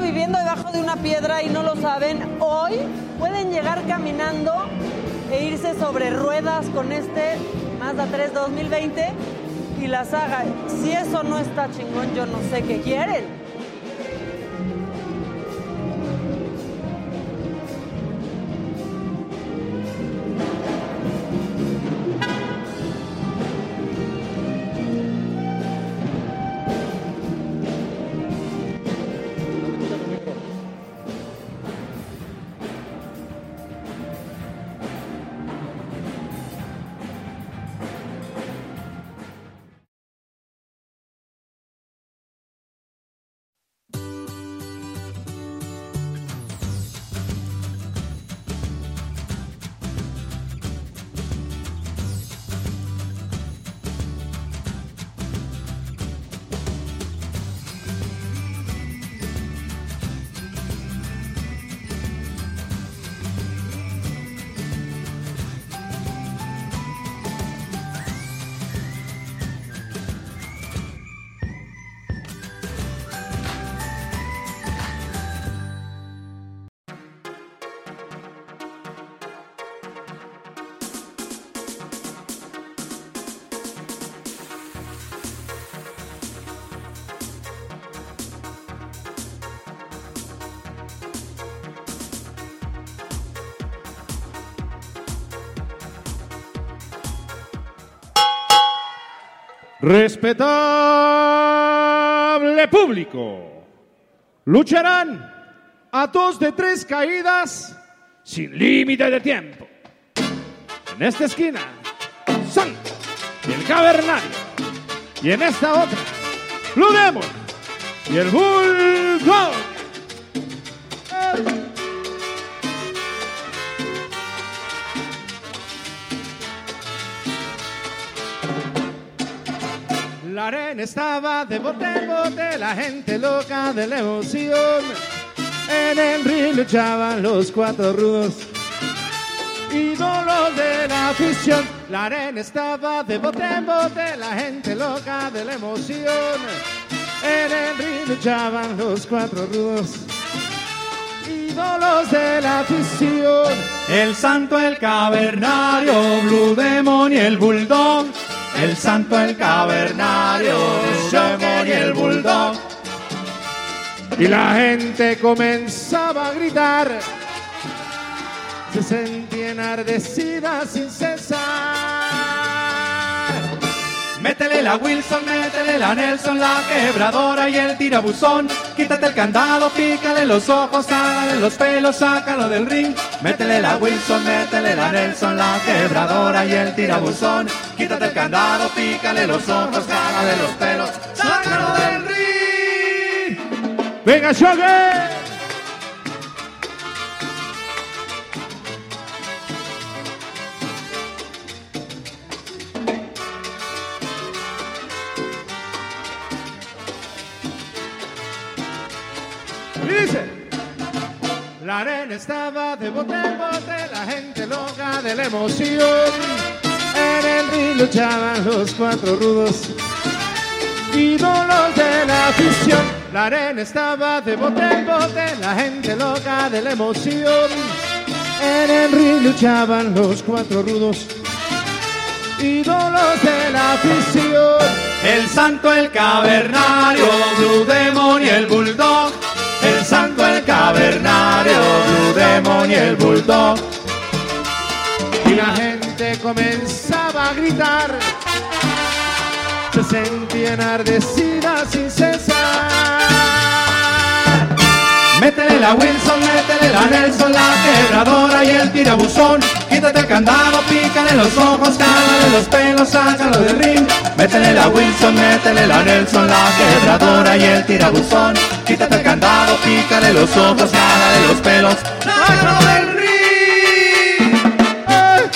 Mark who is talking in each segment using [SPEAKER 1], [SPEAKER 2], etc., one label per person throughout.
[SPEAKER 1] viviendo debajo de una piedra y no lo saben, hoy pueden llegar caminando e irse sobre ruedas con este Mazda 3 2020 y la saga. Si eso no está chingón, yo no sé qué quieren.
[SPEAKER 2] Respetable público, lucharán a dos de tres caídas sin límite de tiempo. En esta esquina, Santo y el Cavernario. Y en esta otra, Blue Demon y el Bulldog. El- La arena estaba de bote en bote, la gente loca de la emoción. En el ring luchaban los cuatro rudos, ídolos de la afición. La arena estaba de bote en bote, la gente loca de la emoción. En el ring luchaban los cuatro rudos, ídolos de la afición.
[SPEAKER 3] El santo, el cavernario, Blue Demon y el Bulldog. El santo, el cavernario, Blue Demon y el Bulldog.
[SPEAKER 2] Y la gente comenzaba a gritar. Se sentía enardecida sin cesar.
[SPEAKER 3] Métele la Wilson, métele la Nelson, la quebradora y el tirabuzón. Quítate el candado, pícale los ojos, sácale los pelos, sácalo del ring. Métele la Wilson, métele la Nelson, la quebradora y el tirabuzón. Quítate el candado, pícale los ojos, sácale los pelos, sácalo del ring.
[SPEAKER 2] ¡Venga, Shogun! Y dice, la arena estaba de bote en bote, la gente loca de la emoción. En el ring luchaban los cuatro rudos, ídolos de la afición. La arena estaba de bote en bote, la gente loca de la emoción. En el ring luchaban los cuatro rudos, ídolos de la afición.
[SPEAKER 3] El santo, el cavernario, Blue Demon y el Bulldog. El santo, el cavernario, Blue Demon y el Bulldog.
[SPEAKER 2] y la gente comenzaba a gritar. Se sentía enardecida sin cesar.
[SPEAKER 3] Métele la Wilson, métele la Nelson, la quebradora y el tirabuzón. Quítate el candado, pícale los ojos, cálale los pelos, sácalo del ring. Métele la Wilson, métele la Nelson, la quebradora y el tirabuzón. Quítate el candado, pícale los ojos, cálale los pelos, sácalo del ring.
[SPEAKER 2] ¡Eh!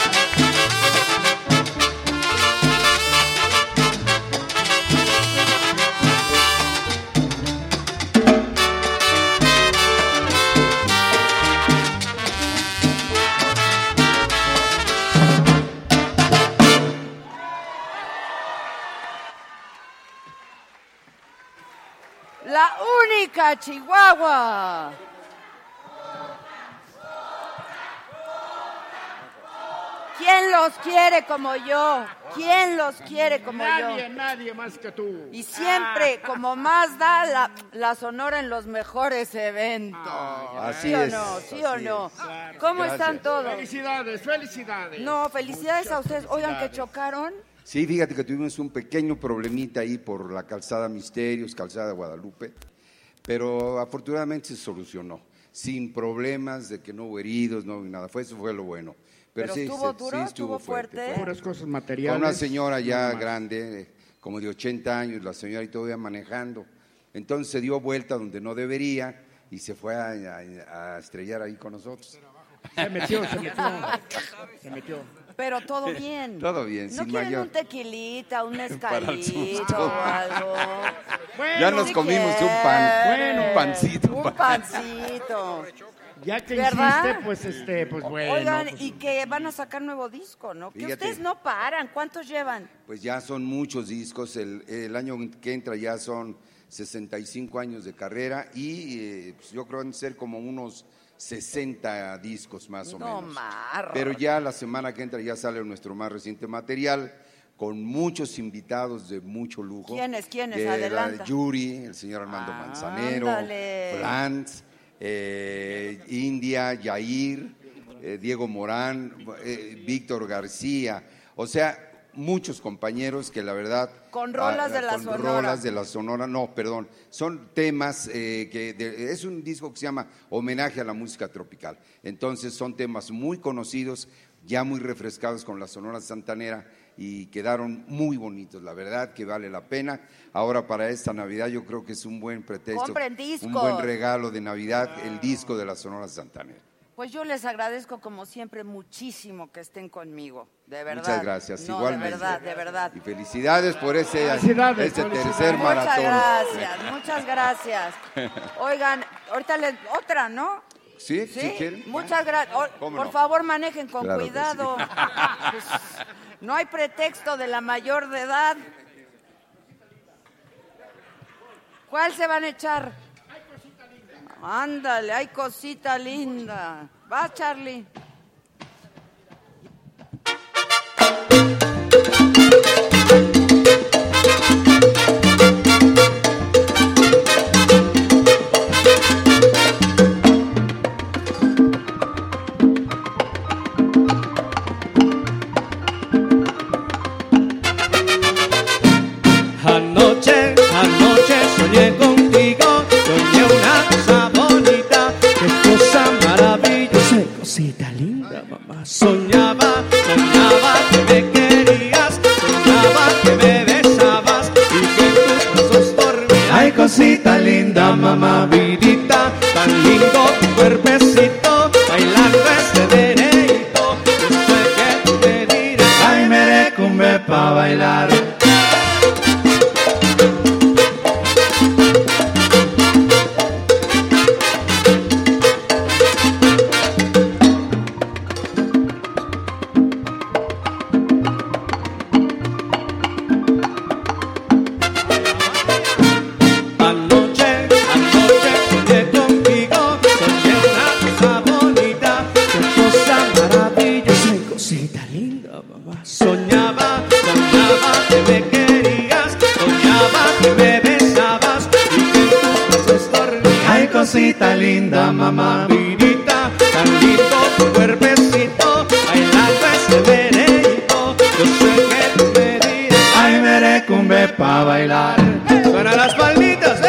[SPEAKER 4] La única Chihuahua. ¿Quién los quiere como yo? ¿Quién los quiere como
[SPEAKER 5] nadie, Ah.
[SPEAKER 4] yo?
[SPEAKER 5] nadie más que tú.
[SPEAKER 4] Y siempre, como más da, la, la sonora en los mejores eventos.
[SPEAKER 6] Así
[SPEAKER 4] ¿Sí o
[SPEAKER 6] es,
[SPEAKER 4] no? ¿Sí o
[SPEAKER 6] así
[SPEAKER 4] no?
[SPEAKER 6] es.
[SPEAKER 4] ¿Cómo
[SPEAKER 6] Gracias.
[SPEAKER 4] están todos?
[SPEAKER 5] Felicidades, felicidades.
[SPEAKER 4] No, felicidades a ustedes. Oigan, que chocaron.
[SPEAKER 7] Sí, fíjate que tuvimos un pequeño problemita ahí por la calzada Misterios, calzada de Guadalupe, pero afortunadamente se solucionó, sin problemas de que no hubo heridos, no hubo nada, fue, eso fue lo bueno.
[SPEAKER 4] ¿Pero
[SPEAKER 7] Pero, sí,
[SPEAKER 4] estuvo
[SPEAKER 7] se-
[SPEAKER 4] duro?
[SPEAKER 7] sí estuvo
[SPEAKER 4] ¿Estuvo
[SPEAKER 7] fuerte.
[SPEAKER 4] fuerte?
[SPEAKER 7] fue-
[SPEAKER 5] Puras cosas materiales.
[SPEAKER 7] Con una señora ya
[SPEAKER 5] Nada más.
[SPEAKER 7] grande, eh, como de 80 años, la señora y todavía manejando. Entonces se dio vuelta donde no debería y se fue a, a- a estrellar ahí con nosotros.
[SPEAKER 5] Se metió, se metió. Se metió.
[SPEAKER 4] Pero todo bien.
[SPEAKER 7] Todo bien,
[SPEAKER 4] ¿No
[SPEAKER 7] sin
[SPEAKER 4] quieren
[SPEAKER 7] mayor-
[SPEAKER 4] un tequilita, un
[SPEAKER 7] Para el
[SPEAKER 4] mezcalito
[SPEAKER 7] susto.
[SPEAKER 4] o algo?
[SPEAKER 5] Bueno,
[SPEAKER 7] ya nos
[SPEAKER 4] Sí
[SPEAKER 7] comimos un pan,
[SPEAKER 4] quieren.
[SPEAKER 7] un pancito.
[SPEAKER 4] Un pancito.
[SPEAKER 5] ya que
[SPEAKER 4] ¿Verdad?
[SPEAKER 5] hiciste, pues este, pues bueno.
[SPEAKER 4] Oigan,
[SPEAKER 5] pues,
[SPEAKER 4] y que van a sacar nuevo disco, ¿no? Que
[SPEAKER 7] Fíjate.
[SPEAKER 4] ustedes no paran. ¿Cuántos llevan?
[SPEAKER 7] Pues ya son muchos discos, el, el año que entra ya son 65 años de carrera y eh, pues yo creo han de ser como unos 60 discos más o
[SPEAKER 4] No,
[SPEAKER 7] menos.
[SPEAKER 4] marro.
[SPEAKER 7] Pero ya la semana que entra ya sale nuestro más reciente material con muchos invitados de mucho lujo.
[SPEAKER 4] ¿Quiénes, quiénes?
[SPEAKER 7] De la-
[SPEAKER 4] Adelanta.
[SPEAKER 7] Yuri, el señor Armando
[SPEAKER 4] Ah,
[SPEAKER 7] Manzanero,
[SPEAKER 4] ándale.
[SPEAKER 7] Franz, eh, India, Yair, eh, Diego Morán, eh, Víctor García, o sea, muchos compañeros que la verdad...
[SPEAKER 4] Con rolas de la
[SPEAKER 7] ah, con
[SPEAKER 4] Sonora.
[SPEAKER 7] rolas de la Sonora, no, perdón, son temas eh, que... de- es un disco que se llama Homenaje a la Música Tropical. Entonces son temas muy conocidos, ya muy refrescados con la Sonora Santanera y quedaron muy bonitos, la verdad que vale la pena. Ahora para esta Navidad yo creo que es un buen pretexto,
[SPEAKER 4] Compren
[SPEAKER 7] un
[SPEAKER 4] discos.
[SPEAKER 7] buen regalo de Navidad, el disco de la Sonora Santanera.
[SPEAKER 4] Pues yo les agradezco como siempre muchísimo que estén conmigo, de verdad.
[SPEAKER 7] Muchas gracias,
[SPEAKER 4] No,
[SPEAKER 7] igualmente.
[SPEAKER 4] De verdad, de verdad.
[SPEAKER 7] Y felicidades por ese,
[SPEAKER 5] Felicidades,
[SPEAKER 7] ese
[SPEAKER 5] felicidades.
[SPEAKER 7] tercer
[SPEAKER 4] Muchas
[SPEAKER 7] maratón.
[SPEAKER 4] gracias, muchas gracias. Oigan, ahorita les... otra, ¿no?
[SPEAKER 7] ¿Sí? ¿Sí,
[SPEAKER 4] Sí,
[SPEAKER 7] quieren?
[SPEAKER 4] muchas gracias. O-
[SPEAKER 7] ¿Cómo
[SPEAKER 4] Por
[SPEAKER 7] no?
[SPEAKER 4] favor, manejen con
[SPEAKER 7] Claro que
[SPEAKER 4] cuidado. Pues, no hay pretexto de la mayor de edad. ¿Cuál se van a echar? Ándale, hay cosita linda. Va, Charlie.
[SPEAKER 2] Anoche, anoche soñé contigo, soñé una cosa bonita, qué cosa maravillosa, qué cosita linda, mamá. Soñaba, soñaba que me querías, soñaba que me besabas y que en tus brazos dormía. Ay, cosita linda, mamá, vidita, tan lindo tu cuerpecito, bailando este derecho, yo sé que tú me dirás, ay, me recumbe pa' bailar. Anoche, anoche soñé contigo, soñé una cosa bonita, qué cosa maravillosa, qué cosita linda, mamá. Soñaba, soñaba que me querías, soñaba que me besabas y que en tus brazos dormía. Ay, cosita linda, mamá, minita, tan lindo tu cuerpecito, bailando ese veredito, yo sé que tú me dirás. Ay, me recumbe pa' bailar. Suena las palmitas, eh.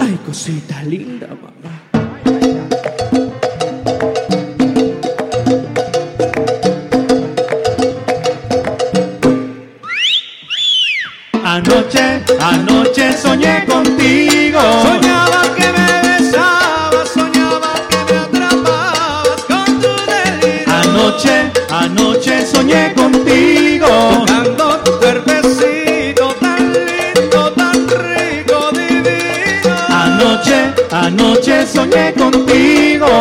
[SPEAKER 2] Ay, cosita linda, mamá. Anoche, anoche soñé contigo. Soñaba que me besabas, soñaba que me atrapabas con tu delirio. Anoche, anoche soñé contigo. Tocando tu cuerpecito tan lindo, tan rico, divino. Anoche, anoche soñé contigo.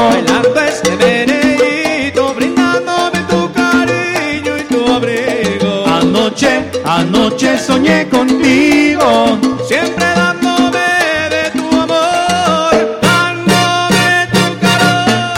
[SPEAKER 2] Bailando este meneíto, brindándome tu cariño y tu abrigo. Anoche, noche soñé contigo, siempre dándome de tu amor, dándome tu calor.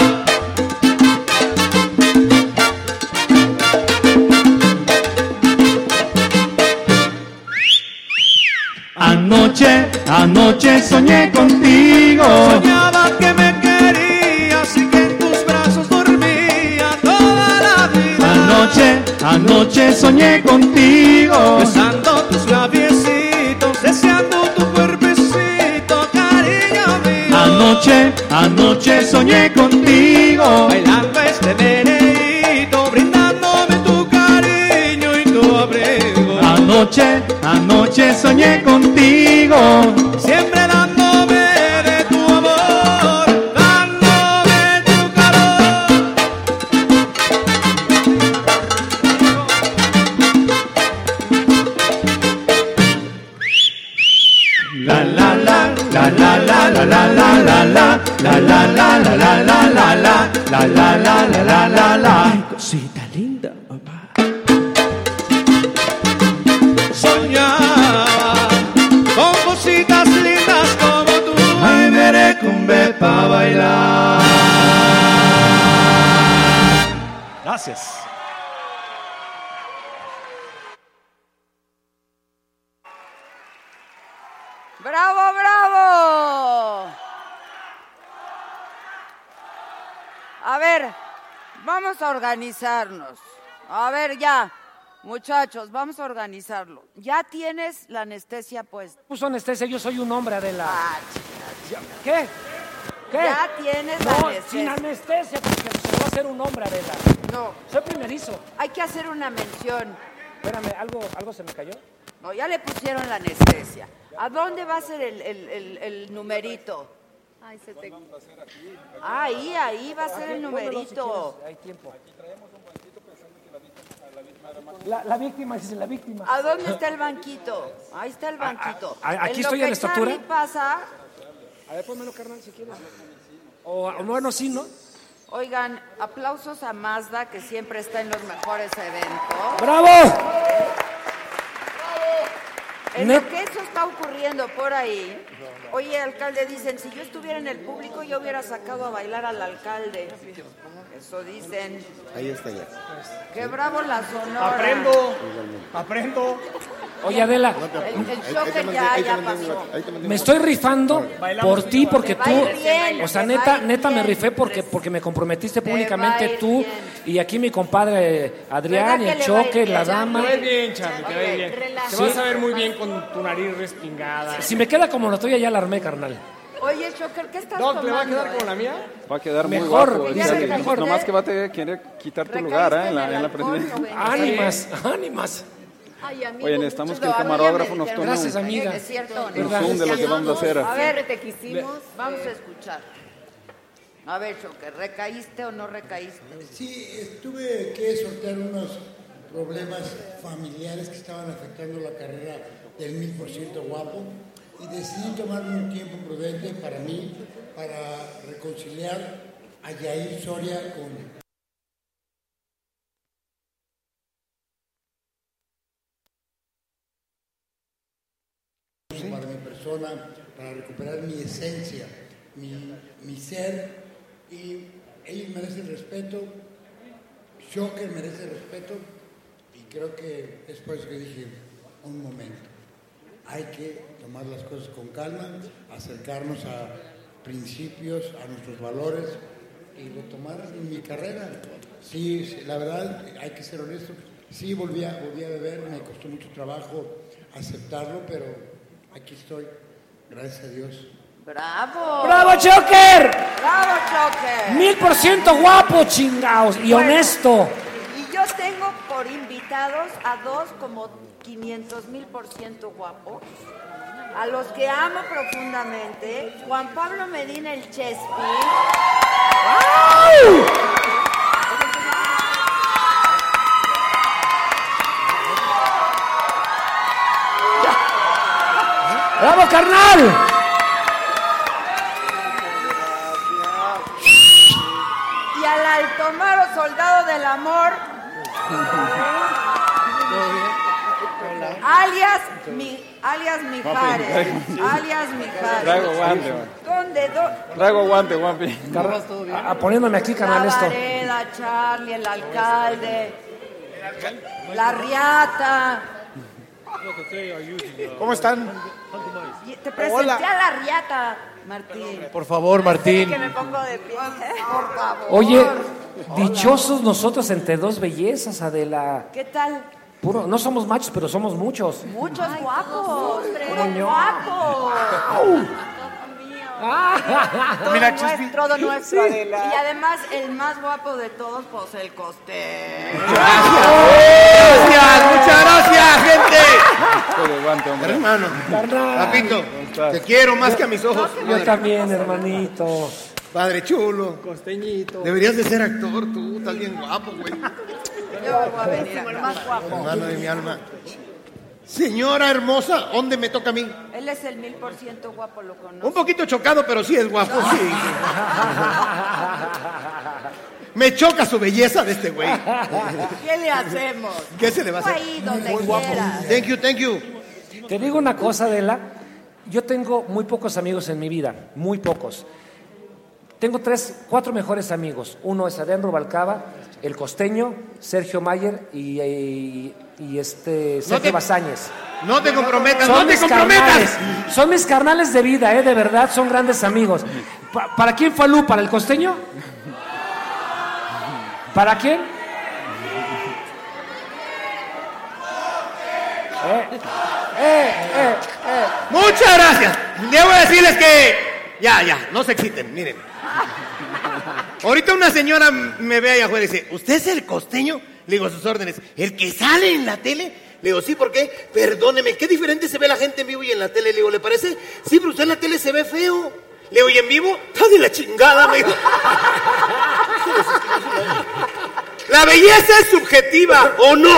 [SPEAKER 2] Anoche, anoche soñé contigo. Soñaba que me querías y que en tus brazos dormía toda la vida. Anoche, anoche soñé contigo. Besando tus labiecitos, deseando tu cuerpecito, cariño mío. Anoche, anoche soñé contigo. Bailando este veredito, brindándome tu cariño y tu abrigo. Anoche, anoche soñé contigo. Siempre dándome de tu amor, dándome tu calor. La la la la la la la la la la la la la la la la la la la la la la la la la la cosita linda mamá soñaba con cositas lindas como tú ay me recumbe pa bailar Gracias.
[SPEAKER 4] ¡Bravo, bravo! A ver, vamos a organizarnos. A ver, ya, muchachos, vamos a organizarlo. Ya tienes la anestesia puesta.
[SPEAKER 8] Puso Pues anestesia, yo soy un hombre de la.
[SPEAKER 4] Ah, chinga,
[SPEAKER 8] ¿Qué? ¿Qué?
[SPEAKER 4] Ya tienes la
[SPEAKER 8] No,
[SPEAKER 4] anestesia.
[SPEAKER 8] sin anestesia, porque se va a hacer un hombre, Adela.
[SPEAKER 4] No,
[SPEAKER 8] Soy primerizo.
[SPEAKER 4] hay que hacer una mención.
[SPEAKER 8] Espérame, ¿algo, algo se me cayó?
[SPEAKER 4] No, ya le pusieron la anestesia. ¿A dónde va a ser el, el- el- el numerito? Ahí, ahí va a ser el
[SPEAKER 8] Pónmelo si
[SPEAKER 4] numerito.
[SPEAKER 8] quieres, Hay tiempo. La, la víctima, dice la víctima.
[SPEAKER 4] ¿A dónde está el banquito? Ahí está el banquito.
[SPEAKER 8] a- aquí
[SPEAKER 4] lo
[SPEAKER 8] estoy
[SPEAKER 4] que
[SPEAKER 8] en la estatura.
[SPEAKER 4] Charlie pasa,
[SPEAKER 8] A ver, pónmelo, carnal, si quieres. O, o bueno, sí, ¿no?
[SPEAKER 4] oigan, aplausos a Mazda que siempre está en los mejores eventos.
[SPEAKER 8] ¡Bravo!
[SPEAKER 4] En
[SPEAKER 8] Ne-
[SPEAKER 4] lo que eso está ocurriendo por ahí, oye, alcalde, dicen, si yo estuviera en el público, yo hubiera sacado a bailar al alcalde. Eso dicen.
[SPEAKER 9] Ahí está ya.
[SPEAKER 4] Qué bravo la sonora.
[SPEAKER 3] Aprendo, aprendo.
[SPEAKER 8] Oye, Adela,
[SPEAKER 4] El, el
[SPEAKER 9] Ahí- ahí
[SPEAKER 4] shocker
[SPEAKER 9] te mandé-
[SPEAKER 4] ya,
[SPEAKER 9] ahí te
[SPEAKER 4] ya
[SPEAKER 9] mandé un
[SPEAKER 4] pasó.
[SPEAKER 9] WhatsApp, ahí te mandé un
[SPEAKER 8] me estoy rifando por ti porque
[SPEAKER 4] Te
[SPEAKER 8] tú.
[SPEAKER 4] va a ir bien,
[SPEAKER 8] O sea,
[SPEAKER 4] te va a
[SPEAKER 8] neta,
[SPEAKER 4] ir
[SPEAKER 8] neta me
[SPEAKER 4] bien.
[SPEAKER 8] rifé porque, porque me comprometiste
[SPEAKER 4] Te va a ir
[SPEAKER 8] públicamente tú
[SPEAKER 4] bien.
[SPEAKER 8] y aquí mi compadre eh, Adrián,
[SPEAKER 4] ¿Verdad
[SPEAKER 8] y
[SPEAKER 4] que
[SPEAKER 8] el
[SPEAKER 4] le va a ir
[SPEAKER 8] choque,
[SPEAKER 4] bien?
[SPEAKER 8] la
[SPEAKER 3] Te
[SPEAKER 8] dama.
[SPEAKER 3] ves bien, Charlie, te ves bien.
[SPEAKER 4] Relaja.
[SPEAKER 3] Te vas a ver muy bien con tu nariz respingada.
[SPEAKER 8] Si me queda como la tuya, ya la armé, carnal.
[SPEAKER 4] Eh. Oye, Shocker, ¿qué estás
[SPEAKER 3] Doc,
[SPEAKER 4] tomando?
[SPEAKER 3] ¿le va a quedar
[SPEAKER 4] eh?
[SPEAKER 3] como la mía?
[SPEAKER 10] Va a quedar muy
[SPEAKER 8] Mejor,
[SPEAKER 10] guapo.
[SPEAKER 8] ya
[SPEAKER 10] Charlie.
[SPEAKER 4] me acordé.
[SPEAKER 10] Nomás que va a tener- quiere quitar tu lugar ¿eh? en la, en la presidencia.
[SPEAKER 8] Ánimas, ánimas.
[SPEAKER 10] Oye, necesitamos que el camarógrafo nos tome
[SPEAKER 8] Gracias,
[SPEAKER 10] un,
[SPEAKER 8] amiga.
[SPEAKER 4] Es cierto.
[SPEAKER 10] un zoom de lo que vamos a hacer.
[SPEAKER 4] A ver, te quisimos. Vamos a escuchar. A ver, Shocker, ¿recaíste o no recaíste?
[SPEAKER 9] Sí, tuve que sortear unos problemas familiares que estaban afectando la carrera del mil por ciento guapo y decidí tomarme un tiempo prudente para mí para reconciliar a Yair Soria con para mi persona, para recuperar mi esencia, mi, mi ser. Y ellos merecen respeto, Shocker merece respeto, y creo que es por eso que dije, un momento, hay que tomar las cosas con calma, acercarnos a principios, a nuestros valores y retomar mi carrera. Sí, sí, la verdad, hay que ser honesto. Sí, volví a, volví a beber, me costó mucho trabajo aceptarlo, pero aquí estoy. Gracias a Dios.
[SPEAKER 4] ¡Bravo!
[SPEAKER 8] ¡Bravo, Choker!
[SPEAKER 4] ¡Bravo, Shocker!
[SPEAKER 8] Mil por ciento guapo, chingaos, y
[SPEAKER 4] Bueno.
[SPEAKER 8] honesto.
[SPEAKER 4] Y yo tengo por invitados a dos como 500 mil por ciento guapos, a los que amo profundamente, Juan Pablo Medina el Chespi.
[SPEAKER 8] ¡Bravo, carnal!
[SPEAKER 4] Y al Altomaro Soldado del Amor.
[SPEAKER 11] Alias, mi, alias Mijares. Alias Mijares.
[SPEAKER 10] Traigo guante, güey.
[SPEAKER 11] Donde do-
[SPEAKER 10] Traigo guante, guampi.
[SPEAKER 8] A- a- poniéndome aquí, carnal, esto.
[SPEAKER 11] Lavareda, Charlie, el alcalde, la Riata.
[SPEAKER 12] ¿Cómo están?
[SPEAKER 11] Y- Te presenté
[SPEAKER 12] Hola.
[SPEAKER 11] a la Riata, Martín.
[SPEAKER 12] Por favor, Martín.
[SPEAKER 11] Que me pongo de pie, por favor.
[SPEAKER 8] Oye, dichosos nosotros entre dos bellezas, Adela.
[SPEAKER 11] ¿Qué tal?
[SPEAKER 8] Puro, no somos machos, pero somos muchos.
[SPEAKER 11] Muchos guapos. Puros
[SPEAKER 8] Coño.
[SPEAKER 11] guapos. Todo
[SPEAKER 8] Mira,
[SPEAKER 11] nuestro,
[SPEAKER 8] Chespi.
[SPEAKER 11] todo nuestro,
[SPEAKER 8] Sí.
[SPEAKER 11] Adela. Y además, el más guapo de todos, pues el coste.
[SPEAKER 12] Gracias, muchas gracias, gente.
[SPEAKER 3] Hermano, papito, te quiero más que a mis ojos.
[SPEAKER 8] Yo también, hermanito.
[SPEAKER 3] Padre chulo.
[SPEAKER 8] Costeñito.
[SPEAKER 3] Deberías de ser actor, tú, estás bien guapo, güey.
[SPEAKER 11] Yo voy a venir acá. el más guapo.
[SPEAKER 3] Hermano de mi alma. Señora hermosa, ¿dónde me toca a mí?
[SPEAKER 11] Él es el mil por ciento guapo, lo conozco.
[SPEAKER 3] Un poquito chocado, pero sí es guapo, sí. Me choca su belleza de este güey.
[SPEAKER 11] ¿Qué le hacemos?
[SPEAKER 3] ¿Qué se le va a hacer?
[SPEAKER 11] Tú ahí donde
[SPEAKER 3] Muy guapo.
[SPEAKER 11] quieras.
[SPEAKER 3] Thank you, thank you.
[SPEAKER 8] Te digo una cosa, Adela. Yo tengo muy pocos amigos en mi vida, muy pocos. Tengo tres, cuatro mejores amigos. Uno es Adrián Rubalcaba, el costeño, Sergio Mayer y, y- y este Sergio
[SPEAKER 3] te-
[SPEAKER 8] Bazáñez.
[SPEAKER 3] No te comprometas, no te
[SPEAKER 8] mis
[SPEAKER 3] comprometas.
[SPEAKER 8] carnales, son mis carnales de vida, eh, de verdad, son grandes amigos. Pa- ¿Para quién fue Lu? ¿Para el costeño? ¿Para quién?
[SPEAKER 3] Eh, Muchas gracias. Debo decirles que. Ya, ya, no se exciten, miren. Ahorita una señora me ve allá afuera y dice: ¿Usted es el costeño? Le digo, a sus órdenes. ¿El que sale en la tele? Le digo, sí, ¿por qué? Perdóneme, qué diferente se ve la gente en vivo y en la tele. Le digo, ¿le parece? Sí, pero usted en la tele se ve feo. Le digo, ¿y en vivo? Está de la chingada, me dijo. La belleza es subjetiva, ¿o no?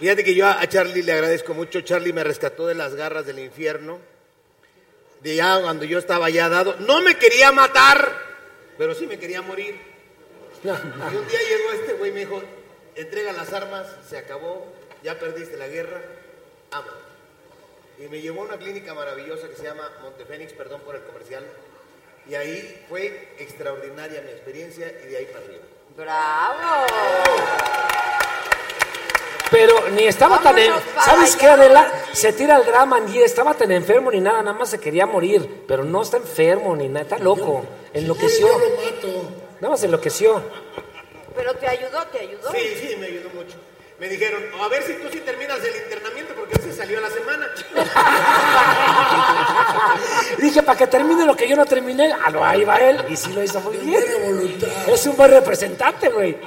[SPEAKER 3] Fíjate que yo a a Charlie le agradezco mucho. Charlie me rescató de las garras del infierno. De ya cuando yo estaba ya dado. No me quería matar, pero sí me quería morir. Y un día llegó este güey y me dijo, entrega las armas, se acabó, ya perdiste la guerra, amo. Y me llevó a una clínica maravillosa que se llama Montefénix, perdón por el comercial. Y ahí fue extraordinaria mi experiencia y de ahí para arriba.
[SPEAKER 11] ¡Bravo!
[SPEAKER 8] Pero ni estaba tan. en-
[SPEAKER 11] Vámonos para
[SPEAKER 8] ¿Sabes
[SPEAKER 11] allá.
[SPEAKER 8] qué, Adela? Se tira al drama, ni estaba tan enfermo ni nada, nada más se quería morir. Pero no está enfermo ni nada, está loco. Enloqueció. Nada más enloqueció.
[SPEAKER 11] Pero te ayudó, te ayudó.
[SPEAKER 3] Sí, sí, me ayudó mucho. Me dijeron, a ver si tú sí terminas el internamiento porque él se salió a la semana.
[SPEAKER 8] Dije, para que termine lo que yo no terminé, ah, no, ahí va él. Y sí lo hizo muy bien. Es un buen representante, güey.
[SPEAKER 11] Tú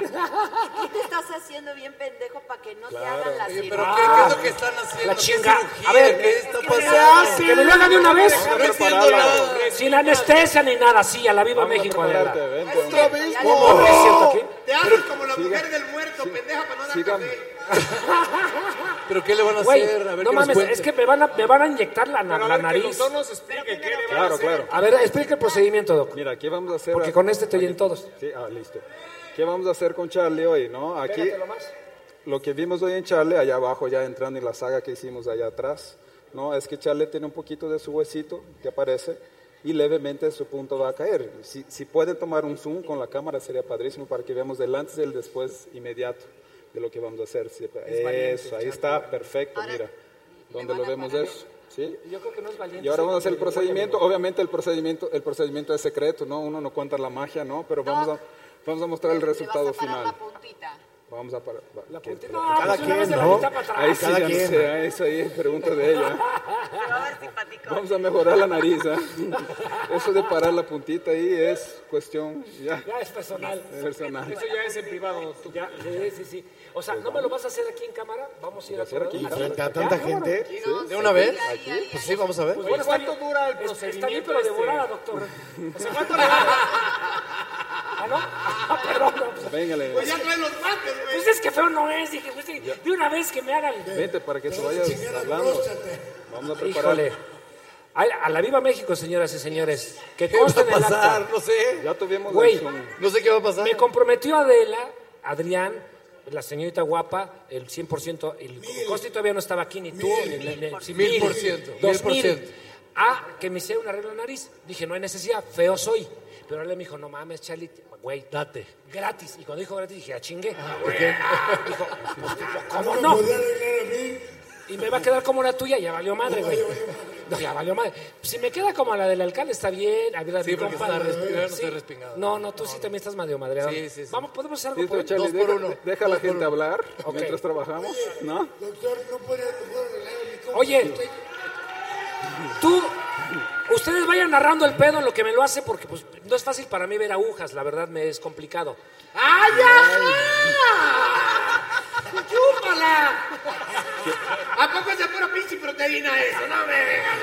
[SPEAKER 11] te estás haciendo bien pendejo para que no te hagan la cirugía.
[SPEAKER 12] pero ¿qué- qué es
[SPEAKER 6] Ah.
[SPEAKER 12] lo que están haciendo?
[SPEAKER 8] La
[SPEAKER 12] ¿Qué
[SPEAKER 8] chinga.
[SPEAKER 12] cirugía?
[SPEAKER 8] A ver,
[SPEAKER 12] ¿Qué está
[SPEAKER 8] que-
[SPEAKER 12] pasando?
[SPEAKER 8] Que me lo hagan de una vez.
[SPEAKER 12] No estoy haciendo nada.
[SPEAKER 8] Sin anestesia ni nada, sí, a la viva México, Adela.
[SPEAKER 3] Otra vez,
[SPEAKER 8] Ya le borré, ¿cierto? Aquí.
[SPEAKER 3] Te haces como la mujer del muerto, pendeja, para no dar café.
[SPEAKER 12] ¿Pero qué le van a
[SPEAKER 8] Güey,
[SPEAKER 12] hacer? A ver
[SPEAKER 8] no
[SPEAKER 12] qué nos
[SPEAKER 8] mames,
[SPEAKER 12] cuenta.
[SPEAKER 8] es que me van a, me van a inyectar la, la nariz.
[SPEAKER 12] nos explique qué le
[SPEAKER 10] Claro, claro.
[SPEAKER 8] A ver, explica el procedimiento, Doc.
[SPEAKER 10] Mira, aquí vamos a hacer.
[SPEAKER 8] Porque con este te oyen todos.
[SPEAKER 10] Sí, ah, listo. ¿Qué vamos a hacer con Charlie hoy, no? Aquí, lo que vimos hoy en Charlie, allá abajo, ya entrando en la saga que hicimos allá atrás, ¿no? Es que Charlie tiene un poquito de su huesito que aparece y levemente su punto va a caer. Si, si pueden tomar un zoom con la cámara sería padrísimo para que veamos del antes y el después inmediato de lo que vamos a hacer. Sí, eso, ahí está, perfecto, mira. Donde lo vemos eso, ¿sí?
[SPEAKER 8] Yo creo que no es valiente.
[SPEAKER 10] Y ahora vamos a hacer el procedimiento. Obviamente el procedimiento, el procedimiento es secreto, ¿no? Uno no cuenta la magia, ¿no? Pero vamos a, vamos a mostrar el resultado final. Vamos a parar. va, ¿qué?
[SPEAKER 8] Cada quien, ¿no? pues,
[SPEAKER 10] Ahí sí,
[SPEAKER 3] Cada
[SPEAKER 10] ya no
[SPEAKER 3] quien.
[SPEAKER 10] sé, ah, eso ahí es pregunta de ella. Vamos a mejorar la nariz, ¿ah? Eso de parar la puntita ahí es cuestión ya
[SPEAKER 8] Ya es personal.
[SPEAKER 10] personal.
[SPEAKER 8] ya es en privado. Ya, sí, sí, sí. O sea, ¿no me lo vas a hacer aquí en cámara? Vamos a ir a
[SPEAKER 10] hacer aquí.
[SPEAKER 8] ¿Ya?
[SPEAKER 10] Frente
[SPEAKER 12] a tanta
[SPEAKER 8] ¿Ya?
[SPEAKER 12] gente.
[SPEAKER 8] Cámara.
[SPEAKER 12] ¿De una vez? Pues sí, vamos a ver.
[SPEAKER 8] Pues bueno, está bien.
[SPEAKER 13] dura el
[SPEAKER 8] Es- Está bien, pero de
[SPEAKER 13] este?
[SPEAKER 8] volada, doctor. O sea, ¿cuánto le va? ¿Ah, no? Ah, perdón. no, pues-
[SPEAKER 10] Véngale,
[SPEAKER 3] Pues ya trae los mates, güey.
[SPEAKER 8] Pues es que feo no es. Dije, pues, de una vez que me hagan.
[SPEAKER 10] vente para que te vayas hablando. Vamos a
[SPEAKER 8] Híjole.
[SPEAKER 10] preparar.
[SPEAKER 8] A, a la viva México, señoras y señores. Que
[SPEAKER 12] ¿Qué va
[SPEAKER 8] conste
[SPEAKER 12] a
[SPEAKER 8] en el acta.
[SPEAKER 12] pasar? No sé.
[SPEAKER 10] Ya tuvimos
[SPEAKER 8] Güey.
[SPEAKER 10] el zoom.
[SPEAKER 12] No sé qué va a pasar.
[SPEAKER 8] Me comprometió Adela, Adrián, la señorita guapa, el 100%, el coste todavía no estaba aquí, ni tú, ni le- le- sí,
[SPEAKER 12] Mil
[SPEAKER 8] mil,
[SPEAKER 12] por ciento,
[SPEAKER 8] dos
[SPEAKER 12] mil por
[SPEAKER 8] mil.
[SPEAKER 12] ciento.
[SPEAKER 8] A que me hiciera una regla de nariz. Dije, no hay necesidad, feo soy. Pero ahora me dijo, no mames, Charlie, güey, date. Gratis. Y cuando dijo gratis, dije, ah, chingue. güey. Ah, Dijo, pues, ¿cómo
[SPEAKER 14] ¿Me
[SPEAKER 8] no?
[SPEAKER 14] podía
[SPEAKER 8] Y me va a quedar como la tuya, ya valió madre, güey. No, ya valió madre. Si me queda como la del alcalde, está bien. A ver, la de
[SPEAKER 12] Sí,
[SPEAKER 8] mi
[SPEAKER 12] porque
[SPEAKER 8] compa, la
[SPEAKER 12] está
[SPEAKER 8] de-
[SPEAKER 12] respingado, no
[SPEAKER 8] sí.
[SPEAKER 12] estoy respingado.
[SPEAKER 8] No, no, tú sí también estás medio madreado.
[SPEAKER 12] Sí, sí, sí.
[SPEAKER 8] Vamos, podemos hacer algo
[SPEAKER 10] Listo,
[SPEAKER 8] por él?
[SPEAKER 10] Charlie, deja, deja a la gente hablar
[SPEAKER 8] Ok.
[SPEAKER 10] mientras trabajamos, ¿no?
[SPEAKER 8] Oye, tú, ustedes vayan narrando el pedo en lo que me lo hace, porque pues no es fácil para mí ver agujas, la verdad me es complicado. ¡Ay, ajá! ¡Chúpala!
[SPEAKER 3] ¡Ah! ¿A poco es de pura pinche proteína eso? No me vengas.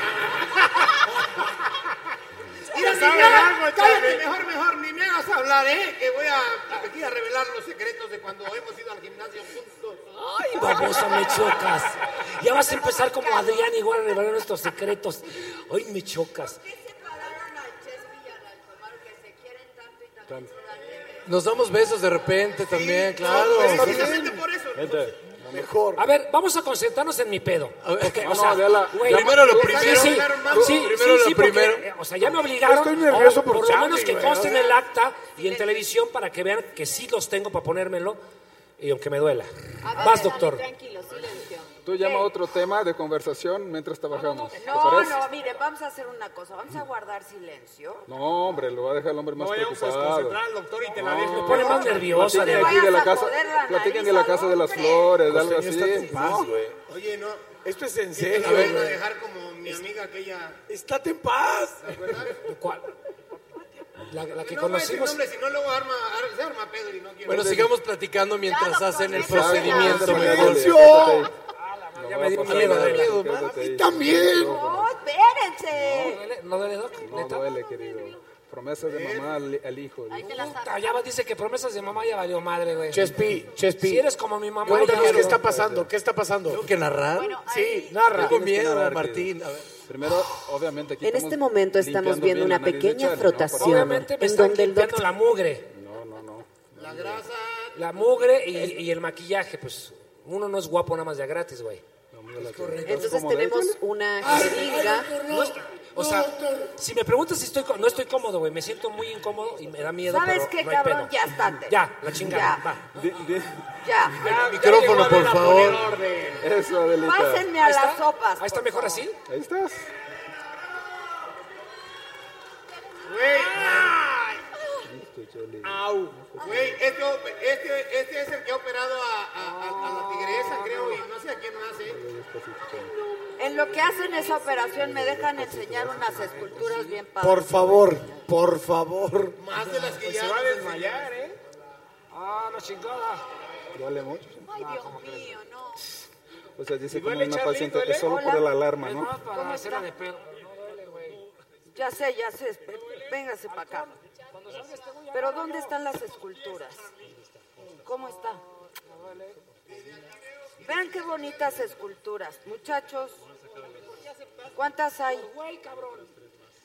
[SPEAKER 3] Mira,
[SPEAKER 14] Ya
[SPEAKER 3] ni
[SPEAKER 14] sabe
[SPEAKER 3] nada.
[SPEAKER 14] algo,
[SPEAKER 3] cállate,
[SPEAKER 14] Charlie.
[SPEAKER 3] mejor, mejor, ni me hagas hablar, ¿eh? Que voy a aquí a revelar los secretos de cuando hemos ido al gimnasio juntos.
[SPEAKER 8] ¡Ay, babosa, me chocas! Ya vas a empezar como Adrián igual a revelar nuestros secretos. ¡Ay, me chocas!
[SPEAKER 12] Nos damos besos de repente también, claro.
[SPEAKER 8] precisamente
[SPEAKER 12] por eso.
[SPEAKER 8] Mejor. A ver, vamos a concentrarnos en mi pedo. Porque, o
[SPEAKER 12] Vamos,
[SPEAKER 8] sea,
[SPEAKER 12] Adela,
[SPEAKER 8] güey,
[SPEAKER 12] primero lo
[SPEAKER 8] sí,
[SPEAKER 12] primero.
[SPEAKER 8] Sí,
[SPEAKER 12] Tú,
[SPEAKER 8] sí,
[SPEAKER 12] primero
[SPEAKER 8] sí,
[SPEAKER 12] lo
[SPEAKER 8] sí, porque,
[SPEAKER 12] primero.
[SPEAKER 8] eh, o sea, ya me obligaron.
[SPEAKER 12] Estoy nervioso
[SPEAKER 8] o
[SPEAKER 12] por
[SPEAKER 8] lo
[SPEAKER 12] Charlie,
[SPEAKER 8] menos que
[SPEAKER 12] güey,
[SPEAKER 8] conste
[SPEAKER 12] o
[SPEAKER 8] en
[SPEAKER 12] sea.
[SPEAKER 8] el acta y en televisión para que vean que sí los tengo para ponérmelo y aunque me duela. Vas, doctor.
[SPEAKER 4] Tranquilo, silencio.
[SPEAKER 10] Tú llama a otro tema de conversación mientras trabajamos. ¿te
[SPEAKER 4] No,
[SPEAKER 10] parece?
[SPEAKER 4] no, mire, vamos a hacer una cosa. Vamos a guardar silencio.
[SPEAKER 10] No, hombre, lo va a dejar el hombre más
[SPEAKER 15] No vayamos a
[SPEAKER 10] preocupado.
[SPEAKER 15] desconcentrar al doctor y te la
[SPEAKER 10] No.
[SPEAKER 15] dejo.
[SPEAKER 10] Platiquen aquí de la casa, platiquen de la casa de las flores, de algo así. ¿no?
[SPEAKER 3] Oye, no.
[SPEAKER 12] Esto es en
[SPEAKER 3] Te
[SPEAKER 12] serio.
[SPEAKER 3] la van a dejar como mi amiga aquella.
[SPEAKER 12] Estate en paz.
[SPEAKER 8] ¿Cuál? La, la que
[SPEAKER 3] No voy a decir
[SPEAKER 12] conocimos.
[SPEAKER 3] nombre, si no luego arma, ar- se arma pedo y no quiero.
[SPEAKER 12] Bueno, sigamos platicando mientras hacen el
[SPEAKER 3] ya, doctor,
[SPEAKER 12] procedimiento.
[SPEAKER 3] ya.
[SPEAKER 12] güey.
[SPEAKER 3] ¡Silencio!
[SPEAKER 8] Ya me dio
[SPEAKER 12] pasar
[SPEAKER 8] miedo,
[SPEAKER 12] nada,
[SPEAKER 8] Adela.
[SPEAKER 12] miedo, ma.
[SPEAKER 10] Quédate ahí.
[SPEAKER 4] No, espérense.
[SPEAKER 8] ¿No duele, Doc?
[SPEAKER 10] No duele, querido. Promesas de mamá al, al hijo. dice.
[SPEAKER 8] Puta, ya va- dice que promesas de mamá ya valió madre, güey.
[SPEAKER 12] Chespi, Chespi.
[SPEAKER 8] Si eres como mi mamá.
[SPEAKER 12] Yo no
[SPEAKER 8] ya
[SPEAKER 12] creo que
[SPEAKER 8] no.
[SPEAKER 12] está pasando. ¿Qué está pasando? ¿Tengo que narrar? sí,
[SPEAKER 10] Tienes
[SPEAKER 12] narra.
[SPEAKER 10] que
[SPEAKER 12] Tengo miedo,
[SPEAKER 10] narrar,
[SPEAKER 12] Martín.
[SPEAKER 10] querido. Primero, obviamente, aquí
[SPEAKER 16] En
[SPEAKER 10] estamos
[SPEAKER 16] este momento estamos
[SPEAKER 10] limpiando
[SPEAKER 16] viendo
[SPEAKER 10] bien la
[SPEAKER 16] una
[SPEAKER 10] nariz de
[SPEAKER 16] pequeña
[SPEAKER 10] Charlie, ¿no?
[SPEAKER 16] frotación
[SPEAKER 10] Obviamente me
[SPEAKER 16] en
[SPEAKER 10] están
[SPEAKER 16] donde el
[SPEAKER 8] limpiando
[SPEAKER 16] doctor...
[SPEAKER 8] la mugre. La mugre y, y el maquillaje, pues uno no es guapo nada más de a gratis, güey.
[SPEAKER 16] Entonces tenemos una jeringa.
[SPEAKER 8] No es- o sea, si me preguntas si estoy, co- no estoy cómodo, güey, me siento muy incómodo y me da miedo.
[SPEAKER 4] ¿Sabes
[SPEAKER 8] pero
[SPEAKER 4] qué,
[SPEAKER 8] no hay
[SPEAKER 4] cabrón?
[SPEAKER 8] pedo.
[SPEAKER 4] Ya estate.
[SPEAKER 8] Ya, la chingada. va.
[SPEAKER 4] Ya.
[SPEAKER 12] Micrófono, por favor.
[SPEAKER 10] Eso, Adelita.
[SPEAKER 4] Pásenme a las sopas.
[SPEAKER 8] Ahí está mejor así.
[SPEAKER 10] Ahí estás. Ah,
[SPEAKER 15] Au.
[SPEAKER 3] Güey, esto- este, este es el que ha operado a, a-
[SPEAKER 10] Ah,
[SPEAKER 3] a- a la tigresa, creo, y no sé a quién más, ¿eh?
[SPEAKER 4] En lo que hacen esa operación me dejan enseñar unas esculturas bien padres.
[SPEAKER 12] Por favor, por favor.
[SPEAKER 3] Más de las que
[SPEAKER 15] Pues
[SPEAKER 3] ya.
[SPEAKER 15] se va a
[SPEAKER 3] nos enseñaron.
[SPEAKER 15] desmayar, ¿eh?
[SPEAKER 8] Ah, la chingada.
[SPEAKER 10] Duele mucho.
[SPEAKER 4] Ay, Dios mío, no.
[SPEAKER 10] O sea, dice
[SPEAKER 15] ¿Y
[SPEAKER 10] como
[SPEAKER 15] duele,
[SPEAKER 10] una
[SPEAKER 15] Charlie?
[SPEAKER 10] paciente,
[SPEAKER 15] ¿Duele?
[SPEAKER 10] es solo por
[SPEAKER 4] ¿eh? Hola.
[SPEAKER 10] la alarma,
[SPEAKER 8] Es
[SPEAKER 10] ¿no?
[SPEAKER 8] más para
[SPEAKER 4] ¿Cómo
[SPEAKER 8] hacerla
[SPEAKER 4] está?
[SPEAKER 8] de pedo. No duele, güey.
[SPEAKER 4] Ya sé, ya sé. esp- Véngase para acá.
[SPEAKER 8] Cuando salga este güey,
[SPEAKER 4] Pero ¿dónde están las esculturas? ¿Cómo está? Vean qué bonitas esculturas, muchachos. ¿Cuántas hay?
[SPEAKER 8] Todo es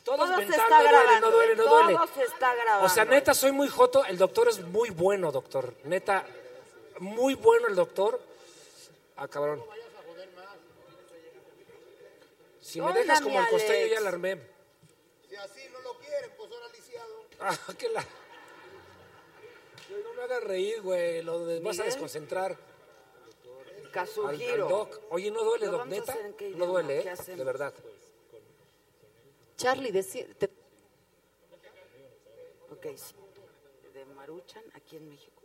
[SPEAKER 4] Todo se
[SPEAKER 8] mental,
[SPEAKER 4] está
[SPEAKER 8] no duele,
[SPEAKER 4] grabando,
[SPEAKER 8] No duele, no
[SPEAKER 4] todo
[SPEAKER 8] duele.
[SPEAKER 4] se está grabando.
[SPEAKER 8] O sea, neta, soy muy joto. El doctor es muy bueno, doctor. Neta, muy bueno el doctor. Ah, cabrón. Si me
[SPEAKER 4] Órale,
[SPEAKER 8] dejas como el costeño,
[SPEAKER 4] Alex.
[SPEAKER 8] ya la armé.
[SPEAKER 3] Si así no lo quieren, pues ahora lisiado.
[SPEAKER 8] Ah, que la... Güey, No me hagas reír, güey. Lo de- vas a
[SPEAKER 4] Miguel.
[SPEAKER 8] desconcentrar. Al- al
[SPEAKER 4] Kazuhiro.
[SPEAKER 8] doc. Oye, no duele,
[SPEAKER 4] ¿Lo
[SPEAKER 8] doc.
[SPEAKER 4] vamos a
[SPEAKER 8] Neta,
[SPEAKER 4] hacer en qué
[SPEAKER 8] no
[SPEAKER 4] idioma?
[SPEAKER 8] duele,
[SPEAKER 4] ¿Qué
[SPEAKER 8] ¿eh?
[SPEAKER 4] hacemos?
[SPEAKER 8] De verdad.
[SPEAKER 16] Charlie, decí- te-
[SPEAKER 4] Ok, sí. De Maruchan aquí en México.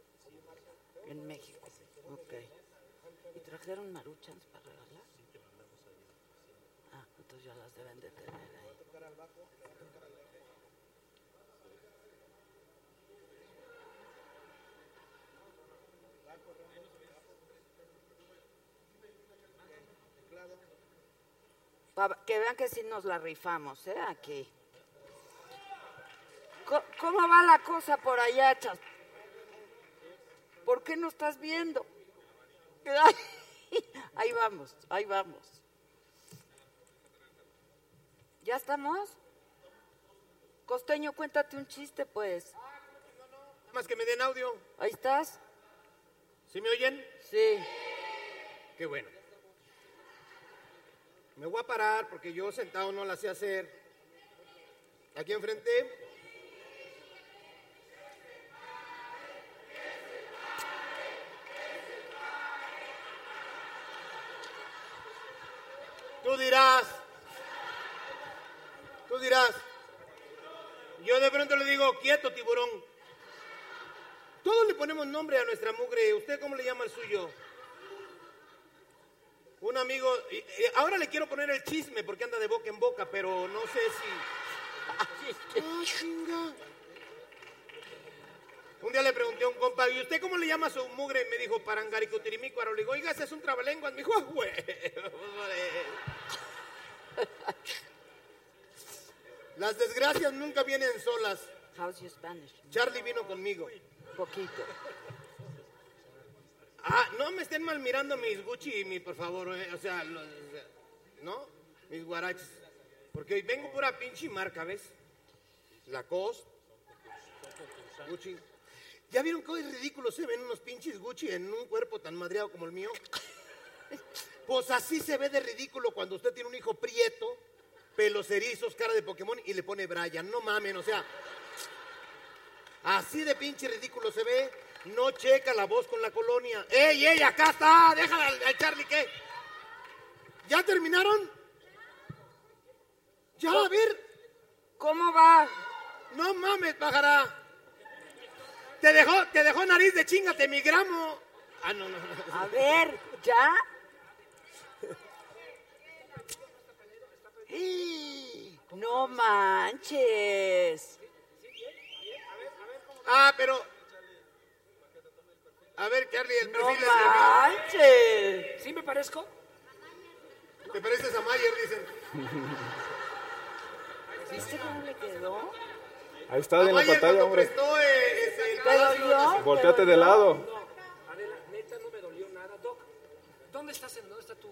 [SPEAKER 4] En México. Ok. ¿Y trajeron Maruchans para regalar? Ah, entonces ya las deben de tener ahí. Pa- Que vean que sí nos la rifamos, ¿eh? Aquí. Co- ¿Cómo va la cosa por allá, Chas? ¿Por qué no estás viendo? Ay, Ahí vamos, ahí vamos. ¿Ya estamos? Costeño, cuéntate un chiste, pues.
[SPEAKER 3] Nada más que me den audio.
[SPEAKER 4] Ahí estás.
[SPEAKER 3] ¿Sí me oyen?
[SPEAKER 4] Sí.
[SPEAKER 3] Qué bueno. Me voy a parar porque yo sentado no la sé hacer. Aquí enfrente. Tú dirás. Tú dirás. Yo de pronto le digo, quieto, tiburón. Todos le ponemos nombre a nuestra mugre. ¿Usted cómo le llama el suyo? Un amigo, y- y ahora le quiero poner el chisme porque anda de boca en boca, pero no sé si. Ah, chinga. Un día le pregunté a un compa, ¿y usted cómo le llama a su mugre? Y me dijo, parangaricutirimícuaro. Le digo, oiga, ese es un trabalenguas. Me dijo, ah, güey. Las desgracias nunca vienen solas.
[SPEAKER 4] How's your Spanish?
[SPEAKER 3] Charlie vino conmigo.
[SPEAKER 4] Poquito.
[SPEAKER 3] Ah, no me estén mal mirando mis Gucci y mi, por favor, eh, o sea, los- o sea, ¿no? Mis guaraches. Porque hoy vengo pura pinche marca, ¿ves? Lacoste, Gucci. ¿Ya vieron cómo es ridículo se ven unos pinches Gucci en un cuerpo tan madreado como el mío? Pues así se ve de ridículo cuando usted tiene un hijo prieto, pelos erizos, cara de Pokémon y le pone Brian. No mamen, o sea, así de pinche ridículo se ve. No checa la voz con la colonia. ¡Ey, ey, acá está! ¡Déjala al, al Charlie que! ¿Ya terminaron? Ya, a ver.
[SPEAKER 4] ¿Cómo va?
[SPEAKER 3] No mames, pajará. Te dejó, te dejó nariz de chingate mi gramo. Ah, no, no.
[SPEAKER 4] A ver, ¿ya? No manches.
[SPEAKER 3] Ah, pero. A ver, Charlie, el perfil es
[SPEAKER 8] ¿Sí me parezco?
[SPEAKER 3] ¿Te pareces a Mayer? Dicen.
[SPEAKER 4] ¿Viste cómo le quedó?
[SPEAKER 10] Ahí está en la
[SPEAKER 3] Mayer
[SPEAKER 10] pantalla,
[SPEAKER 3] cuando
[SPEAKER 10] hombre.
[SPEAKER 3] prestó eh, este, el
[SPEAKER 4] ¿Te
[SPEAKER 3] palacio de-
[SPEAKER 4] dolió?
[SPEAKER 10] Volteate de lado.
[SPEAKER 8] Adela, neta, no me dolió nada, Doc. ¿Dónde estás? en- ¿Dónde está tu...?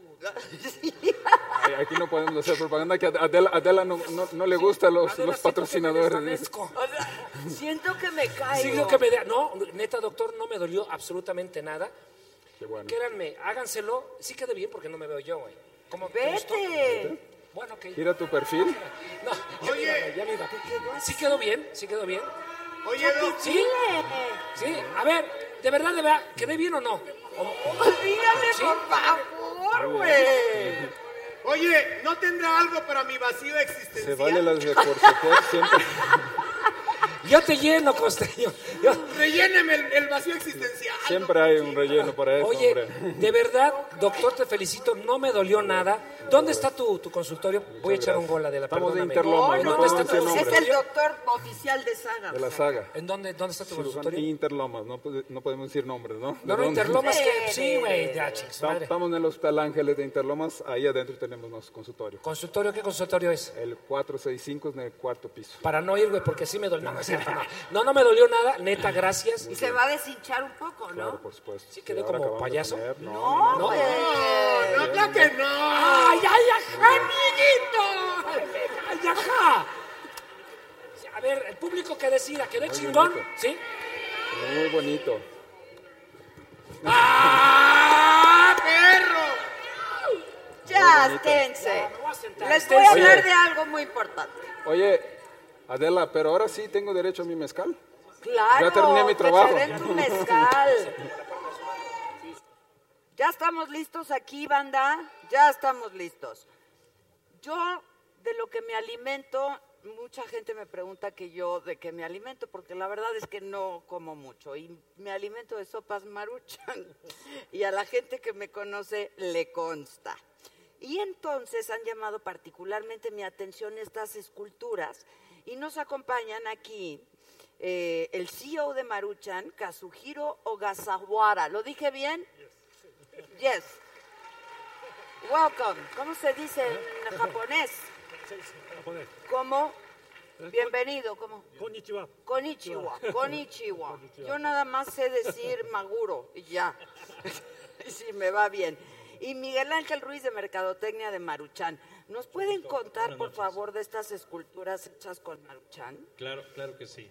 [SPEAKER 10] Ay, Aquí no podemos hacer propaganda que a Adela, Adela no, no- no le gustan los, los patrocinadores.
[SPEAKER 4] Siento que me caigo.
[SPEAKER 8] Siento que me dé- No, neta, doctor, no me dolió absolutamente nada.
[SPEAKER 10] Qué bueno.
[SPEAKER 8] Créanme, háganselo. Sí queda bien porque no me veo yo, güey. Como
[SPEAKER 4] Vete.
[SPEAKER 8] Bueno, ok.
[SPEAKER 10] Gira tu perfil.
[SPEAKER 8] No, ya me iba, güey, ya me iba. Sí quedó bien, sí quedó bien.
[SPEAKER 3] Oye, Doc.
[SPEAKER 8] Sí, sí. A ver, de verdad, de verdad, ¿quedé bien o no? Oh,
[SPEAKER 4] Dígame, por favor, güey.
[SPEAKER 3] Oye, ¿no tendrá algo para mi vacío existencial?
[SPEAKER 10] Se vale las de Corseter siempre.
[SPEAKER 8] Yo te lleno, costeño. Yo-
[SPEAKER 3] Relléneme el, el vacío existencial.
[SPEAKER 10] Siempre hay un relleno para eso,
[SPEAKER 8] Oye,
[SPEAKER 10] hombre.
[SPEAKER 8] de verdad, doctor, te felicito, no me dolió nada. ¿Dónde está tu, tu consultorio? Voy a echar un gol de la
[SPEAKER 10] Estamos de
[SPEAKER 8] perdóname.
[SPEAKER 10] Interlomas, no
[SPEAKER 8] ¿Dónde
[SPEAKER 10] podemos
[SPEAKER 8] está tu
[SPEAKER 10] decir nombres.
[SPEAKER 4] Es el
[SPEAKER 8] consultorio?
[SPEAKER 4] doctor oficial de Saga.
[SPEAKER 10] De la saga.
[SPEAKER 8] ¿En dónde, dónde está tu
[SPEAKER 10] Cirujano
[SPEAKER 8] consultorio?
[SPEAKER 10] Interlomas, no, pod- no podemos decir nombres, ¿no? ¿De
[SPEAKER 8] No, no,
[SPEAKER 10] dónde?
[SPEAKER 8] Interlomas, que sí, güey, ya, chicas,
[SPEAKER 10] Está-
[SPEAKER 8] madre.
[SPEAKER 10] Estamos en el Hospital Ángeles de Interlomas, ahí adentro tenemos nuestro consultorio.
[SPEAKER 8] ¿Consultorio? ¿Qué consultorio es?
[SPEAKER 10] El 465 en el cuarto piso.
[SPEAKER 8] Para no ir, güey, porque sí me dolió. No, no, es cierto, no. No, no me dolió nada, neta, gracias.
[SPEAKER 4] Y se va a deshinchar un poco, ¿no?
[SPEAKER 10] Claro, por supuesto. Sí,
[SPEAKER 8] quedé
[SPEAKER 10] ahora
[SPEAKER 8] como
[SPEAKER 10] acabamos de
[SPEAKER 8] payaso.
[SPEAKER 10] poner- No,
[SPEAKER 4] No,
[SPEAKER 10] no,
[SPEAKER 4] güey.
[SPEAKER 3] No, habla que no.
[SPEAKER 4] ¡Ay, ay, ajá, amiguito!
[SPEAKER 8] ¡Ay, ajá! A ver, el público que decida, ¿quedó chingón?
[SPEAKER 10] bonito.
[SPEAKER 8] ¿Sí?
[SPEAKER 10] Muy bonito.
[SPEAKER 3] ¡Ah, perro!
[SPEAKER 4] Ya, esténse.
[SPEAKER 8] Me voy a sentar.
[SPEAKER 4] Les voy a
[SPEAKER 10] Oye.
[SPEAKER 4] hablar de algo muy importante.
[SPEAKER 10] Oye, Adela, pero ahora sí tengo derecho a mi mezcal.
[SPEAKER 4] Claro.
[SPEAKER 10] Ya terminé mi
[SPEAKER 4] que
[SPEAKER 10] trabajo.
[SPEAKER 4] te den tu mezcal. Ya estamos listos aquí, banda. Ya estamos listos. Yo, de lo que me alimento, mucha gente me pregunta que yo de qué me alimento, porque la verdad es que no como mucho. Y me alimento de sopas maruchan. Y a la gente que me conoce le consta. Y entonces han llamado particularmente mi atención estas esculturas. Y nos acompañan aquí eh, el CEO de Maruchan, Kazuhiro Ogasawara. ¿Lo dije bien? Yes. Welcome. ¿Cómo se dice en japonés? ¿Cómo?
[SPEAKER 17] Eh,
[SPEAKER 4] Bienvenido. ¿Cómo?
[SPEAKER 17] Konnichiwa.
[SPEAKER 4] Konnichiwa. Konnichiwa. Yo nada más sé decir maguro y ya. si me va bien. Y Miguel Ángel Ruiz de Mercadotecnia de Maruchan. ¿Nos pueden contar, por favor, de estas esculturas hechas con Maruchan?
[SPEAKER 17] Claro, claro que sí.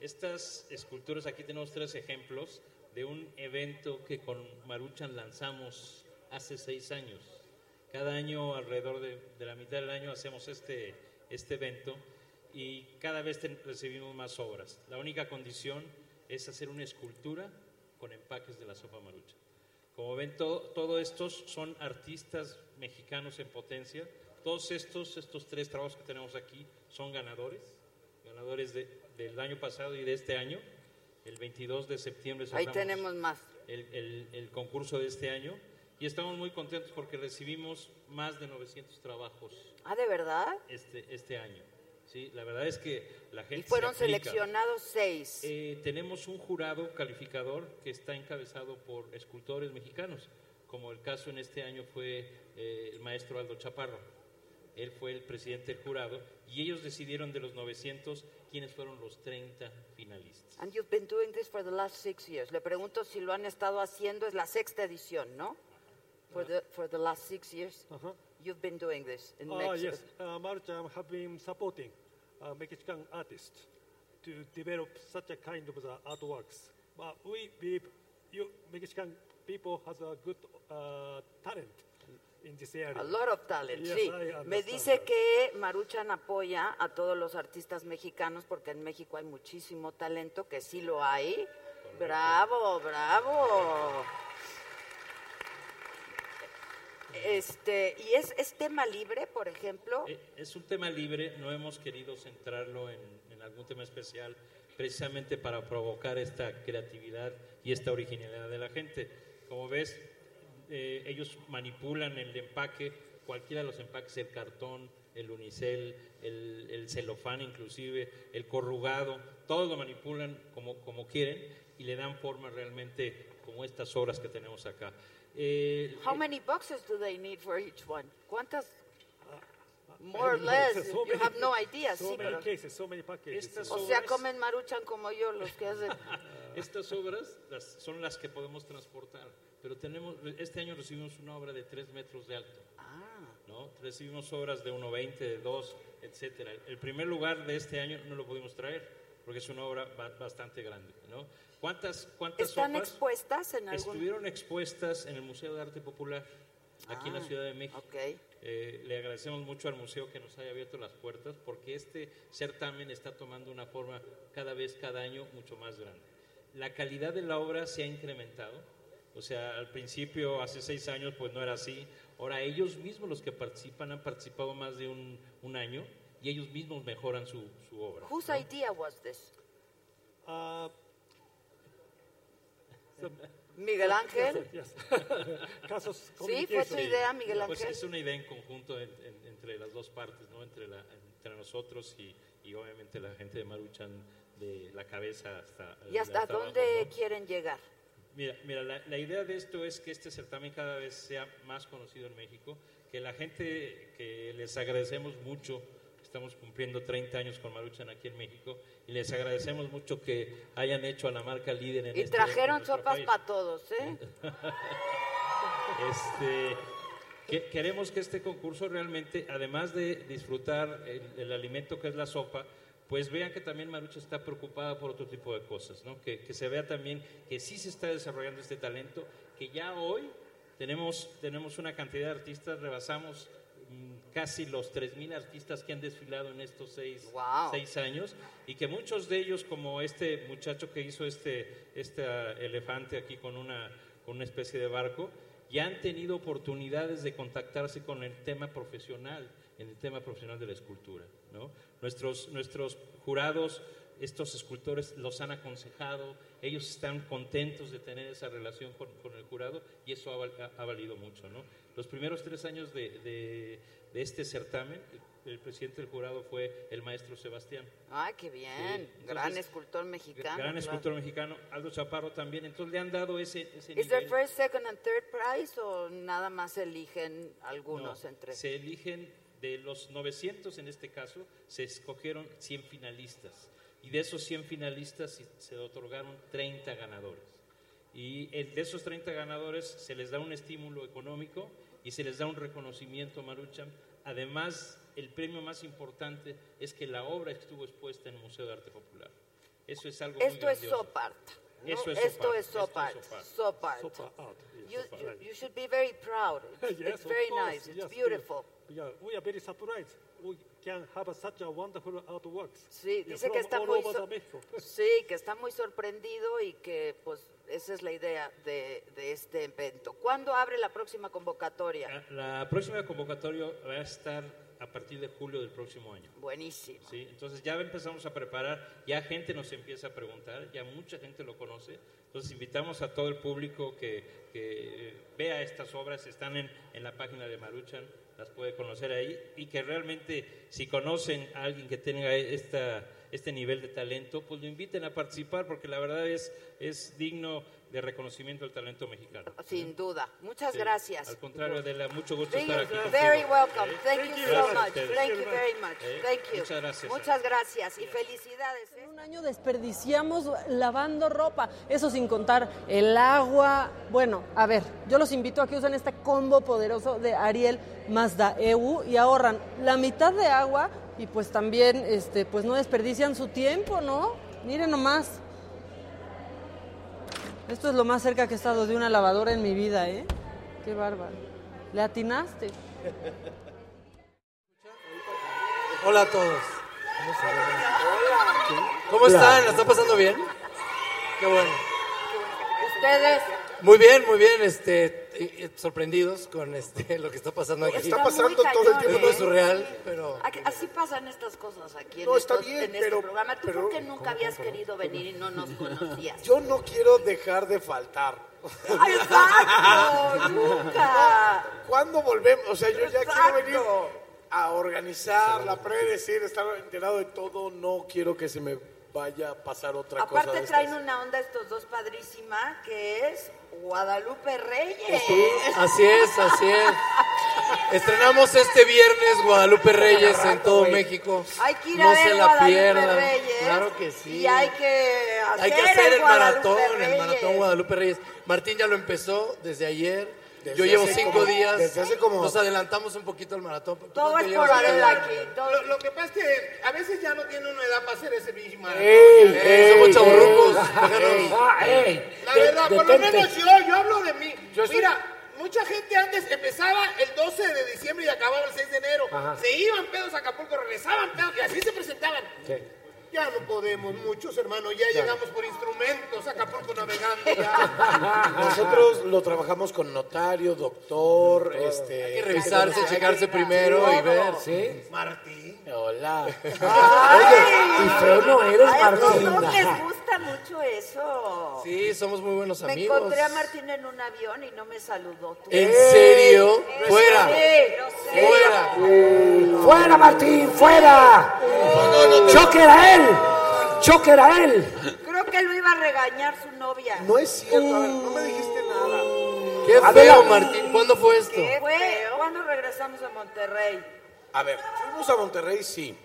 [SPEAKER 17] Estas esculturas, aquí tenemos tres ejemplos de un evento que con Maruchan lanzamos hace seis años. Cada año, alrededor de, de la mitad del año, hacemos este, este evento y cada vez ten- recibimos más obras. La única condición es hacer una escultura con empaques de la sopa Maruchan. Como ven, to- todo estos son artistas mexicanos en potencia. Todos estos, estos tres trabajos que tenemos aquí son ganadores, ganadores de- del año pasado y de este año. El 22 de septiembre
[SPEAKER 4] Ahí
[SPEAKER 17] cerramos
[SPEAKER 4] tenemos más.
[SPEAKER 17] el, el- el concurso de este año y estamos muy contentos porque recibimos más de 900 trabajos
[SPEAKER 4] Ah, ¿de verdad?
[SPEAKER 17] este, este año. Sí, la verdad es que la gente...
[SPEAKER 4] Y
[SPEAKER 17] se
[SPEAKER 4] fueron
[SPEAKER 17] aplica.
[SPEAKER 4] seleccionados seis.
[SPEAKER 17] Eh, tenemos un jurado calificador que está encabezado por escultores mexicanos, como el caso en este año fue eh, el maestro Aldo Chaparro. Él fue el presidente del jurado y ellos decidieron de los 900 quiénes fueron los 30 finalistas.
[SPEAKER 4] And you've been doing this for the last six years. Le pregunto si lo han estado haciendo. Es la sexta edición, ¿no? For
[SPEAKER 17] Ah.
[SPEAKER 4] the, for the last six years. You've been doing this in
[SPEAKER 18] Ah,
[SPEAKER 4] Mexico.
[SPEAKER 18] yes, uh, Maruchan have been supporting uh, Mexican artists to develop such a kind of the artworks. But we believe you Mexican people has a good uh, talent in this area.
[SPEAKER 4] A lot of talent,
[SPEAKER 18] Yes,
[SPEAKER 4] sí.
[SPEAKER 18] I
[SPEAKER 4] Me
[SPEAKER 18] understand
[SPEAKER 4] dice
[SPEAKER 18] that.
[SPEAKER 4] que Maruchan apoya a todos los artistas mexicanos porque en México hay muchísimo talento, que sí lo hay. Bravo, bravo. Este, y es, es tema libre, por ejemplo.
[SPEAKER 17] Eh, Es un tema libre, no hemos querido centrarlo en, en algún tema especial, precisamente para provocar esta creatividad y esta originalidad de la gente. Como ves, eh, ellos manipulan el empaque, cualquiera de los empaques, el cartón, el unicel, el, el celofán inclusive, el corrugado, todo lo manipulan como, como quieren y le dan forma realmente como estas obras que tenemos acá. Eh,
[SPEAKER 4] How many boxes do they need for each one? ¿Cuántas? More or
[SPEAKER 18] And
[SPEAKER 4] less,
[SPEAKER 18] so
[SPEAKER 4] you
[SPEAKER 18] many-
[SPEAKER 4] have no idea,
[SPEAKER 18] So
[SPEAKER 4] sí,
[SPEAKER 18] many
[SPEAKER 4] pero-
[SPEAKER 18] cases, so many packages.
[SPEAKER 4] O sea, comen maruchan como yo, los que hacen.
[SPEAKER 17] Estas obras las- son las que podemos transportar, pero tenemos este año recibimos una obra de 3 metros de alto. ¿no? Recibimos obras de 1,20, de 2, etcétera. El primer lugar de este año no lo pudimos traer porque es una obra ba- bastante grande. ¿no? ¿Cuántas, cuántas
[SPEAKER 4] ¿Están
[SPEAKER 17] obras
[SPEAKER 4] expuestas en algún?
[SPEAKER 17] estuvieron expuestas en el Museo de Arte Popular aquí en la
[SPEAKER 4] Ah,
[SPEAKER 17] Ciudad de México? Eh, le agradecemos mucho al museo que nos haya abierto las puertas porque este certamen está tomando una forma cada vez, cada año, mucho más grande. La calidad de la obra se ha incrementado. O sea, al principio, hace seis años, pues no era así. Ahora ellos mismos, los que participan, han participado más de un, un año y ellos mismos mejoran su, su obra.
[SPEAKER 4] Whose idea was this?
[SPEAKER 17] Ah,
[SPEAKER 18] Uh,
[SPEAKER 4] Miguel Ángel.
[SPEAKER 18] Yes.
[SPEAKER 4] Casos Sí, fue tu idea, Miguel
[SPEAKER 17] Pues
[SPEAKER 4] Ángel.
[SPEAKER 17] es una idea en conjunto en- en- entre las dos partes, ¿no? Entre, la- entre nosotros y, y obviamente la gente de Maruchan de la cabeza hasta...
[SPEAKER 4] ¿Y hasta
[SPEAKER 17] abajo,
[SPEAKER 4] dónde
[SPEAKER 17] ¿no?
[SPEAKER 4] quieren llegar?
[SPEAKER 17] Mira, mira la, la idea de esto es que este certamen cada vez sea más conocido en México, que la gente que les agradecemos mucho, estamos cumpliendo 30 años con Maruchan aquí en México, y les agradecemos mucho que hayan hecho a la marca líder en
[SPEAKER 4] Y
[SPEAKER 17] este- en
[SPEAKER 4] trajeron
[SPEAKER 17] nuestro
[SPEAKER 4] sopas
[SPEAKER 17] país.
[SPEAKER 4] para todos, ¿eh?
[SPEAKER 17] Este, que- queremos que este concurso realmente, además de disfrutar el, el alimento que es la sopa, pues vean que también Marucha está preocupada por otro tipo de cosas, ¿no? Que, que se vea también que sí se está desarrollando este talento, que ya hoy tenemos, tenemos una cantidad de artistas, rebasamos mm, casi los 3.000 artistas que han desfilado en estos seis, seis años y que muchos de ellos, como este muchacho que hizo este, este ah, elefante aquí con una, con una especie de barco, ya han tenido oportunidades de contactarse con el tema profesional, en el tema profesional de la escultura. ¿no? Nuestros, nuestros jurados, estos escultores los han aconsejado, ellos están contentos de tener esa relación con, con el jurado y eso ha, val- ha- ha valido mucho. ¿no? Los primeros tres años de, de- de este certamen, el, el presidente del jurado fue el maestro Sebastián.
[SPEAKER 4] Ay, qué bien.
[SPEAKER 17] Sí,
[SPEAKER 4] Gran
[SPEAKER 17] entonces,
[SPEAKER 4] escultor mexicano.
[SPEAKER 17] Gran
[SPEAKER 4] claro.
[SPEAKER 17] escultor mexicano, Aldo Chaparro también, entonces le han dado ese, ese
[SPEAKER 4] ¿Es el
[SPEAKER 17] nivel.
[SPEAKER 4] first, second and third prize o nada más eligen algunos
[SPEAKER 17] No,
[SPEAKER 4] entre?
[SPEAKER 17] Se eligen de los 900 en este caso, se escogieron 100 finalistas. Y de esos 100 finalistas se- se otorgaron 30 ganadores. Y el- de esos 30 ganadores se les da un estímulo económico y se les da un reconocimiento, Maruchan. Además, el premio más importante es que la obra estuvo expuesta en el Museo de Arte Popular. Eso es algo muy
[SPEAKER 4] Esto es
[SPEAKER 17] grandioso.
[SPEAKER 4] soparta.
[SPEAKER 17] Eso es
[SPEAKER 4] esto
[SPEAKER 17] sopa,
[SPEAKER 4] es
[SPEAKER 17] esto es
[SPEAKER 4] sopa art.
[SPEAKER 17] sopa art.
[SPEAKER 4] Sopa art.
[SPEAKER 18] Sopa art, yes,
[SPEAKER 4] You,
[SPEAKER 18] sopa
[SPEAKER 4] you,
[SPEAKER 18] art.
[SPEAKER 4] you should be very proud. It's,
[SPEAKER 18] Yes,
[SPEAKER 4] it's
[SPEAKER 18] of
[SPEAKER 4] very
[SPEAKER 18] course,
[SPEAKER 4] nice.
[SPEAKER 18] yes,
[SPEAKER 4] It's beautiful.
[SPEAKER 18] Yeah, we are very surprised. We can have uh, such a wonderful artworks.
[SPEAKER 4] Sí,
[SPEAKER 18] Yeah,
[SPEAKER 4] dice
[SPEAKER 18] from
[SPEAKER 4] que está
[SPEAKER 18] all
[SPEAKER 4] muy
[SPEAKER 18] over
[SPEAKER 4] so-
[SPEAKER 18] the Mexico.
[SPEAKER 4] sí, que está muy sorprendido y que pues esa es la idea de, de este evento. ¿Cuándo abre la próxima
[SPEAKER 17] Ah,
[SPEAKER 4] convocatoria?
[SPEAKER 17] La próxima convocatoria va a estar a partir de julio del próximo año.
[SPEAKER 4] Buenísimo.
[SPEAKER 17] ¿sí? Entonces ya empezamos a preparar, ya gente nos empieza a preguntar, ya mucha gente lo conoce. Entonces invitamos a todo el público que, que, eh, vea estas obras, están en, en la página de Maruchan, las puede conocer ahí y que realmente si conocen a alguien que tenga esta, este nivel de talento, pues lo inviten a participar porque la verdad es, es digno de reconocimiento el talento mexicano.
[SPEAKER 4] Sin duda. Muchas
[SPEAKER 17] ah. Sí,
[SPEAKER 4] gracias.
[SPEAKER 17] Al contrario, Adela, mucho gusto
[SPEAKER 4] Being
[SPEAKER 17] estar aquí. contigo.
[SPEAKER 4] very welcome.
[SPEAKER 17] ¿Eh?
[SPEAKER 4] Thank you so
[SPEAKER 17] Gracias a
[SPEAKER 4] much.
[SPEAKER 17] ustedes.
[SPEAKER 4] Thank you very much.
[SPEAKER 17] ¿Eh?
[SPEAKER 4] Thank you.
[SPEAKER 17] Muchas gracias.
[SPEAKER 4] Muchas gracias y felicidades. ¿eh?
[SPEAKER 1] En un año desperdiciamos lavando ropa, eso sin contar el agua. Bueno, a ver, yo los invito a que usen este combo poderoso de Ariel Mazda EU y ahorran la mitad de agua y pues también este pues no desperdician su tiempo, ¿no? Miren nomás. Esto es lo más cerca que he estado de una lavadora en mi vida, ¿eh? Qué bárbaro. Le atinaste.
[SPEAKER 19] Hola a todos. ¿Cómo están? ¿La están pasando bien? Qué bueno.
[SPEAKER 4] Ustedes
[SPEAKER 19] Muy bien, muy bien, este, eh, eh, sorprendidos con este, lo que está pasando aquí.
[SPEAKER 4] Está pasando Está muy todo el cañón, tiempo. ¿eh?
[SPEAKER 19] Es surreal, pero...
[SPEAKER 4] Aquí- Así pasan estas cosas aquí en,
[SPEAKER 19] No, está
[SPEAKER 4] estos-
[SPEAKER 19] bien,
[SPEAKER 4] en este
[SPEAKER 19] pero-
[SPEAKER 4] programa. ¿Tú
[SPEAKER 19] pero-
[SPEAKER 4] por qué nunca habías querido venir y no nos conocías?
[SPEAKER 19] Yo no quiero dejar de faltar.
[SPEAKER 4] ¡Ay, exacto! ¡Nunca!
[SPEAKER 19] ¿Cuándo volvemos? O sea, yo ya
[SPEAKER 4] Exacto.
[SPEAKER 19] quiero venir a organizar, la predecir, estar enterado de todo. No quiero que se me vaya a pasar otra cosa.
[SPEAKER 4] Aparte
[SPEAKER 19] de
[SPEAKER 4] traen
[SPEAKER 19] estas.
[SPEAKER 4] una onda estos dos padrísima que es Guadalupe Reyes.
[SPEAKER 19] Sí, así es, así es. Estrenamos este viernes Guadalupe Reyes en todo México.
[SPEAKER 4] Hay que ir
[SPEAKER 19] no
[SPEAKER 4] a ver
[SPEAKER 19] se la
[SPEAKER 4] Guadalupe
[SPEAKER 19] pierdan.
[SPEAKER 4] Reyes.
[SPEAKER 19] Claro que sí.
[SPEAKER 4] Y hay que hacer,
[SPEAKER 19] Hay que hacer el maratón,
[SPEAKER 4] Guadalupe
[SPEAKER 19] el maratón
[SPEAKER 4] Reyes.
[SPEAKER 19] Guadalupe Reyes. Martín ya lo empezó desde ayer.
[SPEAKER 4] Desde
[SPEAKER 19] Yo llevo
[SPEAKER 4] hace
[SPEAKER 19] cinco
[SPEAKER 4] como-
[SPEAKER 19] días.
[SPEAKER 4] desde hace como-
[SPEAKER 19] Nos adelantamos un poquito al maratón. ¿Tú
[SPEAKER 4] Todo
[SPEAKER 19] cuánto
[SPEAKER 4] es
[SPEAKER 19] llevas
[SPEAKER 4] por Adela
[SPEAKER 19] adelantado?
[SPEAKER 4] aquí.
[SPEAKER 3] Lo, lo que pasa es que a veces ya no tiene una edad para hacer ese pinche maratón.
[SPEAKER 19] ¡Ey! Ah,
[SPEAKER 3] Eh,
[SPEAKER 19] ¡Somos
[SPEAKER 3] ey,
[SPEAKER 19] chavorrucos!
[SPEAKER 3] ey. La verdad, por lo menos yo, yo hablo de mí. Mira, mucha gente antes empezaba el 12 de diciembre y acababa el 6 de enero.
[SPEAKER 19] Ajá.
[SPEAKER 3] Se iban pedos a Acapulco, regresaban pedos y así se presentaban. Ya no podemos muchos, hermanos. Ya
[SPEAKER 19] Ya.
[SPEAKER 3] llegamos por instrumentos a Acapulco navegando. Ya.
[SPEAKER 19] Nosotros lo trabajamos con notario, doctor, este... Hay
[SPEAKER 3] que revisarse, checarse
[SPEAKER 19] primero
[SPEAKER 3] y ver,
[SPEAKER 19] ¿sí?
[SPEAKER 3] Martín.
[SPEAKER 19] Hola.
[SPEAKER 4] Ay.
[SPEAKER 19] Oye, y feo no eres,
[SPEAKER 4] Ay, a los dos les
[SPEAKER 19] Martín.
[SPEAKER 4] gusta mucho eso.
[SPEAKER 19] Sí, somos muy buenos
[SPEAKER 4] Me
[SPEAKER 19] amigos.
[SPEAKER 4] encontré a Martín en un avión y no me saludó. ¿Tú?
[SPEAKER 19] ¿En serio?
[SPEAKER 4] Sí,
[SPEAKER 19] Fuera.
[SPEAKER 4] sí, grosero.
[SPEAKER 19] ¡Fuera!
[SPEAKER 8] ¡Fuera, Martín! ¡Fuera! ¡Choque era él! ¡Choque era él!
[SPEAKER 4] Creo que lo iba a regañar su novia.
[SPEAKER 19] No es cierto, a ver, no me dijiste nada. ¡Qué
[SPEAKER 4] A
[SPEAKER 19] feo,
[SPEAKER 4] ver, la-
[SPEAKER 19] Martín! ¿Cuándo fue esto?
[SPEAKER 4] ¿Qué fue? ¿Cuándo regresamos a Monterrey?
[SPEAKER 19] A ver, fuimos a Monterrey, sí.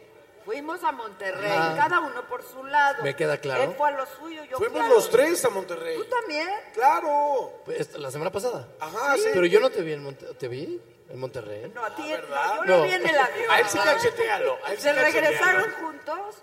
[SPEAKER 4] Fuimos a Monterrey,
[SPEAKER 19] Ah.
[SPEAKER 4] cada uno por su lado.
[SPEAKER 19] Me queda claro.
[SPEAKER 4] Él fue a lo suyo, yo fui
[SPEAKER 19] Fuimos
[SPEAKER 4] a lo
[SPEAKER 19] los tres a
[SPEAKER 4] mío.
[SPEAKER 19] Monterrey.
[SPEAKER 4] ¿Tú también?
[SPEAKER 19] ¡Claro! Pues, la semana pasada. Ajá,
[SPEAKER 4] Sí.
[SPEAKER 19] sí. Pero yo no te vi en Monterrey. ¿Te vi en Monterrey?
[SPEAKER 4] No, a ti no, yo lo
[SPEAKER 19] Ah, No.
[SPEAKER 4] vi en el avión.
[SPEAKER 19] A él sí cachetealo, a él sí
[SPEAKER 4] ¿Se regresaron
[SPEAKER 19] cachetealo.
[SPEAKER 4] juntos?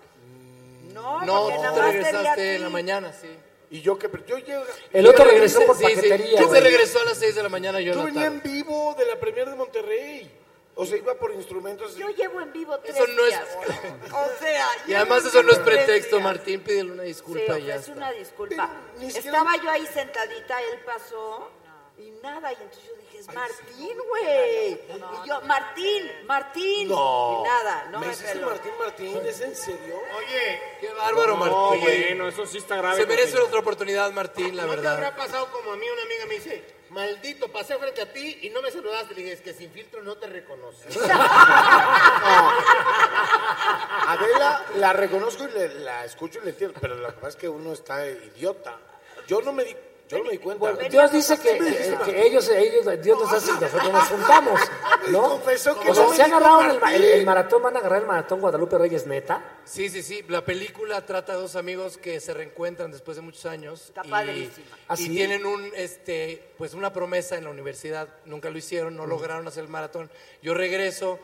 [SPEAKER 4] No,
[SPEAKER 19] No,
[SPEAKER 4] porque
[SPEAKER 19] tú
[SPEAKER 4] nada
[SPEAKER 19] te
[SPEAKER 4] más te vi a
[SPEAKER 19] regresaste
[SPEAKER 4] ti.
[SPEAKER 19] en la mañana, sí. Y yo que yo llego-
[SPEAKER 8] El
[SPEAKER 19] yo
[SPEAKER 8] otro
[SPEAKER 19] regresé-
[SPEAKER 8] regresó por
[SPEAKER 19] sí, sí.
[SPEAKER 8] paquetería,
[SPEAKER 19] Yo te
[SPEAKER 8] güey.
[SPEAKER 19] regresó a las 6 de la mañana,
[SPEAKER 8] Yo
[SPEAKER 19] yo, en la
[SPEAKER 8] venía
[SPEAKER 19] tarde. vivo de la premier de Monterrey. O sea, iba por instrumentos.
[SPEAKER 4] Yo llevo en vivo tres
[SPEAKER 19] Eso no es-
[SPEAKER 4] días. O sea,
[SPEAKER 19] Y
[SPEAKER 4] yo
[SPEAKER 19] además
[SPEAKER 4] llevo
[SPEAKER 19] eso
[SPEAKER 4] en
[SPEAKER 19] no es
[SPEAKER 4] vivo tres
[SPEAKER 19] pretexto,
[SPEAKER 4] días.
[SPEAKER 19] Martín, pídele una disculpa
[SPEAKER 4] sí,
[SPEAKER 19] y ya
[SPEAKER 4] es
[SPEAKER 19] está.
[SPEAKER 4] una disculpa. Estaba yo ahí sentadita, él pasó y nada, y entonces yo dije, es Martín, güey. y yo, Martín, Martín.
[SPEAKER 19] No.
[SPEAKER 4] Y nada, no
[SPEAKER 19] ¿Me
[SPEAKER 4] me,
[SPEAKER 19] hiciste
[SPEAKER 4] peló.
[SPEAKER 19] Martín Martín? ¿Es en serio?
[SPEAKER 3] Oye,
[SPEAKER 19] qué bárbaro,
[SPEAKER 12] No,
[SPEAKER 19] Martín.
[SPEAKER 12] bueno, eso sí está grave,
[SPEAKER 19] Se merece
[SPEAKER 12] Martín.
[SPEAKER 19] otra oportunidad, Martín, la
[SPEAKER 3] ¿No te habrá
[SPEAKER 19] verdad.
[SPEAKER 3] pasado como a mí una amiga me dice, maldito, pasé frente a ti y no me saludaste? Le dije, es que sin filtro no te reconoces.
[SPEAKER 19] Adela, la reconozco y le- la escucho y le entiendo, pero la verdad es que uno está idiota. Yo no me di, yo no me di cuenta.
[SPEAKER 8] Dios dice que, que- que ellos, ellos, Dios nos hace, nosotros nos juntamos, ¿no?
[SPEAKER 19] que
[SPEAKER 8] o sea,
[SPEAKER 19] no me
[SPEAKER 8] ¿se han
[SPEAKER 19] dijo
[SPEAKER 8] agarrado el, ma-
[SPEAKER 19] Martín.
[SPEAKER 8] el maratón? ¿Van a agarrar el maratón Guadalupe Reyes, neta?
[SPEAKER 19] Sí, sí, sí. La película trata de dos amigos que se reencuentran después de muchos años. Está
[SPEAKER 8] padrísima. ¿Ah, sí?
[SPEAKER 19] Y tienen un, este,
[SPEAKER 8] Mm.
[SPEAKER 19] pues una promesa en la universidad. Nunca lo hicieron, no
[SPEAKER 8] Ujú.
[SPEAKER 19] lograron hacer el maratón. Yo regreso,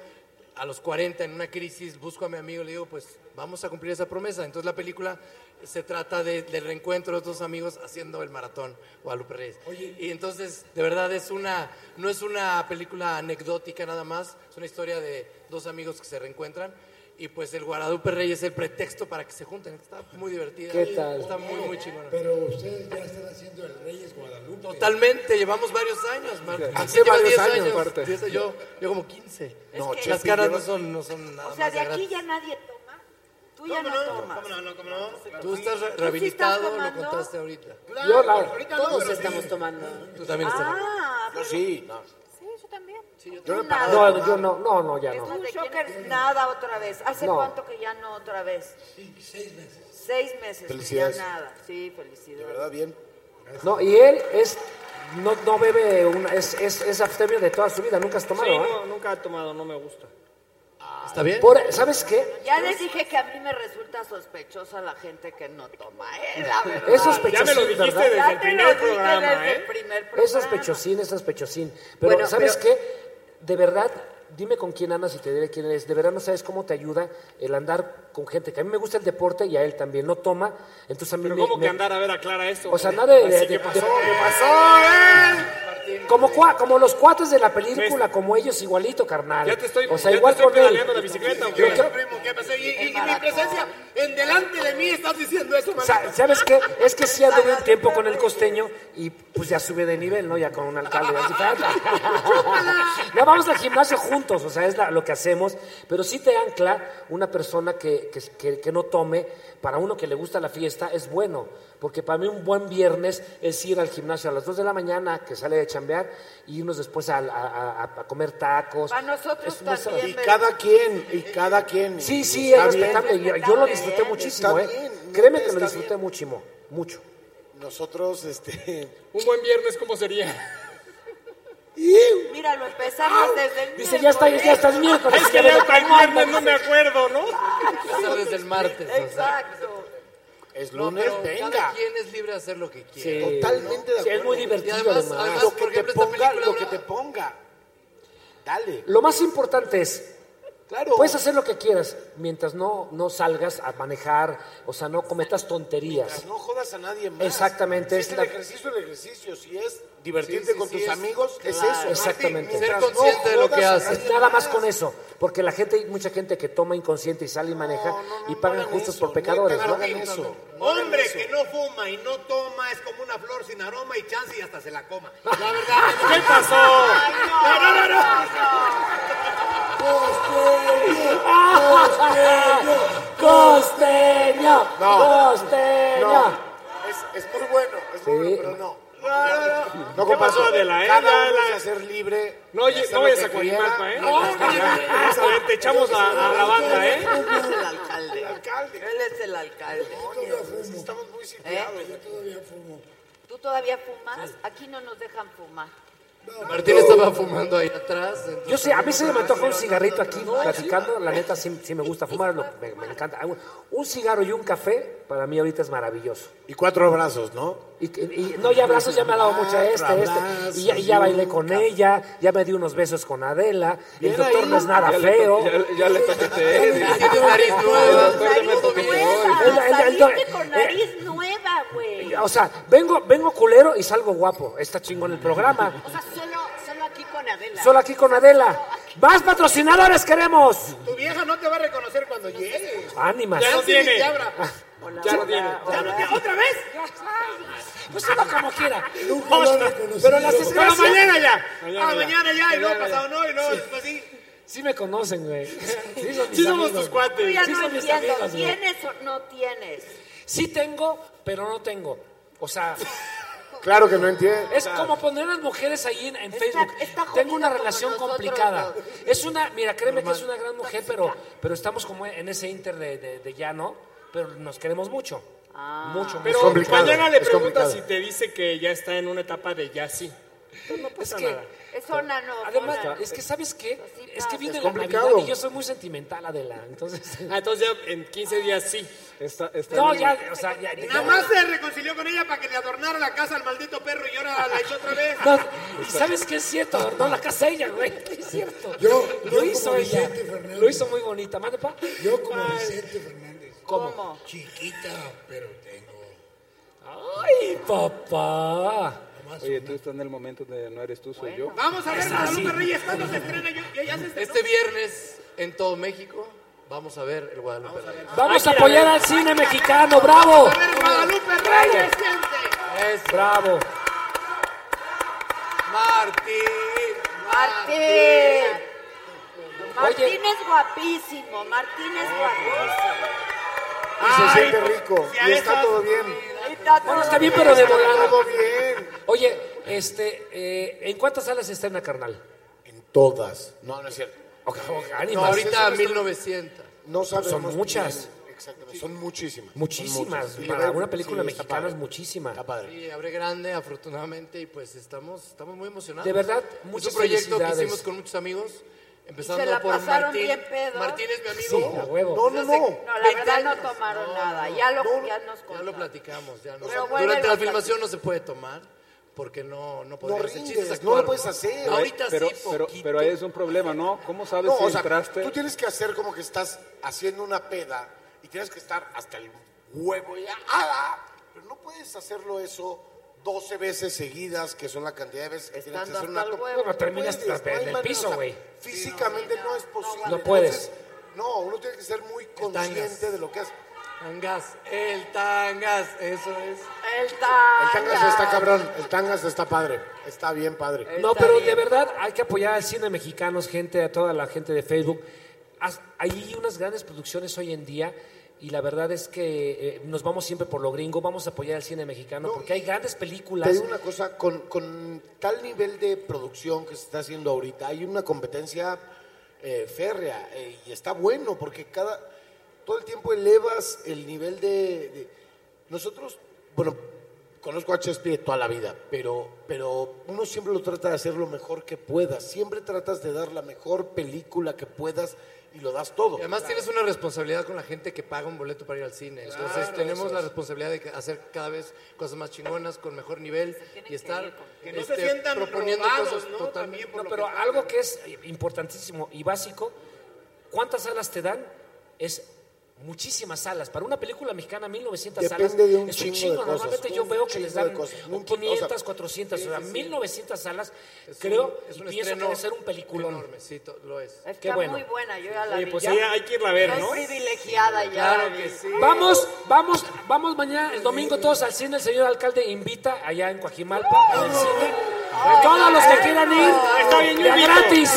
[SPEAKER 19] a los 40 en una crisis, busco a mi amigo y le digo, pues vamos a cumplir esa promesa. Entonces la película se trata de- del reencuentro de dos amigos haciendo el maratón Guadalupe Reyes. y entonces, de verdad, es una, no es una película anecdótica nada más, es una historia de dos amigos que se reencuentran. Y pues el Guadalupe Reyes es el pretexto para que se junten. Está muy divertida.
[SPEAKER 15] ¿Qué tal?
[SPEAKER 19] Está muy, muy chingona.
[SPEAKER 15] Pero ustedes ya están haciendo el Reyes Guadalupe.
[SPEAKER 19] Totalmente, llevamos varios años, Marco.
[SPEAKER 15] Hace varios años,
[SPEAKER 12] aparte.
[SPEAKER 19] Diez- yo, yo como 15.
[SPEAKER 12] No, que-
[SPEAKER 19] las
[SPEAKER 12] Chepe,
[SPEAKER 19] caras
[SPEAKER 12] yo
[SPEAKER 19] no
[SPEAKER 12] no-
[SPEAKER 19] son, no son nada
[SPEAKER 4] O sea,
[SPEAKER 19] más
[SPEAKER 4] de aquí
[SPEAKER 19] gratis.
[SPEAKER 4] ya nadie toma. Tú ya no, tomas.
[SPEAKER 19] Tú estás re-
[SPEAKER 4] sí
[SPEAKER 19] rehabilitado,
[SPEAKER 4] estás
[SPEAKER 19] lo
[SPEAKER 4] tomando?
[SPEAKER 19] contaste ahorita.
[SPEAKER 4] Claro, Yo no. ahorita no,
[SPEAKER 19] Todos
[SPEAKER 4] pero
[SPEAKER 19] estamos
[SPEAKER 4] sí.
[SPEAKER 19] tomando. Tú también estás.
[SPEAKER 4] Ah,
[SPEAKER 19] Yo
[SPEAKER 4] pero-
[SPEAKER 19] sí, no.
[SPEAKER 4] Sí, yo también.
[SPEAKER 19] Yo
[SPEAKER 4] Tú
[SPEAKER 19] no he
[SPEAKER 4] nada.
[SPEAKER 19] pagado.
[SPEAKER 8] No, yo no, no, no, ya no.
[SPEAKER 4] Tú, Shocker, nada otra vez. ¿Hace
[SPEAKER 8] No.
[SPEAKER 4] cuánto que ya no otra vez? seis meses. Seis meses.
[SPEAKER 8] Felicidades.
[SPEAKER 4] Ya nada. Sí, felicidades. De verdad,
[SPEAKER 12] bien.
[SPEAKER 8] No, y él es, no, no bebe, una, es, es, es abstemio de toda su vida, nunca has tomado,
[SPEAKER 13] Sí,
[SPEAKER 8] ¿eh?
[SPEAKER 13] no, nunca he tomado, no me gusta.
[SPEAKER 8] ¿Está bien? Por- ¿Sabes qué?
[SPEAKER 4] Ya les dije que a mí me resulta sospechosa la gente que no toma, ¿eh? La verdad.
[SPEAKER 8] Es sospechosín, Ya me lo dijiste ¿verdad? desde
[SPEAKER 4] Ya
[SPEAKER 8] el
[SPEAKER 4] te
[SPEAKER 8] primer
[SPEAKER 4] lo dije
[SPEAKER 8] programa,
[SPEAKER 4] desde
[SPEAKER 8] ¿eh?
[SPEAKER 4] el primer
[SPEAKER 8] Es
[SPEAKER 4] programa.
[SPEAKER 8] sospechosín, es sospechosín. Pero
[SPEAKER 4] Bueno,
[SPEAKER 8] ¿sabes
[SPEAKER 4] pero-
[SPEAKER 8] qué? De verdad, dime con quién andas y te diré quién eres. De verdad no sabes cómo te ayuda el andar con gente que a mí me gusta el deporte y a él también. No toma, entonces a mí
[SPEAKER 13] Pero
[SPEAKER 8] me-
[SPEAKER 13] ¿cómo
[SPEAKER 8] me-
[SPEAKER 13] que andar a ver aclara eso?
[SPEAKER 8] O sea, andar de-
[SPEAKER 13] Así
[SPEAKER 8] de-
[SPEAKER 13] que
[SPEAKER 8] de-
[SPEAKER 13] pasó, ¿eh?
[SPEAKER 8] de-
[SPEAKER 13] ¿qué
[SPEAKER 8] Como, cua- como los cuates de la película, como ellos, igualito, carnal.
[SPEAKER 13] Pues, Ya te estoy-
[SPEAKER 8] o
[SPEAKER 13] ya
[SPEAKER 8] sea,
[SPEAKER 13] te
[SPEAKER 8] igual
[SPEAKER 13] estoy
[SPEAKER 8] con él.
[SPEAKER 13] pedaleando la bicicleta,
[SPEAKER 3] eh.
[SPEAKER 8] Yo creo-
[SPEAKER 3] primo, ¿qué pasó? Y, y- y mi presencia, en delante de mí estás diciendo eso,
[SPEAKER 8] O
[SPEAKER 3] mamá.
[SPEAKER 8] sea, ¿Sabes qué? Es que sí anduve un tiempo con el costeño y pues ya sube de nivel, ¿no? Ya con un alcalde. ya es diferente. No, vamos al gimnasio juntos, o sea, es la- lo que hacemos. Pero sí te ancla una persona que, que- que- que no tome, para uno que le gusta la fiesta, es bueno. Porque para mí un buen viernes es ir al gimnasio a las 2 de la mañana, que sale de chambear, y irnos después a, a- a- a comer tacos.
[SPEAKER 4] Para nosotros
[SPEAKER 8] muy sabroso.
[SPEAKER 4] también. ¿verdad?
[SPEAKER 3] quien, y cada quien.
[SPEAKER 8] Sí, sí, es
[SPEAKER 3] Está bien.
[SPEAKER 8] respetable. Yo, yo lo disfruté
[SPEAKER 3] Está
[SPEAKER 8] muchísimo,
[SPEAKER 3] bien,
[SPEAKER 8] ¿eh?
[SPEAKER 3] no,
[SPEAKER 8] Créeme que lo
[SPEAKER 3] está
[SPEAKER 8] disfruté muchísimo, mucho.
[SPEAKER 3] Nosotros, este.
[SPEAKER 13] Un buen viernes, ¿cómo sería?
[SPEAKER 4] Mira, lo empezamos desde el
[SPEAKER 8] Dice, ya está, ya está el miércoles.
[SPEAKER 13] Es que
[SPEAKER 8] ya
[SPEAKER 13] leo
[SPEAKER 8] me-
[SPEAKER 13] para el viernes, no me acuerdo, ¿no?
[SPEAKER 19] Empezar desde el martes.
[SPEAKER 4] Exacto.
[SPEAKER 3] Es
[SPEAKER 19] lunes,
[SPEAKER 3] venga.
[SPEAKER 19] Cada quien es libre de hacer lo que quiera.
[SPEAKER 3] Sí. Totalmente de Sí, es acuerdo. muy divertido,
[SPEAKER 19] Y además,
[SPEAKER 3] además.
[SPEAKER 19] además,
[SPEAKER 3] Lo que
[SPEAKER 19] por
[SPEAKER 3] te
[SPEAKER 19] ejemplo, esta
[SPEAKER 3] ponga,
[SPEAKER 19] película
[SPEAKER 3] lo que te ponga. Dale.
[SPEAKER 8] Lo más importante es,
[SPEAKER 3] Claro.
[SPEAKER 8] puedes hacer lo que quieras mientras no, no salgas a manejar, o sea, no cometas tonterías.
[SPEAKER 3] No jodas a nadie más.
[SPEAKER 8] Exactamente,
[SPEAKER 3] Si
[SPEAKER 8] es
[SPEAKER 3] es el
[SPEAKER 8] la-
[SPEAKER 3] ejercicio, el ejercicio. Si es divertirte con tus amigos, es
[SPEAKER 8] Claro.
[SPEAKER 3] eso.
[SPEAKER 8] Exactamente.
[SPEAKER 3] Mientras no jodas a nadie
[SPEAKER 8] Nada más con eso. Porque la gente, hay mucha gente que toma inconsciente y sale y maneja y pagan justos por pecadores.
[SPEAKER 3] neta,
[SPEAKER 8] ¿no?
[SPEAKER 3] no hagan eso.
[SPEAKER 8] Hombre,
[SPEAKER 3] Hombre que no fuma y no toma es como una flor sin aroma y chance y hasta se la coma. La verdad.
[SPEAKER 2] ¿Qué pasó? Ay,
[SPEAKER 3] No, no, no, no.
[SPEAKER 2] ¡Costeño!
[SPEAKER 8] ¡Costeño!
[SPEAKER 3] No.
[SPEAKER 8] ¡Costeño!
[SPEAKER 3] No. Es, es muy bueno, es muy bueno, pero no. No
[SPEAKER 13] ¿Qué pasó,
[SPEAKER 3] comparto.
[SPEAKER 13] Adela, eh?
[SPEAKER 3] Cada uno
[SPEAKER 13] Adela.
[SPEAKER 3] es de ser libre.
[SPEAKER 13] No, oye, no vayas a Coajimalpa, ¿eh? Vamos a ver, te echamos a, a la banda, ¿eh?
[SPEAKER 4] Él es el alcalde. Él es el alcalde.
[SPEAKER 3] Estamos muy
[SPEAKER 4] situados.
[SPEAKER 15] Yo todavía fumo.
[SPEAKER 4] ¿Tú todavía fumas? Aquí no nos dejan fumar.
[SPEAKER 19] Martín estaba fumando ahí atrás.
[SPEAKER 8] Yo sé, a mí se me antoja un cigarrito aquí, platicando. La neta, sí, sí me gusta fumar, lo- me, me encanta. Un, un cigarro y un café, para mí ahorita es maravilloso.
[SPEAKER 3] Y cuatro abrazos, ¿no? Ah,
[SPEAKER 8] Y, y- no, ya abrazos ya me ha dado mucho este, este. Y ya, y ya bailé con ella, ya me di unos besos con Adela. El
[SPEAKER 3] Bien
[SPEAKER 8] doctor
[SPEAKER 3] ahí.
[SPEAKER 8] no es nada
[SPEAKER 3] Ya le
[SPEAKER 8] feo.
[SPEAKER 3] to- ya- ya le toqueteé, dice.
[SPEAKER 8] Tiene nariz nueva. El- el- el-
[SPEAKER 4] Saliste con
[SPEAKER 8] eh,
[SPEAKER 4] nariz nueva, güey.
[SPEAKER 8] O sea, vengo, vengo culero y salgo guapo. Está chingón el programa.
[SPEAKER 4] O sea, solo, solo aquí con Adela.
[SPEAKER 8] Solo aquí con Adela. ¡Más patrocinadores queremos!
[SPEAKER 3] Tu vieja no te va a reconocer cuando llegues.
[SPEAKER 8] Ánimas.
[SPEAKER 3] Ya no tiene.
[SPEAKER 8] Ya no tiene.
[SPEAKER 3] Ya no tiene. ¿Otra vez?
[SPEAKER 8] Pues uno como quiera.
[SPEAKER 3] Pero
[SPEAKER 8] las desgracias-
[SPEAKER 3] Pero mañana ya.
[SPEAKER 8] Mañana
[SPEAKER 3] ah,
[SPEAKER 8] ya.
[SPEAKER 3] mañana ya. Y luego
[SPEAKER 8] Mañana ya.
[SPEAKER 3] pasado no. Y luego
[SPEAKER 8] Sí.
[SPEAKER 3] después sí.
[SPEAKER 8] Sí me conocen, güey. Sí, son mis
[SPEAKER 3] Sí somos
[SPEAKER 8] amigos,
[SPEAKER 3] tus
[SPEAKER 8] güey.
[SPEAKER 4] Yo ya
[SPEAKER 8] Sí
[SPEAKER 4] no
[SPEAKER 8] son mis
[SPEAKER 4] entiendo.
[SPEAKER 8] amigos, güey.
[SPEAKER 4] ¿Tienes o no tienes?
[SPEAKER 8] Sí tengo, pero no tengo. O sea,
[SPEAKER 3] Claro que no entiendo.
[SPEAKER 8] es como poner a las mujeres ahí en, en Facebook. tengo una relación complicada. Es una, mira, créeme que es una gran mujer, pero, pero estamos como en ese inter de, de, de ya, ¿no? Pero nos queremos mucho.
[SPEAKER 4] Ah.
[SPEAKER 8] Mucho, mucho.
[SPEAKER 13] Ah. Pero mañana le preguntas si te dice que ya está en una etapa de ya sí.
[SPEAKER 4] No
[SPEAKER 8] pasa
[SPEAKER 13] nada.
[SPEAKER 4] Es zona no.
[SPEAKER 8] Además,
[SPEAKER 4] zona no.
[SPEAKER 8] es que, ¿sabes qué? Es que viene
[SPEAKER 13] Es
[SPEAKER 8] la
[SPEAKER 13] complicado.
[SPEAKER 8] Navidad y yo soy muy sentimental, Adela. Entonces...
[SPEAKER 13] Ah, entonces ya en 15 días sí.
[SPEAKER 8] No, ya, o sea, ya...
[SPEAKER 3] Nada más se reconcilió con ella para que le adornara la casa al maldito perro y ahora la echó otra vez.
[SPEAKER 8] No, ¿Y sabes qué es cierto? Adornó la casa ella, güey. Es cierto.
[SPEAKER 15] Yo-
[SPEAKER 8] lo
[SPEAKER 15] yo
[SPEAKER 8] hizo
[SPEAKER 15] como
[SPEAKER 8] ella.
[SPEAKER 15] Vicente Fernández.
[SPEAKER 8] Lo hizo muy bonita. ¿Mande, pa?
[SPEAKER 15] Yo como
[SPEAKER 8] Ay,
[SPEAKER 15] Vicente Fernández.
[SPEAKER 8] ¿Cómo?
[SPEAKER 15] Chiquita, pero tengo.
[SPEAKER 8] ¡Ay, papá!
[SPEAKER 10] Oye, tú estás en el momento de no eres tú, soy yo.
[SPEAKER 19] Vamos a ver Guadalupe Reyes cuando se estrena. este viernes en todo México vamos a ver el Guadalupe Reyes.
[SPEAKER 8] Vamos a apoyar al cine mexicano. ¡Bravo!
[SPEAKER 19] Guadalupe
[SPEAKER 8] Reyes. ¡Bravo!
[SPEAKER 19] Martín.
[SPEAKER 4] Martín. Martín
[SPEAKER 19] Oye.
[SPEAKER 4] es guapísimo, Martín es guapísimo.
[SPEAKER 12] Y se siente
[SPEAKER 8] pues,
[SPEAKER 12] rico. Y está todo bien.
[SPEAKER 4] Está todo
[SPEAKER 8] Bueno, está bien, pero de
[SPEAKER 12] Está
[SPEAKER 8] volada.
[SPEAKER 12] todo bien.
[SPEAKER 8] Oye, este, eh, ¿en cuántas salas se estrena, carnal?
[SPEAKER 12] Todas. No, no es cierto.
[SPEAKER 8] ánimas.
[SPEAKER 19] ahorita 1900.
[SPEAKER 12] No sabemos.
[SPEAKER 8] Son muchas.
[SPEAKER 12] bien, Exactamente. Son muchísimas. Son
[SPEAKER 8] Muchísimas.
[SPEAKER 12] muchas. Y
[SPEAKER 8] Para
[SPEAKER 12] luego-
[SPEAKER 8] una película
[SPEAKER 12] sí, está
[SPEAKER 8] mexicana
[SPEAKER 12] padre.
[SPEAKER 8] es muchísima.
[SPEAKER 19] Sí, abre grande, afortunadamente, y pues estamos, estamos muy emocionados.
[SPEAKER 8] De verdad,
[SPEAKER 19] Es
[SPEAKER 8] muchas
[SPEAKER 19] un proyecto que
[SPEAKER 8] felicidades.
[SPEAKER 19] hicimos con muchos amigos, empezando
[SPEAKER 4] Y se la
[SPEAKER 19] por
[SPEAKER 4] pasaron
[SPEAKER 19] Martín.
[SPEAKER 4] bien pedos.
[SPEAKER 19] Martín es mi amigo.
[SPEAKER 8] Sí, a huevo.
[SPEAKER 12] No, no, no.
[SPEAKER 4] No, la
[SPEAKER 19] 20
[SPEAKER 4] verdad no
[SPEAKER 19] años.
[SPEAKER 4] tomaron
[SPEAKER 19] No,
[SPEAKER 4] nada.
[SPEAKER 19] no,
[SPEAKER 4] Ya lo
[SPEAKER 19] no,
[SPEAKER 4] ya nos
[SPEAKER 19] Ya lo platicamos, ya no.
[SPEAKER 4] Pero
[SPEAKER 19] Durante
[SPEAKER 4] vuelve
[SPEAKER 19] la
[SPEAKER 4] a
[SPEAKER 19] filmación no se puede tomar porque no no podemos. El chiste es
[SPEAKER 12] rindes,
[SPEAKER 19] actuar,
[SPEAKER 12] no lo puedes hacer.
[SPEAKER 19] Ahorita
[SPEAKER 10] pero,
[SPEAKER 19] sí,
[SPEAKER 10] pero,
[SPEAKER 19] poquito.
[SPEAKER 10] pero ahí es un problema, ¿no? ¿Cómo sabes
[SPEAKER 12] No,
[SPEAKER 10] si
[SPEAKER 12] o sea,
[SPEAKER 10] entraste?
[SPEAKER 12] tú tienes que hacer como que estás haciendo una peda y tienes que estar hasta el huevo y ¡ah, ah! Pero no puedes hacerlo eso 12 veces seguidas, que son la cantidad de veces que tienes que
[SPEAKER 4] Estando
[SPEAKER 12] hacer una
[SPEAKER 4] hasta el
[SPEAKER 12] to-
[SPEAKER 4] huevo.
[SPEAKER 8] Bueno, terminas
[SPEAKER 12] puedes,
[SPEAKER 8] hasta en
[SPEAKER 12] hay
[SPEAKER 8] el
[SPEAKER 12] manera,
[SPEAKER 8] piso, güey.
[SPEAKER 12] Físicamente no, es posible.
[SPEAKER 8] No puedes.
[SPEAKER 12] Entonces, no, uno tiene que ser muy
[SPEAKER 19] tangas.
[SPEAKER 12] consciente de lo que hace.
[SPEAKER 19] Tangas, el tangas, eso es.
[SPEAKER 4] El tangas.
[SPEAKER 12] El tangas está cabrón, el tangas está padre, está bien padre.
[SPEAKER 8] No, pero de verdad hay que apoyar al cine mexicano, gente, a toda la gente de Facebook. Haz- Hay unas grandes producciones hoy en día y la verdad es que eh, nos vamos siempre por lo gringo, vamos a apoyar al cine mexicano porque hay grandes películas.
[SPEAKER 12] Te digo una cosa, con, con tal nivel de producción que se está haciendo ahorita, hay una competencia eh, férrea eh, y está bueno porque cada todo el tiempo elevas el nivel de, de- nosotros, bueno, conozco a Shakespeare toda la vida, pero pero uno siempre lo trata de hacer lo mejor que puedas, siempre tratas de dar la mejor película que puedas y lo das todo.
[SPEAKER 19] Y además tienes una responsabilidad con la gente que paga un boleto para ir al cine. Entonces
[SPEAKER 12] Claro,
[SPEAKER 19] tenemos
[SPEAKER 12] eso
[SPEAKER 19] la
[SPEAKER 12] es.
[SPEAKER 19] responsabilidad de hacer cada vez cosas más chingonas, con mejor nivel y estar
[SPEAKER 8] Que
[SPEAKER 13] no se
[SPEAKER 19] este,
[SPEAKER 13] sientan
[SPEAKER 19] proponiendo
[SPEAKER 13] robados,
[SPEAKER 19] cosas
[SPEAKER 13] ¿no?
[SPEAKER 19] totalmente.
[SPEAKER 8] No, pero algo que es importantísimo y básico, ¿cuántas salas te dan? Es muchísimas salas. Para una película mexicana, 1900
[SPEAKER 12] Depende
[SPEAKER 8] salas.
[SPEAKER 12] de un
[SPEAKER 8] es
[SPEAKER 12] chingo de cosas,
[SPEAKER 8] Normalmente yo
[SPEAKER 12] un
[SPEAKER 8] veo que les
[SPEAKER 12] chingo de
[SPEAKER 8] dan
[SPEAKER 12] cosas, un
[SPEAKER 8] 500,
[SPEAKER 12] o sea,
[SPEAKER 8] 400, o sea, 1900 salas.
[SPEAKER 19] Es un-
[SPEAKER 8] creo
[SPEAKER 19] es
[SPEAKER 8] y
[SPEAKER 19] un
[SPEAKER 8] pienso que
[SPEAKER 19] estreno
[SPEAKER 8] debe ser un peliculón.
[SPEAKER 19] enorme, sí, to- lo es.
[SPEAKER 4] Está
[SPEAKER 8] Qué bueno.
[SPEAKER 4] muy buena, yo ya la
[SPEAKER 8] Oye,
[SPEAKER 4] vi.
[SPEAKER 8] pues
[SPEAKER 4] Ya
[SPEAKER 8] sí, hay
[SPEAKER 13] que irla a ver,
[SPEAKER 4] soy
[SPEAKER 13] ¿no?
[SPEAKER 4] privilegiada ya.
[SPEAKER 19] Claro
[SPEAKER 4] la
[SPEAKER 19] que
[SPEAKER 4] vi.
[SPEAKER 19] sí.
[SPEAKER 8] Vamos, vamos, vamos mañana, el domingo todos al cine. El señor alcalde invita allá en Coajimalpa al cine. Todos los que quieran ir,
[SPEAKER 13] Está bien, yo
[SPEAKER 8] de a
[SPEAKER 13] invito.
[SPEAKER 8] gratis.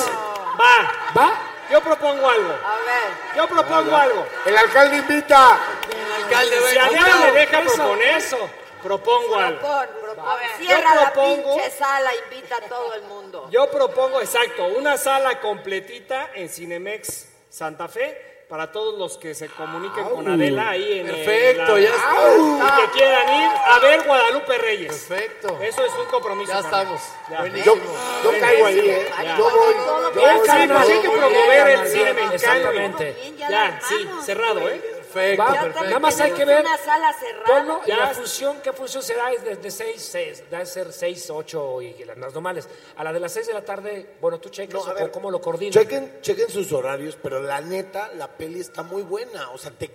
[SPEAKER 13] Va,
[SPEAKER 8] ¿Va?
[SPEAKER 13] yo propongo algo.
[SPEAKER 4] A ver,
[SPEAKER 13] Yo propongo algo.
[SPEAKER 12] El alcalde invita.
[SPEAKER 19] El alcalde
[SPEAKER 13] Si
[SPEAKER 19] venga.
[SPEAKER 13] a Adela le deja
[SPEAKER 8] eso,
[SPEAKER 13] proponer,
[SPEAKER 8] eso.
[SPEAKER 13] propongo algo.
[SPEAKER 4] propon, propon. Cierra la
[SPEAKER 13] propongo-
[SPEAKER 4] pinche sala, invita a todo el mundo.
[SPEAKER 13] Yo propongo, exacto, una sala completita en Cinemex Santa Fe para todos los que se comuniquen con Adela ahí en el-
[SPEAKER 19] Perfecto, ya está.
[SPEAKER 13] Y que quieran ir a ver Guadalupe Reyes.
[SPEAKER 19] Perfecto.
[SPEAKER 13] Eso es un compromiso.
[SPEAKER 19] Ya
[SPEAKER 13] para mí.
[SPEAKER 19] estamos.
[SPEAKER 13] Ya.
[SPEAKER 12] Yo,
[SPEAKER 19] Buenísimo.
[SPEAKER 12] yo caigo ahí, ¿eh? Yo voy. yo
[SPEAKER 13] Ya,
[SPEAKER 12] voy,
[SPEAKER 13] carnal,
[SPEAKER 12] yo
[SPEAKER 13] pues hay
[SPEAKER 12] voy.
[SPEAKER 13] que promover el
[SPEAKER 8] carnal,
[SPEAKER 13] cine
[SPEAKER 8] ya,
[SPEAKER 13] mexicano.
[SPEAKER 8] exactamente.
[SPEAKER 4] Bien,
[SPEAKER 13] Ya,
[SPEAKER 4] ya, la
[SPEAKER 13] sí,
[SPEAKER 4] armamos,
[SPEAKER 13] cerrado,
[SPEAKER 4] güey.
[SPEAKER 13] ¿eh?
[SPEAKER 19] Perfecto,
[SPEAKER 8] Va,
[SPEAKER 4] Ya
[SPEAKER 19] perfecto.
[SPEAKER 8] nada más hay que ver.
[SPEAKER 4] Una sala cerrada.
[SPEAKER 8] Ponlo y
[SPEAKER 13] Ya.
[SPEAKER 8] la función, ¿qué función será? Es desde 6, 6, debe ser 6, 8 y las las normales. A la de las 6 de la tarde, bueno, tú checas
[SPEAKER 12] No, a
[SPEAKER 8] o
[SPEAKER 12] ver,
[SPEAKER 8] cómo lo coordinas.
[SPEAKER 12] Chequen, chequen sus horarios, pero la neta, la peli está muy buena. O sea, te-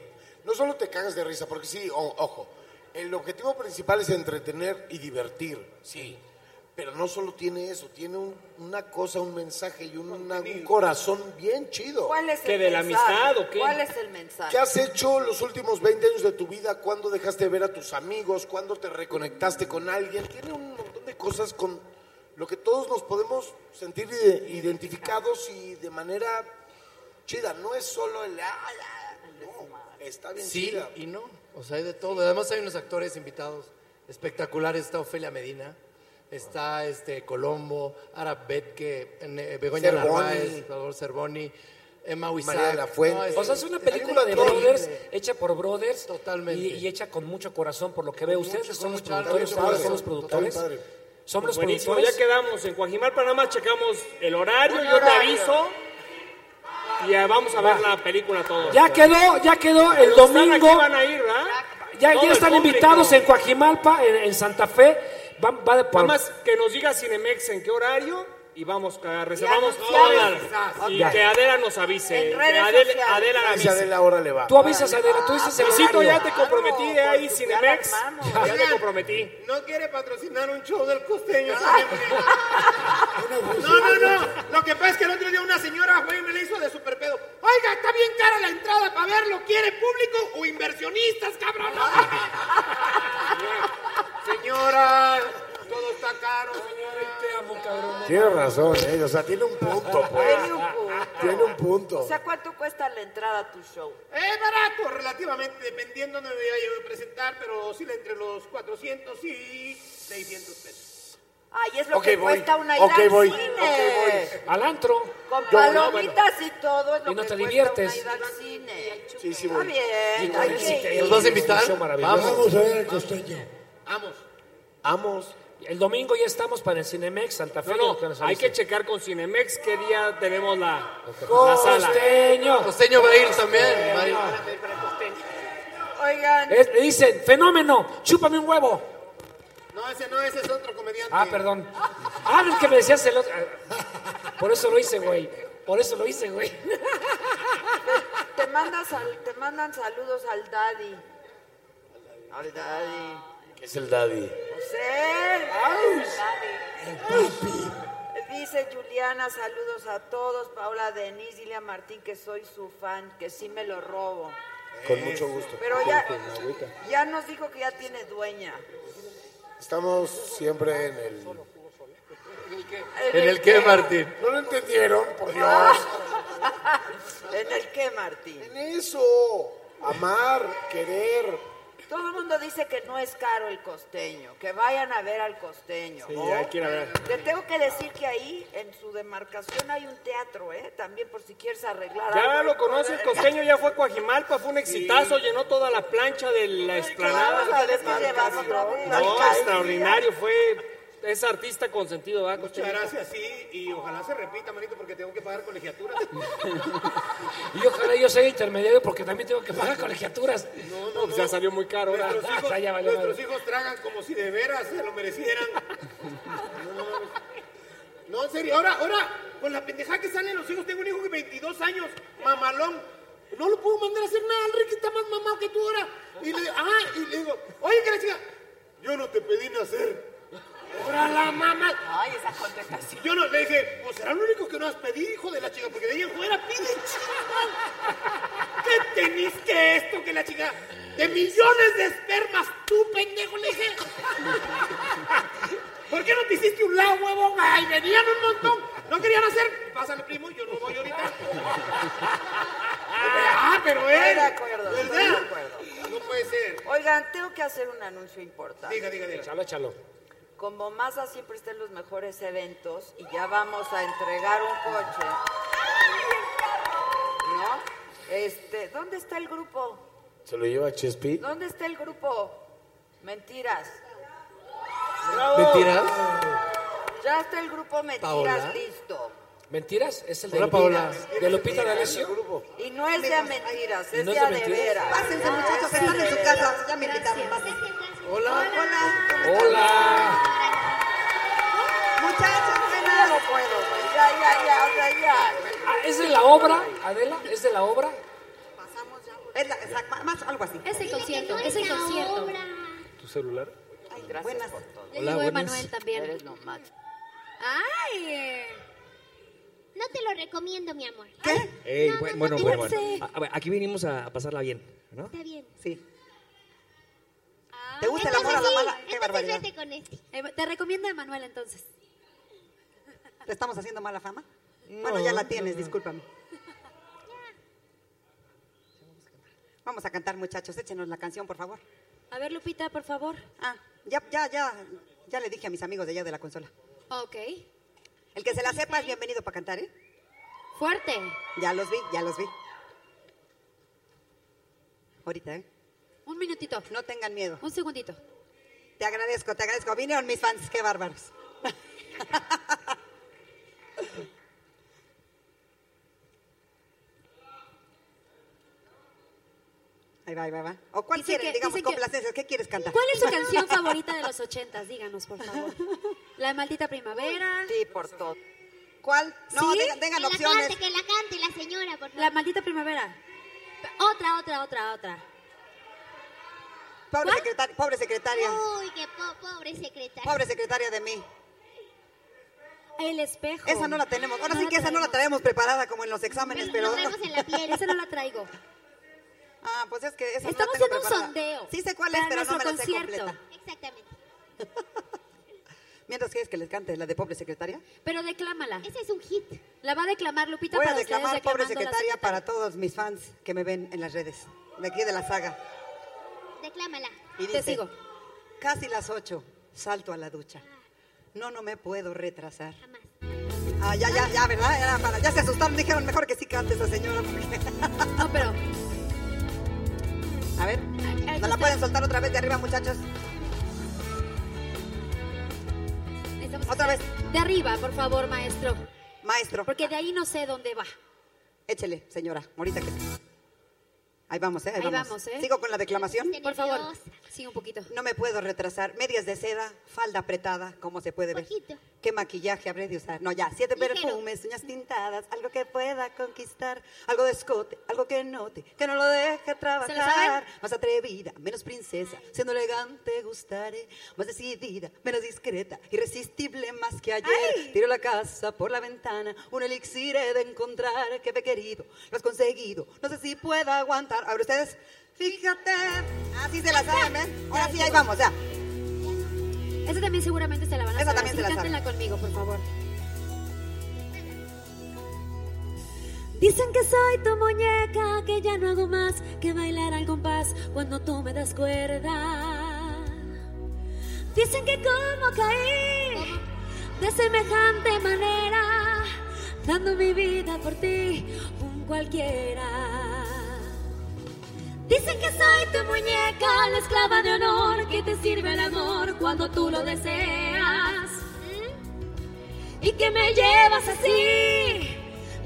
[SPEAKER 12] no solo te cagas de risa, porque sí, o- ojo, el objetivo principal es entretener y divertir, sí. Pero no solo tiene eso, tiene un- una cosa, un mensaje y un, una- un corazón bien chido.
[SPEAKER 4] ¿Cuál es
[SPEAKER 13] ¿Qué,
[SPEAKER 4] el
[SPEAKER 13] de la
[SPEAKER 4] mensaje?
[SPEAKER 13] amistad o qué?
[SPEAKER 4] ¿Cuál es el mensaje?
[SPEAKER 12] ¿Qué has hecho los últimos 20 años de tu vida? ¿Cuándo dejaste de ver a tus amigos? ¿Cuándo te reconectaste con alguien? Tiene un montón de cosas con lo que todos nos podemos sentir ide- identificados y de manera chida. No es solo el... "Ah, ah", no, está bien
[SPEAKER 19] Sí
[SPEAKER 12] chida.
[SPEAKER 19] y no. O sea, hay de todo. Además hay unos actores invitados espectaculares. Está Ofelia Medina, está este Colombo, Ara Betke, eh, Begoña
[SPEAKER 12] Cervoni.
[SPEAKER 19] Narváez, Salvador Cervoni, Emma Huizac.
[SPEAKER 12] María de la Fuente.
[SPEAKER 19] No, es-
[SPEAKER 8] O sea, es una película
[SPEAKER 12] Película
[SPEAKER 8] de
[SPEAKER 12] todo.
[SPEAKER 8] brothers, hecha por brothers.
[SPEAKER 19] Totalmente.
[SPEAKER 8] Y, y hecha con mucho corazón, por lo que veo. Ustedes
[SPEAKER 19] mucho,
[SPEAKER 8] son los
[SPEAKER 19] con mucho
[SPEAKER 8] productores, ustedes
[SPEAKER 19] alma,
[SPEAKER 8] son
[SPEAKER 19] padre.
[SPEAKER 8] los productores.
[SPEAKER 12] Está bien padre.
[SPEAKER 8] Son los
[SPEAKER 13] Buenísimo,
[SPEAKER 8] productores.
[SPEAKER 13] ya quedamos en Coajimalpa, nada más checamos el horario, yo te aviso y ya vamos a ver la película todos.
[SPEAKER 8] Ya quedó, ya quedó el
[SPEAKER 13] Los que están aquí
[SPEAKER 8] domingo.
[SPEAKER 13] van a ir, ¿verdad?
[SPEAKER 8] Ya,
[SPEAKER 13] Todo
[SPEAKER 8] ya
[SPEAKER 13] el
[SPEAKER 8] están
[SPEAKER 13] público.
[SPEAKER 8] invitados en Coajimalpa, en, en Santa Fe. Va, va de por-
[SPEAKER 20] Nada más que nos diga Cinemex en qué horario y vamos, a reservamos
[SPEAKER 4] anunciar
[SPEAKER 20] todo.
[SPEAKER 4] quizás.
[SPEAKER 20] Y
[SPEAKER 4] Ya.
[SPEAKER 20] que Adela nos avise.
[SPEAKER 4] En
[SPEAKER 20] que
[SPEAKER 4] redes
[SPEAKER 20] Adela,
[SPEAKER 4] sociales.
[SPEAKER 20] Adela
[SPEAKER 4] Gracias,
[SPEAKER 20] avise.
[SPEAKER 12] Adela, ahora le va.
[SPEAKER 8] Tú avisas, Adela, tú dices el
[SPEAKER 20] Luisito,
[SPEAKER 8] horario.
[SPEAKER 20] ya te comprometí eh, ahí, Cinemex. Ya te comprometí.
[SPEAKER 3] No quiere patrocinar un show del costeño. No, no, no. Lo que pasa es que el otro día una señora fue y me le hizo de super pedo. Oiga, está bien cara la entrada para verlo. ¿Quiere público o inversionistas, cabrón?
[SPEAKER 12] Señora, todo está caro, señora.
[SPEAKER 8] Te amo, cabrón.
[SPEAKER 12] Tiene razón, ¿eh? O sea, tiene un punto, pues.
[SPEAKER 4] Tiene un punto.
[SPEAKER 12] Tiene un punto.
[SPEAKER 4] O sea, ¿cuánto cuesta la entrada a tu show?
[SPEAKER 3] Es barato, relativamente, dependiendo de donde vaya yo a presentar, pero oscila entre los 400 y 600 pesos.
[SPEAKER 4] Ay, es lo
[SPEAKER 12] Ok,
[SPEAKER 4] que
[SPEAKER 12] voy.
[SPEAKER 4] cuesta una ida
[SPEAKER 12] Ok,
[SPEAKER 4] al
[SPEAKER 12] voy.
[SPEAKER 4] cine.
[SPEAKER 8] Al antro.
[SPEAKER 4] Con
[SPEAKER 8] Yo-
[SPEAKER 4] palomitas y todo es lo
[SPEAKER 8] Y no
[SPEAKER 4] que
[SPEAKER 8] te
[SPEAKER 4] cuesta
[SPEAKER 8] diviertes.
[SPEAKER 4] una ida al cine.
[SPEAKER 12] Sí, sí,
[SPEAKER 4] Está
[SPEAKER 12] voy.
[SPEAKER 4] bien,
[SPEAKER 12] Sí,
[SPEAKER 4] hay
[SPEAKER 12] voy.
[SPEAKER 4] que
[SPEAKER 12] Sí,
[SPEAKER 4] ir.
[SPEAKER 12] ¿Nos vas a invitar?
[SPEAKER 8] Es un show maravilloso.
[SPEAKER 12] Vamos.
[SPEAKER 9] Vamos a ver al costeño.
[SPEAKER 3] Vamos.
[SPEAKER 12] Vamos.
[SPEAKER 8] El domingo ya estamos para el Cinemex, Santa Fe.
[SPEAKER 20] No,
[SPEAKER 8] lo que
[SPEAKER 20] no,
[SPEAKER 8] nos
[SPEAKER 20] hay
[SPEAKER 8] avisen.
[SPEAKER 20] que checar con Cinemex qué día tenemos la, la sala.
[SPEAKER 8] Costeño.
[SPEAKER 21] Costeño va a ir también. va a ir.
[SPEAKER 4] Oigan,
[SPEAKER 8] Es- le dicen, fenómeno, chúpame un huevo.
[SPEAKER 3] No, ese no, ese es otro comediante.
[SPEAKER 8] Ah, perdón. Ah, el que me decías el otro. Ah, Por eso lo hice, güey. Por eso lo hice, güey.
[SPEAKER 4] te, mandas al- te mandan saludos al daddy. Al daddy.
[SPEAKER 12] ¿Qué es el daddy?
[SPEAKER 4] José. Dice Juliana, saludos a todos. Paola Denise, dile a Martín que soy su fan, que sí me lo robo.
[SPEAKER 12] Con mucho gusto.
[SPEAKER 4] Pero ya-
[SPEAKER 12] Con agüita.
[SPEAKER 4] Ya nos dijo que ya tiene dueña.
[SPEAKER 12] Estamos siempre en el.
[SPEAKER 4] ¿En
[SPEAKER 12] ¿En
[SPEAKER 4] el
[SPEAKER 12] el
[SPEAKER 4] qué? Ah.
[SPEAKER 12] qué, Martín? ¿No lo entendieron? Por Dios.
[SPEAKER 4] ¿En el qué, Martín?
[SPEAKER 12] En eso. Amar, querer.
[SPEAKER 4] Todo el mundo dice que no es caro el costeño, que vayan a ver al costeño.
[SPEAKER 20] Sí,
[SPEAKER 4] ¿no?
[SPEAKER 20] hay que ir a ver.
[SPEAKER 4] Te tengo que decir que ahí, en su demarcación, hay un teatro, ¿eh? También por si quieres arreglar algo.
[SPEAKER 20] Ya lo conoce, el costeño ya fue a Coajimalpa, fue un exitazo, llenó toda la plancha de la
[SPEAKER 4] Claro,
[SPEAKER 20] explanada.
[SPEAKER 4] la vez que llevamos la- la
[SPEAKER 20] No,
[SPEAKER 4] alcaldía.
[SPEAKER 20] extraordinario, fue es artista consentido, ¿verdad, costeño?
[SPEAKER 3] Muchas gracias, sí, y ojalá se repita, manito, porque tengo que pagar colegiaturas.
[SPEAKER 8] Y ojalá yo sea intermediario porque también tengo que pagar colegiaturas.
[SPEAKER 3] No,
[SPEAKER 20] No, pues ya salió muy caro ahora.
[SPEAKER 3] Nuestros hijos,
[SPEAKER 8] Ya, ya valió
[SPEAKER 3] nuestros
[SPEAKER 8] madre.
[SPEAKER 3] hijos tragan como si de veras se lo merecieran. No, no, no. No, en serio, ahora, ahora, con la pendejada que salen los hijos, tengo un hijo de 22 años, mamalón. No lo puedo mandar a hacer nada, el Ricky está más mamado que tú ahora. Y le, ah, y le digo, oye, que la chica, yo no te pedí nacer. Ahora la mamá.
[SPEAKER 4] Ay, esa contestación.
[SPEAKER 3] Yo no, le dije, pues será lo único que no has pedido, hijo de la chica, porque de ahí en fuera pide chingada. ¿Qué tenis que esto, que la chica? De millones de espermas, tú, pendejo, le dije. ¿Por qué no te hiciste un lado, huevón? Ay, venían un montón. No querían hacer. Pásale, primo, yo no voy ahorita. ah, pero él.
[SPEAKER 4] Estoy de acuerdo, estoy de
[SPEAKER 3] ¿Verdad?
[SPEAKER 4] acuerdo.
[SPEAKER 3] No puede ser.
[SPEAKER 4] Oigan, tengo que hacer un anuncio importante.
[SPEAKER 3] Diga, diga, diga.
[SPEAKER 8] Échalo, échalo.
[SPEAKER 4] Como Masa siempre está en los mejores eventos y ya vamos a entregar un coche. ¿No? Este, ¿dónde está el grupo?
[SPEAKER 12] Se lo lleva Chespi.
[SPEAKER 4] ¿Dónde está el grupo? Mentiras.
[SPEAKER 12] ¿Mentiras?
[SPEAKER 4] Ya está el grupo Mentiras
[SPEAKER 12] Paola.
[SPEAKER 4] listo.
[SPEAKER 8] ¿Mentiras? Es el de
[SPEAKER 12] Hola,
[SPEAKER 8] Lupita.
[SPEAKER 12] Paola.
[SPEAKER 8] De Lupita D'Alessio.
[SPEAKER 4] Y no es de a mentiras, es
[SPEAKER 8] no
[SPEAKER 4] de
[SPEAKER 8] es
[SPEAKER 4] a
[SPEAKER 8] de
[SPEAKER 4] de
[SPEAKER 8] mentiras.
[SPEAKER 4] veras.
[SPEAKER 22] Pásense, muchachos, que están en su casa. Ya me invitaron. pásense.
[SPEAKER 12] Hola.
[SPEAKER 22] Hola.
[SPEAKER 8] Hola.
[SPEAKER 22] Muchachos,
[SPEAKER 4] Ya no
[SPEAKER 22] buenas.
[SPEAKER 4] puedo, güey. Ya, ya, ya, o sea, ya.
[SPEAKER 8] Ah, ¿Es de la obra, Adela? ¿Es de la obra?
[SPEAKER 22] Es la, es la- más algo así.
[SPEAKER 16] Es el concierto, es el concierto.
[SPEAKER 20] ¿Tu celular?
[SPEAKER 4] Ay, gracias
[SPEAKER 22] Buenas.
[SPEAKER 4] por todo.
[SPEAKER 16] Le digo Emanuel también.
[SPEAKER 4] Eres lo máximo.
[SPEAKER 16] ¡Ay! eh. No te lo recomiendo, mi amor.
[SPEAKER 23] Ey, bu-
[SPEAKER 16] no,
[SPEAKER 23] bueno,
[SPEAKER 16] no,
[SPEAKER 23] bueno,
[SPEAKER 16] fíjense.
[SPEAKER 23] bueno. A- a ver, aquí vinimos a a pasarla bien, ¿no?
[SPEAKER 16] Está bien.
[SPEAKER 22] Sí.
[SPEAKER 16] Ah,
[SPEAKER 22] ¿Te gusta el amor
[SPEAKER 16] entonces
[SPEAKER 22] a la
[SPEAKER 16] sí,
[SPEAKER 22] mala? Qué
[SPEAKER 16] entonces
[SPEAKER 22] barbaridad.
[SPEAKER 16] vete con este. Eh, Te recomiendo a Emanuel entonces.
[SPEAKER 22] ¿Te estamos haciendo mala fama? bueno, ya la tienes, discúlpame. Vamos a cantar, muchachos. Échenos la canción, por favor.
[SPEAKER 16] A ver, Lupita, por favor.
[SPEAKER 22] Ah, ya, ya, ya. Ya le dije a mis amigos de allá de la consola.
[SPEAKER 16] Ok.
[SPEAKER 22] El que se la sepa es bienvenido para cantar, ¿eh?
[SPEAKER 16] Fuerte.
[SPEAKER 22] Ya los vi, ya los vi. Ahorita, ¿eh?
[SPEAKER 16] Un minutito.
[SPEAKER 22] No tengan miedo.
[SPEAKER 16] Un segundito.
[SPEAKER 22] Te agradezco, te agradezco. Vinieron mis fans, qué bárbaros. Ahí Ahí va, ahí va, ahí va. ¿O cuál
[SPEAKER 16] Dicen
[SPEAKER 22] quieren?
[SPEAKER 16] que-
[SPEAKER 22] Digamos,
[SPEAKER 16] dicen que-
[SPEAKER 22] complacencias. ¿Qué quieres cantar?
[SPEAKER 16] ¿Cuál es su canción favorita de los ochentas? Díganos, por favor. La maldita primavera.
[SPEAKER 24] Sí, por todo.
[SPEAKER 22] ¿Cuál?
[SPEAKER 16] No,
[SPEAKER 22] digan-
[SPEAKER 16] que
[SPEAKER 22] digan
[SPEAKER 16] la
[SPEAKER 22] opciones.
[SPEAKER 16] cante, que la cante la señora, por favor. La maldita primavera. Otra, otra, otra, otra.
[SPEAKER 22] Pobre, secretar- pobre secretaria.
[SPEAKER 16] Uy, qué po- pobre secretaria.
[SPEAKER 22] Pobre secretaria de mí.
[SPEAKER 16] El espejo.
[SPEAKER 22] Esa no la tenemos. Ahora
[SPEAKER 16] No
[SPEAKER 22] sí
[SPEAKER 16] la
[SPEAKER 22] que esa no la traemos preparada como en los exámenes,
[SPEAKER 16] Bueno,
[SPEAKER 22] pero.
[SPEAKER 16] Lo traemos en la piel, esa no la traigo.
[SPEAKER 22] Ah, pues es que esa no la
[SPEAKER 16] Estamos
[SPEAKER 22] tengo
[SPEAKER 16] en un
[SPEAKER 22] preparada.
[SPEAKER 16] sondeo.
[SPEAKER 22] Sí sé cuál es,
[SPEAKER 16] para
[SPEAKER 22] pero no me
[SPEAKER 16] nuestro
[SPEAKER 22] la sé
[SPEAKER 16] concierto.
[SPEAKER 22] completa.
[SPEAKER 16] Exactamente.
[SPEAKER 22] Mientras quieres que les cante la de pobre secretaria.
[SPEAKER 16] Pero declámala. Ese es un hit. La va a declamar Lupita
[SPEAKER 22] Voy a
[SPEAKER 16] para ustedes,
[SPEAKER 22] declamar pobre
[SPEAKER 16] declamando la
[SPEAKER 22] secretaria para todos mis fans que me ven en las redes. De aquí de la saga.
[SPEAKER 16] Declámala.
[SPEAKER 22] Y
[SPEAKER 16] Te
[SPEAKER 22] dice,
[SPEAKER 16] sigo.
[SPEAKER 22] Casi las ocho, salto a la ducha. No, no me puedo retrasar. Ah, ya, ya, ya, ¿verdad? Era para, ya se asustaron, dijeron mejor que sí cante esa señora.
[SPEAKER 16] No, pero...
[SPEAKER 22] A ver, ¿no la pueden soltar otra vez de arriba, muchachos? Otra vez.
[SPEAKER 16] De arriba, por favor, maestro.
[SPEAKER 22] Maestro.
[SPEAKER 16] Porque de ahí no sé dónde va.
[SPEAKER 22] Échele, señora, ahorita que... Ahí vamos, ¿eh? Ahí,
[SPEAKER 16] Ahí vamos, ¿eh?
[SPEAKER 22] ¿Sigo con la declamación?
[SPEAKER 16] Por favor. Sí, un poquito.
[SPEAKER 22] No me puedo retrasar. Medias de seda, falda apretada, como se puede ver. ¿Qué maquillaje habré de usar? No, ya. Siete perfumes, uñas tintadas, algo que pueda conquistar, algo de escote, algo que note, que no lo deje trabajar. Más atrevida, menos princesa, siendo elegante gustaré, más decidida, menos discreta, irresistible más que ayer. Tiro la casa por la ventana, un elixir he de encontrar que he querido, lo has conseguido, no sé si pueda aguantar. Ahora ustedes, fíjate, así se la saben, ¿eh? Ahora sí, ahí vamos, ya.
[SPEAKER 16] Esa también seguramente se la van a
[SPEAKER 22] Esa
[SPEAKER 16] saber,
[SPEAKER 22] también
[SPEAKER 16] así
[SPEAKER 22] se la sabe.
[SPEAKER 16] que cántenla conmigo, por favor. Dicen que soy tu muñeca, que ya no hago más que bailar al compás cuando tú me das cuerda. Dicen que como caí de semejante manera, dando mi vida por ti, un cualquiera. Dicen que soy tu muñeca, la esclava de honor que te sirve el amor cuando tú lo deseas. ¿Mm? Y que me llevas así,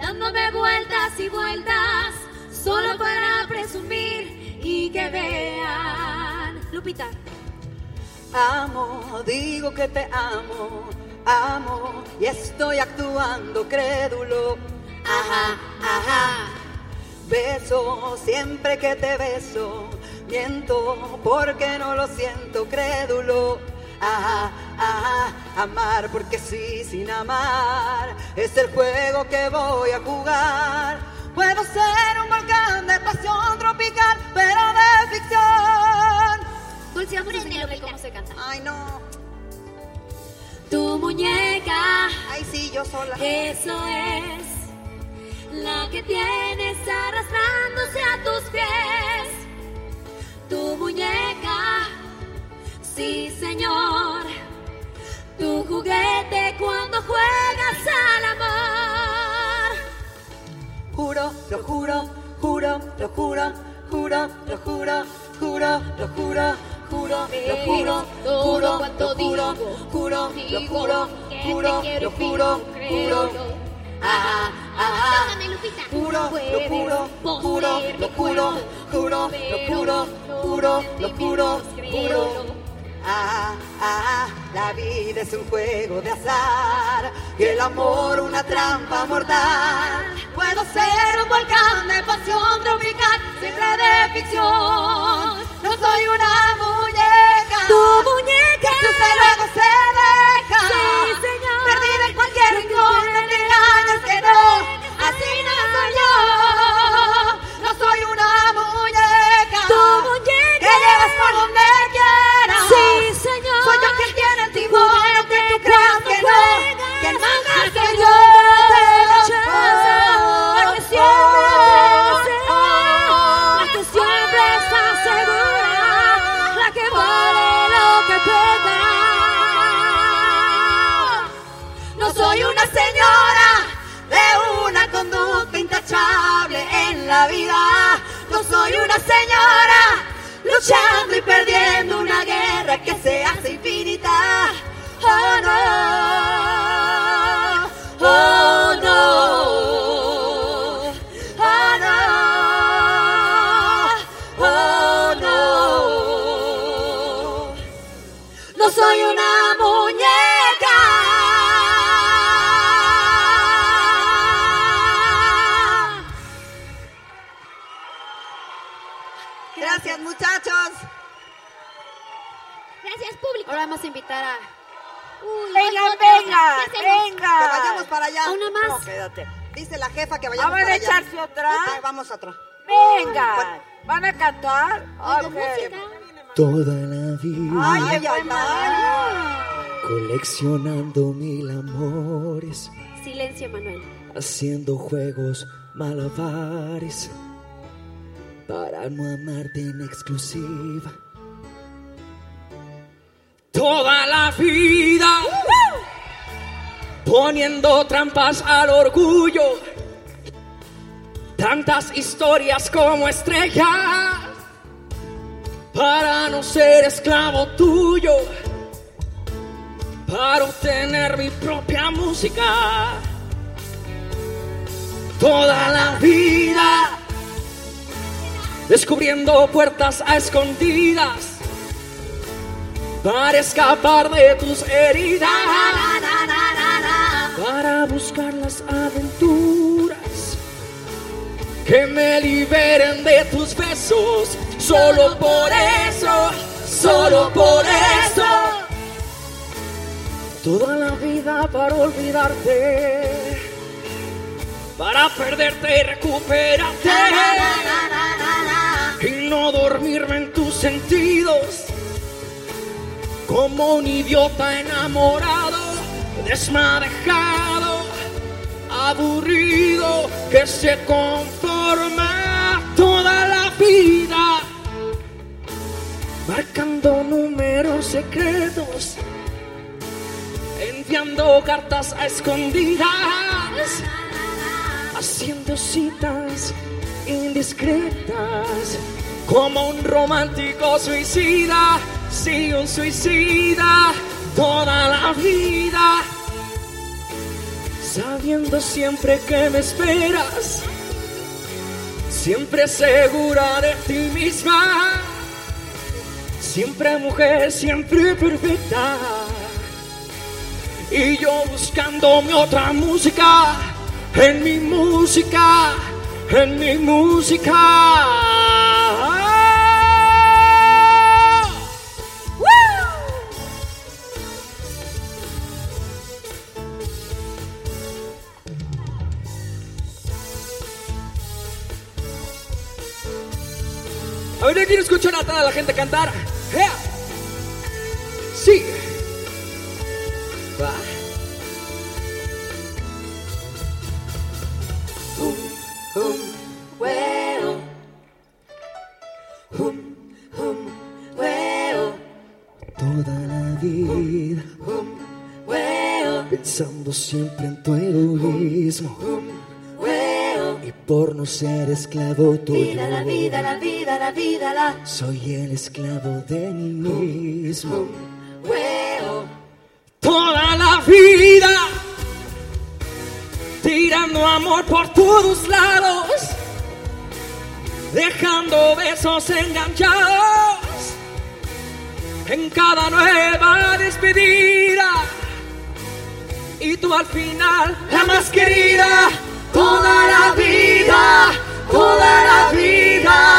[SPEAKER 16] dándome vueltas y vueltas, solo para presumir y que vean. Lupita.
[SPEAKER 22] Amo, digo que te amo, amo y estoy actuando crédulo. Ajá, ajá. Beso siempre que te beso, miento porque no lo siento crédulo. Ajá, ajá, amar porque sí, sin amar, es el juego que voy a jugar. Puedo ser un volcán de pasión tropical, pero de ficción.
[SPEAKER 16] Dulce, vamos a enseñarle cómo se canta.
[SPEAKER 22] Ay, no.
[SPEAKER 16] Tu muñeca.
[SPEAKER 22] Ay, sí, yo sola.
[SPEAKER 16] Eso es la que tienes arrastrándose a tus pies. Tu muñeca. Sí, señor. Tu juguete cuando juegas al amor.
[SPEAKER 22] Juro, lo juro, juro, lo juro, juro, lo juro, juro, lo juro, juro, lo juro, juro, lo juro, juro, lo juro, juro, lo juro, juro. Ajá, ajá. Juro, lo juro, juro, lo juro, juro, lo juro, juro, lo juro, juro. Ah, ah, la vida es un juego de azar y el amor una trampa mortal. Puedo ser un volcán de pasión tropical, siempre de ficción. No soy una muñeca.
[SPEAKER 16] Tu muñeca.
[SPEAKER 22] Que usted luego se deja.
[SPEAKER 16] Sí, señor.
[SPEAKER 22] Perdida en cualquier rincón, no te engañes que no. Así no soy yo. No soy una muñeca.
[SPEAKER 16] Tu muñeca.
[SPEAKER 22] Que llevas por donde quieras.
[SPEAKER 16] Sí, señor.
[SPEAKER 22] Soy yo quien tiene el timón, aunque tú creas que no. Que manda
[SPEAKER 16] a
[SPEAKER 22] que yo
[SPEAKER 16] que yo
[SPEAKER 22] te lo
[SPEAKER 16] te lo
[SPEAKER 22] doy.
[SPEAKER 16] chance, que siempre será, la que siempre está segura, la que vale lo que pierda.
[SPEAKER 22] No soy una señora de una conducta intachable en la vida. No soy una señora luchando y perdiendo una guerra que se hace infinita. Oh no, oh no, oh no, oh
[SPEAKER 25] no soy una muñeca.
[SPEAKER 4] Gracias, muchachos.
[SPEAKER 26] Gracias, público. Ahora vamos a invitar a. Uy,
[SPEAKER 4] Venga,
[SPEAKER 26] dos, otra,
[SPEAKER 4] venga,
[SPEAKER 26] ¿qué hacemos?
[SPEAKER 4] venga.
[SPEAKER 22] Que vayamos para allá.
[SPEAKER 26] Una más.
[SPEAKER 22] No, quédate. Dice la jefa que vayamos
[SPEAKER 4] ¿Ah, van a
[SPEAKER 22] para
[SPEAKER 4] echarse
[SPEAKER 22] allá.
[SPEAKER 4] otra?
[SPEAKER 22] Ok, vamos otra.
[SPEAKER 4] Venga. ¿Van a cantar?
[SPEAKER 22] de
[SPEAKER 4] Ok.
[SPEAKER 27] Toda la vida
[SPEAKER 22] Ay, ay, ay,
[SPEAKER 27] coleccionando mil amores,
[SPEAKER 26] Silencio, Manuel.
[SPEAKER 27] haciendo juegos malabares para no amarte en exclusiva.
[SPEAKER 16] Toda la vida poniendo trampas al orgullo. Tantas historias como estrellas para no ser esclavo tuyo. Para obtener mi propia música. Toda la vida descubriendo puertas a escondidas para escapar de tus heridas, para buscar las aventuras que me liberen de tus besos, solo por eso, solo por eso, toda la vida para olvidarte, para perderte y recuperarte. Y no dormirme en tus sentidos como un idiota enamorado, desmadejado, aburrido, que se conforma toda la vida, marcando números secretos, enviando cartas a escondidas, haciendo citas indiscretas como un romántico suicida, sí, un suicida toda la vida, sabiendo siempre que me esperas, siempre segura de ti misma, siempre mujer, siempre perfecta. Y yo buscando mi otra música, en mi música, en mi música. A ver, ¿quién escuchó a toda la gente cantar? ¡Ea! Sí. Va.
[SPEAKER 6] Hueo. Hum, hum, hueo.
[SPEAKER 27] Toda la vida
[SPEAKER 6] Hueo.
[SPEAKER 27] pensando siempre en tu egoísmo
[SPEAKER 6] Hueo.
[SPEAKER 27] y por no ser esclavo tuyo.
[SPEAKER 6] Vida, la vida, la vida, la vida, la
[SPEAKER 27] Soy el esclavo de mí mismo.
[SPEAKER 6] hueo.
[SPEAKER 16] toda la vida tirando amor por todos lados dejando besos enganchados en cada nueva despedida y tú al final la más querida toda la vida toda la vida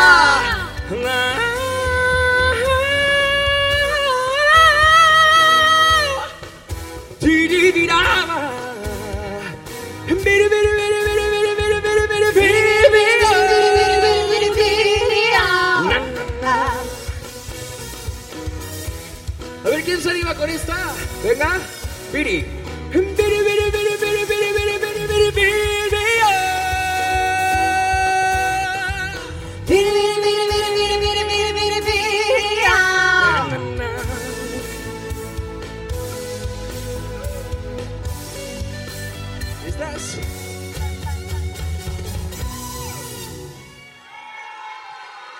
[SPEAKER 16] A ver quién se anima con esta. Venga, Piri.
[SPEAKER 6] Mire, mire, mire, mire, mire, mire, mire, mire, mire, ah.
[SPEAKER 16] ¿Listas?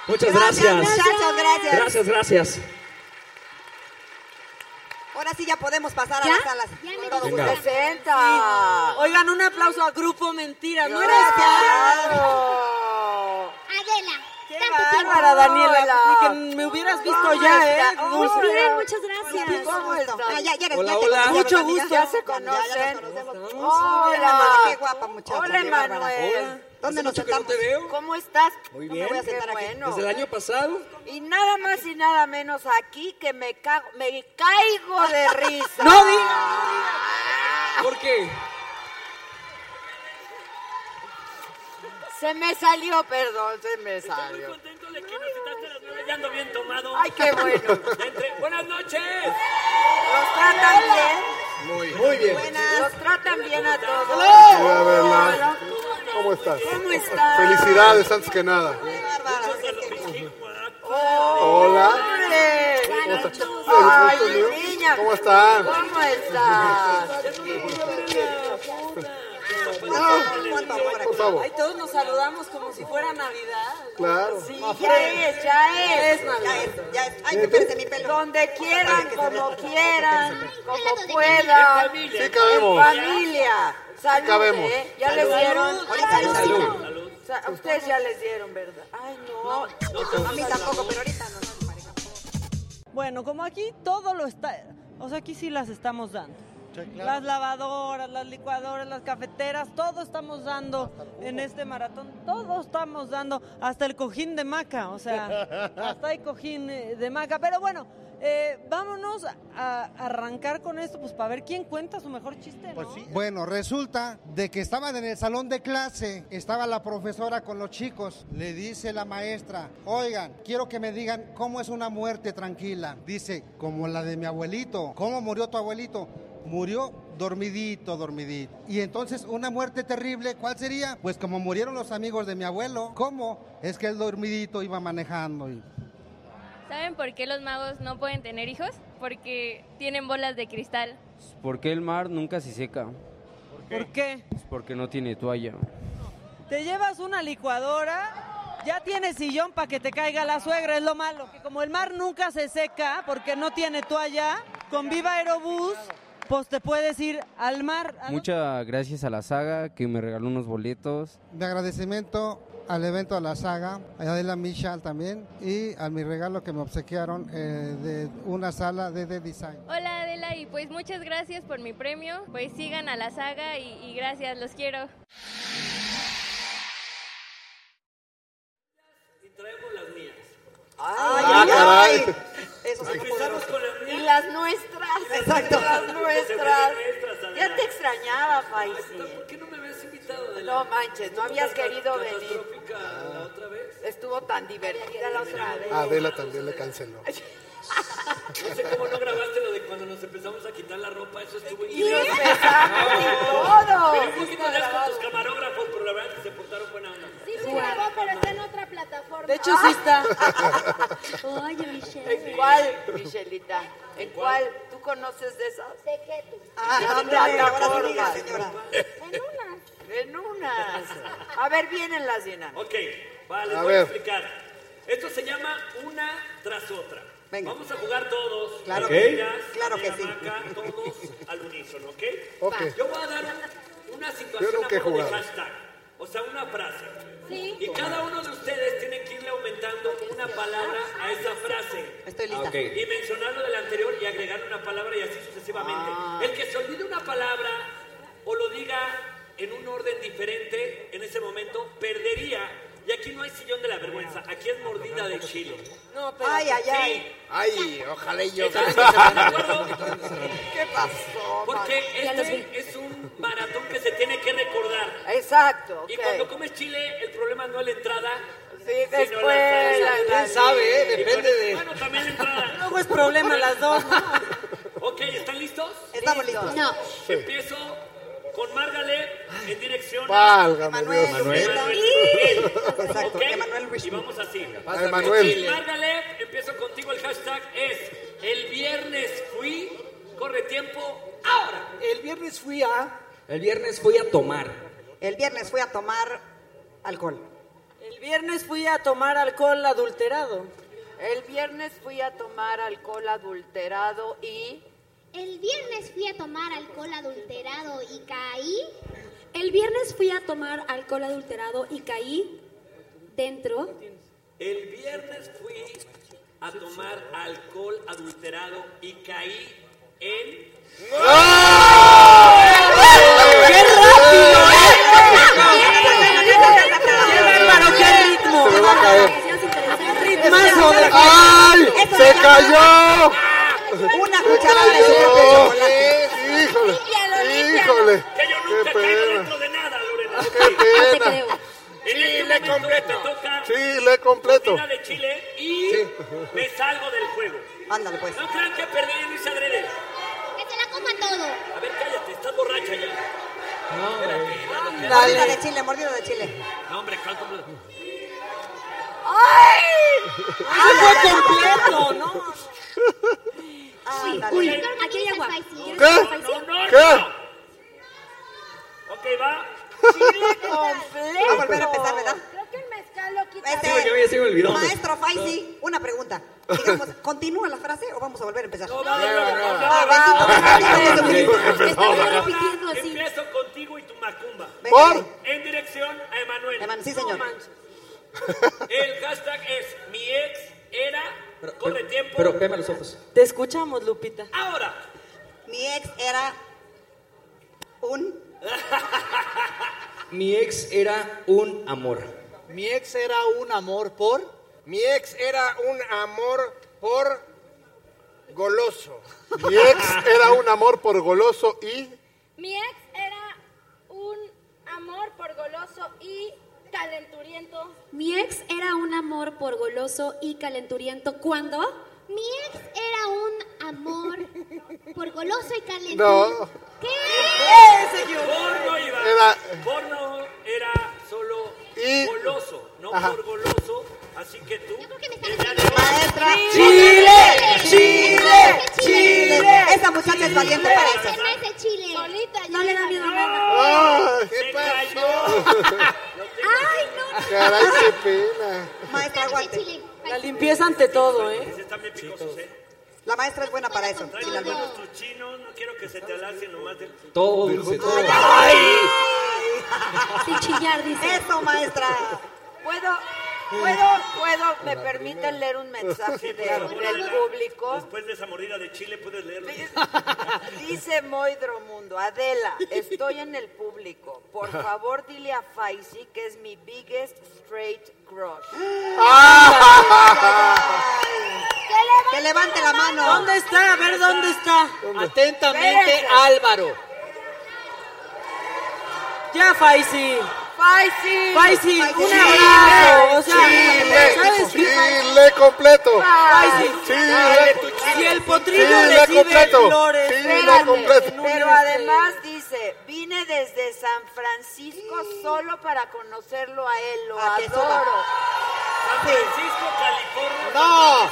[SPEAKER 16] Muchas gracias.
[SPEAKER 22] Gracias, muchachos, gracias.
[SPEAKER 16] Gracias, gracias.
[SPEAKER 22] Ahora sí ya podemos pasar a
[SPEAKER 4] ¿Ya?
[SPEAKER 22] las salas. Con todo
[SPEAKER 16] Venga.
[SPEAKER 22] gusto.
[SPEAKER 4] Presenta. Oigan, un aplauso a Grupo Mentiras. ¿No era
[SPEAKER 22] Gracias.
[SPEAKER 4] esperado?
[SPEAKER 26] Adela.
[SPEAKER 4] ¿Qué?
[SPEAKER 26] tanto tiempo.
[SPEAKER 4] bárbara, Daniela.
[SPEAKER 26] Hola.
[SPEAKER 4] Ni que me hubieras visto
[SPEAKER 26] ¿Cómo
[SPEAKER 4] ya, ¿eh?
[SPEAKER 26] está?
[SPEAKER 4] Dulce.
[SPEAKER 26] Muy bien, muchas gracias.
[SPEAKER 4] ¿Cómo estás?
[SPEAKER 26] Ah, ya- ya eres-
[SPEAKER 4] hola,
[SPEAKER 26] ya te
[SPEAKER 4] hola.
[SPEAKER 26] conocía,
[SPEAKER 4] Mucho
[SPEAKER 26] ¿verdad?
[SPEAKER 4] gusto.
[SPEAKER 26] Ya se
[SPEAKER 4] conocen.
[SPEAKER 26] Hola.
[SPEAKER 4] Qué guapa, muchacha. Hola, Emanuel.
[SPEAKER 20] ¿Dónde nos sentamos?
[SPEAKER 4] ¿Cómo estás?
[SPEAKER 20] Muy
[SPEAKER 4] No
[SPEAKER 20] bien.
[SPEAKER 4] Me voy a sentar aquí. Bueno.
[SPEAKER 20] Desde el año pasado.
[SPEAKER 4] Y nada más y nada menos aquí que me cago, me caigo de risa. Ah.
[SPEAKER 20] No digas. ¿Por qué?
[SPEAKER 4] Se me salió, perdón, se me salió.
[SPEAKER 23] contento de que nos sentaste a las nueve, ya ando bien tomado.
[SPEAKER 4] Ay, qué bueno.
[SPEAKER 23] Entre- Buenas noches.
[SPEAKER 4] Los tratan bien.
[SPEAKER 12] Muy,
[SPEAKER 10] bien.
[SPEAKER 4] Los tratan bien a todos.
[SPEAKER 10] Hola, Adela. ¿Cómo estás?
[SPEAKER 4] ¿Cómo estás?
[SPEAKER 10] Felicidades antes que nada. Hola.
[SPEAKER 4] ¡Hombre! Ay, mi niña. ¿Cómo
[SPEAKER 10] están?
[SPEAKER 4] ¿Cómo estás?
[SPEAKER 10] Por favor.
[SPEAKER 4] Ay, todos nos saludamos como si fuera Navidad.
[SPEAKER 10] Claro.
[SPEAKER 4] Sí, ya es, ya es. Ya es, ya es. Ay, espérate, mi pelo. Donde quieran, como quieran, como puedan.
[SPEAKER 10] Sí cabemos.
[SPEAKER 4] En familia. Salud,
[SPEAKER 10] cabemos.
[SPEAKER 4] ¿eh? Ya
[SPEAKER 10] Salud.
[SPEAKER 4] les dieron.
[SPEAKER 10] Ahorita
[SPEAKER 4] Ay,
[SPEAKER 10] salud.
[SPEAKER 4] no. O sea, a ustedes ya les dieron, ¿verdad? Ay, no.
[SPEAKER 22] A mí tampoco, pero ahorita no.
[SPEAKER 1] Bueno, como aquí todo lo está, o sea, aquí sí las estamos dando.
[SPEAKER 22] claro.
[SPEAKER 1] Las lavadoras, las licuadoras, las cafeteras, todo estamos dando en este maratón, todo estamos dando, hasta el cojín de maca, o sea, hasta hay cojín eh, de maca. Pero bueno, eh, vámonos a, a arrancar con esto, pues para ver quién cuenta su mejor chiste, ¿no?
[SPEAKER 28] Bueno, resulta de que estaban en el salón de clase, estaba la profesora con los chicos. Le dice la maestra, oigan, quiero que me digan cómo es una muerte tranquila. Dice, como la de mi abuelito. ¿Cómo murió tu abuelito? Murió dormidito, dormidito. Y entonces, una muerte terrible, ¿cuál sería? Pues como murieron los amigos de mi abuelo. ¿Cómo? Es que el dormidito iba manejando. y-
[SPEAKER 29] ¿Saben por qué los magos no pueden tener hijos? Porque tienen bolas de cristal.
[SPEAKER 30] ¿Por qué el mar nunca se seca?
[SPEAKER 1] ¿Por qué?
[SPEAKER 30] Pues porque no tiene toalla.
[SPEAKER 1] Te llevas una licuadora, ya tienes sillón para que te caiga la suegra, es lo malo. Que como el mar nunca se seca porque no tiene toalla, con Viva Aerobús, pues te puedes ir al mar. ¿A dónde?
[SPEAKER 30] Muchas gracias a la saga que me regaló unos boletos.
[SPEAKER 28] De agradecimiento al evento de la saga, a Adela Michal también, y a mi regalo que me obsequiaron eh, de una sala de, de design.
[SPEAKER 29] Hola Adela y pues muchas gracias por mi premio. Pues sigan a la saga y, y gracias, los quiero.
[SPEAKER 23] Traemos las mías.
[SPEAKER 4] Ay,
[SPEAKER 23] Ah,
[SPEAKER 4] ay,
[SPEAKER 23] caray.
[SPEAKER 4] ay. Eso sí
[SPEAKER 23] Empezamos
[SPEAKER 4] pudo.
[SPEAKER 23] con las mías.
[SPEAKER 4] Y las nuestras.
[SPEAKER 23] Exacto.
[SPEAKER 4] Las nuestras.
[SPEAKER 23] Adela.
[SPEAKER 4] Ya te extrañaba, Faisy.
[SPEAKER 23] ¿Por qué no me habías invitado? Adela?
[SPEAKER 4] No manches, no
[SPEAKER 23] Estuvo
[SPEAKER 4] habías
[SPEAKER 23] tan
[SPEAKER 4] querido venir.
[SPEAKER 23] catastrófica la otra vez.
[SPEAKER 4] Estuvo tan divertida la otra vez.
[SPEAKER 12] Adela también le canceló.
[SPEAKER 23] No sé cómo no grabaste lo de cuando nos empezamos a quitar la ropa, eso estuvo
[SPEAKER 4] Y nos besamos y todo.
[SPEAKER 23] Pero un
[SPEAKER 4] Sí
[SPEAKER 23] poquito
[SPEAKER 4] está
[SPEAKER 23] más con
[SPEAKER 4] grabado.
[SPEAKER 23] tus camarógrafos, pero la verdad es que se portaron buena onda.
[SPEAKER 26] Sí, sí, grabó, pero está en otra plataforma.
[SPEAKER 4] De hecho, sí está.
[SPEAKER 26] Oye,
[SPEAKER 4] ¿En
[SPEAKER 26] Michelle.
[SPEAKER 4] cuál, Michelita? ¿En cuál? ¿Tú conoces de esas?
[SPEAKER 26] Sé que tú.
[SPEAKER 4] Ah,
[SPEAKER 26] ándale, ahora sí
[SPEAKER 4] plataformas.
[SPEAKER 26] diga, señora.
[SPEAKER 4] En unas. A ver, vienen las dinámicas.
[SPEAKER 23] Ok, vale, les
[SPEAKER 4] A
[SPEAKER 23] voy a
[SPEAKER 4] ver.
[SPEAKER 23] explicar. Esto se llama una tras otra.
[SPEAKER 22] Venga.
[SPEAKER 23] Vamos a jugar todos.
[SPEAKER 22] Claro
[SPEAKER 23] las
[SPEAKER 22] que sí.
[SPEAKER 23] niñas,
[SPEAKER 22] Claro que
[SPEAKER 23] la
[SPEAKER 22] sí.
[SPEAKER 23] hamaca, todos al unísono, ¿ok?
[SPEAKER 22] Ok.
[SPEAKER 23] Yo voy a dar un- una situación
[SPEAKER 22] Yo nunca he
[SPEAKER 23] a modo de
[SPEAKER 22] jugado.
[SPEAKER 23] hashtag. O sea, una frase.
[SPEAKER 26] Sí.
[SPEAKER 23] Y cada uno de ustedes tiene que irle aumentando una palabra a esa frase. Estoy
[SPEAKER 20] lista. Ah, ok.
[SPEAKER 23] Y mencionarlo del anterior y agregar una palabra y así sucesivamente. El que se olvide una palabra o lo diga en un orden diferente en ese momento, perdería. Y aquí no hay sillón de la vergüenza, aquí es mordida de chilo.
[SPEAKER 4] No,
[SPEAKER 23] pero-
[SPEAKER 4] Ay, ay, ay.
[SPEAKER 23] Sí.
[SPEAKER 3] Ay, ojalá y yo.
[SPEAKER 23] Entonces, ¿están de acuerdo?
[SPEAKER 4] ¿Qué pasó?
[SPEAKER 23] Porque
[SPEAKER 4] Manuel?
[SPEAKER 23] este es un maratón que se tiene que recordar.
[SPEAKER 4] Exacto. ok.
[SPEAKER 23] Y cuando comes chile, el problema no es la entrada.
[SPEAKER 4] después,
[SPEAKER 23] sino salsa.
[SPEAKER 4] la- ¿Quién la- sabe, eh?
[SPEAKER 23] Y
[SPEAKER 4] Depende
[SPEAKER 23] con-
[SPEAKER 4] de-
[SPEAKER 23] Bueno, también la entrada.
[SPEAKER 4] Luego es problema las dos,
[SPEAKER 23] Ok, ¿están listos?
[SPEAKER 4] Estamos listos. No. Sí.
[SPEAKER 23] Empiezo con Márgale en dirección
[SPEAKER 12] Válgame
[SPEAKER 23] Emanuel.
[SPEAKER 12] Dios. Emanuel.
[SPEAKER 23] Emanuel.
[SPEAKER 12] Sí.
[SPEAKER 23] Exacto, Y vamos así.
[SPEAKER 12] Pásame Emanuel.
[SPEAKER 23] Y
[SPEAKER 12] chile.
[SPEAKER 23] Márgale, empiezo contigo el hashtag, es el viernes fui, corre tiempo, ahora.
[SPEAKER 20] El viernes fui a. El viernes fui a tomar.
[SPEAKER 22] El viernes fui a tomar alcohol.
[SPEAKER 4] El viernes fui a tomar alcohol adulterado. El viernes fui a tomar alcohol adulterado y...
[SPEAKER 26] El viernes fui a tomar alcohol adulterado y caí.
[SPEAKER 25] El viernes fui a tomar alcohol adulterado y caí dentro
[SPEAKER 23] El viernes fui a tomar alcohol adulterado y caí en. ¡Qué rápido!
[SPEAKER 1] ¡Qué bárbaro! ¡Qué ritmo!
[SPEAKER 10] Se va a caer.
[SPEAKER 1] ¡Ritmazo!
[SPEAKER 10] ¡Ay!
[SPEAKER 1] Eso
[SPEAKER 10] ¡Se
[SPEAKER 1] ya-
[SPEAKER 10] cayó!
[SPEAKER 22] Una
[SPEAKER 1] cucharada de
[SPEAKER 10] ¡Cayó!
[SPEAKER 22] chocolate.
[SPEAKER 10] ¡Híjole! ¡Híjole! ¡Qué pena! Ah, ¡Qué pena!
[SPEAKER 23] Sí, le completo. Toca
[SPEAKER 10] Sí, le completo.
[SPEAKER 23] comida de Chile y me salgo del juego.
[SPEAKER 22] Ándale, pues.
[SPEAKER 23] No crean que perdí en Luis Adrede.
[SPEAKER 26] Que se la coma todo.
[SPEAKER 23] A ver, cállate, estás borracha ya.
[SPEAKER 22] Mordida de chile, mordida de chile.
[SPEAKER 23] No, hombre, ¿cuál completo?
[SPEAKER 22] ¡Ay!
[SPEAKER 1] ¡Algo
[SPEAKER 22] Ah.
[SPEAKER 1] completo! ¿no?
[SPEAKER 22] Ándale.
[SPEAKER 25] Uy, aquí hay agua. ¿Quieres
[SPEAKER 22] ¿Qué?
[SPEAKER 25] agua spicy?
[SPEAKER 23] Ok, va.
[SPEAKER 22] Va a volver a empezar, ¿verdad?
[SPEAKER 4] Creo que el mezcal lo quita.
[SPEAKER 22] Este,
[SPEAKER 20] Sí, porque ya se me olvidó.
[SPEAKER 22] Maestro Faisy, una pregunta. Digamos, ¿continúa la frase o vamos a volver a empezar? No,
[SPEAKER 23] no, no, no, no.
[SPEAKER 22] Ah, bendito, bendito, bendito.
[SPEAKER 23] Ahora Empiezo contigo y tu macumba.
[SPEAKER 22] ¿Por?
[SPEAKER 23] En dirección a Emanuel.
[SPEAKER 22] Eman- sí,
[SPEAKER 23] No
[SPEAKER 22] señor.
[SPEAKER 23] manches. El hashtag es mi ex era corre tiempo.
[SPEAKER 20] Pero pégame los ojos.
[SPEAKER 1] Te escuchamos, Lupita.
[SPEAKER 23] Ahora.
[SPEAKER 22] Mi ex era un...
[SPEAKER 20] Mi ex era un amor.
[SPEAKER 11] Mi ex era un amor por.
[SPEAKER 3] Mi ex era un amor por goloso.
[SPEAKER 10] Mi ex era un amor por goloso y...
[SPEAKER 4] Mi ex era un amor por goloso y calenturiento.
[SPEAKER 25] Mi ex era un amor por goloso y calenturiento cuando
[SPEAKER 26] Mi ex era un amor por goloso y caliente.
[SPEAKER 10] No.
[SPEAKER 26] ¿Qué?
[SPEAKER 23] Porno iba.
[SPEAKER 10] ¡Eh, Era-
[SPEAKER 23] Porno era solo
[SPEAKER 10] Y-
[SPEAKER 23] goloso, no
[SPEAKER 10] Ajá.
[SPEAKER 23] por goloso. Así que tú.
[SPEAKER 22] Maestra.
[SPEAKER 23] ¡Chile! ¡Chile!
[SPEAKER 22] ¡Chile! Esta muchacha es valiente para eso.
[SPEAKER 26] Ese chile. Solita,
[SPEAKER 25] no le da miedo
[SPEAKER 10] ¡Ah!
[SPEAKER 23] ¿Qué pasó?
[SPEAKER 25] Ay, no.
[SPEAKER 10] ¡Caray, qué pena!
[SPEAKER 22] Maestra, aguante.
[SPEAKER 1] La limpieza ante todo, ¿eh?
[SPEAKER 23] Están bien picosos, ¿eh?
[SPEAKER 22] La maestra es buena para eso.
[SPEAKER 23] Trae
[SPEAKER 22] sí, la
[SPEAKER 23] los
[SPEAKER 22] verdad.
[SPEAKER 23] buenos tus chinos, no quiero que se te alacen nomás del...
[SPEAKER 20] Todo dulce, todo.
[SPEAKER 25] Sin chillar, dice.
[SPEAKER 22] Eso, maestra.
[SPEAKER 4] ¿Puedo, puedo, puedo, me permiten leer un mensaje de- del público?
[SPEAKER 23] Después de esa mordida de chile puedes leerlo.
[SPEAKER 4] Dice Moidro Mundo, Adela, estoy en el público. Por favor, dile a Faisy que es mi biggest straight crush.
[SPEAKER 23] Ah,
[SPEAKER 22] Que levante la mano.
[SPEAKER 1] ¿Dónde está? A ver, ¿dónde está?
[SPEAKER 11] Atentamente,
[SPEAKER 4] Espérense.
[SPEAKER 11] Álvaro.
[SPEAKER 1] Ya, Faisy.
[SPEAKER 4] Faisy.
[SPEAKER 1] Faisy, un
[SPEAKER 22] Chile,
[SPEAKER 1] abrazo. O sea,
[SPEAKER 10] ¡Chile!
[SPEAKER 1] ¿sabes qué?
[SPEAKER 10] ¡Chile completo!
[SPEAKER 1] Faisy,
[SPEAKER 10] ¡Chile!
[SPEAKER 1] si el potrillo
[SPEAKER 10] ¡Chile
[SPEAKER 1] recibe
[SPEAKER 10] completo!
[SPEAKER 1] flores,
[SPEAKER 10] ¡Chile
[SPEAKER 4] Espérate,
[SPEAKER 10] completo!
[SPEAKER 4] Pero además dice, vine desde San Francisco solo para conocerlo a él, lo
[SPEAKER 22] A que
[SPEAKER 4] adoro.
[SPEAKER 23] San Francisco, California.
[SPEAKER 11] No.
[SPEAKER 23] San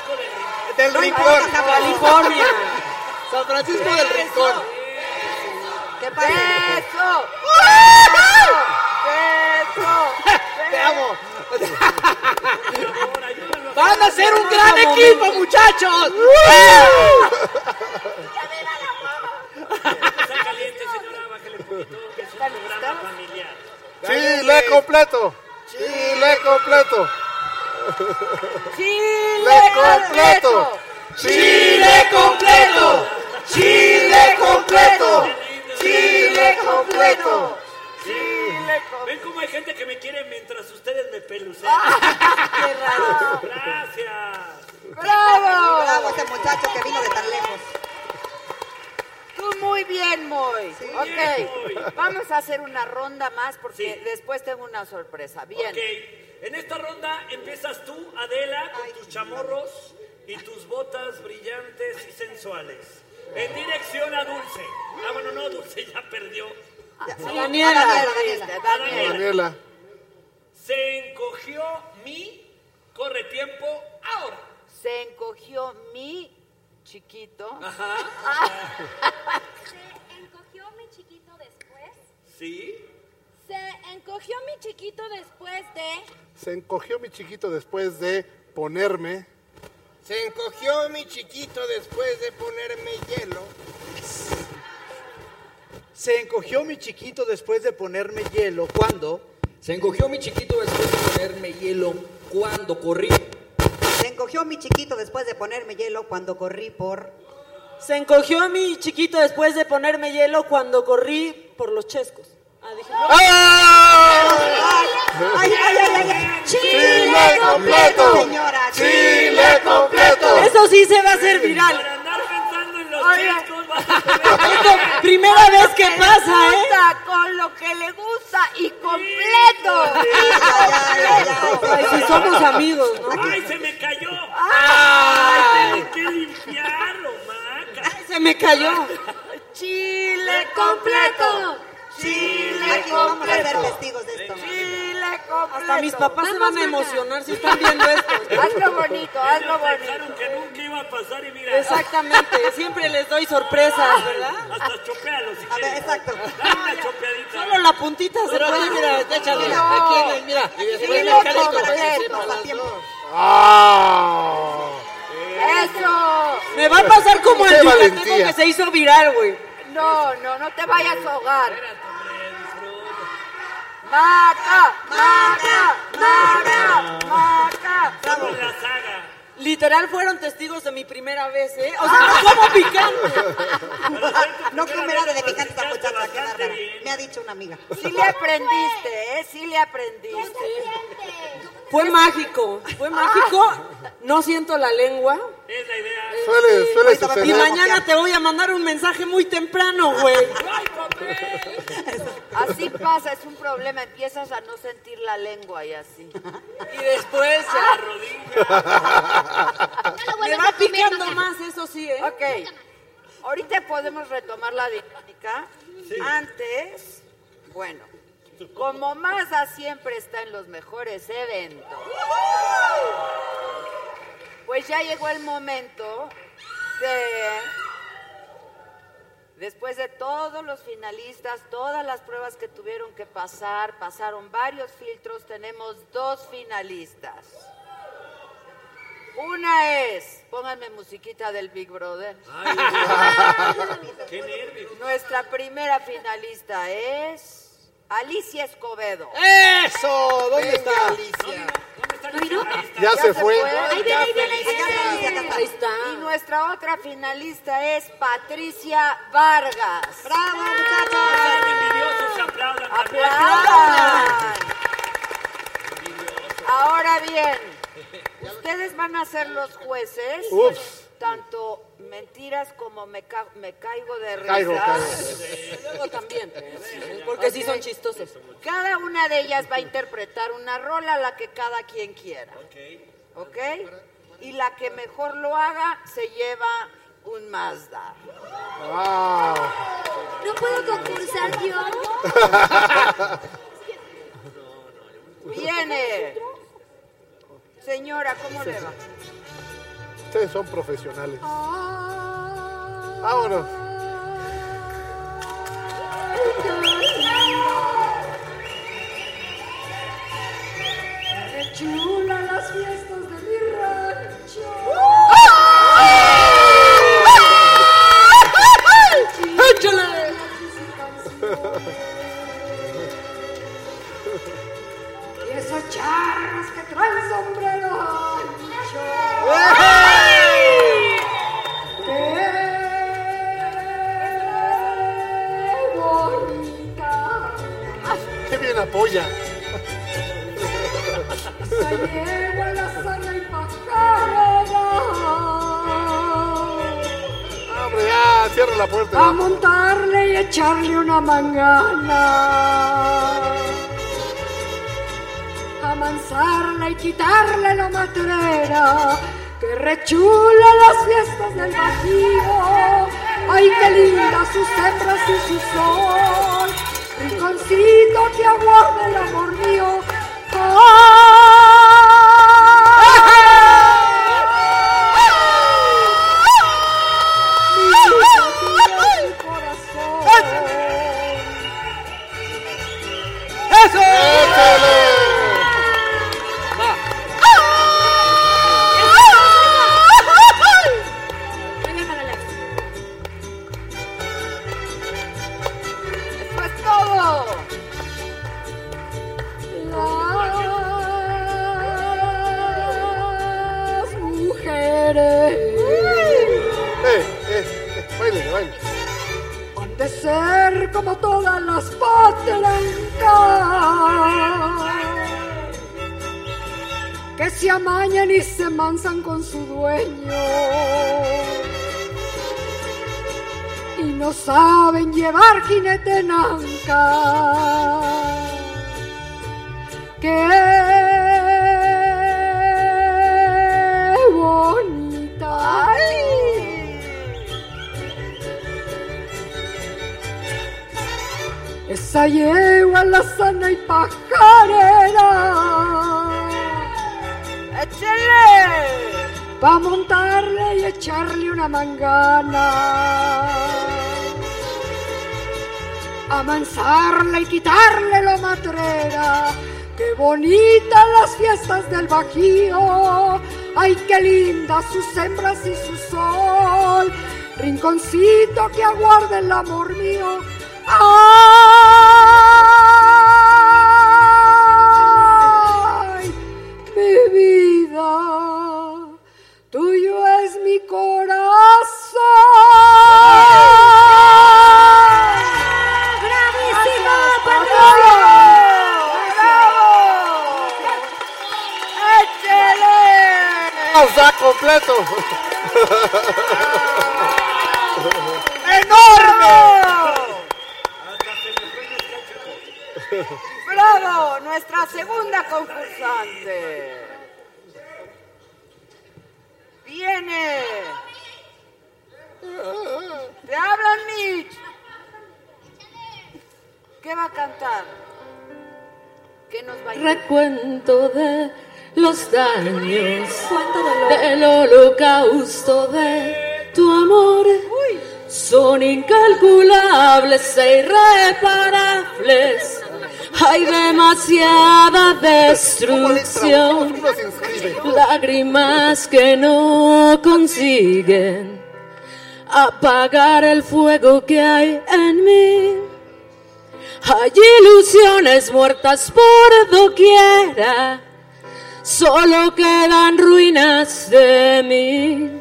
[SPEAKER 23] Francisco del Rincón.
[SPEAKER 11] Del
[SPEAKER 22] No
[SPEAKER 11] rincón.
[SPEAKER 22] importa,
[SPEAKER 1] California.
[SPEAKER 11] San Francisco del Rincón.
[SPEAKER 22] ¿Qué pasa?
[SPEAKER 4] ¡Beso! ¡Beso!
[SPEAKER 11] Te amo.
[SPEAKER 23] Por ayúdalo.
[SPEAKER 11] Van a ser un gran equipo, muchachos.
[SPEAKER 16] ¡Eh!
[SPEAKER 23] Está caliente, señora, bájale un poquito. que Es un programa familiar.
[SPEAKER 10] ¡Chile completo! ¡Chile completo!
[SPEAKER 4] ¡Chile
[SPEAKER 10] ¡Chile completo! ¡Chile completo! ¡Chile completo! ¡Chile completo!
[SPEAKER 23] Ven cómo hay gente que me quiere mientras ustedes me pelucean.
[SPEAKER 22] Qué raro.
[SPEAKER 23] Gracias.
[SPEAKER 4] ¡Bravo!
[SPEAKER 22] Bravo ese muchacho que vino de tan lejos.
[SPEAKER 4] Tú muy bien, Moy.
[SPEAKER 23] bien,
[SPEAKER 4] ok, vamos a hacer una ronda más porque
[SPEAKER 23] Sí.
[SPEAKER 4] después tengo una sorpresa. Bien.
[SPEAKER 23] Ok, en esta ronda empiezas tú, Adela, con tus chamorros y tus botas brillantes y sensuales. En dirección a Dulce. Ah, bueno, no, Dulce ya perdió.
[SPEAKER 1] Daniela.
[SPEAKER 22] A
[SPEAKER 3] Ah,
[SPEAKER 22] Daniela, Daniela.
[SPEAKER 4] Daniela.
[SPEAKER 10] Daniela.
[SPEAKER 23] Se encogió mi corre tiempo ahora.
[SPEAKER 4] Se encogió mi chiquito.
[SPEAKER 6] Se encogió mi chiquito después.
[SPEAKER 23] ¿Sí?
[SPEAKER 6] Se encogió mi chiquito después de.
[SPEAKER 10] Se encogió mi chiquito después de ponerme.
[SPEAKER 3] Se encogió mi chiquito después de ponerme hielo.
[SPEAKER 11] Se encogió mi chiquito después de ponerme hielo. ¿Cuándo?
[SPEAKER 20] Se encogió mi chiquito después de ponerme hielo cuando corrí.
[SPEAKER 22] Se encogió mi chiquito después de ponerme hielo cuando corrí por...
[SPEAKER 1] Se encogió a mi chiquito después de ponerme hielo cuando corrí por los chescos. Ah, dije, no.
[SPEAKER 22] ¡Ay, ay, ay, ay, ay!
[SPEAKER 6] Chile
[SPEAKER 22] completo, señora,
[SPEAKER 6] Chile completo.
[SPEAKER 1] Eso sí se va a hacer viral.
[SPEAKER 23] Andar pensando en los
[SPEAKER 4] Oiga.
[SPEAKER 23] chicos.
[SPEAKER 1] Primera vez que
[SPEAKER 4] le
[SPEAKER 1] pasa, ¿eh?
[SPEAKER 4] gusta, Con lo que le gusta y completo.
[SPEAKER 1] Ay, si somos amigos, ¿no?
[SPEAKER 23] ¡Ay, se me cayó! ¡Ay, tengo que limpiarlo, maca!
[SPEAKER 1] Se me cayó.
[SPEAKER 4] Chile completo. Chile
[SPEAKER 22] Aquí vamos a ser
[SPEAKER 4] completo.
[SPEAKER 22] testigos de esto.
[SPEAKER 4] Chile completo.
[SPEAKER 1] Hasta mis papás se van a emocionar si están viendo esto.
[SPEAKER 4] Hazlo bonito, hazlo
[SPEAKER 23] Ellos pensaron
[SPEAKER 4] bonito.
[SPEAKER 23] que nunca iba a pasar y mira.
[SPEAKER 1] Exactamente, siempre les doy sorpresas, ¿verdad?
[SPEAKER 23] Hasta chopealo, si
[SPEAKER 22] A ver,
[SPEAKER 23] quieres.
[SPEAKER 22] exacto.
[SPEAKER 23] Dame una chopeadita.
[SPEAKER 1] Solo la puntita se puede, mira, échale. Aquí en el- mira.
[SPEAKER 4] Chile
[SPEAKER 1] pues,
[SPEAKER 4] completo.
[SPEAKER 16] Ah.
[SPEAKER 4] Eso.
[SPEAKER 1] Me va a pasar como
[SPEAKER 12] Qué
[SPEAKER 1] el yucateco
[SPEAKER 12] valentía.
[SPEAKER 1] que se hizo viral, güey.
[SPEAKER 4] No, no, no te vayas a ahogar. Maca, maca, maca, maca.
[SPEAKER 23] Solo la saga.
[SPEAKER 1] Literal fueron testigos de mi primera vez, ¿eh? O sea, no como picante.
[SPEAKER 22] No comerá de picante esta
[SPEAKER 23] Bastante
[SPEAKER 22] muchacha, qué bárbara.
[SPEAKER 23] bien.
[SPEAKER 22] Me ha dicho una amiga.
[SPEAKER 4] Sí le aprendiste, ¿eh? Sí le aprendiste.
[SPEAKER 1] Fue mágico, fue mágico. No siento la lengua.
[SPEAKER 23] Es la idea.
[SPEAKER 12] Suele, suele
[SPEAKER 22] Pero
[SPEAKER 12] suceder.
[SPEAKER 1] Y
[SPEAKER 22] no,
[SPEAKER 1] mañana te voy a mandar un mensaje muy temprano, güey.
[SPEAKER 4] Así pasa, es un problema. Empiezas a no sentir la lengua y así.
[SPEAKER 1] Y después ya.
[SPEAKER 26] No lo
[SPEAKER 1] Me
[SPEAKER 26] vuelvas
[SPEAKER 1] va
[SPEAKER 26] a comer
[SPEAKER 1] picando
[SPEAKER 26] nunca.
[SPEAKER 1] más, eso sí, ¿eh?
[SPEAKER 4] Ok. Ahorita podemos retomar la dinámica. Antes, bueno, como Mazda siempre está en los mejores eventos, pues ya llegó el momento de, después de todos los finalistas, todas las pruebas que tuvieron que pasar, pasaron varios filtros, tenemos dos finalistas. Una es, pónganme musiquita del Big Brother.
[SPEAKER 23] ¡Qué nervios!
[SPEAKER 4] Nuestra primera finalista es Alicia Escobedo.
[SPEAKER 11] ¡Eso! ¿Dónde está?
[SPEAKER 12] Ya se fue.
[SPEAKER 4] Ahí
[SPEAKER 12] Ya
[SPEAKER 4] viene, ahí
[SPEAKER 12] feliz.
[SPEAKER 4] viene, ahí viene.
[SPEAKER 1] Ahí está.
[SPEAKER 4] Y nuestra otra finalista es Patricia Vargas.
[SPEAKER 22] ¡Bravo,
[SPEAKER 23] No
[SPEAKER 22] muchachos!
[SPEAKER 23] sean envidiosos, aplaudan.
[SPEAKER 4] ¡Aplaudan! Ahora bien, ustedes van a ser los jueces. Tanto mentiras como me, ca- me caigo de risa.
[SPEAKER 12] Caigo, caigo.
[SPEAKER 1] Luego también. Porque sí son chistosos.
[SPEAKER 4] Cada una de ellas va a interpretar una rola, la que cada quien quiera. ¿Ok? Y la que mejor lo haga se lleva un Mazda.
[SPEAKER 12] Ah,
[SPEAKER 26] No puedo concursar yo.
[SPEAKER 4] Viene. Señora, ¿cómo le va?
[SPEAKER 12] Ustedes son profesionales. Vámonos.
[SPEAKER 6] Chula las fiestas de mi rancho. ¡Échale! Y esos charros que traen sombrero ancho. ¡Qué bonita!
[SPEAKER 12] Qué bien apoya.
[SPEAKER 6] Se lleva la sana y pajarera.
[SPEAKER 12] Ah, Hombre, ya, cierra la puerta.
[SPEAKER 6] a montarle y echarle una mangana, a manzarle y quitarle la matrera, que rechula las fiestas del Bajío, ay qué lindas sus hembras y su sol, rinconcito que aguarda el amor mío.
[SPEAKER 4] ¡Eso es todo!
[SPEAKER 6] La de ser como todas las patelancas que se amañan y se mansan con su dueño y no saben llevar jinete en anca qué bonita ¡Ay! esa yegua la sana y pajarera ¡Échale! Pa' montarle y echarle una mangana. Amansarle y quitarle lo matrera. ¡Qué bonitas las fiestas del Bajío! ¡Ay, qué lindas sus hembras y su sol! Rinconcito que aguarda el amor mío. ¡Ay! mi vida, tuyo es mi corazón. ¡Bravísimo,
[SPEAKER 3] ¡Bravo! ¡Échele!
[SPEAKER 12] Ah, O sea, completo.
[SPEAKER 3] ¡Enorme!
[SPEAKER 4] ¡Bravo! Nuestra segunda concursante. Viene. Te hablan, Mitch. ¿Qué va a cantar? ¿Qué nos va a
[SPEAKER 25] Recuento de los daños del holocausto de tu amor. Son incalculables e irreparables. Hay demasiada destrucción, lágrimas que no consiguen apagar el fuego que hay en mí. Hay ilusiones muertas por doquiera, solo quedan ruinas de mí.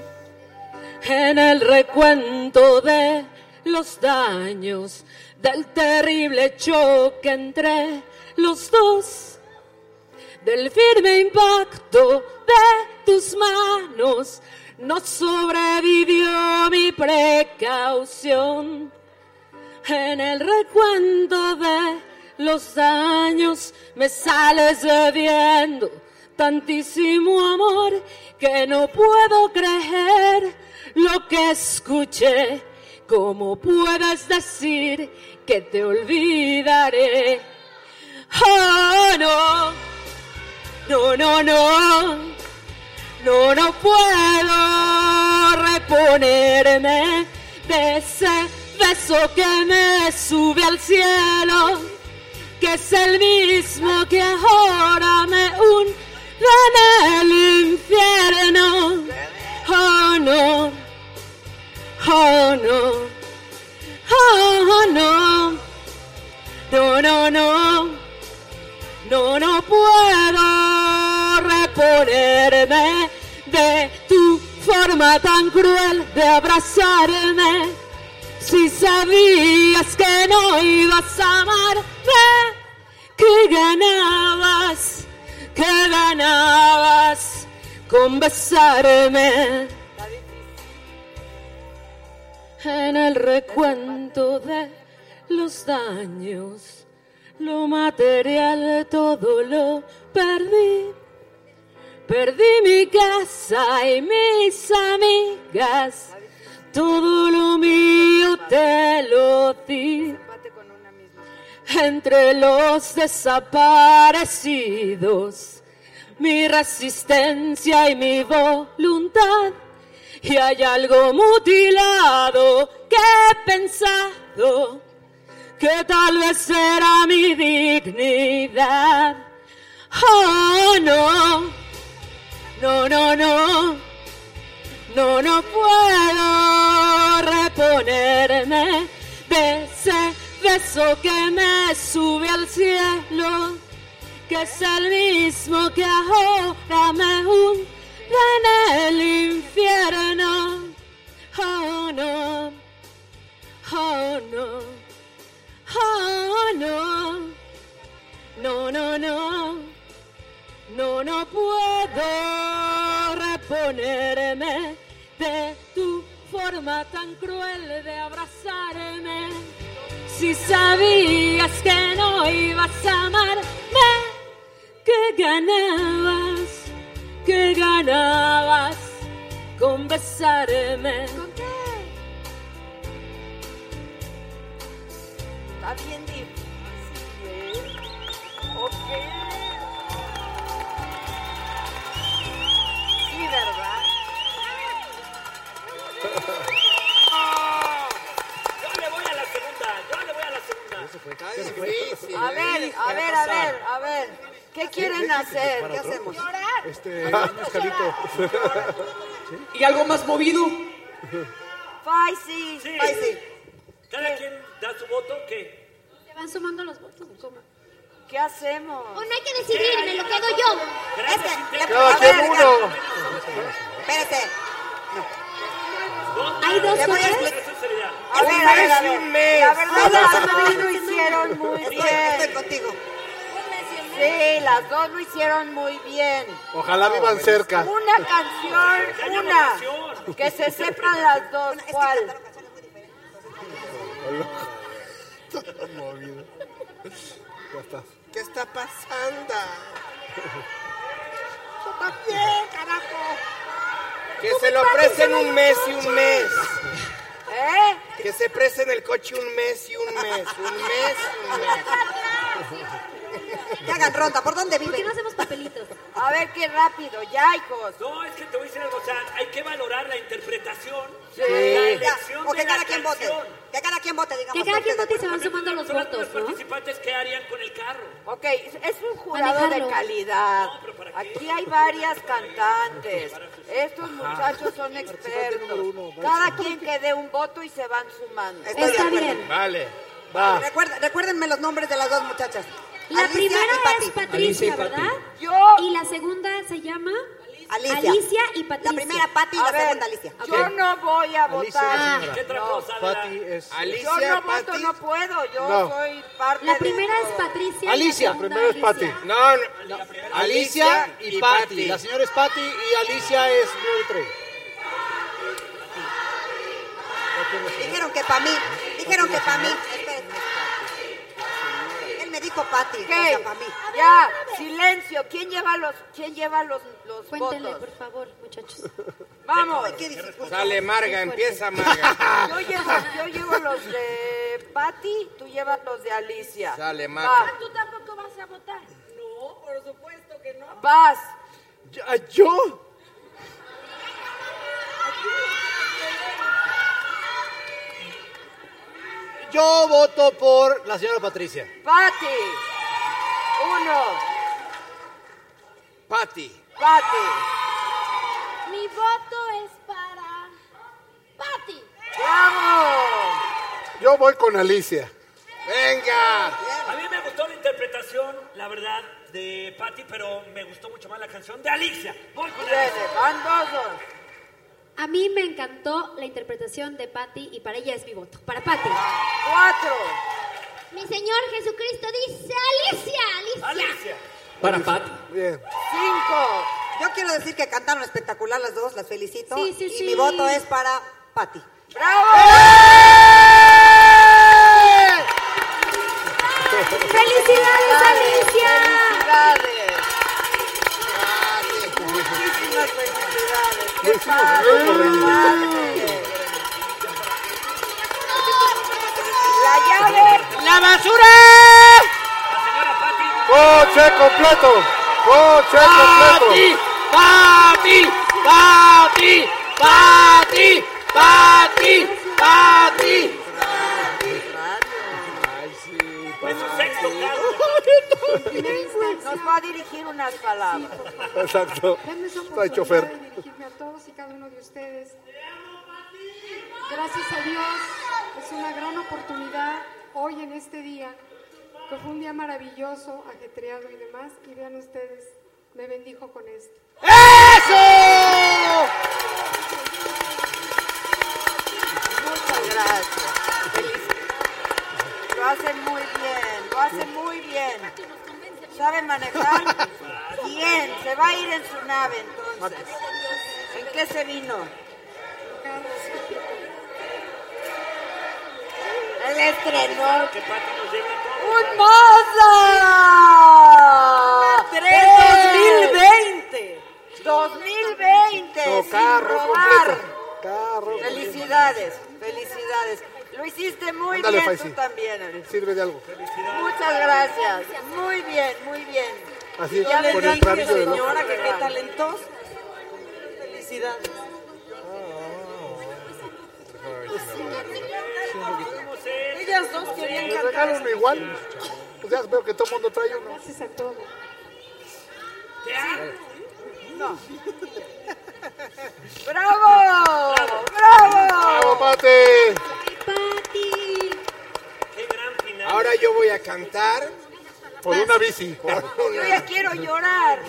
[SPEAKER 25] En el recuento de los daños del terrible choque entre los dos, del firme impacto de tus manos, no sobrevivió mi precaución en el recuento de los años me sales bebiendo tantísimo amor que no puedo creer lo que escuché. ¿Cómo puedes decir que te olvidaré? Oh, no, no, no, no, no, no puedo reponerme de ese beso que me sube al cielo, que es el mismo que ahora me hunde en el infierno. Oh no, oh no, oh no, no, no, no, no, no puedo reponerme de tu forma tan cruel de abrazarme. Si sabías que no ibas a amarme, que ganabas, que ganabas con besarme. En el recuento de los daños, lo material todo lo perdí. Perdí mi casa y mis amigas, todo lo mío te lo di. Entre los desaparecidos, mi resistencia y mi voluntad. Y hay algo mutilado que he pensado que tal vez será mi dignidad. Oh, no, no, no, no, no, no puedo reponerme de ese beso que me sube al cielo, que es el mismo que ahora me hunde en el infierno. Oh, no, Oh no, oh no, no, no, no, no, no puedo reponerme de tu forma tan cruel de abrazarme. Si sabías que no ibas a amarme, que ganabas, que ganabas con besarme.
[SPEAKER 4] Está bien difícil. ¿eh? Ok. Sí, ¿verdad?
[SPEAKER 23] Yo le voy a la segunda, yo le voy a la segunda.
[SPEAKER 4] A ver, a ver, a ver, a ver. ¿Qué quieren hacer? ¿Qué hacemos?
[SPEAKER 31] Este,
[SPEAKER 4] un
[SPEAKER 20] ¿Y algo más movido?
[SPEAKER 4] Fai, sí. Fai, sí.
[SPEAKER 23] Cada quien da su voto, ¿qué?
[SPEAKER 25] Se van sumando los votos. ¿cómo?
[SPEAKER 4] ¿Qué hacemos?
[SPEAKER 16] O no hay que decidir, me lo quedo yo. Este,
[SPEAKER 4] Le-
[SPEAKER 16] Cada
[SPEAKER 4] a ver,
[SPEAKER 16] quien
[SPEAKER 4] ya.
[SPEAKER 16] uno.
[SPEAKER 4] Espérate.
[SPEAKER 25] Hay dos
[SPEAKER 4] Le voy a
[SPEAKER 25] votos.
[SPEAKER 4] explicar.
[SPEAKER 25] A
[SPEAKER 4] A ver,
[SPEAKER 25] ver,
[SPEAKER 4] a ver, a ver.
[SPEAKER 25] un mes.
[SPEAKER 4] La verdad,
[SPEAKER 25] A ver,
[SPEAKER 4] las
[SPEAKER 25] a
[SPEAKER 4] dos
[SPEAKER 25] ver.
[SPEAKER 4] lo hicieron muy
[SPEAKER 22] Estoy-
[SPEAKER 4] bien.
[SPEAKER 22] estoy
[SPEAKER 4] contigo. Sí, las dos lo hicieron muy bien.
[SPEAKER 10] Ojalá vivan cerca.
[SPEAKER 4] Una canción, una. Que se sepan las dos. ¿Cuál?
[SPEAKER 10] Movido.
[SPEAKER 31] Ya está.
[SPEAKER 22] ¿Qué está pasando? Yo también, carajo.
[SPEAKER 3] Que se lo ofrecen un mes y un mes.
[SPEAKER 4] ¿Eh?
[SPEAKER 3] Que se presten el coche un mes y un mes. Un mes y un mes.
[SPEAKER 4] Que hagan ronda. ¿Por dónde viven? ¿Por qué no
[SPEAKER 25] hacemos papelitos?
[SPEAKER 4] A ver, qué rápido. Ya, hijos.
[SPEAKER 23] No, es que te voy a decir algo, o sea, hay que valorar la interpretación,
[SPEAKER 4] Sí.
[SPEAKER 23] la
[SPEAKER 4] Ya,
[SPEAKER 23] elección
[SPEAKER 4] o
[SPEAKER 23] de
[SPEAKER 4] que
[SPEAKER 23] la
[SPEAKER 4] cada quien vote.
[SPEAKER 23] canción.
[SPEAKER 4] Que cada quien vote, digamos.
[SPEAKER 25] Que cada quien vote y se van
[SPEAKER 4] Porque
[SPEAKER 25] sumando los
[SPEAKER 4] son las
[SPEAKER 25] votos, ¿no?
[SPEAKER 23] Participantes, ¿qué harían con el carro?
[SPEAKER 4] Ok, es un jurado
[SPEAKER 25] Manejarlo.
[SPEAKER 4] de calidad. Aquí hay varias cantantes. Estos muchachos son expertos. Cada quien que dé un voto y se van sumando.
[SPEAKER 22] Estoy de Está acuerdo. bien.
[SPEAKER 3] Vale. Ah.
[SPEAKER 22] Va. recuérdenme los nombres de las dos muchachas.
[SPEAKER 25] La
[SPEAKER 22] Alicia
[SPEAKER 25] primera
[SPEAKER 22] y Pati.
[SPEAKER 25] es Patricia, ¿verdad?
[SPEAKER 4] Yo.
[SPEAKER 25] Y la segunda se llama
[SPEAKER 22] Alicia.
[SPEAKER 25] Alicia y Patricia. La primera
[SPEAKER 22] Pati y la segunda Alicia.
[SPEAKER 4] Yo no voy a
[SPEAKER 25] Alicia
[SPEAKER 22] Ah,
[SPEAKER 25] es
[SPEAKER 4] votar. No.
[SPEAKER 25] una- ¿Qué otra cosa,
[SPEAKER 4] Pati
[SPEAKER 25] es-
[SPEAKER 4] yo no voto, no puedo. Yo
[SPEAKER 25] No.
[SPEAKER 4] soy parte
[SPEAKER 25] La primera
[SPEAKER 4] de
[SPEAKER 25] es Patricia.
[SPEAKER 32] Alicia, primero es Pati.
[SPEAKER 3] No, no.
[SPEAKER 32] Alicia y Pati. La señora es Pati y Alicia es Glory
[SPEAKER 22] Dijeron que para mí. Dijeron que para mí. Espérate. Él me dijo Pati. O sea, para mí.
[SPEAKER 4] Ya, silencio. ¿Quién lleva los, quién lleva los, los
[SPEAKER 25] Cuéntenle,
[SPEAKER 4] votos?
[SPEAKER 25] por favor, muchachos.
[SPEAKER 4] Vamos.
[SPEAKER 3] Sale, Marga, empieza, Marga.
[SPEAKER 4] Yo llevo, yo llevo los de Patty, tú llevas los de Alicia.
[SPEAKER 3] Sale, Maca.
[SPEAKER 4] Marta.
[SPEAKER 1] ¿Tú tampoco vas a votar? Ah, No, por supuesto que no.
[SPEAKER 4] Vas.
[SPEAKER 32] ¿Yo? Yo voto por la señora Patricia.
[SPEAKER 4] Patty. Uno.
[SPEAKER 3] Pati.
[SPEAKER 4] Patty.
[SPEAKER 1] Mi voto es para Patti.
[SPEAKER 4] ¡Bravo!
[SPEAKER 10] Yo voy con Alicia.
[SPEAKER 3] ¡Venga!
[SPEAKER 23] A mí me gustó la interpretación, la verdad, de Patty, pero me gustó mucho más la canción de Alicia. Voy con Alicia.
[SPEAKER 4] Van dos, dos.
[SPEAKER 25] A mí me encantó la interpretación de Patty y para ella es mi voto. Para Patty.
[SPEAKER 4] Cuatro.
[SPEAKER 16] Mi Señor Jesucristo dice, Alicia, Alicia.
[SPEAKER 20] Para Pati.
[SPEAKER 10] Bien.
[SPEAKER 4] Cinco.
[SPEAKER 22] Yo quiero decir que cantaron espectacular las dos, las felicito.
[SPEAKER 4] Sí, sí,
[SPEAKER 22] y
[SPEAKER 4] sí.
[SPEAKER 22] mi voto es para Pati. ¡Eh!
[SPEAKER 25] ¡Felicidades, Alicia!
[SPEAKER 4] ¡Felicidades! Muchísimas felicidades. ¡Qué padre, padre! ¡La llave!
[SPEAKER 32] ¡La basura!
[SPEAKER 10] ¡Coche completo! ¡Coche completo!
[SPEAKER 2] Pati, Pati, Pati, Pati, Pati.
[SPEAKER 23] Es un sexto caso.
[SPEAKER 4] Nos va a dirigir unas palabras.
[SPEAKER 10] Exacto.
[SPEAKER 6] Denme esa
[SPEAKER 10] Está el chofer.
[SPEAKER 6] oportunidad de dirigirme a todos y cada uno de ustedes. Gracias a Dios, es una gran oportunidad hoy en este día, que fue un día maravilloso, ajetreado y demás, y vean ustedes, me bendijo con esto.
[SPEAKER 4] ¡Eso! Muchas gracias. hacen muy bien, lo hacen muy bien. ¿Saben manejar? Bien, se va a ir en su nave entonces. ¿En qué se vino? El estrenó.
[SPEAKER 2] ¡Un Mazda!
[SPEAKER 4] ¡3 2020! ¡2020!
[SPEAKER 2] No,
[SPEAKER 4] sin
[SPEAKER 2] carro
[SPEAKER 4] robar.
[SPEAKER 2] completo.
[SPEAKER 4] Felicidades, felicidades. Lo hiciste muy
[SPEAKER 12] Ándale,
[SPEAKER 4] bien
[SPEAKER 12] Faisy.
[SPEAKER 4] tú también. Ari.
[SPEAKER 12] Sirve de algo.
[SPEAKER 4] Muchas gracias. Muy bien, muy bien.
[SPEAKER 12] Así,
[SPEAKER 1] Ya le
[SPEAKER 12] por el
[SPEAKER 1] dije,
[SPEAKER 12] rabillo del ojo.
[SPEAKER 1] señora, que qué talentos. Felicidades.
[SPEAKER 2] Ellas dos querían
[SPEAKER 12] ¿Me
[SPEAKER 2] cantar.
[SPEAKER 12] regalaron igual? Pues ya veo que todo el mundo trae uno.
[SPEAKER 15] Gracias a todos.
[SPEAKER 4] No. ¡Bravo! ¡Bravo!
[SPEAKER 12] ¡Bravo, Pate!
[SPEAKER 3] Ahora yo voy a cantar.
[SPEAKER 12] Por una bici.
[SPEAKER 1] Yo ya quiero llorar.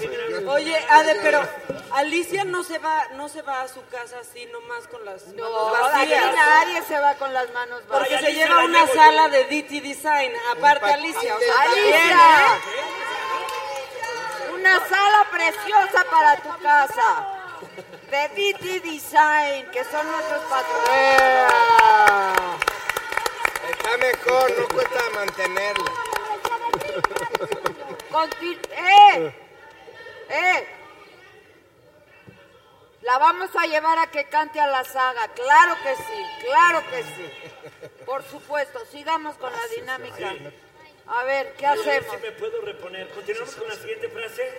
[SPEAKER 1] Oye, Ade, pero Alicia no se va, no se va a su casa así nomás con las
[SPEAKER 4] No,
[SPEAKER 1] manos vacías.
[SPEAKER 4] aquí nadie se va con las manos vacías.
[SPEAKER 1] Porque se lleva una sala de DT Design, aparte Alicia. O sea,
[SPEAKER 4] Alicia, una sala preciosa para tu casa. De DT Design, que son nuestros patrocinadores.
[SPEAKER 3] Está mejor, no cuesta mantenerla.
[SPEAKER 4] Conti- ¡Eh! ¡Eh! La vamos a llevar a que cante a la saga. Claro que sí, claro que sí. Por supuesto, sigamos con la dinámica. A ver, ¿qué hacemos?
[SPEAKER 23] si me puedo reponer. Continuamos con la siguiente frase.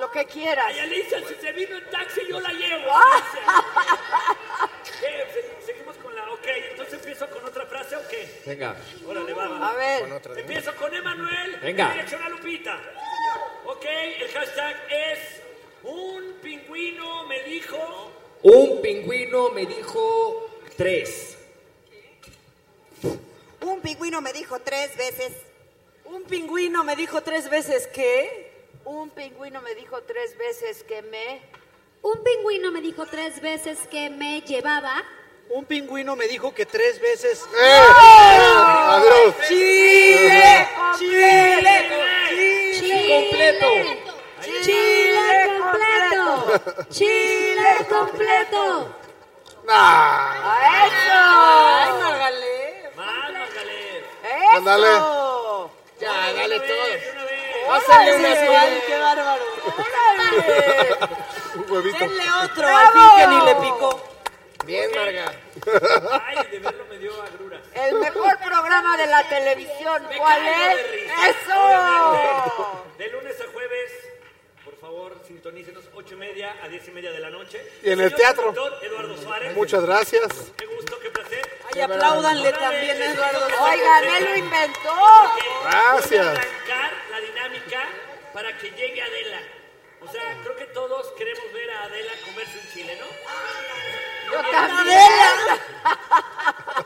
[SPEAKER 4] Lo que quieras.
[SPEAKER 23] Ay, Alicia, si se vino en taxi, yo la llevo.
[SPEAKER 4] Ah.
[SPEAKER 23] Eh, se- Seguimos con la. Ok, entonces empiezo con otra frase o qué?
[SPEAKER 20] Venga.
[SPEAKER 23] Órale, va, va.
[SPEAKER 20] A ver. Con otra de mí.
[SPEAKER 23] Empiezo con Emanuel.
[SPEAKER 20] Venga.
[SPEAKER 23] en Dirección a Lupita. Ok, el hashtag es. Un pingüino me dijo.
[SPEAKER 20] Un pingüino me dijo tres.
[SPEAKER 22] Un pingüino me dijo tres veces.
[SPEAKER 1] ¿eh? Un pingüino me dijo tres veces que.
[SPEAKER 4] Un pingüino me dijo tres veces que me.
[SPEAKER 26] Un pingüino me dijo tres veces que me llevaba.
[SPEAKER 11] Un pingüino me dijo que tres veces.
[SPEAKER 2] ¡Eh!
[SPEAKER 11] ¡Chile!
[SPEAKER 2] Chile, completo.
[SPEAKER 25] Chile completo. Chile completo.
[SPEAKER 4] ¡A eso!
[SPEAKER 1] ¡Ay, Margalé!
[SPEAKER 23] ¡Más, Margalé!
[SPEAKER 4] ¡Eso!
[SPEAKER 12] Ándale.
[SPEAKER 4] Ya, dale
[SPEAKER 23] todo.
[SPEAKER 12] Pásale
[SPEAKER 1] ¡Órale!
[SPEAKER 12] unas
[SPEAKER 1] ¡Ay, qué bárbaro!
[SPEAKER 12] Un huevito.
[SPEAKER 1] Denle otro,
[SPEAKER 4] ¡Bravo!
[SPEAKER 1] así que ni le picó.
[SPEAKER 3] Bien, Marga.
[SPEAKER 4] El mejor programa de la televisión, ¿cuál es? ¡Eso!
[SPEAKER 23] De lunes a jueves, por favor, sintonícenos 8 y media a 10 y media de la noche.
[SPEAKER 12] Y en el
[SPEAKER 23] Señor
[SPEAKER 12] teatro.
[SPEAKER 23] Doctor Eduardo Suárez.
[SPEAKER 12] Muchas gracias.
[SPEAKER 23] Qué gusto, qué placer.
[SPEAKER 1] Ay, apláudanle también a Eduardo.
[SPEAKER 4] Oigan, él lo inventó.
[SPEAKER 12] Gracias.
[SPEAKER 23] Voy a arrancar la dinámica para que llegue Adela. O sea, creo que todos queremos ver a Adela comerse un chile, ¿no?
[SPEAKER 4] Yo
[SPEAKER 23] Adela.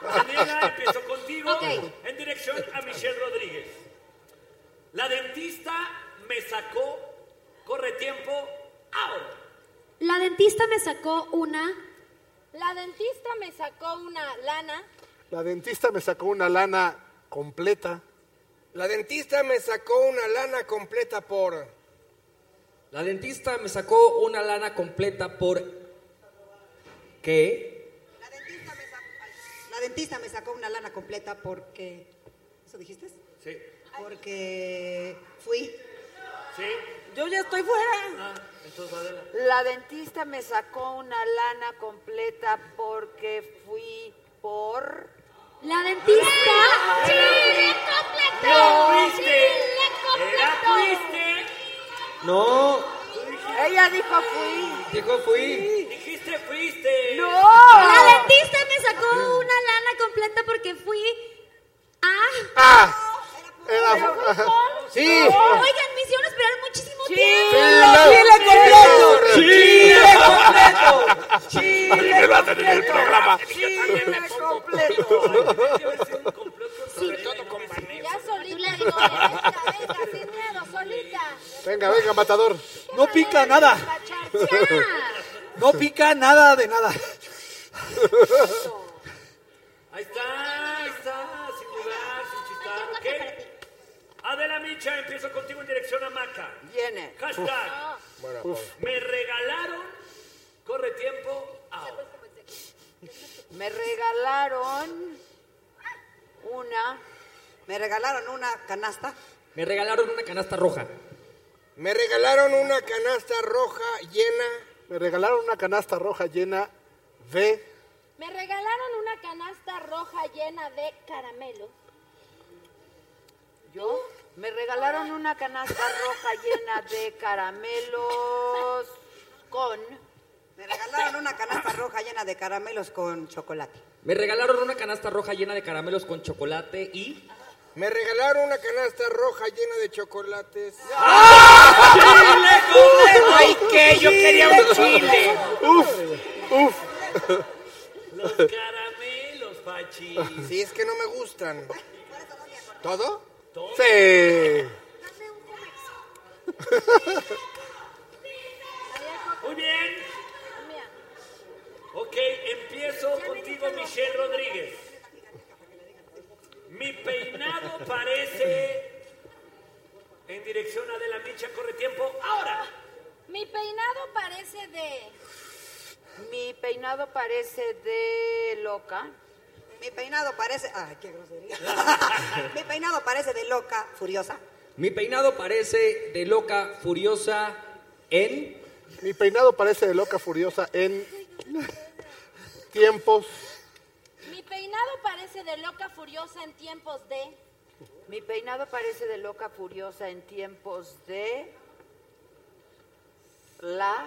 [SPEAKER 23] Adela, empiezo contigo en dirección a Michelle Rodríguez. La dentista me sacó, corre tiempo, ahora.
[SPEAKER 25] La dentista me sacó una.
[SPEAKER 2] La dentista me sacó una lana.
[SPEAKER 12] La dentista me sacó una lana completa.
[SPEAKER 3] La dentista me sacó una lana completa por.
[SPEAKER 20] La dentista me sacó una lana completa por. ¿Qué?
[SPEAKER 22] La dentista me sacó una lana completa porque. ¿Eso dijiste?
[SPEAKER 23] Sí.
[SPEAKER 22] Porque fui.
[SPEAKER 23] Sí.
[SPEAKER 1] Yo ya estoy fuera.
[SPEAKER 23] Ah, entonces Adela.
[SPEAKER 4] La dentista me sacó una lana completa porque fui por...
[SPEAKER 25] La dentista.
[SPEAKER 26] ¡Chile completo!
[SPEAKER 23] ¡No fuiste!
[SPEAKER 26] ¡Chile
[SPEAKER 23] ¡Era
[SPEAKER 26] completo!
[SPEAKER 23] fuiste!
[SPEAKER 20] No,
[SPEAKER 4] Ella dijo fui.
[SPEAKER 20] dijo fui.
[SPEAKER 23] Dijiste fuiste. Ah.
[SPEAKER 4] ¡No!
[SPEAKER 25] La dentista me sacó una lana completa porque fui a.
[SPEAKER 12] ¡Ah!
[SPEAKER 25] Pero fui por-
[SPEAKER 12] Sí.
[SPEAKER 25] Oigan, me hicieron esperar muchísimo tiempo.
[SPEAKER 2] Chile completo.
[SPEAKER 12] Chile
[SPEAKER 2] completo.
[SPEAKER 12] Ahí me matan en el programa.
[SPEAKER 4] Chile completo.
[SPEAKER 2] Ya solita, digo, venga, venga, sin miedo, solita.
[SPEAKER 12] Venga, venga, matador.
[SPEAKER 11] No pica nada. No pica nada de nada.
[SPEAKER 23] Ahí está, ahí está, sin dudar, sin chistar. plancha, empiezo contigo en dirección a Maca.
[SPEAKER 4] Viene.
[SPEAKER 23] Hashtag.
[SPEAKER 12] Bueno,
[SPEAKER 23] Me regalaron. Corre tiempo. Au.
[SPEAKER 4] Me regalaron una.
[SPEAKER 22] Me regalaron una canasta.
[SPEAKER 20] Me regalaron una canasta roja.
[SPEAKER 3] Me regalaron una canasta roja llena.
[SPEAKER 11] Me regalaron una canasta roja llena de.
[SPEAKER 2] Me regalaron una canasta roja llena de caramelos.
[SPEAKER 4] ¿Yo? Me regalaron una canasta roja llena de caramelos con...
[SPEAKER 22] Me regalaron una canasta roja llena de caramelos con chocolate.
[SPEAKER 20] Me regalaron una canasta roja llena de caramelos con chocolate y.
[SPEAKER 3] Me regalaron una canasta roja llena de chocolates.
[SPEAKER 23] ¡Ay, qué! Yo quería un chile.
[SPEAKER 3] ¡Uf! ¡Uf!
[SPEAKER 23] Los caramelos, Pachi.
[SPEAKER 3] Sí, es que no me gustan. ¿Todo?
[SPEAKER 23] Todo.
[SPEAKER 3] Sí.
[SPEAKER 23] Muy bien. Ok, empiezo contigo, Michelle Rodríguez. Mi peinado parece en dirección a De la Micha, corre tiempo. Ahora,
[SPEAKER 2] Mi peinado parece de.
[SPEAKER 4] Mi peinado parece de loca.
[SPEAKER 22] Mi peinado parece. ¡Ay, qué grosería! Mi peinado parece de loca furiosa.
[SPEAKER 20] Mi peinado parece de loca furiosa en.
[SPEAKER 11] Mi peinado parece de loca furiosa en tiempos.
[SPEAKER 2] Mi peinado parece de loca furiosa en tiempos de.
[SPEAKER 4] Mi peinado parece de loca furiosa en tiempos de la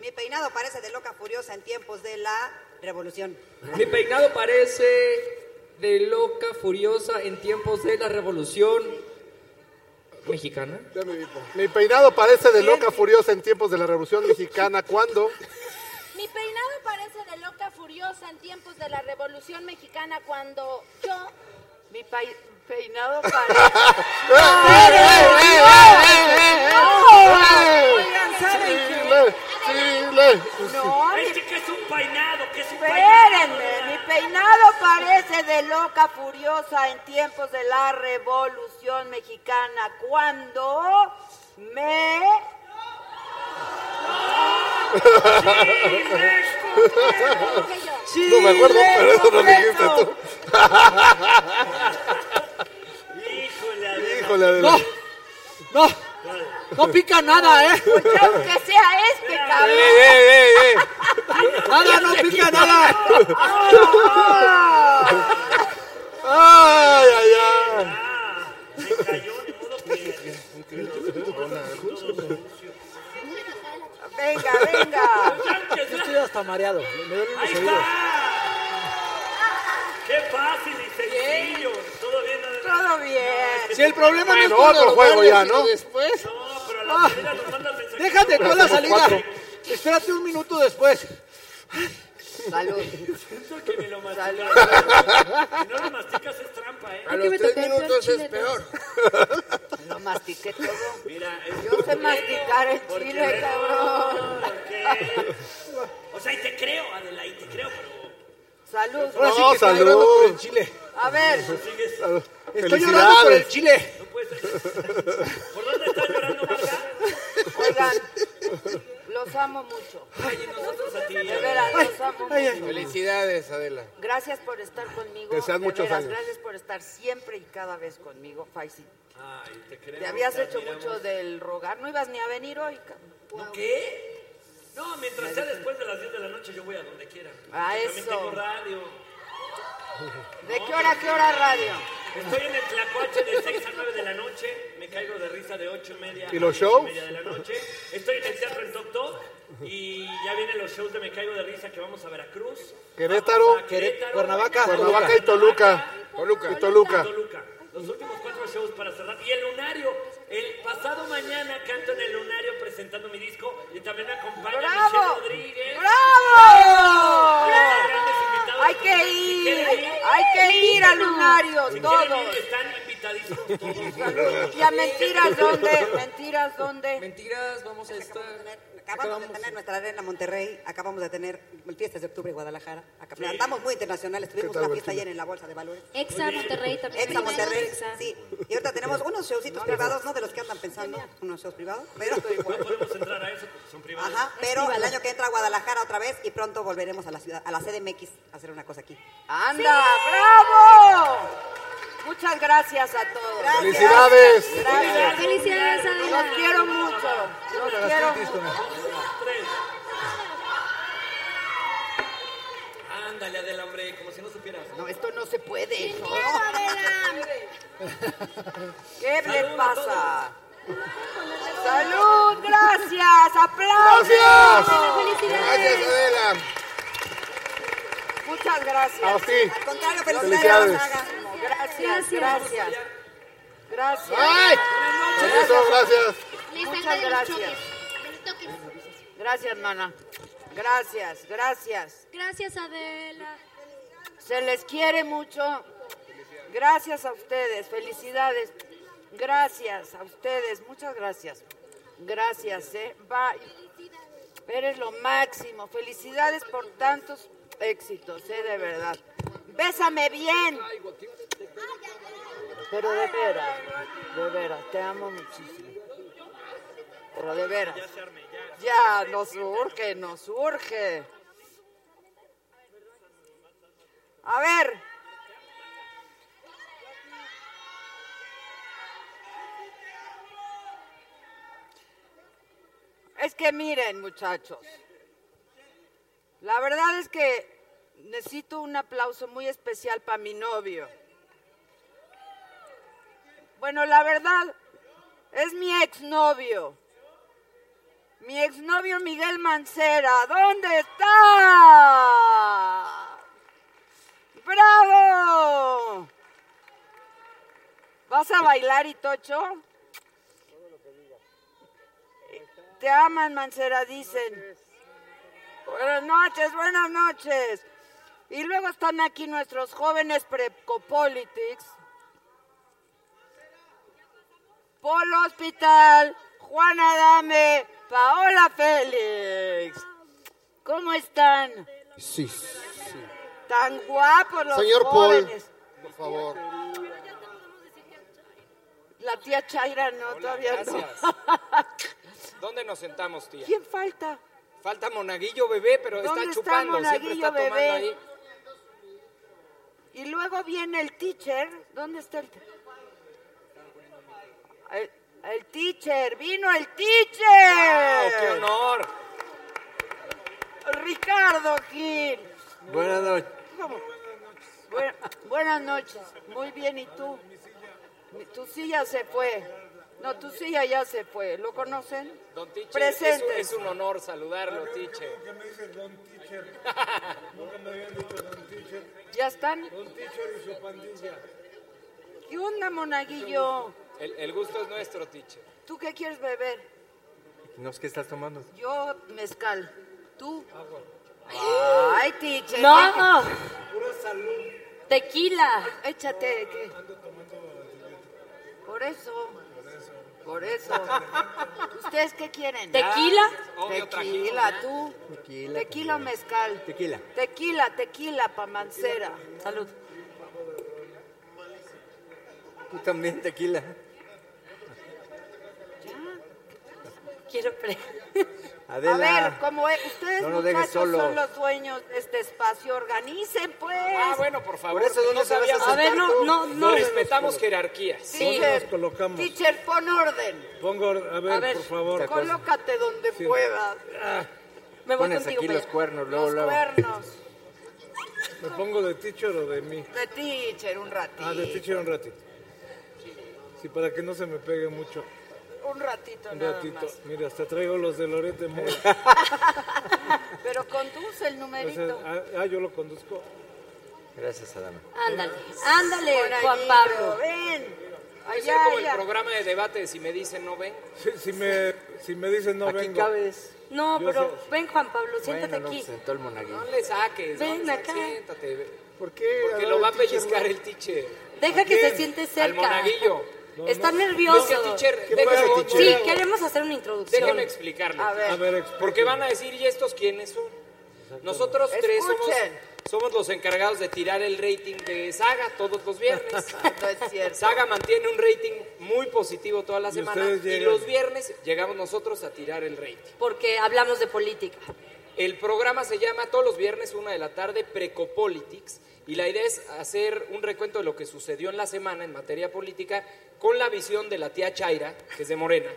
[SPEAKER 22] Mi peinado parece de loca furiosa en tiempos de la revolución.
[SPEAKER 20] Mi peinado parece de loca furiosa en tiempos de la revolución mexicana.
[SPEAKER 11] Mi peinado parece de loca furiosa en tiempos de la Revolución Mexicana cuando
[SPEAKER 2] Mi peinado parece de loca furiosa en tiempos de la Revolución Mexicana cuando yo.
[SPEAKER 4] Mi peinado parece.
[SPEAKER 23] Oigan, ¿saben qué?
[SPEAKER 4] No, mi-
[SPEAKER 23] este que es un peinado, que es un peinado.
[SPEAKER 4] espérenme, mi peinado parece de loca furiosa en tiempos de la Revolución Mexicana cuando me
[SPEAKER 12] No me acuerdo, pero eso lo dijiste tú.
[SPEAKER 23] Híjole,
[SPEAKER 11] Híjole, Adela.
[SPEAKER 16] No, no, no pica nada, ¿eh?
[SPEAKER 4] que sea este cabrón.
[SPEAKER 16] Nada, no pica nada.
[SPEAKER 11] Ay, ay, ay.
[SPEAKER 4] Venga, venga.
[SPEAKER 16] Yo estoy hasta mareado. Me duelen los
[SPEAKER 23] Ahí
[SPEAKER 16] oídos.
[SPEAKER 23] está. Qué fácil y sencillo. Todo bien.
[SPEAKER 4] Todo bien.
[SPEAKER 16] Si el problema no es
[SPEAKER 11] Bueno,
[SPEAKER 16] cuando
[SPEAKER 11] otro
[SPEAKER 16] lo
[SPEAKER 11] juego
[SPEAKER 16] duermes,
[SPEAKER 11] ya,
[SPEAKER 16] sino
[SPEAKER 11] ¿no?
[SPEAKER 16] después.
[SPEAKER 23] No, pero a la
[SPEAKER 16] Ah,
[SPEAKER 23] salida nos mandan mensajes.
[SPEAKER 16] déjate con la
[SPEAKER 11] Como
[SPEAKER 16] salida.
[SPEAKER 11] cuatro.
[SPEAKER 16] Espérate un minuto después.
[SPEAKER 4] Salud.
[SPEAKER 23] Siento que ni lo masticas. Si no lo masticas es trampa, ¿eh?
[SPEAKER 3] A los tres minutos es peor.
[SPEAKER 4] Lo mastiqué todo.
[SPEAKER 23] Mira, es
[SPEAKER 4] Yo sé masticar el
[SPEAKER 23] Porque
[SPEAKER 4] chile, cabrón.
[SPEAKER 23] porque- O sea, y te creo, Adela, y te creo, pero
[SPEAKER 4] Salud.
[SPEAKER 12] Ahora sí
[SPEAKER 11] No,
[SPEAKER 12] que está llorando
[SPEAKER 11] salud.
[SPEAKER 12] por el chile.
[SPEAKER 4] A ver,
[SPEAKER 23] sigues.
[SPEAKER 12] Estoy llorando por el
[SPEAKER 11] Felicidades.
[SPEAKER 12] chile.
[SPEAKER 23] No puedes. ¿Por dónde estás llorando, Marca?
[SPEAKER 4] oigan, los amo mucho.
[SPEAKER 23] Ay, y nosotros a ti.
[SPEAKER 4] De veras, los amo mucho.
[SPEAKER 3] Felicidades, Adela.
[SPEAKER 4] Gracias por estar conmigo.
[SPEAKER 12] Que sean
[SPEAKER 4] de
[SPEAKER 12] muchos
[SPEAKER 4] veras,
[SPEAKER 12] años.
[SPEAKER 4] Gracias por estar siempre y cada vez conmigo, Faisy.
[SPEAKER 23] Ay, te creo.
[SPEAKER 4] Te habías
[SPEAKER 23] te
[SPEAKER 4] hecho
[SPEAKER 23] admiramos.
[SPEAKER 4] mucho del rogar. No ibas ni a venir hoy, cabrón.
[SPEAKER 23] ¿No qué? No, mientras sea después de las 10 de la noche, yo voy a donde quiera.
[SPEAKER 4] Ah,
[SPEAKER 23] Yo También
[SPEAKER 4] eso.
[SPEAKER 23] tengo radio.
[SPEAKER 4] ¿De qué hora a qué hora radio?
[SPEAKER 23] Estoy en el Tlacuache de 6 a 9 de la noche, me caigo de risa de 8 y media
[SPEAKER 11] ¿Y los
[SPEAKER 23] a
[SPEAKER 11] shows?
[SPEAKER 23] y media de la noche. Estoy en el Teatro en Toc Toc y ya vienen los shows de Me Caigo de Risa que vamos a Veracruz.
[SPEAKER 11] Querétaro,
[SPEAKER 23] Vamos a Querétaro,
[SPEAKER 16] Cuernavaca,
[SPEAKER 11] Cuernavaca y Toluca.
[SPEAKER 3] Toluca.
[SPEAKER 11] Y Toluca.
[SPEAKER 23] Toluca. Los últimos cuatro shows para cerrar. Y el Lunario. El pasado mañana canto en el Lunario presentando mi disco y también me acompaña Michelle
[SPEAKER 4] ¡Bravo!
[SPEAKER 23] Rodríguez.
[SPEAKER 4] ¡Bravo!
[SPEAKER 23] Los grandes invitados.
[SPEAKER 4] Hay que
[SPEAKER 23] Si
[SPEAKER 4] ir,
[SPEAKER 23] quieren ir,
[SPEAKER 4] hay que ir a
[SPEAKER 23] si
[SPEAKER 4] Lunario,
[SPEAKER 23] quieren ir,
[SPEAKER 4] todos.
[SPEAKER 23] están invitadísimos todos.
[SPEAKER 4] Y a mentiras, ¿dónde? Mentiras, ¿dónde?
[SPEAKER 20] Mentiras, vamos a estar.
[SPEAKER 22] Acabamos de tener nuestra arena Monterrey, acabamos de tener fiestas de octubre en Guadalajara. Acab- Andamos muy internacionales, tuvimos
[SPEAKER 8] tal,
[SPEAKER 22] una fiesta
[SPEAKER 8] Bertina?
[SPEAKER 22] ayer en la Bolsa de Valores.
[SPEAKER 8] Exa Muy bien. Monterrey también,
[SPEAKER 22] Exa
[SPEAKER 8] primeros
[SPEAKER 22] Monterrey,
[SPEAKER 8] de Exa.
[SPEAKER 22] sí. Y ahorita tenemos unos showcitos privados, no de los que andan pensando, unos shows privados, pero... Ajá, pero el año que entra a Guadalajara otra vez y pronto volveremos a la ciudad, a la CDMX a hacer una cosa aquí.
[SPEAKER 4] ¡Anda! ¡Bravo! Muchas gracias a todos.
[SPEAKER 22] ¡Felicidades!
[SPEAKER 4] Gracias.
[SPEAKER 25] Felicidades, Adela.
[SPEAKER 4] Los quiero mucho. Los quiero mucho.
[SPEAKER 23] Ándale, Adela, hombre, como si no supieras.
[SPEAKER 4] No, esto no se puede.
[SPEAKER 23] Sin
[SPEAKER 4] no.
[SPEAKER 23] miedo,
[SPEAKER 4] ¿Qué le
[SPEAKER 23] Salud a
[SPEAKER 4] pasa? ¡Salud! ¡Gracias! ¡Aplausos!
[SPEAKER 3] Gracias, Adela.
[SPEAKER 4] Muchas gracias.
[SPEAKER 12] Ah,
[SPEAKER 3] A ti.
[SPEAKER 4] Al contrario,
[SPEAKER 3] Felicidades.
[SPEAKER 4] felicidades. Gracias, gracias. Gracias.
[SPEAKER 3] ¡Ay! Eso, gracias.
[SPEAKER 4] Muchas gracias. Gracias, mana. Gracias, gracias.
[SPEAKER 25] Gracias, Adela.
[SPEAKER 4] Se les quiere mucho. Gracias a ustedes. Felicidades. Gracias a ustedes. Muchas gracias. Gracias, ¿eh? Bye. Eres lo máximo. Felicidades por tantos éxitos, ¿eh? De verdad. Bésame bien. Pero de veras, de veras, te amo muchísimo. Pero de veras. Ya, nos urge, nos urge. A ver. Es que miren, muchachos. La verdad es que necesito un aplauso muy especial para mi novio. Bueno, la verdad es mi exnovio. Mi exnovio Miguel Mancera. ¿Dónde está? ¡Bravo! ¿Vas a bailar, Itocho? Te aman, Mancera, dicen. Buenas noches, buenas noches. Y luego están aquí nuestros jóvenes Precopolitics. Polo Hospital, Juan Adame, Paola Félix. ¿Cómo están?
[SPEAKER 12] Sí, sí.
[SPEAKER 4] Tan guapos los
[SPEAKER 12] Señor Paul,
[SPEAKER 4] jóvenes.
[SPEAKER 12] por favor.
[SPEAKER 4] La tía Chaira no, todavía
[SPEAKER 13] gracias.
[SPEAKER 4] no.
[SPEAKER 13] ¿Dónde nos sentamos, tía?
[SPEAKER 4] ¿Quién falta?
[SPEAKER 13] Falta Monaguillo bebé, pero está
[SPEAKER 4] ¿Dónde está
[SPEAKER 13] chupando, siempre
[SPEAKER 4] Monaguillo
[SPEAKER 13] está tomando
[SPEAKER 4] bebé?
[SPEAKER 13] ahí.
[SPEAKER 4] Y luego viene el teacher. ¿Dónde está el, el, el teacher? ¡Vino el teacher!
[SPEAKER 13] ¡Qué honor!
[SPEAKER 4] Ricardo Gil.
[SPEAKER 32] Buenas noches.
[SPEAKER 4] ¿Cómo? Bue- buenas noches. Muy bien, ¿y tú? Mi- Tu silla se fue. No, tu silla ya se fue. ¿Lo conocen?
[SPEAKER 13] Don Tiche,
[SPEAKER 4] Presente.
[SPEAKER 13] Es, un- es un honor saludarlo, Tiche.
[SPEAKER 4] ¿Ya están? ¿Qué onda, monaguillo?
[SPEAKER 13] El, el gusto es nuestro, Tiche.
[SPEAKER 4] ¿Tú qué quieres beber?
[SPEAKER 32] No, es que estás tomando.
[SPEAKER 4] Yo mezcal. ¿Tú? Ay, teacher.
[SPEAKER 8] No.
[SPEAKER 4] Pura salud.
[SPEAKER 8] Tequila.
[SPEAKER 4] Échate. ¿qué? Por eso. Por eso. ¿Ustedes qué quieren? Ah,
[SPEAKER 8] ¿Tequila?
[SPEAKER 4] Tequila,
[SPEAKER 33] ¿eh?
[SPEAKER 4] tú.
[SPEAKER 32] Tequila.
[SPEAKER 4] Tequila o mezcal.
[SPEAKER 32] Tequila.
[SPEAKER 4] Tequila, tequila pa' mancera. Salud.
[SPEAKER 32] Tú también, tequila.
[SPEAKER 8] Quiero pre.
[SPEAKER 4] A
[SPEAKER 32] Adela.
[SPEAKER 4] ver, como e- ustedes
[SPEAKER 32] no nos dejes
[SPEAKER 4] muchachos
[SPEAKER 32] solos.
[SPEAKER 4] son los dueños de este espacio, organicen pues.
[SPEAKER 13] Ah, bueno, por favor.
[SPEAKER 32] Por eso, ¿dónde
[SPEAKER 13] no
[SPEAKER 32] te vas a
[SPEAKER 13] sabíamos.
[SPEAKER 32] sentar A ver, no, tú? no, no.
[SPEAKER 13] Respetamos jerarquías.
[SPEAKER 4] Sí.
[SPEAKER 13] ¿Dónde
[SPEAKER 4] nos
[SPEAKER 32] colocamos?
[SPEAKER 4] Teacher, pon orden.
[SPEAKER 32] Pongo, a
[SPEAKER 4] A ver, colócate donde puedas. Me voy
[SPEAKER 32] Ah, Pones
[SPEAKER 4] contigo,
[SPEAKER 32] aquí
[SPEAKER 4] Maya.
[SPEAKER 32] los cuernos, luego, luego.
[SPEAKER 4] Cuernos.
[SPEAKER 32] ¿Me pongo de teacher o de mí?
[SPEAKER 4] De teacher, un ratito.
[SPEAKER 32] Ah, de teacher un ratito. Sí, para que no se me pegue mucho.
[SPEAKER 4] Un ratito
[SPEAKER 32] Un
[SPEAKER 4] nada
[SPEAKER 32] ratito.
[SPEAKER 4] más.
[SPEAKER 32] Mira, hasta traigo los de Lorete Moore.
[SPEAKER 4] Pero conduce el numerito.
[SPEAKER 32] O sea, ah, ah, yo lo conduzco. Gracias, Adama.
[SPEAKER 8] Ándale, ándale,
[SPEAKER 4] Monaguillo,
[SPEAKER 8] Juan Pablo.
[SPEAKER 4] Ven.
[SPEAKER 13] Puede
[SPEAKER 4] Allá,
[SPEAKER 13] ser como
[SPEAKER 4] allá.
[SPEAKER 13] el programa de debate, si me dicen no ven.
[SPEAKER 32] Si, si me, si me dicen no vengo. cabes.
[SPEAKER 8] No,
[SPEAKER 32] Yo
[SPEAKER 8] pero
[SPEAKER 32] sé.
[SPEAKER 8] ven, Juan Pablo, siéntate
[SPEAKER 32] Bueno, no,
[SPEAKER 8] aquí.
[SPEAKER 32] sentó el monaguillo.
[SPEAKER 13] No pues, le saques.
[SPEAKER 8] Ven
[SPEAKER 13] no,
[SPEAKER 8] acá.
[SPEAKER 13] Siéntate.
[SPEAKER 32] ¿Por qué?
[SPEAKER 13] Porque lo va a pellizcar el teacher.
[SPEAKER 8] Deja que se siente cerca.
[SPEAKER 13] Al monaguillo.
[SPEAKER 20] No,
[SPEAKER 13] Está
[SPEAKER 20] no.
[SPEAKER 13] nervioso.
[SPEAKER 20] No, que teacher,
[SPEAKER 13] ¿Qué
[SPEAKER 20] déjame-
[SPEAKER 13] pasa, teacher?
[SPEAKER 20] déjame-
[SPEAKER 13] Sí, queremos hacer una introducción.
[SPEAKER 20] Déjenme explicarles.
[SPEAKER 13] A ver.
[SPEAKER 20] porque van a decir, ¿y estos quiénes son? Nosotros tres somos,
[SPEAKER 13] Escuchen.
[SPEAKER 20] somos los encargados de tirar el rating de Saga todos los viernes.
[SPEAKER 13] No es cierto.
[SPEAKER 20] Saga mantiene un rating muy positivo toda la semana
[SPEAKER 13] ustedes
[SPEAKER 20] y
[SPEAKER 13] llegan.
[SPEAKER 20] los viernes llegamos nosotros a tirar el rating.
[SPEAKER 13] Porque hablamos de política.
[SPEAKER 20] El programa se llama todos los viernes, una de la tarde, Precopolitics. Y la idea es hacer un recuento de lo que sucedió en la semana en materia política con la visión de la tía Chaira, que Ah, es de Morena.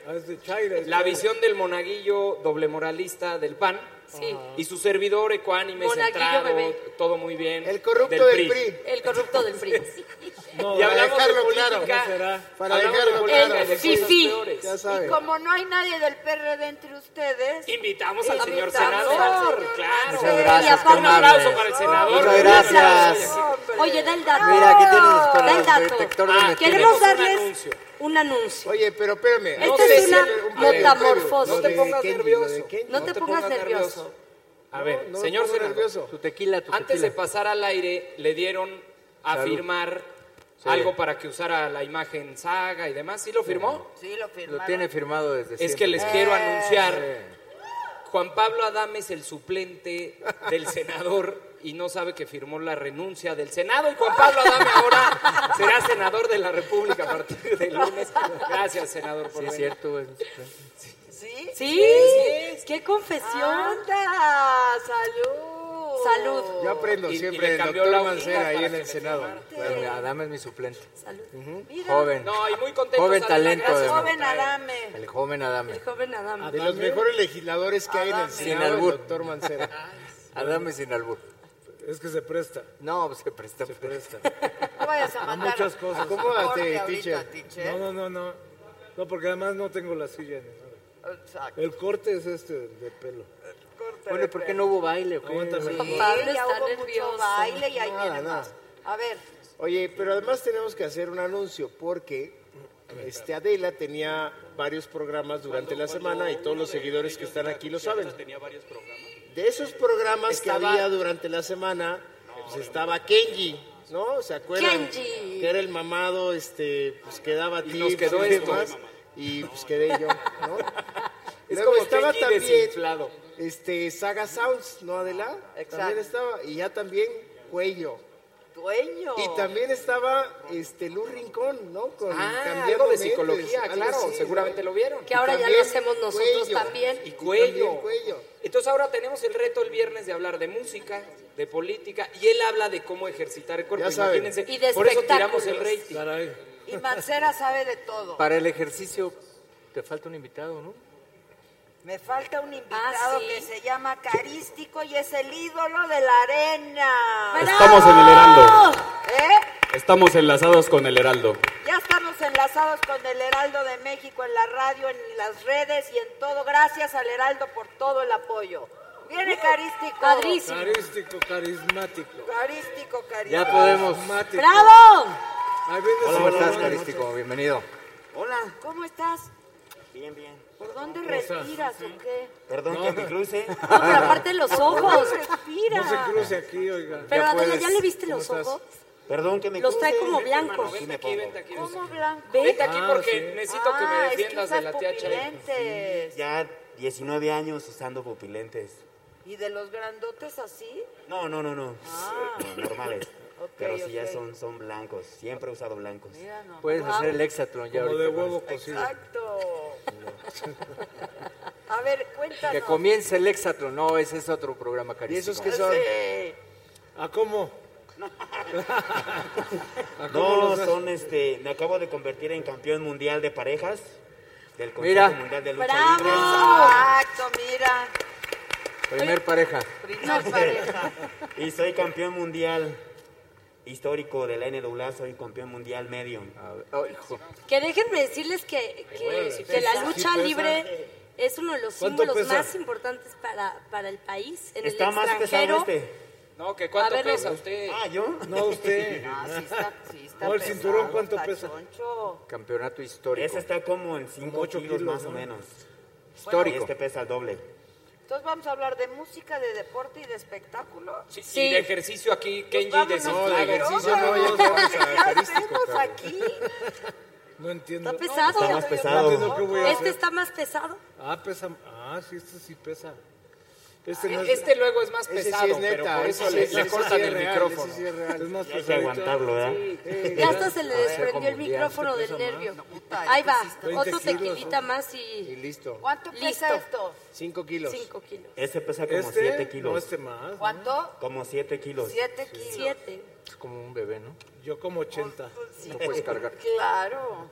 [SPEAKER 20] la visión del monaguillo doble moralista del PAN.
[SPEAKER 13] Sí.
[SPEAKER 20] Y su servidor ecuánime,
[SPEAKER 13] Monaguillo
[SPEAKER 20] centrado,
[SPEAKER 13] bebé.
[SPEAKER 20] todo muy bien. El
[SPEAKER 13] corrupto del PRI. El corrupto del PRI.
[SPEAKER 20] y hablamos de
[SPEAKER 3] dejarlo claro,
[SPEAKER 20] política.
[SPEAKER 3] ¿cómo será? Para
[SPEAKER 20] hablamos de
[SPEAKER 3] dejarlo
[SPEAKER 20] política
[SPEAKER 3] claro.
[SPEAKER 20] y de
[SPEAKER 3] Sí,
[SPEAKER 20] cosas
[SPEAKER 3] sí.
[SPEAKER 20] peores.
[SPEAKER 3] Ya sabe.
[SPEAKER 4] Y como no hay nadie del PRD entre ustedes,
[SPEAKER 20] invitamos al señor
[SPEAKER 4] invitamos al
[SPEAKER 20] senador.
[SPEAKER 4] señor
[SPEAKER 20] Claro.
[SPEAKER 4] Mancera.
[SPEAKER 20] gracias, Un aplauso para el senador.
[SPEAKER 33] Muchas gracias.
[SPEAKER 13] Oye, da el dato.
[SPEAKER 33] Mira, aquí tienes
[SPEAKER 13] Da el
[SPEAKER 33] para el
[SPEAKER 13] dato. Ah,
[SPEAKER 33] detector de mentiras.
[SPEAKER 13] Queremos darles un anuncio.
[SPEAKER 33] Oye, pero espérame.
[SPEAKER 13] Esta es una metamorfosis.
[SPEAKER 33] No te pongas nervioso.
[SPEAKER 13] No te pongas nervioso.
[SPEAKER 20] A ver,
[SPEAKER 33] No, no
[SPEAKER 20] señor
[SPEAKER 33] pongo
[SPEAKER 20] senador,
[SPEAKER 33] Tu tequila, tu
[SPEAKER 20] antes de pasar al aire le dieron a
[SPEAKER 33] Salud.
[SPEAKER 20] firmar
[SPEAKER 33] Sí.
[SPEAKER 20] algo para que usara la imagen saga y demás. ¿Sí lo firmó?
[SPEAKER 4] Sí, lo firmaron.
[SPEAKER 33] Lo tiene firmado desde
[SPEAKER 20] Es que les quiero anunciar, Juan Pablo Adame es el suplente del senador y no sabe que firmó la renuncia del Senado y Juan Pablo Adame ahora será senador de la República a partir del lunes. Gracias, senador, por
[SPEAKER 33] Sí, es
[SPEAKER 20] venir.
[SPEAKER 33] cierto, güey.
[SPEAKER 4] ¿sí?
[SPEAKER 13] Sí. ¡Qué confesión!
[SPEAKER 4] ¡Anda! ¡Salud!
[SPEAKER 13] Salud.
[SPEAKER 33] Yo aprendo
[SPEAKER 20] Y- y
[SPEAKER 33] siempre
[SPEAKER 20] le
[SPEAKER 33] del
[SPEAKER 20] cambió
[SPEAKER 33] doctor
[SPEAKER 20] la hojita
[SPEAKER 33] Mancera ahí
[SPEAKER 20] para
[SPEAKER 33] en
[SPEAKER 20] que
[SPEAKER 33] el
[SPEAKER 20] le
[SPEAKER 33] Senado.
[SPEAKER 20] firmara.
[SPEAKER 33] Bueno, Adame es mi suplente. Ujú.
[SPEAKER 4] Mira.
[SPEAKER 33] Joven.
[SPEAKER 20] No, y muy contento.
[SPEAKER 33] Joven talento.
[SPEAKER 4] Gracias,
[SPEAKER 33] además.
[SPEAKER 4] joven Adame.
[SPEAKER 33] El joven Adame.
[SPEAKER 4] El joven
[SPEAKER 15] Ah,
[SPEAKER 4] Adame.
[SPEAKER 33] De los mejores
[SPEAKER 5] legisladores que hay en el
[SPEAKER 33] Sin
[SPEAKER 5] Senado, el
[SPEAKER 33] albur.
[SPEAKER 5] doctor Mancera.
[SPEAKER 33] Adame sin albur. Es que se presta. No, pues, se presta. Se presta.
[SPEAKER 4] No vayas a
[SPEAKER 32] A
[SPEAKER 4] mandar
[SPEAKER 32] muchas cosas.
[SPEAKER 4] Acomódate, Corte ahorita, teacher. teacher.
[SPEAKER 32] No, no, no, no. No, porque además no tengo la silla. ni nada.
[SPEAKER 4] Exacto.
[SPEAKER 32] El corte es este de pelo.
[SPEAKER 33] Bueno, ¿y por qué no hubo baile? o qué?
[SPEAKER 32] Aguántame.
[SPEAKER 4] Sí,
[SPEAKER 5] Pablo
[SPEAKER 4] ya
[SPEAKER 5] está
[SPEAKER 4] hubo
[SPEAKER 5] nervioso.
[SPEAKER 4] mucho baile y ahí
[SPEAKER 5] Nada,
[SPEAKER 4] viene
[SPEAKER 5] nada.
[SPEAKER 4] más. A ver,
[SPEAKER 5] Oye, pero además tenemos que hacer un anuncio porque este Adela tenía varios programas durante la semana y todos los seguidores que están aquí lo saben. De esos programas
[SPEAKER 4] Estaba-
[SPEAKER 5] que había durante la semana, pues estaba Kenji, ¿no? ¿Se acuerdan?
[SPEAKER 4] Kenji.
[SPEAKER 5] Que era el mamado, este, pues que daba tips
[SPEAKER 20] nos quedó
[SPEAKER 5] y
[SPEAKER 20] esto.
[SPEAKER 5] demás, Y pues quedé yo, ¿no?
[SPEAKER 4] Ah,
[SPEAKER 20] Es
[SPEAKER 5] Luego
[SPEAKER 20] como
[SPEAKER 5] estaba
[SPEAKER 20] Kenji
[SPEAKER 5] también
[SPEAKER 20] desinflado.
[SPEAKER 5] este Saga Sounds, ¿no Adela? También
[SPEAKER 4] Exacto.
[SPEAKER 5] estaba y ya también Cuello.
[SPEAKER 4] dueño.
[SPEAKER 5] Y también estaba este Luz Rincón, ¿no? Con
[SPEAKER 20] Ah,
[SPEAKER 5] Cambiando
[SPEAKER 20] algo de
[SPEAKER 5] Mentes,
[SPEAKER 20] psicología,
[SPEAKER 5] algo
[SPEAKER 20] claro,
[SPEAKER 5] así,
[SPEAKER 20] seguramente
[SPEAKER 5] ¿no?
[SPEAKER 20] lo vieron.
[SPEAKER 13] Que ahora
[SPEAKER 5] Y
[SPEAKER 13] ya lo
[SPEAKER 5] también
[SPEAKER 13] hacemos nosotros
[SPEAKER 5] Cuello.
[SPEAKER 13] también.
[SPEAKER 20] Y cuello.
[SPEAKER 5] también cuello.
[SPEAKER 20] Entonces ahora tenemos el reto el viernes de hablar de música, de política, y él habla de cómo ejercitar el cuerpo.
[SPEAKER 33] Ya saben.
[SPEAKER 20] Imagínense,
[SPEAKER 4] Y de
[SPEAKER 20] por eso tiramos el
[SPEAKER 4] espectáculos.
[SPEAKER 20] rating.
[SPEAKER 4] Y Mancera sabe de todo.
[SPEAKER 33] Para el ejercicio te falta un invitado, ¿no?
[SPEAKER 4] Me falta un invitado
[SPEAKER 13] ¿sí?
[SPEAKER 4] que se llama Carístico y es el ídolo de la arena.
[SPEAKER 34] Estamos en el Heraldo.
[SPEAKER 4] ¿Eh?
[SPEAKER 34] Estamos enlazados con el Heraldo.
[SPEAKER 4] Ya estamos enlazados con el Heraldo de México en la radio, en las redes y en todo. Gracias al Heraldo por todo el apoyo. Viene Carístico.
[SPEAKER 32] Carístico, carismático.
[SPEAKER 4] Carístico, Carístico.
[SPEAKER 33] Ya podemos.
[SPEAKER 4] ¡Bravo!
[SPEAKER 32] Ahí viene
[SPEAKER 33] Hola,
[SPEAKER 32] su-
[SPEAKER 33] ¿cómo estás, Carístico? Bienvenido.
[SPEAKER 4] Hola, ¿cómo estás?
[SPEAKER 15] Bien, bien.
[SPEAKER 4] ¿Por dónde
[SPEAKER 15] ¿Cómo estás?
[SPEAKER 4] respiras o qué?
[SPEAKER 15] Perdón que me cruce.
[SPEAKER 4] No, pero aparte los
[SPEAKER 15] ¿Por
[SPEAKER 4] ojos.
[SPEAKER 15] dónde
[SPEAKER 4] respira?
[SPEAKER 32] No se cruce aquí, oiga.
[SPEAKER 4] Pero,
[SPEAKER 15] Ya
[SPEAKER 4] Adela,
[SPEAKER 15] puedes.
[SPEAKER 4] ¿ya le viste
[SPEAKER 15] ¿Cómo
[SPEAKER 4] los
[SPEAKER 15] estás?
[SPEAKER 4] ojos?
[SPEAKER 15] Perdón que me
[SPEAKER 4] Los trae
[SPEAKER 15] cruce.
[SPEAKER 4] como blancos.
[SPEAKER 15] Aquí me
[SPEAKER 20] Aquí,
[SPEAKER 15] pongo.
[SPEAKER 20] vente aquí.
[SPEAKER 4] ¿Cómo blanco?
[SPEAKER 20] Vente aquí porque necesito que
[SPEAKER 4] Ah,
[SPEAKER 20] me
[SPEAKER 4] es que
[SPEAKER 20] defiendas
[SPEAKER 4] usas
[SPEAKER 20] de la tía Chaira.
[SPEAKER 4] pupilentes.
[SPEAKER 15] Ya 19 años usando pupilentes.
[SPEAKER 4] ¿Y de los grandotes así?
[SPEAKER 15] No, no, no, no.
[SPEAKER 4] Ah.
[SPEAKER 15] No, Normales.
[SPEAKER 4] Ok,
[SPEAKER 15] Pero si ya
[SPEAKER 4] ok.
[SPEAKER 15] son, son blancos. Siempre he usado blancos.
[SPEAKER 4] Mira nomás.
[SPEAKER 33] Puedes hacer el hexatlón ya
[SPEAKER 15] Como
[SPEAKER 33] ahorita.
[SPEAKER 15] de huevo
[SPEAKER 33] cocido.
[SPEAKER 4] Exacto. A ver, cuéntanos.
[SPEAKER 33] Que comience el hexatlón. No, ese es otro programa, Carístico.
[SPEAKER 4] que Sí.
[SPEAKER 32] ¿A cómo? ¿A cómo
[SPEAKER 15] No,
[SPEAKER 32] los has-
[SPEAKER 15] son este. Me acabo de convertir en campeón mundial de parejas del Consejo
[SPEAKER 33] Mira.
[SPEAKER 15] Mundial de Lucha Libre.
[SPEAKER 4] Exacto, mira.
[SPEAKER 33] Primer pareja.
[SPEAKER 4] Primer pareja.
[SPEAKER 15] Y soy campeón mundial histórico de la NWA, soy campeón mundial medio.
[SPEAKER 13] Que déjenme decirles que, que-
[SPEAKER 15] Órale, sí
[SPEAKER 13] que la
[SPEAKER 15] pesa.
[SPEAKER 13] lucha
[SPEAKER 15] Sí pesa.
[SPEAKER 13] libre es uno de los
[SPEAKER 15] ¿Cuánto
[SPEAKER 13] símbolos
[SPEAKER 15] pesa?
[SPEAKER 13] más importantes para, para el país. En
[SPEAKER 15] Está
[SPEAKER 13] el
[SPEAKER 15] más pesado
[SPEAKER 13] extranjero.
[SPEAKER 15] este.
[SPEAKER 20] No, que
[SPEAKER 13] A
[SPEAKER 20] cuánto
[SPEAKER 13] ver,
[SPEAKER 20] pesa
[SPEAKER 13] los-
[SPEAKER 20] usted.
[SPEAKER 15] Ah, ¿yo?
[SPEAKER 32] No, usted.
[SPEAKER 15] Ah, sí
[SPEAKER 4] está, sí
[SPEAKER 15] está
[SPEAKER 32] No, el
[SPEAKER 15] pesado,
[SPEAKER 32] cinturón, ¿cuánto
[SPEAKER 15] está
[SPEAKER 32] pesa?
[SPEAKER 33] Campeonato histórico.
[SPEAKER 15] Ese está como en 5
[SPEAKER 33] ocho
[SPEAKER 15] kilos,
[SPEAKER 33] kilos,
[SPEAKER 15] más
[SPEAKER 33] ¿no?
[SPEAKER 15] o menos.
[SPEAKER 33] Histórico.
[SPEAKER 15] Y este pesa el doble.
[SPEAKER 4] Entonces vamos a hablar de música, de deporte y de espectáculo.
[SPEAKER 20] Sí, Y de ejercicio aquí, Kenji
[SPEAKER 4] vámonos,
[SPEAKER 20] desinflado.
[SPEAKER 4] claro. No, de ejercicio no, ya estamos a- ¿Qué hacemos aquí?
[SPEAKER 32] No entiendo.
[SPEAKER 13] Está
[SPEAKER 32] No
[SPEAKER 13] pesado.
[SPEAKER 32] entiendo qué voy a
[SPEAKER 13] Este
[SPEAKER 32] hacer.
[SPEAKER 13] está más pesado.
[SPEAKER 32] Ah, pesa. Ah, sí, este sí pesa.
[SPEAKER 20] Este,
[SPEAKER 32] no es-
[SPEAKER 20] luego es más
[SPEAKER 32] Ese sí
[SPEAKER 20] pesado,
[SPEAKER 32] es
[SPEAKER 20] pero
[SPEAKER 32] neta,
[SPEAKER 20] por
[SPEAKER 32] ese
[SPEAKER 20] eso
[SPEAKER 32] sí
[SPEAKER 20] le,
[SPEAKER 32] es-
[SPEAKER 20] le
[SPEAKER 32] ese sí
[SPEAKER 20] cortan
[SPEAKER 32] es
[SPEAKER 20] el
[SPEAKER 32] real,
[SPEAKER 20] micrófono.
[SPEAKER 32] ese sí es real.
[SPEAKER 20] Es más
[SPEAKER 32] Hay que pesadito. aguantarlo, ¿verdad? Sí, sí.
[SPEAKER 13] Ya hasta se le
[SPEAKER 32] A ver,
[SPEAKER 13] desprendió el
[SPEAKER 32] como mundial,
[SPEAKER 13] micrófono
[SPEAKER 32] este
[SPEAKER 13] del
[SPEAKER 32] pesa
[SPEAKER 13] nervio.
[SPEAKER 4] más.
[SPEAKER 13] Ahí va,
[SPEAKER 4] Este sí está-
[SPEAKER 13] otro
[SPEAKER 4] 20 kilos,
[SPEAKER 13] tequilita
[SPEAKER 4] ¿no?
[SPEAKER 13] más y...
[SPEAKER 5] Y listo.
[SPEAKER 4] ¿Cuánto pesa
[SPEAKER 13] Listo.
[SPEAKER 4] esto?
[SPEAKER 5] 5 kilos.
[SPEAKER 13] Cinco kilos.
[SPEAKER 3] Ese pesa como
[SPEAKER 32] Este,
[SPEAKER 3] 7 kilos.
[SPEAKER 32] no, este más.
[SPEAKER 4] ¿Cuánto?
[SPEAKER 3] Como 7 kilos.
[SPEAKER 4] Siete kilos.
[SPEAKER 13] Siete.
[SPEAKER 32] Es como un bebé, ¿no? Yo como 80.
[SPEAKER 4] No puedes cargar. Claro.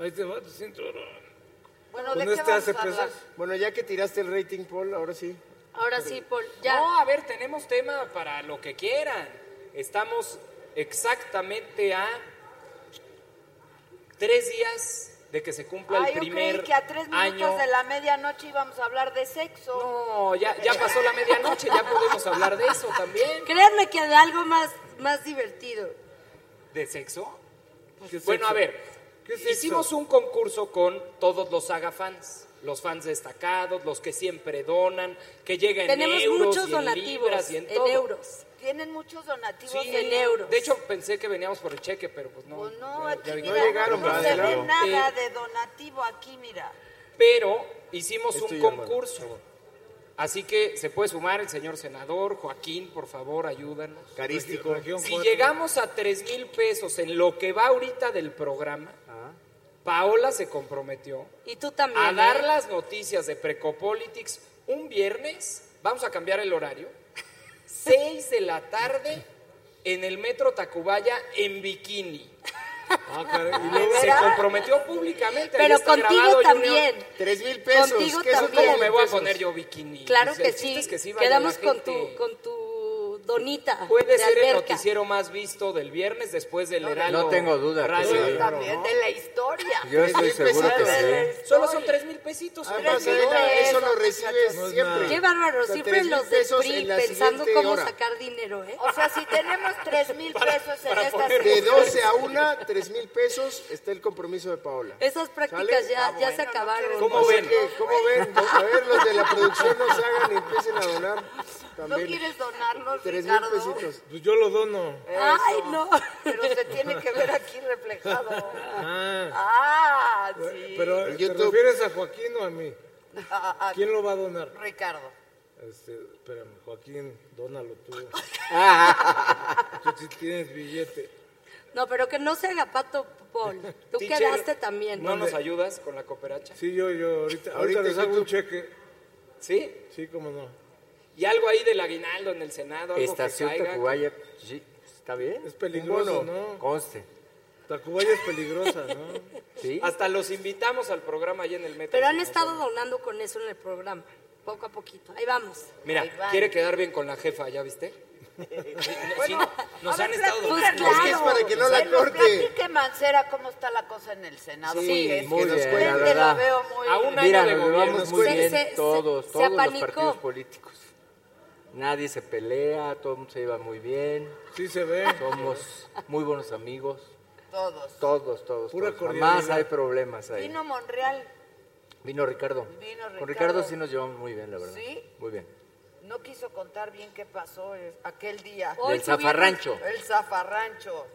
[SPEAKER 32] Ahí te va tu cinturón.
[SPEAKER 4] Bueno, ¿de
[SPEAKER 5] este
[SPEAKER 4] qué vamos a hablar?
[SPEAKER 33] Bueno, ya que tiraste el rating, Paul, ahora sí.
[SPEAKER 13] Ahora sí, Paul,
[SPEAKER 20] No, a ver, tenemos tema para lo que quieran. Estamos exactamente a tres días de que se cumpla
[SPEAKER 4] Ah,
[SPEAKER 20] el
[SPEAKER 4] yo
[SPEAKER 20] primer
[SPEAKER 4] creí que a tres minutos
[SPEAKER 20] año.
[SPEAKER 4] de la medianoche íbamos a hablar de sexo.
[SPEAKER 20] No, ya, ya pasó la medianoche, ya podemos hablar de eso también.
[SPEAKER 13] Créanme que de algo más, más divertido.
[SPEAKER 20] ¿De sexo?
[SPEAKER 13] es
[SPEAKER 20] bueno,
[SPEAKER 13] sexo?
[SPEAKER 20] a ver, hicimos un concurso con todos los saga fans. Los fans destacados, los que siempre donan, que llegan
[SPEAKER 13] Tenemos
[SPEAKER 20] en euros y
[SPEAKER 13] muchos
[SPEAKER 20] en
[SPEAKER 13] donativos
[SPEAKER 20] libras y en,
[SPEAKER 13] en
[SPEAKER 20] todo.
[SPEAKER 13] euros.
[SPEAKER 4] Tienen muchos donativos
[SPEAKER 20] Sí,
[SPEAKER 4] en
[SPEAKER 20] De hecho, pensé que veníamos por el cheque, pero pues no.
[SPEAKER 4] Pues no,
[SPEAKER 20] Ya-
[SPEAKER 4] aquí
[SPEAKER 20] ya vi-
[SPEAKER 4] mira, no se ve
[SPEAKER 20] Eh,
[SPEAKER 4] nada de donativo aquí, mira.
[SPEAKER 20] pero hicimos un
[SPEAKER 32] Estoy llamando.
[SPEAKER 20] concurso. Así que se puede sumar el señor senador, Joaquín, por favor, ayúdanos.
[SPEAKER 5] Carístico.
[SPEAKER 20] Si llegamos a 3 mil pesos en lo que va ahorita del programa,
[SPEAKER 13] Ah.
[SPEAKER 20] Paola se comprometió
[SPEAKER 13] Y tú también.
[SPEAKER 20] a dar
[SPEAKER 13] ¿eh?
[SPEAKER 20] las noticias de Precopolitics un viernes, vamos a cambiar el horario, 6 de la tarde en el Metro Tacubaya en bikini. se
[SPEAKER 13] ¿verdad?
[SPEAKER 20] comprometió públicamente. ahí
[SPEAKER 13] Ah, Pero
[SPEAKER 20] está
[SPEAKER 13] contigo
[SPEAKER 20] grabado, Junior.
[SPEAKER 13] también.
[SPEAKER 33] Tres mil
[SPEAKER 13] pesos, Contigo que eso también.
[SPEAKER 20] ¿Cómo me voy a
[SPEAKER 13] pesos.
[SPEAKER 20] poner yo bikini?
[SPEAKER 13] Claro
[SPEAKER 20] O sea,
[SPEAKER 13] que
[SPEAKER 20] el chiste
[SPEAKER 13] sí.
[SPEAKER 20] es que sí vaya
[SPEAKER 13] Quedamos
[SPEAKER 20] la
[SPEAKER 13] con
[SPEAKER 20] gente.
[SPEAKER 13] tu, con tu donita
[SPEAKER 20] Puede
[SPEAKER 13] de
[SPEAKER 20] ser el
[SPEAKER 13] alberca.
[SPEAKER 20] noticiero más visto del viernes después del
[SPEAKER 13] No,
[SPEAKER 20] Heraldo.
[SPEAKER 33] no tengo duda que
[SPEAKER 20] Radio.
[SPEAKER 33] sí. También
[SPEAKER 4] de la historia.
[SPEAKER 33] Yo estoy seguro que sí.
[SPEAKER 20] Solo son tres mil pesitos.
[SPEAKER 33] Además, ahorita eh, eso lo recibes siempre.
[SPEAKER 13] Qué bárbaro,
[SPEAKER 33] O sea,
[SPEAKER 13] siempre
[SPEAKER 33] tres mil
[SPEAKER 13] los de
[SPEAKER 33] pesos
[SPEAKER 13] PRI
[SPEAKER 33] en la
[SPEAKER 13] pensando
[SPEAKER 33] siguiente
[SPEAKER 13] cómo
[SPEAKER 33] hora.
[SPEAKER 13] sacar dinero, ¿eh?
[SPEAKER 4] O sea, si tenemos tres mil pesos en esta
[SPEAKER 33] De 12 a 1, 3 mil pesos, está el compromiso de Paola.
[SPEAKER 13] Esas prácticas
[SPEAKER 33] ¿Sale?
[SPEAKER 13] ya,
[SPEAKER 33] Ah,
[SPEAKER 13] ya
[SPEAKER 33] bueno,
[SPEAKER 13] se acabaron.
[SPEAKER 33] Así que, ¿Cómo ven? A ver, los de la producción no se hagan y eh, empiecen a donar. También.
[SPEAKER 4] ¿No quieres donarnos,
[SPEAKER 33] 3 mil
[SPEAKER 4] Ricardo?
[SPEAKER 33] pesitos. Pues yo lo dono.
[SPEAKER 32] Eh.
[SPEAKER 4] Ay, no. Pero se tiene que ver aquí reflejado.
[SPEAKER 32] Ah,
[SPEAKER 4] Ah, sí.
[SPEAKER 32] pero ¿te refieres a Joaquín o a mí?
[SPEAKER 4] Ah, ah,
[SPEAKER 32] ¿Quién lo va a donar?
[SPEAKER 4] Ricardo.
[SPEAKER 32] Este, espérame, Joaquín, dónalo tú.
[SPEAKER 13] Ah.
[SPEAKER 32] tú sí tienes billete.
[SPEAKER 13] No, pero que no se haga pato, Paul. Tú
[SPEAKER 20] Teacher,
[SPEAKER 13] quedaste también.
[SPEAKER 20] ¿No nos ayudas con la cooperacha?
[SPEAKER 32] Sí, yo, yo, ahorita,
[SPEAKER 20] Ahorita
[SPEAKER 32] ahorita les hago
[SPEAKER 20] YouTube.
[SPEAKER 32] un cheque.
[SPEAKER 20] ¿Sí?
[SPEAKER 32] Sí, cómo no.
[SPEAKER 20] Y algo ahí del aguinaldo en el Senado. Algo
[SPEAKER 33] Estación
[SPEAKER 20] que caiga.
[SPEAKER 33] Tacubaya, sí, está bien.
[SPEAKER 32] Es peligroso, ¿no?
[SPEAKER 33] Conste.
[SPEAKER 32] Tacubaya es peligrosa, ¿no?
[SPEAKER 33] Sí.
[SPEAKER 20] Hasta los invitamos al programa allá en el metro.
[SPEAKER 13] Pero han estado donando con eso en el programa, poco a poquito. Ahí vamos.
[SPEAKER 20] Mira,
[SPEAKER 13] Ahí va.
[SPEAKER 20] quiere quedar bien con la jefa, ¿ya viste?
[SPEAKER 4] Bueno,
[SPEAKER 20] Nos
[SPEAKER 4] a
[SPEAKER 20] han
[SPEAKER 4] ver,
[SPEAKER 20] estado
[SPEAKER 4] platícanos.
[SPEAKER 20] donando.
[SPEAKER 4] Pues
[SPEAKER 20] Es que es para que no
[SPEAKER 4] claro.
[SPEAKER 20] la
[SPEAKER 4] Que nos
[SPEAKER 20] corte.
[SPEAKER 4] Platique Mancera cómo está la cosa en el Senado. porque Ah, es
[SPEAKER 33] muy
[SPEAKER 4] que
[SPEAKER 33] bien,
[SPEAKER 4] de
[SPEAKER 33] la
[SPEAKER 4] repente
[SPEAKER 33] verdad.
[SPEAKER 4] lo veo muy
[SPEAKER 33] A un año Mira, de nos gobierno. llevamos muy bien todos, todos los partidos políticos. Nadie se pelea, todo el mundo se lleva muy bien.
[SPEAKER 32] Sí se ve.
[SPEAKER 33] Somos muy buenos amigos.
[SPEAKER 4] Todos.
[SPEAKER 33] Todos, todos.
[SPEAKER 32] Pura
[SPEAKER 33] todos. Jamás
[SPEAKER 32] cordialidad.
[SPEAKER 33] hay problemas ahí.
[SPEAKER 4] Vino Monreal,
[SPEAKER 33] Vino Ricardo.
[SPEAKER 4] Vino
[SPEAKER 33] Con
[SPEAKER 4] Ricardo.
[SPEAKER 33] Ricardo sí nos llevamos muy bien, la verdad.
[SPEAKER 4] ¿Sí?
[SPEAKER 33] Muy bien.
[SPEAKER 4] no quiso contar bien qué pasó eh, aquel día.
[SPEAKER 33] Hoy Del subieron- zafarrancho.
[SPEAKER 4] El zafarrancho.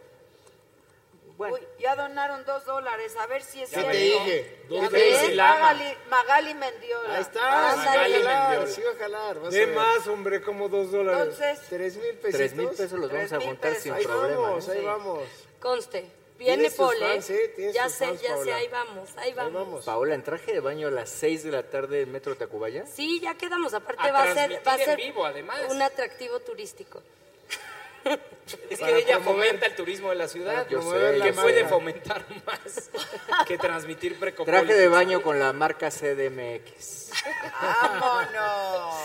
[SPEAKER 4] Uy, ya donaron dos dólares, a ver si es
[SPEAKER 33] Ya
[SPEAKER 4] cierto.
[SPEAKER 33] te dije,
[SPEAKER 4] A
[SPEAKER 33] dos
[SPEAKER 4] ver,
[SPEAKER 33] dólares.
[SPEAKER 4] Magali, Magali Mendiola.
[SPEAKER 33] Ahí está.
[SPEAKER 4] Ándale.
[SPEAKER 33] Magali Mendiola. Sí va a jalar. vas a
[SPEAKER 32] De
[SPEAKER 33] ver.
[SPEAKER 32] más, hombre, como dos dólares.
[SPEAKER 4] Entonces,
[SPEAKER 33] Tres mil pesos.
[SPEAKER 32] Tres mil pesos los
[SPEAKER 33] vamos a juntar sin
[SPEAKER 32] Ahí
[SPEAKER 33] problema,
[SPEAKER 32] Vamos,
[SPEAKER 33] ¿eh?
[SPEAKER 32] ahí
[SPEAKER 33] Sí.
[SPEAKER 32] vamos.
[SPEAKER 13] Conste, viene
[SPEAKER 33] tus
[SPEAKER 13] Paul,
[SPEAKER 33] fans, ¿eh?
[SPEAKER 13] ¿eh?
[SPEAKER 33] Tienes
[SPEAKER 13] Ya
[SPEAKER 33] tus
[SPEAKER 13] sé,
[SPEAKER 33] fans,
[SPEAKER 13] ya sé,
[SPEAKER 33] Paola.
[SPEAKER 13] ahí vamos, ahí vamos.
[SPEAKER 33] Paola, en traje de baño a las 6 de la tarde en Metro Tacubaya.
[SPEAKER 13] Sí, ya quedamos. Aparte
[SPEAKER 33] A
[SPEAKER 13] va a ser, va a
[SPEAKER 33] transmitir en
[SPEAKER 13] ser
[SPEAKER 33] vivo, además.
[SPEAKER 13] un atractivo turístico.
[SPEAKER 20] Es que
[SPEAKER 33] Para
[SPEAKER 20] ella
[SPEAKER 33] promover-
[SPEAKER 20] fomenta el turismo de la ciudad.
[SPEAKER 33] Para Yo promover sé,
[SPEAKER 20] que
[SPEAKER 33] yo
[SPEAKER 20] puede
[SPEAKER 33] sé.
[SPEAKER 20] fomentar más que transmitir precopolitics.
[SPEAKER 33] Traje de baño con la marca CDMX.
[SPEAKER 4] ¡Vámonos!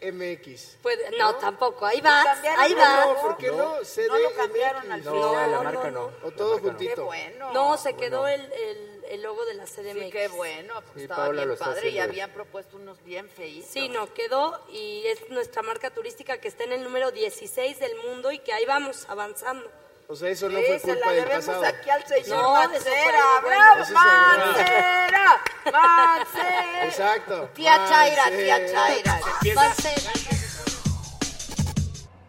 [SPEAKER 33] CDMX.
[SPEAKER 13] Pues, no, tampoco. Ahí
[SPEAKER 4] ¿Lo
[SPEAKER 13] vas,
[SPEAKER 4] cambiaron?
[SPEAKER 13] ahí vas.
[SPEAKER 33] No, ¿por qué no? CDMX.
[SPEAKER 4] No lo cambiaron al final.
[SPEAKER 33] No, la marca no.
[SPEAKER 4] O
[SPEAKER 33] todo juntito.
[SPEAKER 4] Qué bueno.
[SPEAKER 13] No, se quedó el, el- el logo de la CDMX.
[SPEAKER 4] Sí, qué bueno. pues
[SPEAKER 33] Sí,
[SPEAKER 4] estaba
[SPEAKER 33] Paola lo
[SPEAKER 4] bien
[SPEAKER 33] está
[SPEAKER 4] padre y
[SPEAKER 33] haciendo
[SPEAKER 4] habían propuesto unos bien feitos.
[SPEAKER 13] Sí, no, quedó y es nuestra marca turística que está en el número 16 del mundo y que ahí vamos avanzando.
[SPEAKER 33] O sea,
[SPEAKER 5] Pues
[SPEAKER 33] eso
[SPEAKER 4] Sí, se la debemos aquí al señor
[SPEAKER 13] No, eso fue
[SPEAKER 4] Mancera.
[SPEAKER 13] bueno. Eso
[SPEAKER 4] ¡Bravo!
[SPEAKER 13] es
[SPEAKER 4] ¡Mancera! ¡Mancera!
[SPEAKER 33] Exacto.
[SPEAKER 4] Tía Chaira, tía Chaira.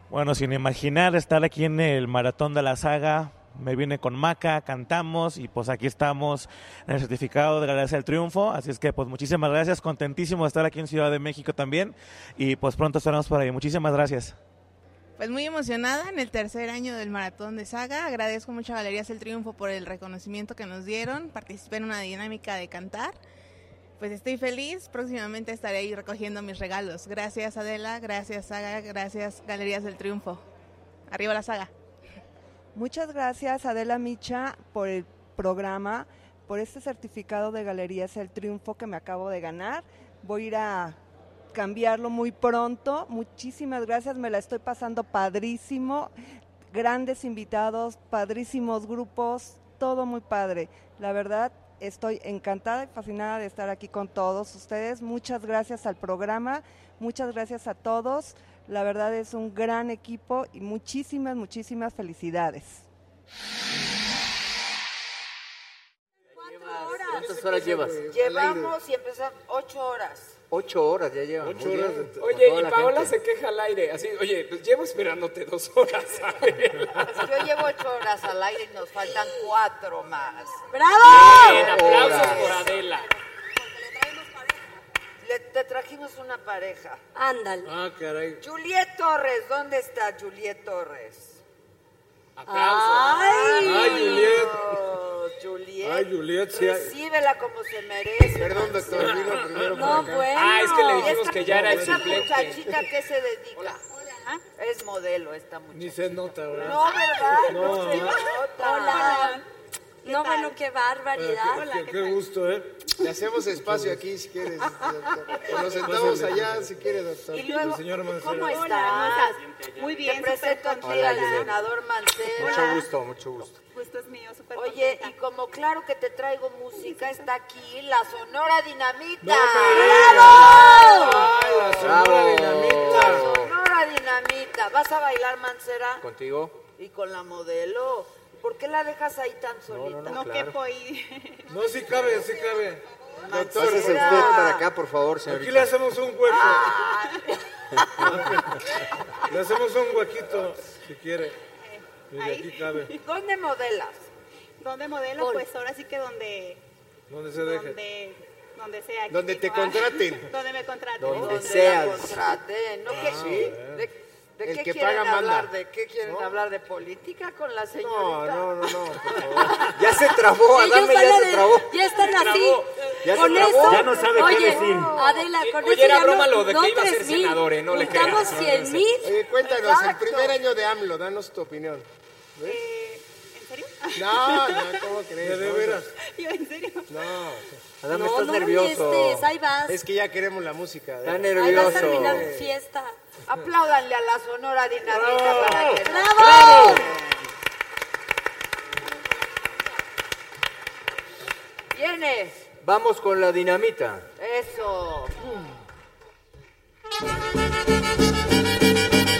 [SPEAKER 35] Bueno, sin imaginar estar aquí en el maratón de la saga, me vine con Maca, cantamos y pues aquí estamos en el certificado de la Gracia del Triunfo. Así es que pues muchísimas gracias, contentísimo de estar aquí en Ciudad de México también y pues pronto estaremos por ahí. Muchísimas gracias.
[SPEAKER 36] Pues muy emocionada en el tercer año del maratón de saga. Agradezco mucho a Galerías El Triunfo por el reconocimiento que nos dieron. Participé en una dinámica de cantar. Pues estoy feliz. Próximamente estaré ahí recogiendo mis regalos. Gracias Adela, gracias Saga, gracias Galerías del Triunfo. Arriba la saga.
[SPEAKER 27] Muchas gracias Adela Micha por el programa, por este certificado de Galerías El Triunfo que me acabo de ganar. Voy a ir a cambiarlo muy pronto. Muchísimas gracias, me la estoy pasando padrísimo. Grandes invitados, padrísimos grupos, todo muy padre. La verdad, estoy encantada y fascinada de estar aquí con todos ustedes. Muchas gracias al programa, muchas gracias a todos. La verdad es un gran equipo y muchísimas, muchísimas felicidades.
[SPEAKER 33] ¿Cuántas horas llevas?
[SPEAKER 4] Llevamos y empezamos ocho horas.
[SPEAKER 33] Ocho horas ya llevan.
[SPEAKER 20] Ocho horas. Oye, y Paola se queja al aire. Así, oye, pues llevo esperándote dos horas.
[SPEAKER 4] Pues yo llevo ocho horas al aire y nos faltan cuatro más.
[SPEAKER 16] ¡Bravo!
[SPEAKER 20] Bien, aplausos por Adela.
[SPEAKER 4] Le, te trajimos una pareja.
[SPEAKER 16] Ándale.
[SPEAKER 32] Ah, caray.
[SPEAKER 4] Juliet Torres, ¿dónde está Juliet Torres?
[SPEAKER 20] Aplausos.
[SPEAKER 4] Ay,
[SPEAKER 32] Ay, Juliet.
[SPEAKER 4] Oh, Juliet.
[SPEAKER 32] Ay, Juliet, sí. ay.
[SPEAKER 4] Recíbela como se merece.
[SPEAKER 5] Perdón, doctor, vino primero por
[SPEAKER 16] No,
[SPEAKER 5] acá.
[SPEAKER 16] bueno.
[SPEAKER 20] Ah, es que le
[SPEAKER 4] Y
[SPEAKER 20] dijimos
[SPEAKER 4] esta-
[SPEAKER 20] que ya era el
[SPEAKER 4] Esta
[SPEAKER 20] suplente.
[SPEAKER 4] muchachita que se dedica. ¿Ah? Es modelo esta muchacha.
[SPEAKER 32] Ni se nota, ¿verdad?
[SPEAKER 4] No, ¿verdad?
[SPEAKER 32] No,
[SPEAKER 4] No, se
[SPEAKER 32] ¿verdad?
[SPEAKER 4] nota.
[SPEAKER 16] Hola. No, bueno, qué
[SPEAKER 13] Ah,
[SPEAKER 16] barbaridad.
[SPEAKER 32] Qué- qué gusto, ¿eh?
[SPEAKER 5] Le hacemos espacio aquí si quieres. doctor. O nos sentamos allá si quieres, doctor.
[SPEAKER 4] Y luego,
[SPEAKER 5] El señor Mancera.
[SPEAKER 4] ¿cómo estás?
[SPEAKER 22] Muy bien,
[SPEAKER 4] Te presento
[SPEAKER 22] súper
[SPEAKER 4] aquí al
[SPEAKER 22] contenta.
[SPEAKER 4] senador Mancera.
[SPEAKER 33] Mucho gusto, mucho gusto.
[SPEAKER 22] Gusto es mío, súper
[SPEAKER 4] Oye, y como claro que te traigo música, está aquí la Sonora Dinamita.
[SPEAKER 32] No,
[SPEAKER 4] ¡Bravo!
[SPEAKER 32] Ay, la sonora
[SPEAKER 33] Bravo.
[SPEAKER 32] dinamita.
[SPEAKER 4] Sonora Dinamita. ¿Vas a bailar, Mancera?
[SPEAKER 33] ¿Contigo?
[SPEAKER 4] Y con la modelo. ¿Por qué la dejas ahí tan solita?
[SPEAKER 33] no, No claro. quepo
[SPEAKER 22] ahí.
[SPEAKER 32] No, sí cabe, sí cabe. Doctor,
[SPEAKER 33] Pásese usted para acá, por favor,
[SPEAKER 32] aquí le
[SPEAKER 33] señorita.
[SPEAKER 32] hacemos un hueco. Le hacemos un huequito, si quiere. Mire,
[SPEAKER 22] Ahí.
[SPEAKER 32] aquí cabe.
[SPEAKER 4] ¿Dónde modelas?
[SPEAKER 22] ¿Dónde modelo?
[SPEAKER 4] Hoy.
[SPEAKER 22] Pues ahora sí que donde...
[SPEAKER 32] Donde se deje.
[SPEAKER 22] Donde, donde sea. aquí,
[SPEAKER 32] Donde te
[SPEAKER 22] ¿no?
[SPEAKER 32] contraten.
[SPEAKER 22] Donde me contraten.
[SPEAKER 32] Donde
[SPEAKER 4] Donde
[SPEAKER 32] seas.
[SPEAKER 4] la contraten, ¿no? ¿Qué-
[SPEAKER 32] sí.
[SPEAKER 4] ¿De, de
[SPEAKER 5] El
[SPEAKER 4] qué
[SPEAKER 5] que
[SPEAKER 4] quieren
[SPEAKER 5] paga, manda.
[SPEAKER 4] hablar? ¿De qué quieren hablar? ¿De política con la
[SPEAKER 5] No,
[SPEAKER 4] señorita?
[SPEAKER 5] no, no, no.
[SPEAKER 33] Ya se trabó,
[SPEAKER 16] Ellos
[SPEAKER 33] Adame
[SPEAKER 16] solo
[SPEAKER 33] ya se
[SPEAKER 16] de-
[SPEAKER 33] trabó.
[SPEAKER 16] Ya están así.
[SPEAKER 33] trabó. Ya se
[SPEAKER 16] con
[SPEAKER 33] trabó.
[SPEAKER 16] eso,
[SPEAKER 33] Ya no sabe qué
[SPEAKER 16] oye,
[SPEAKER 33] decir.
[SPEAKER 16] Adela, con
[SPEAKER 20] oye,
[SPEAKER 16] eso
[SPEAKER 20] era
[SPEAKER 16] ya
[SPEAKER 20] broma
[SPEAKER 16] no-
[SPEAKER 20] lo de
[SPEAKER 16] no
[SPEAKER 20] que iba a ser
[SPEAKER 16] 3,000,
[SPEAKER 20] senador, ¿eh? No le creas.
[SPEAKER 16] juntamos 100 mil.
[SPEAKER 5] Oye, cuéntanos,
[SPEAKER 16] Exacto.
[SPEAKER 5] el primer año de AMLO, danos tu opinión. ¿Ves?
[SPEAKER 22] ¿En serio?
[SPEAKER 5] No, no, ¿cómo crees?
[SPEAKER 32] De de veras.
[SPEAKER 22] Yo, ¿en serio?
[SPEAKER 5] No.
[SPEAKER 33] Adame,
[SPEAKER 16] No,
[SPEAKER 33] estás
[SPEAKER 16] no
[SPEAKER 33] nervioso.
[SPEAKER 16] molestes, ahí vas.
[SPEAKER 5] Es que ya queremos la música.
[SPEAKER 33] Está
[SPEAKER 5] ¿verdad?
[SPEAKER 16] Ahí vas
[SPEAKER 33] nervioso.
[SPEAKER 16] terminando fiesta.
[SPEAKER 4] Apláudanle a la Sonora Dinamita para que la-
[SPEAKER 16] ¡Bravo!
[SPEAKER 4] viene.
[SPEAKER 33] Vamos con la dinamita.
[SPEAKER 4] Eso.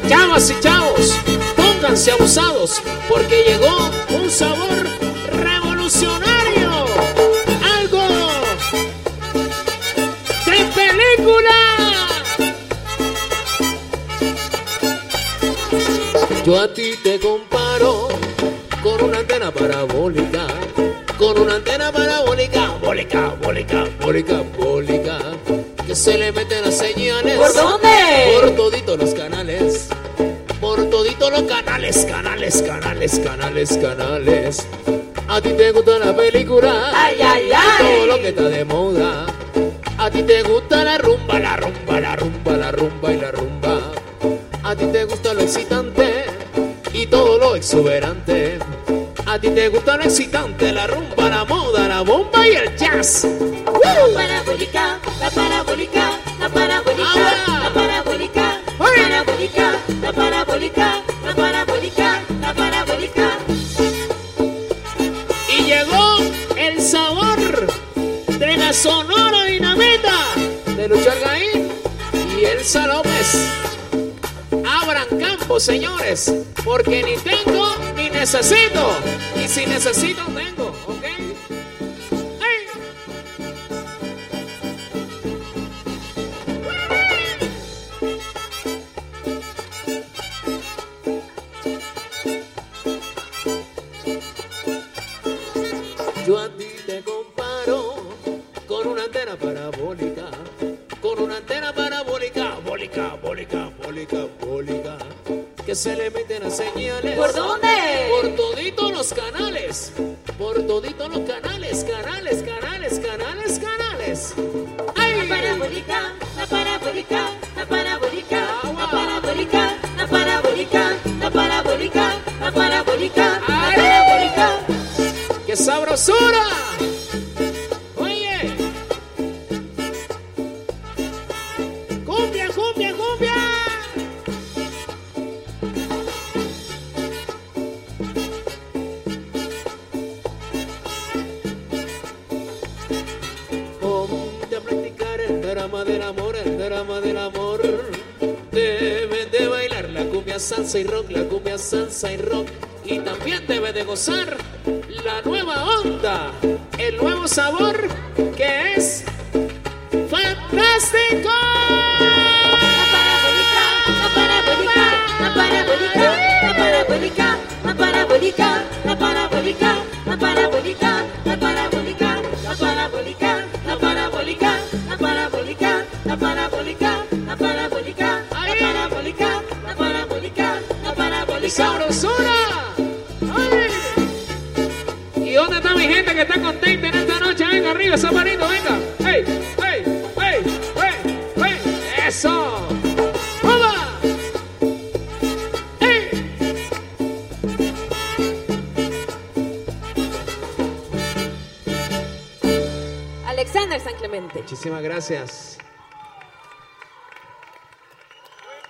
[SPEAKER 3] Chavas y chavos, pónganse abusados, porque llegó un sabor revolucionario. Algo de película. Yo a ti te comparo con una antena parabólica, con una antena parabólica, bólica, bólica, bólica, bólica, que se le meten las señales.
[SPEAKER 16] ¿Por dónde?
[SPEAKER 3] Por toditos los canales, por toditos los canales, canales, canales, canales, canales. A ti te gusta la película,
[SPEAKER 16] Ay, ay, ay.
[SPEAKER 3] y todo lo que está de moda. A ti te gusta la rumba, la rumba, la rumba, la rumba y la rumba. A ti te gusta lo excitante y todo lo exuberante. A ti te gusta lo excitante, la rumba, la moda, la bomba y el jazz. ¡Woo!
[SPEAKER 16] Parabólica, la parabólica, la parabólica, la parabólica,
[SPEAKER 3] Ahora.
[SPEAKER 16] parabólica, la parabólica, la parabólica, la parabólica.
[SPEAKER 3] Y llegó el sabor de la sonora dinamita de Lucho Argaín y Elsa López. Abran campo, señores, porque ni tengo ni necesito. Y si necesito, tengo, ¿ok? ¡Ey!
[SPEAKER 2] Yo a ti te comparo con una antena parabólica, con una antena parabólica, bólica, bólica, bólica, bólica, que se le meten las señales.
[SPEAKER 4] ¿Por dónde?
[SPEAKER 2] Por toditos los canales, por toditos los canales, canales, canales, canales, canales. ¡Ay!
[SPEAKER 16] La parabólica, la parabólica, la parabólica, la parabólica, la parabólica, la parabólica, la parabólica, la parabólica.
[SPEAKER 2] ¡Qué sabrosura! Oye, cumbia, cumbia, cumbia. Ponte a practicar el drama del amor, el drama del amor. Debes de bailar la cumbia salsa y rock, la cumbia salsa y rock. Y también debes de gozar la nueva onda, el nuevo sabor que es fantástico.
[SPEAKER 16] La parabólica, la parabólica, la parabólica, la parabólica, la parabólica, la parabólica, la parabólica, la parabólica, la parabólica, la parabólica, la parabólica, la parabólica, la parabólica, la
[SPEAKER 2] ¡Y
[SPEAKER 16] parabólica.
[SPEAKER 2] sabrosura! ¡Ay! ¿Y dónde está mi gente que está contenta en esta noche? Venga, arriba, esa manito, venga. ¡Ey, ey, ey, ey, ey! ¡Eso! ¡Toma! ¡Ey!
[SPEAKER 20] Alexander San Clemente.
[SPEAKER 2] Muchísimas gracias.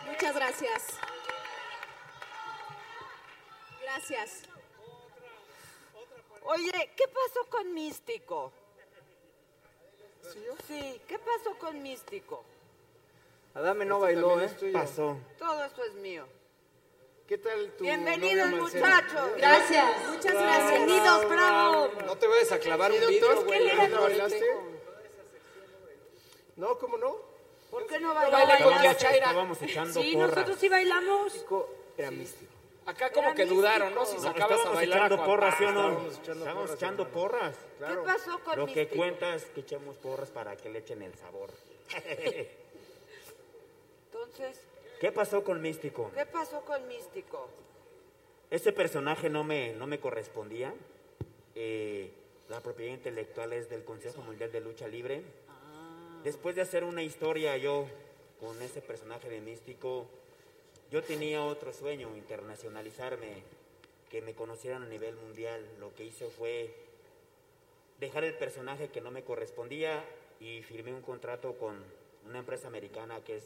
[SPEAKER 20] Muchas gracias. Gracias.
[SPEAKER 4] Oye, ¿qué pasó con Místico? Sí, ¿qué pasó con Místico?
[SPEAKER 5] Adame no bailó, ¿eh?
[SPEAKER 4] Pasó. Todo esto es mío.
[SPEAKER 5] ¿Qué tal tu
[SPEAKER 4] Bienvenidos,
[SPEAKER 5] novio Marcelo?
[SPEAKER 4] muchachos.
[SPEAKER 20] Gracias. Muchas gracias. Bienvenidos, bravo.
[SPEAKER 5] No te vayas a clavar
[SPEAKER 33] un vidrio,
[SPEAKER 4] güey. ¿Qué le
[SPEAKER 5] ¿No bailaste? No, ¿cómo no?
[SPEAKER 4] ¿Por qué no
[SPEAKER 33] No
[SPEAKER 4] bailó?
[SPEAKER 33] baila con
[SPEAKER 4] bailaste?
[SPEAKER 33] Yachaira.
[SPEAKER 5] Estábamos echando
[SPEAKER 4] Sí,
[SPEAKER 5] porras.
[SPEAKER 4] nosotros sí bailamos.
[SPEAKER 5] Era místico.
[SPEAKER 33] Acá como que dudaron, ¿no? Si sacabas a
[SPEAKER 15] estábamos
[SPEAKER 33] bailar. a
[SPEAKER 15] echando
[SPEAKER 33] Juan
[SPEAKER 15] porras, ¿sí o
[SPEAKER 33] Pablo.
[SPEAKER 15] no?
[SPEAKER 33] Estábamos echando
[SPEAKER 15] Estábamos
[SPEAKER 33] porras,
[SPEAKER 15] echando
[SPEAKER 33] sí.
[SPEAKER 15] porras. claro.
[SPEAKER 4] pasó con
[SPEAKER 15] Lo que
[SPEAKER 4] Místico?
[SPEAKER 15] cuenta es que echamos porras para que le echen el sabor.
[SPEAKER 4] Entonces,
[SPEAKER 15] ¿Qué pasó con Místico?
[SPEAKER 4] ¿qué pasó con Místico?
[SPEAKER 15] Ese Este personaje no me, no me correspondía. Eh, la propiedad intelectual es del Consejo Mundial de Lucha Libre. Después de hacer una historia yo con ese personaje de místico, yo tenía otro sueño, internacionalizarme, que me conocieran a nivel mundial. Lo que hice fue dejar el personaje que no me correspondía y firmé un contrato con una empresa americana que es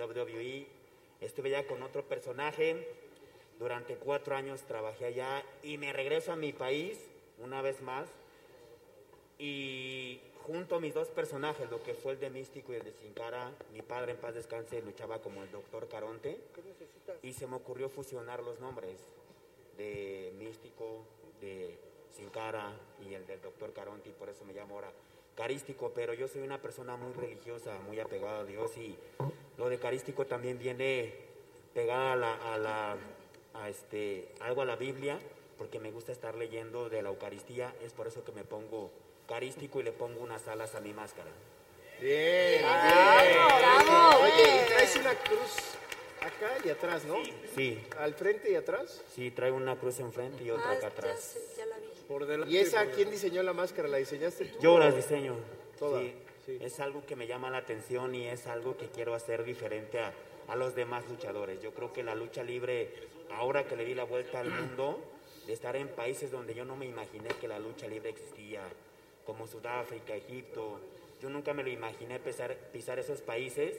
[SPEAKER 15] WWE. Estuve ya con otro personaje. Durante cuatro años trabajé allá y me regreso a mi país una vez más. Y junto a mis dos personajes, lo que fue el de Místico y el de Sin Cara, mi padre en paz descanse luchaba como el doctor Caronte. Y se me ocurrió fusionar los nombres de Místico, de Sin Cara y el del doctor Caronte, y por eso me llamo ahora Carístico. Pero yo soy una persona muy religiosa, muy apegada a Dios, y lo de Carístico también viene pegada a la, a la- a este, algo a la Biblia, porque me gusta estar leyendo de la Eucaristía, es por eso que me pongo carístico y le pongo unas alas a mi máscara.
[SPEAKER 5] Bien.
[SPEAKER 15] Bravo, bravo.
[SPEAKER 5] Oye, y traes una cruz acá y atrás, ¿no?
[SPEAKER 15] Sí,
[SPEAKER 5] Al frente y atrás.
[SPEAKER 15] sí, traigo una cruz enfrente y otra
[SPEAKER 5] Ah,
[SPEAKER 15] acá
[SPEAKER 5] ya
[SPEAKER 15] atrás.
[SPEAKER 5] Por delante. ¿Y esa quién diseñó la máscara? ¿La diseñaste tú?
[SPEAKER 15] Yo
[SPEAKER 5] o-
[SPEAKER 15] las diseño.
[SPEAKER 5] Toda.
[SPEAKER 15] Sí, Es algo que me llama la atención y es algo que quiero hacer diferente a, a los demás luchadores. Yo creo que la lucha libre, ahora que le di la vuelta al mundo, de estar en países donde yo no me imaginé que la lucha libre existía, como Sudáfrica, Egipto, yo nunca me lo imaginé pisar, pisar esos países.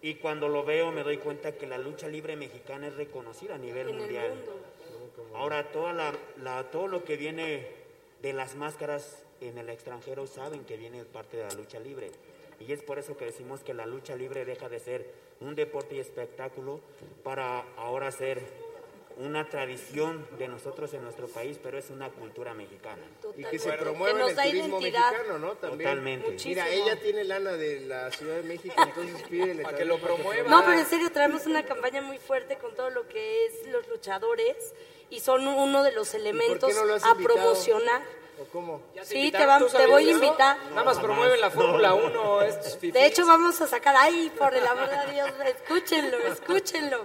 [SPEAKER 15] Y cuando lo veo me doy cuenta que la lucha libre mexicana es reconocida a
[SPEAKER 5] En
[SPEAKER 15] nivel
[SPEAKER 5] el
[SPEAKER 15] mundial.
[SPEAKER 5] mundo.
[SPEAKER 15] Ahora, toda la, la- todo lo que viene de las máscaras en el extranjero saben que viene parte de la lucha libre. Y es por eso que decimos que la lucha libre deja de ser un deporte y espectáculo para ahora ser una tradición de nosotros en nuestro país, pero es una cultura mexicana.
[SPEAKER 5] Y que se promueva el turismo mexicano, ¿no? También.
[SPEAKER 15] Totalmente.
[SPEAKER 5] Mira, ella tiene lana de la Ciudad de México, entonces pídele.
[SPEAKER 15] Para
[SPEAKER 5] también
[SPEAKER 15] que lo promueva.
[SPEAKER 13] No, pero en serio, traemos una campaña muy fuerte con todo lo que es los luchadores y son uno de los
[SPEAKER 5] ¿Y por
[SPEAKER 13] elementos
[SPEAKER 5] qué no lo has
[SPEAKER 13] a
[SPEAKER 5] invitado?
[SPEAKER 13] promocionar.
[SPEAKER 33] ¿O cómo?
[SPEAKER 8] Sí, te, van- te voy a invitar.
[SPEAKER 20] Nada más promueven la Fórmula 1 estos fifís.
[SPEAKER 8] De hecho, vamos a sacar, ay, por el amor de Dios, escúchenlo, escúchenlo.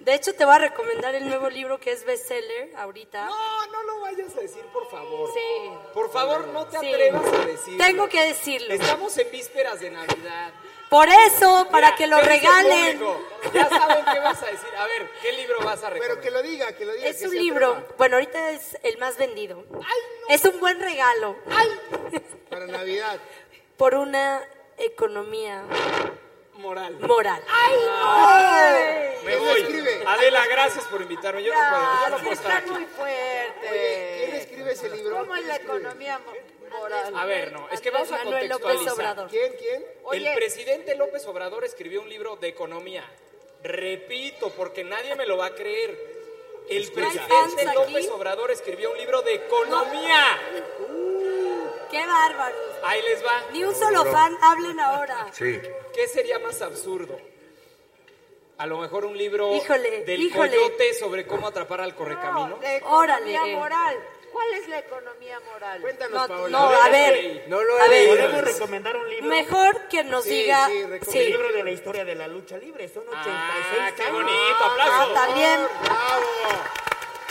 [SPEAKER 8] De hecho, te voy a recomendar el nuevo libro que es bestseller ahorita.
[SPEAKER 20] No, no lo vayas a decir, por favor.
[SPEAKER 8] Sí.
[SPEAKER 20] Por favor, no te
[SPEAKER 8] Sí.
[SPEAKER 20] atrevas a decirlo.
[SPEAKER 8] Tengo que decirlo.
[SPEAKER 20] Estamos en vísperas de Navidad.
[SPEAKER 8] Por eso, para
[SPEAKER 20] Mira,
[SPEAKER 8] que lo
[SPEAKER 20] ¿qué dice el
[SPEAKER 8] regalen.
[SPEAKER 20] público? Ya saben qué vas a decir. A ver, ¿qué libro vas a recomendar? Pero que
[SPEAKER 3] lo diga, que lo diga.
[SPEAKER 8] Es un libro, bueno, ahorita es el más vendido. Es un buen regalo.
[SPEAKER 3] Para Navidad.
[SPEAKER 8] Por una economía
[SPEAKER 20] Moral.
[SPEAKER 8] moral.
[SPEAKER 20] Ay, Me
[SPEAKER 3] ¿Quién lo
[SPEAKER 20] voy.
[SPEAKER 3] escribe?
[SPEAKER 20] Adela, gracias por invitarme. Yo no puedo, yo no puedo estar
[SPEAKER 4] está
[SPEAKER 20] aquí.
[SPEAKER 4] muy fuerte.
[SPEAKER 3] ¿Quién escribe ese libro?
[SPEAKER 4] ¿Cómo es la economía mo- moral?
[SPEAKER 20] A ver, no, es que vamos a
[SPEAKER 4] Manuel López
[SPEAKER 20] contextualizar.
[SPEAKER 4] Obrador.
[SPEAKER 3] ¿Quién, quién?
[SPEAKER 20] El
[SPEAKER 4] Oye.
[SPEAKER 20] presidente López Obrador escribió un libro de economía. Repito, porque nadie me lo va a creer. El
[SPEAKER 8] Escucha.
[SPEAKER 20] presidente
[SPEAKER 8] ¿Hay fans aquí?
[SPEAKER 20] López Obrador escribió un libro de economía.
[SPEAKER 8] ¡Qué bárbaros!
[SPEAKER 20] Ahí les va.
[SPEAKER 8] Ni un solo fan, hablen ahora.
[SPEAKER 3] Sí.
[SPEAKER 20] ¿Qué sería más absurdo? A lo mejor un libro
[SPEAKER 8] Híjole,
[SPEAKER 20] del
[SPEAKER 8] híjole.
[SPEAKER 20] coyote sobre cómo atrapar al correcamino.
[SPEAKER 4] La economía
[SPEAKER 8] Órale.
[SPEAKER 4] moral. ¿Cuál es la economía moral?
[SPEAKER 3] Cuéntanos,
[SPEAKER 8] No,
[SPEAKER 3] Paola.
[SPEAKER 8] no, a ver.
[SPEAKER 3] No
[SPEAKER 8] lo he a ver.
[SPEAKER 15] ¿Podemos recomendar un libro?
[SPEAKER 8] Mejor que nos
[SPEAKER 15] Sí,
[SPEAKER 8] diga.
[SPEAKER 15] sí, recom-
[SPEAKER 8] sí.
[SPEAKER 15] El libro de la historia de la lucha libre. Son 86
[SPEAKER 20] Ah, qué
[SPEAKER 15] años.
[SPEAKER 20] bonito, aplausos.
[SPEAKER 8] Ah, también.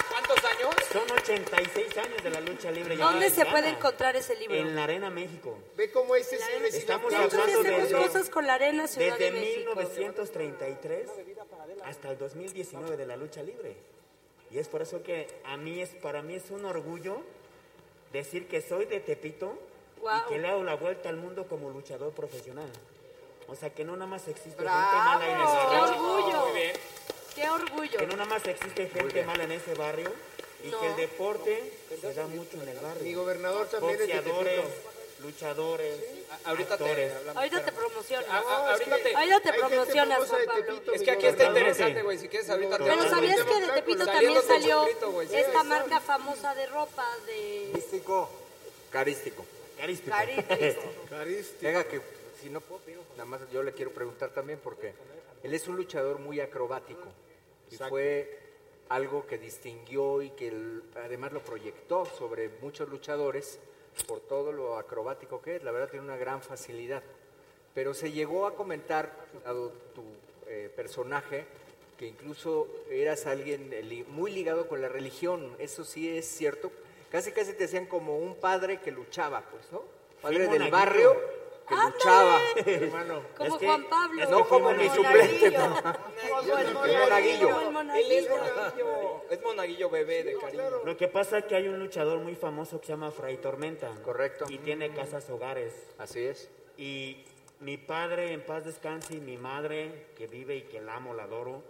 [SPEAKER 20] ¿Cuántos años?
[SPEAKER 15] Son 86 años de la lucha libre.
[SPEAKER 8] ¿Dónde se
[SPEAKER 15] mexicana.
[SPEAKER 8] puede encontrar ese libro?
[SPEAKER 15] En la Arena México.
[SPEAKER 3] Ve cómo es ese cine
[SPEAKER 15] Estamos
[SPEAKER 8] De hecho, sí
[SPEAKER 15] hablando
[SPEAKER 8] hacemos
[SPEAKER 15] desde-
[SPEAKER 8] cosas con la Arena Ciudad
[SPEAKER 15] Desde
[SPEAKER 8] de México.
[SPEAKER 15] 1933 hasta el 2019 de la lucha libre. Y es por eso que a mí es, para mí es un orgullo decir que soy de Tepito
[SPEAKER 8] Guau.
[SPEAKER 15] y que le hago la vuelta al mundo como luchador profesional. O sea, que no nada más existe gente
[SPEAKER 4] ¡Bravo!
[SPEAKER 15] mala en ese
[SPEAKER 4] ¡Qué
[SPEAKER 15] barrio.
[SPEAKER 4] orgullo! ¡Qué orgullo!
[SPEAKER 15] Que no nada más existe gente mala en ese barrio y
[SPEAKER 4] No.
[SPEAKER 15] que el deporte se da mucho en el barrio.
[SPEAKER 3] Mi gobernador también es de
[SPEAKER 15] Boxeadores,
[SPEAKER 3] Tepito.
[SPEAKER 15] luchadores,
[SPEAKER 20] Ahorita
[SPEAKER 15] actores.
[SPEAKER 20] te hablamos.
[SPEAKER 8] Ahorita te promociono.
[SPEAKER 20] Ah, ah, ahorita te-
[SPEAKER 8] Ahorita te
[SPEAKER 3] hay gente
[SPEAKER 8] promocionas,
[SPEAKER 3] famosa
[SPEAKER 8] Juan
[SPEAKER 3] de
[SPEAKER 8] Pablo.
[SPEAKER 3] Tepito,
[SPEAKER 20] Es
[SPEAKER 3] mi
[SPEAKER 20] que aquí está
[SPEAKER 3] gobernador.
[SPEAKER 20] interesante, güey. Si quieres, ahorita te
[SPEAKER 8] Pero
[SPEAKER 20] hablamos.
[SPEAKER 8] sabías que de Tepito también
[SPEAKER 20] Saliendo con
[SPEAKER 8] salió
[SPEAKER 20] Tepito, güey.
[SPEAKER 8] esta marca famosa de ropa de.
[SPEAKER 33] Carístico. Carístico.
[SPEAKER 15] Carístico.
[SPEAKER 8] Carístico.
[SPEAKER 33] Venga, que si no puedo, pero nada más yo le quiero preguntar también porque él es un luchador muy acrobático. Y fue algo que distinguió y que él, además lo proyectó sobre muchos luchadores por todo lo acrobático que es. La verdad tiene una gran facilidad. Pero se llegó a comentar, dado tu eh, personaje, que incluso eras alguien eh, li- muy ligado con la religión. Eso sí es cierto. Casi, casi te hacían como un padre que luchaba, pues, ¿no? Padre del
[SPEAKER 15] monaguillo.
[SPEAKER 33] barrio que luchaba, hermano.
[SPEAKER 8] Como Juan Pablo.
[SPEAKER 33] No como mi suplente.
[SPEAKER 4] Como el
[SPEAKER 33] El monaguillo.
[SPEAKER 4] monaguillo.
[SPEAKER 20] Él es monaguillo. Es monaguillo bebé de cariño.
[SPEAKER 15] Lo que pasa es que hay un luchador muy famoso que se llama Fray Tormenta.
[SPEAKER 33] Correcto.
[SPEAKER 15] Y tiene casas hogares.
[SPEAKER 33] Así es.
[SPEAKER 15] Y mi padre, en paz descanse, y mi madre, que vive y que la amo, la adoro,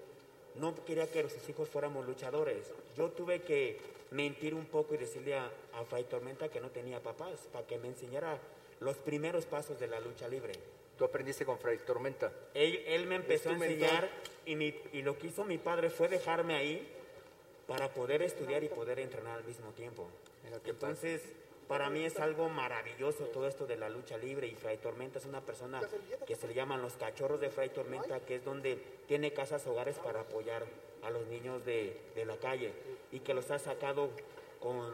[SPEAKER 15] no quería que sus hijos fuéramos luchadores. Yo tuve que mentir un poco y decirle a, a Fray Tormenta que no tenía papás, para que me enseñara los primeros pasos de la lucha libre.
[SPEAKER 33] Tú aprendiste con Fray Tormenta.
[SPEAKER 15] Él, él me empezó a
[SPEAKER 33] Es tu
[SPEAKER 15] enseñar
[SPEAKER 33] mentor.
[SPEAKER 15] y, mi- y lo que hizo mi padre fue dejarme ahí para poder estudiar y poder entrenar al mismo tiempo. Entonces, para mí es algo maravilloso todo esto de la lucha libre y Fray Tormenta es una persona que se le llaman los cachorros de Fray Tormenta, que es donde tiene casas hogares para apoyar a los niños de, de la calle y que los ha sacado con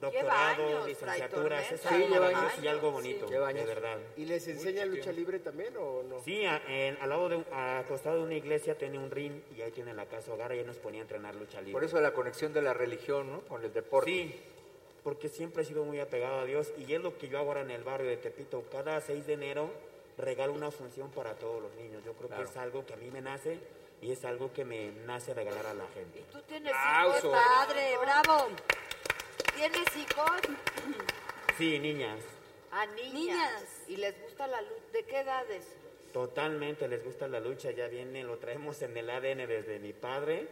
[SPEAKER 15] doctorado,
[SPEAKER 4] años, Fray
[SPEAKER 15] licenciaturas, es
[SPEAKER 4] Tormenta,
[SPEAKER 15] algo
[SPEAKER 4] lleva
[SPEAKER 15] maravilloso y
[SPEAKER 4] años,
[SPEAKER 15] algo bonito,
[SPEAKER 33] sí.
[SPEAKER 15] de
[SPEAKER 33] Lleva años.
[SPEAKER 15] verdad.
[SPEAKER 3] ¿Y les enseña lucha libre también o no?
[SPEAKER 15] Sí, a- en- al lado de, un- a- al costado de una iglesia tiene un ring y ahí tiene la casa hogar y ahí nos ponía a entrenar lucha libre.
[SPEAKER 33] Por eso la conexión de la religión, ¿no? Con el deporte.
[SPEAKER 15] Sí, porque siempre he sido muy apegado a Dios y es lo que yo hago ahora en el barrio de Tepito. Cada 6 de enero regalo una función para todos los niños. Yo creo
[SPEAKER 33] Claro.
[SPEAKER 15] que es algo que a mí me nace y es algo que me nace regalar a la gente.
[SPEAKER 4] Tú tienes hijos.
[SPEAKER 20] Aplauso.
[SPEAKER 8] Padre, bravo.
[SPEAKER 4] ¿Tienes hijos?
[SPEAKER 15] Sí, niñas,
[SPEAKER 4] A Ah, niñas.
[SPEAKER 8] Niñas.
[SPEAKER 4] ¿Y les gusta la luz? ¿De qué edades?
[SPEAKER 15] totalmente les gusta la lucha, ya viene, lo traemos en el ADN desde mi padre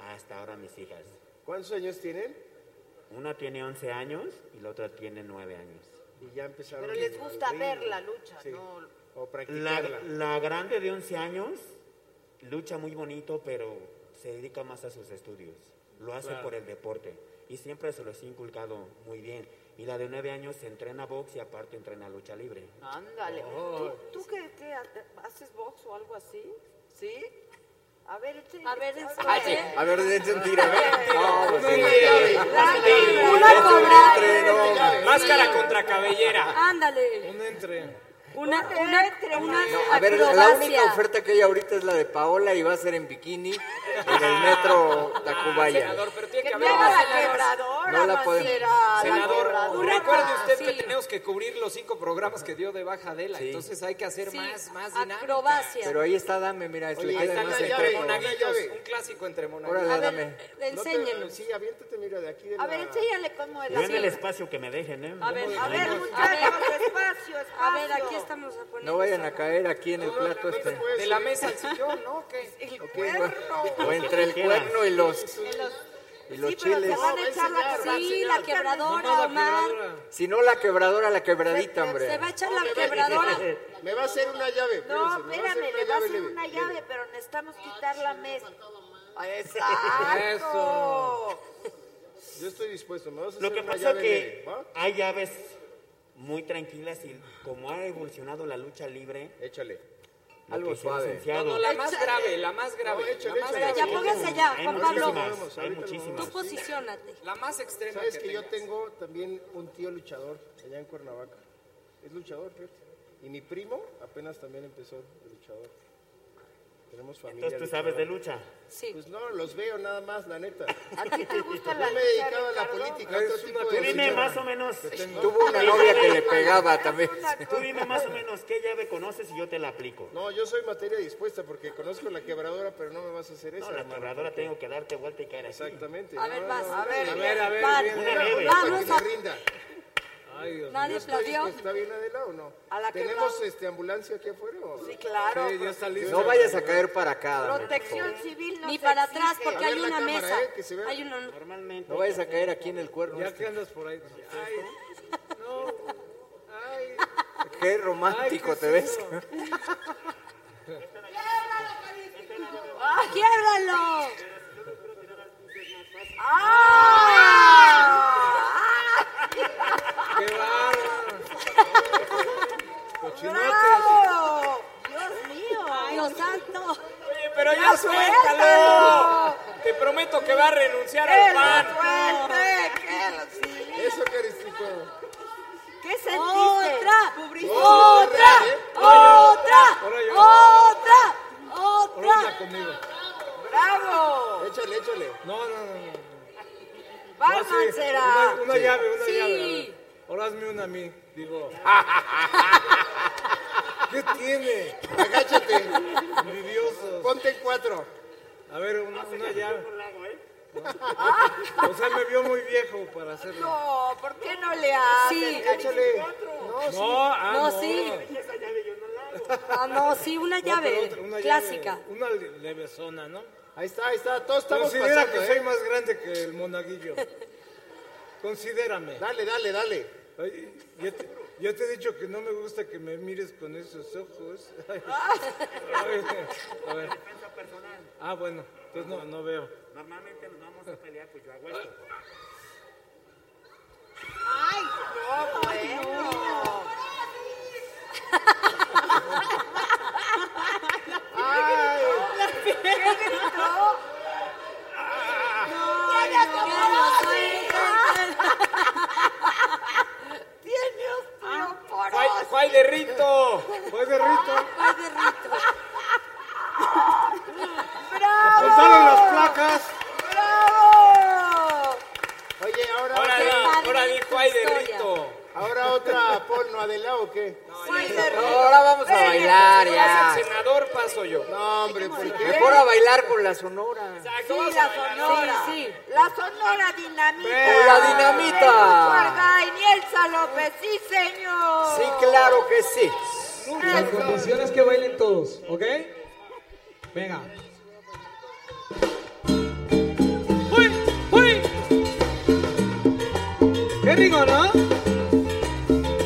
[SPEAKER 15] hasta ahora mis hijas.
[SPEAKER 3] ¿Cuántos años tienen?
[SPEAKER 15] Una tiene 11 años y la otra tiene 9 años.
[SPEAKER 3] Y ya empezaron.
[SPEAKER 4] Pero
[SPEAKER 3] en
[SPEAKER 4] les
[SPEAKER 3] el
[SPEAKER 4] gusta
[SPEAKER 3] ring,
[SPEAKER 4] ver la lucha,
[SPEAKER 3] sí.
[SPEAKER 4] ¿no?
[SPEAKER 3] O
[SPEAKER 15] La,
[SPEAKER 3] practicarla.
[SPEAKER 15] la grande de 11 años lucha muy bonito, pero se dedica más a sus estudios. Lo hace
[SPEAKER 32] Claro.
[SPEAKER 15] por el deporte. Y siempre se los he inculcado muy bien. Y la de 9 años se entrena box y aparte entrena lucha libre.
[SPEAKER 4] Ándale. ¿Tú, tú qué, qué ha- haces box o algo así? ¿Sí? A ver, échale.
[SPEAKER 8] A ver,
[SPEAKER 33] A ver, dense un tiro. a ver. No, pues sí.
[SPEAKER 8] Una cobra.
[SPEAKER 20] Máscara contra cabellera.
[SPEAKER 16] Ándale.
[SPEAKER 32] Un entre.
[SPEAKER 16] Una, una, una
[SPEAKER 33] No, a ver, la única oferta que hay ahorita es la de Paola y va a ser en bikini en el metro Tacubaya.
[SPEAKER 20] Ah, Senador, pero tiene que
[SPEAKER 33] Que
[SPEAKER 20] haber
[SPEAKER 33] te haga
[SPEAKER 20] más
[SPEAKER 33] la quebradora, No la podemos. macera, la
[SPEAKER 20] Senador,
[SPEAKER 33] quebradora.
[SPEAKER 20] recuerde usted que
[SPEAKER 33] Sí.
[SPEAKER 20] tenemos que cubrir los cinco programas que dio de baja Adela. Entonces ah, hay que hacer
[SPEAKER 33] Sí,
[SPEAKER 20] más, más dinámica.
[SPEAKER 16] acrobacia.
[SPEAKER 33] Pero ahí está, dame, mira, es
[SPEAKER 20] Oye,
[SPEAKER 33] le
[SPEAKER 20] ahí
[SPEAKER 33] queda
[SPEAKER 20] están
[SPEAKER 33] más
[SPEAKER 20] las
[SPEAKER 33] el
[SPEAKER 20] llaves,
[SPEAKER 33] cuerpo.
[SPEAKER 20] monaguillos, un clásico entre monaguillos.
[SPEAKER 33] Órale, A ver, dame.
[SPEAKER 4] enséñenos.
[SPEAKER 5] sí, aviéntate, mira, de aquí de
[SPEAKER 4] A ver, enséñale cómo es
[SPEAKER 15] Yo en el
[SPEAKER 4] la
[SPEAKER 15] espacio que me dejen, ¿eh?
[SPEAKER 4] A ver, a ver, muchachos, espacio, espacio.
[SPEAKER 16] A ver, aquí estamos a poner.
[SPEAKER 33] No vayan a caer aquí en el plato este.
[SPEAKER 20] De la mesa al sillón, ¿no? ¿Qué?
[SPEAKER 4] El
[SPEAKER 33] O entre el cuerno y los, y los
[SPEAKER 4] Sí, pero
[SPEAKER 33] chiles.
[SPEAKER 4] se van a echar la
[SPEAKER 16] Sí, la quebradora, Omar.
[SPEAKER 33] Si no, la quebradora, la quebradita, hombre.
[SPEAKER 16] Se va a echar la
[SPEAKER 33] Hombre,
[SPEAKER 16] quebradora.
[SPEAKER 5] Me va a hacer una llave.
[SPEAKER 4] No,
[SPEAKER 5] espérense, me va a hacer una llave
[SPEAKER 4] espérame, le va a hacer
[SPEAKER 5] leve,
[SPEAKER 4] una
[SPEAKER 5] leve.
[SPEAKER 4] llave, pero necesitamos quitar la mesa. Exacto.
[SPEAKER 5] Yo estoy dispuesto, me vas a hacer
[SPEAKER 15] Lo que
[SPEAKER 5] una
[SPEAKER 15] pasa es
[SPEAKER 5] llave
[SPEAKER 15] que
[SPEAKER 5] leve, ¿va?
[SPEAKER 15] hay llaves muy tranquilas y como ha evolucionado la lucha libre.
[SPEAKER 33] Échale.
[SPEAKER 20] Algo suave. No, no, la más Échale. grave, la más grave, No, échale, la más échale. grave. Ya, póngase
[SPEAKER 16] allá,
[SPEAKER 15] Hay
[SPEAKER 16] Juan
[SPEAKER 15] muchísimas,
[SPEAKER 16] Pablo.
[SPEAKER 15] Hay muchísimas.
[SPEAKER 16] Tú posicionate.
[SPEAKER 20] La más extrema
[SPEAKER 5] Sabes que, yo tengo también un tío luchador allá en Cuernavaca. Es luchador, fíjate. Y mi primo apenas también empezó de luchador. Tenemos familia.
[SPEAKER 15] Entonces, ¿tú sabes de
[SPEAKER 5] luchadora.
[SPEAKER 16] Sí.
[SPEAKER 5] Pues no, los veo nada más, la neta.
[SPEAKER 4] ¿A ti te gusta la
[SPEAKER 5] Yo me
[SPEAKER 4] lucha,
[SPEAKER 5] dedicaba a la
[SPEAKER 4] Ricardo?
[SPEAKER 33] Ah,
[SPEAKER 5] política, otro
[SPEAKER 15] Tú
[SPEAKER 5] tipo de
[SPEAKER 15] dime
[SPEAKER 5] lucha.
[SPEAKER 15] más o menos.
[SPEAKER 5] Que tengo.
[SPEAKER 33] Tuvo una novia que le pegaba también.
[SPEAKER 15] Tú dime más o menos qué llave conoces y yo te la aplico.
[SPEAKER 5] No, yo soy materia dispuesta porque conozco la quebradora, pero no me vas a hacer eso.
[SPEAKER 15] No, la quebradora tengo que darte vuelta y caer
[SPEAKER 5] Exactamente.
[SPEAKER 15] A ver,
[SPEAKER 5] No,
[SPEAKER 15] vas.
[SPEAKER 5] no,
[SPEAKER 15] A ver,
[SPEAKER 5] a ver, a ver.
[SPEAKER 15] vas.
[SPEAKER 5] bien,
[SPEAKER 15] Una
[SPEAKER 5] bien,
[SPEAKER 15] leve.
[SPEAKER 5] bien, para
[SPEAKER 15] Vamos
[SPEAKER 5] que
[SPEAKER 15] a-
[SPEAKER 5] se rinda.
[SPEAKER 16] Nadie
[SPEAKER 5] Yo estoy
[SPEAKER 16] aplaudió.
[SPEAKER 5] dispuesta. ¿Está bien Adela o no?
[SPEAKER 16] A la
[SPEAKER 5] ¿Tenemos
[SPEAKER 16] quebrada.
[SPEAKER 5] este, ambulancia aquí afuera? o-
[SPEAKER 16] Sí, claro. Sí, ya
[SPEAKER 33] está No vayas a caer para acá, dame, por
[SPEAKER 16] Protección
[SPEAKER 33] favor.
[SPEAKER 16] civil no
[SPEAKER 4] Ni
[SPEAKER 16] Ni
[SPEAKER 4] para
[SPEAKER 16] para
[SPEAKER 4] atrás,
[SPEAKER 16] atrás,
[SPEAKER 4] porque
[SPEAKER 16] porque
[SPEAKER 4] A
[SPEAKER 16] hay
[SPEAKER 4] ver hay la
[SPEAKER 16] una
[SPEAKER 4] una cámara,
[SPEAKER 16] mesa.
[SPEAKER 4] mesa. eh, que se vea.
[SPEAKER 16] Hay
[SPEAKER 4] Hay
[SPEAKER 16] una.
[SPEAKER 15] Normalmente.
[SPEAKER 33] No vayas a caer aquí en el cuerno.
[SPEAKER 5] Ya
[SPEAKER 33] este.
[SPEAKER 5] que andas por ahí.
[SPEAKER 33] Qué romántico te ves.
[SPEAKER 16] ¡Ah, quiébralo! ¡Ah!
[SPEAKER 20] ¡Qué bárbaro!
[SPEAKER 4] ¡Bravo! ¡Dios mío!
[SPEAKER 16] ¡Dios santo!
[SPEAKER 20] Oye, pero ya suéltalo. Te prometo que va a renunciar al pan.
[SPEAKER 5] Eso, Caristico.
[SPEAKER 4] ¿Qué sentiste?
[SPEAKER 16] ¡Otra!
[SPEAKER 4] Cubriste-
[SPEAKER 16] ¡Otra! ¡Otra! ¡Otra!
[SPEAKER 5] Ahora
[SPEAKER 16] ¡Otra!
[SPEAKER 5] anda conmigo.
[SPEAKER 4] ¡Bravo!
[SPEAKER 5] Échale, échale.
[SPEAKER 32] No, no, no. no.
[SPEAKER 4] ¡Vamos,
[SPEAKER 32] No, Ah, sí,
[SPEAKER 4] será!
[SPEAKER 32] Una, una llave, una
[SPEAKER 4] Sí.
[SPEAKER 32] llave. a ver. Ahora hazme una a mí, digo. ¿Qué tiene?
[SPEAKER 5] Agáchate.
[SPEAKER 32] Envidiosos.
[SPEAKER 5] Ponte en cuatro.
[SPEAKER 32] A ver, una, una llave. Ah. O sea, me vio muy viejo para hacerlo.
[SPEAKER 4] No, ¿por qué no le haces?
[SPEAKER 16] Sí.
[SPEAKER 5] Échale.
[SPEAKER 32] No,
[SPEAKER 5] sí.
[SPEAKER 32] ah,
[SPEAKER 16] No,
[SPEAKER 32] no,
[SPEAKER 16] sí. Ah, no, sí, una
[SPEAKER 32] No, pero
[SPEAKER 16] llave
[SPEAKER 32] otra- una llave,
[SPEAKER 16] clásica.
[SPEAKER 32] una le- levesona, ¿no?
[SPEAKER 5] Ahí está, ahí está. Todos estamos
[SPEAKER 32] Considera
[SPEAKER 5] pasando,
[SPEAKER 32] que
[SPEAKER 5] ¿eh?
[SPEAKER 32] soy más grande que el monaguillo. Considérame.
[SPEAKER 5] Dale, dale, dale.
[SPEAKER 32] Ay, ya, te, ya te he dicho que no me gusta que me mires con esos ojos. Ay, a ver. Ah, bueno, entonces no, no veo.
[SPEAKER 15] Normalmente nos vamos a pelear, pues yo hago esto.
[SPEAKER 4] ¡Ay, no, bueno!
[SPEAKER 5] ¡Ay!
[SPEAKER 4] ¿Qué gritó? ¡Tiene osteoporosis! ¡Tiene
[SPEAKER 20] Juay,
[SPEAKER 4] osteoporosis!
[SPEAKER 20] Juay de Rito.
[SPEAKER 32] Juay de Rito.
[SPEAKER 16] Ay, de rito.
[SPEAKER 32] ¡Contaron las
[SPEAKER 4] ¡Bravo!
[SPEAKER 32] placas!
[SPEAKER 4] ¡Bravo!
[SPEAKER 3] Pues,
[SPEAKER 5] Oye, ahora
[SPEAKER 20] Ahora
[SPEAKER 5] otra.
[SPEAKER 20] di, ahora di Juay de Rito.
[SPEAKER 5] Ahora otra porno, Adela, ¿o qué?
[SPEAKER 33] Ahora vamos a bailar ya.
[SPEAKER 20] pues, El senador paso yo.
[SPEAKER 5] No, hombre, ¿por qué?
[SPEAKER 33] Mejor a bailar con la sonora.
[SPEAKER 20] Exacto,
[SPEAKER 4] Sí,
[SPEAKER 20] vamos
[SPEAKER 4] la
[SPEAKER 20] a bailar.
[SPEAKER 4] Sonora.
[SPEAKER 16] Sí, sí.
[SPEAKER 4] La Sonora Dinamita.
[SPEAKER 33] Pero la dinamita.
[SPEAKER 4] Guarda, Nielsa López, sí, señor.
[SPEAKER 33] Sí, claro que sí.
[SPEAKER 11] La condición es que bailen todos, ¿ok? Venga. ¡Uy! ¡Uy! ¡Qué rico, ¿no?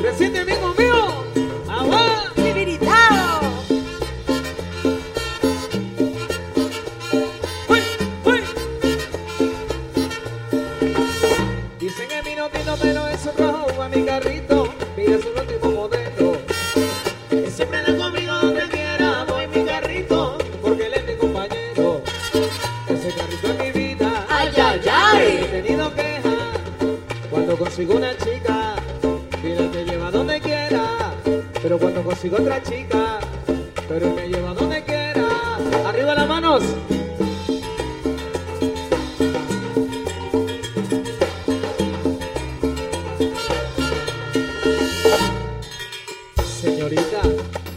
[SPEAKER 11] ¡Reciente amigo mío! ¡Agua!
[SPEAKER 4] Viviritao.
[SPEAKER 11] Dicen que vino tinto pero es un rojo a mi carrito Y es un último modelo Siempre anda conmigo donde quiera Voy en mi carrito Porque él es mi compañero Ese carrito es mi vida
[SPEAKER 27] Ay, ay, ay.
[SPEAKER 11] He tenido queja Cuando consigo una chica
[SPEAKER 3] Vida te lleva donde quiera, pero cuando consigo otra chica, pero me lleva donde quiera. Arriba las manos. Señorita,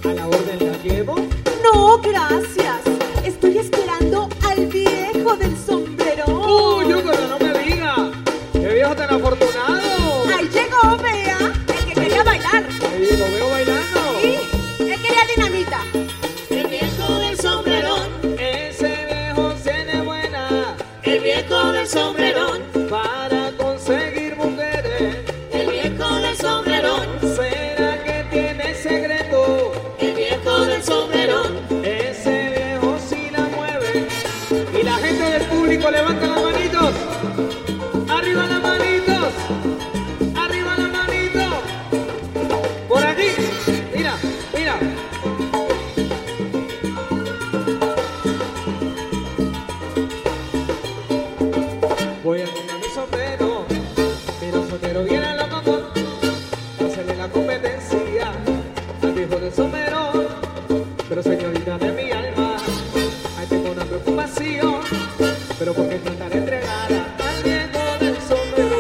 [SPEAKER 3] a la orden la llevo.
[SPEAKER 16] No, gracias. Estoy esperando al viejo del sombrero.
[SPEAKER 3] ¡Uy, yo no me diga! ¡Qué viejo tan afortunado!
[SPEAKER 16] Ahí llegó, vea. El que quería bailar.
[SPEAKER 3] Ahí lo veo bailando.
[SPEAKER 16] Sí, él quería dinamita.
[SPEAKER 11] El viejo del sombrero,
[SPEAKER 3] ese viejo tiene buena.
[SPEAKER 11] El viejo del sombrero,
[SPEAKER 3] para conseguir mujeres.
[SPEAKER 11] El viejo del sombrero,
[SPEAKER 3] ¿Será que tiene secreto?
[SPEAKER 11] el viejo del sombrero.
[SPEAKER 3] Ese viejo sí la mueve. Y la gente del público levanta las manitos. Arriba las manitos. Arriba las manitos. Por aquí. Mira, mira. Voy a tomar mi sombrero. Mira, un sombrero viene a los dos. Hacerle la competencia al viejo del sombrero. Pero señorita de mi alma, ahí tengo una preocupación. Pero porque trataré entregada al viejo del sombrero.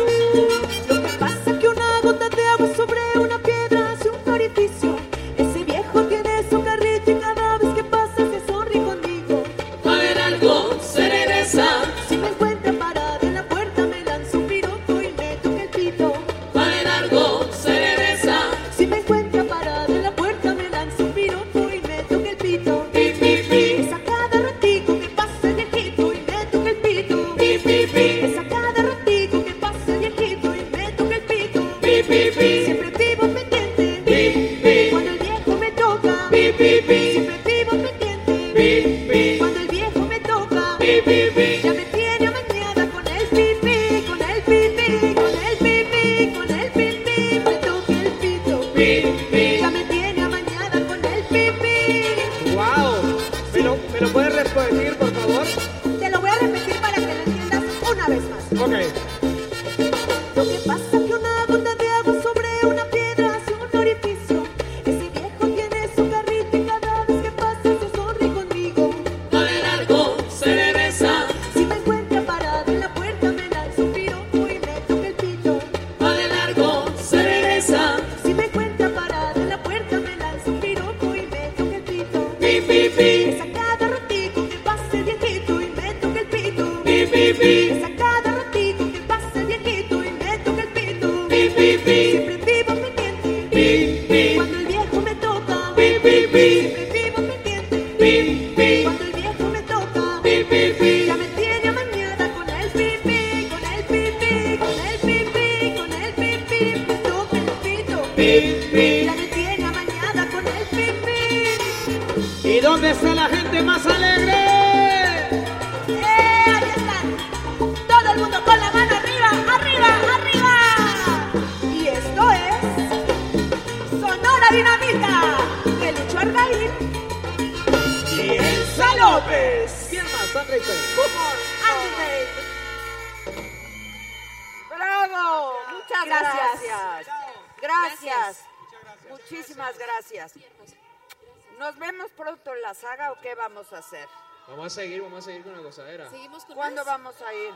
[SPEAKER 16] Lo que pasa es que una gota de agua sobre una piedra hace un orificio. Ese viejo tiene su carrito y cada vez que pasa se sonríe conmigo.
[SPEAKER 11] Va a haber algo, cereza.
[SPEAKER 16] Si me encuentra parada en la puerta me lanza un piropo y me toca el pito.
[SPEAKER 11] Va a haber algo, cereza.
[SPEAKER 16] Si me encuentra parada en la puerta me lanza un piropo y me toca el pito.
[SPEAKER 11] Pi, pi, pi.
[SPEAKER 16] Es a cada ratico que pasa el viejito y me toca el pito.
[SPEAKER 11] Pi, pi, pi.
[SPEAKER 16] Es a cada ratico que pasa el viejito y me toca el pito.
[SPEAKER 11] Pi, pi, pi.
[SPEAKER 16] Siempre vivo pendiente.
[SPEAKER 11] Pi, pi.
[SPEAKER 16] Cuando el viejo me toca.
[SPEAKER 11] Pi, pi, pi.
[SPEAKER 16] Siempre vivo pendiente.
[SPEAKER 11] Pi, pi.
[SPEAKER 16] Cuando el viejo me toca.
[SPEAKER 11] Pi, pi, pi.
[SPEAKER 16] Ya me tiene amañada con el pipí, con el pipí, con el pipí, con el pipí. Me toca el pito.
[SPEAKER 11] Pi, pi.
[SPEAKER 16] Ya me tiene amañada con el pipí.
[SPEAKER 3] ¡Wow! ¿Me lo, me lo puedes repetir, por favor?
[SPEAKER 16] Te lo voy a repetir para que lo entiendas una vez más.
[SPEAKER 3] Ok.
[SPEAKER 16] Lo que pasa es que una gota de agua sobre una piedra hace un orificio. Ese viejo tiene su carrito y cada vez que pasa se sonríe conmigo.
[SPEAKER 11] Va a haber algo, cereza.
[SPEAKER 16] Si me encuentra parada en la puerta me lanza un piropo y me toca el pito.
[SPEAKER 11] Va a haber algo, cereza.
[SPEAKER 16] Si me encuentra parada en la puerta me lanza un piropo y me toca el pito.
[SPEAKER 11] Pi, pi, pi.
[SPEAKER 16] Es a cada ratico que pasa el viejito y me toca el pito.
[SPEAKER 11] Pi, pi, pi.
[SPEAKER 16] Es a cada ratico que pasa el viejito y me toca el pito.
[SPEAKER 11] Pi, pi, pi.
[SPEAKER 16] Siempre vivo pendiente.
[SPEAKER 11] Pi, pi.
[SPEAKER 16] Cuando el viejo me toca.
[SPEAKER 11] Pi, pi, pi.
[SPEAKER 16] Siempre vivo pendiente.
[SPEAKER 11] Pi, pi.
[SPEAKER 16] Cuando el viejo me toca.
[SPEAKER 11] Pi, pi, pi.
[SPEAKER 16] Ya me tiene amañada con el pipí, con el pipí, con el pipí, con el pipí. Me toca el pito.
[SPEAKER 3] Pi, pi.
[SPEAKER 16] Ya me tiene amañada con el pipí.
[SPEAKER 3] ¿Y dónde está la gente más alegre?
[SPEAKER 16] ¡Eh! Ahí están. Todo el mundo con la mano arriba, arriba, arriba. Y esto es Sonora Dinamita de Lucho Argaín y Elsa López.
[SPEAKER 3] ¿Quién más? Sandra y Pérez.
[SPEAKER 16] Humor Anime.
[SPEAKER 4] ¡Bravo! Muchas
[SPEAKER 16] Gracias.
[SPEAKER 4] gracias. Gracias. Muchísimas gracias. ¿Nos vemos pronto en la saga o qué vamos a hacer?
[SPEAKER 3] Vamos a seguir, vamos a seguir con la gozadera.
[SPEAKER 16] Seguimos con
[SPEAKER 4] ¿Cuándo
[SPEAKER 16] más?
[SPEAKER 4] vamos a ir?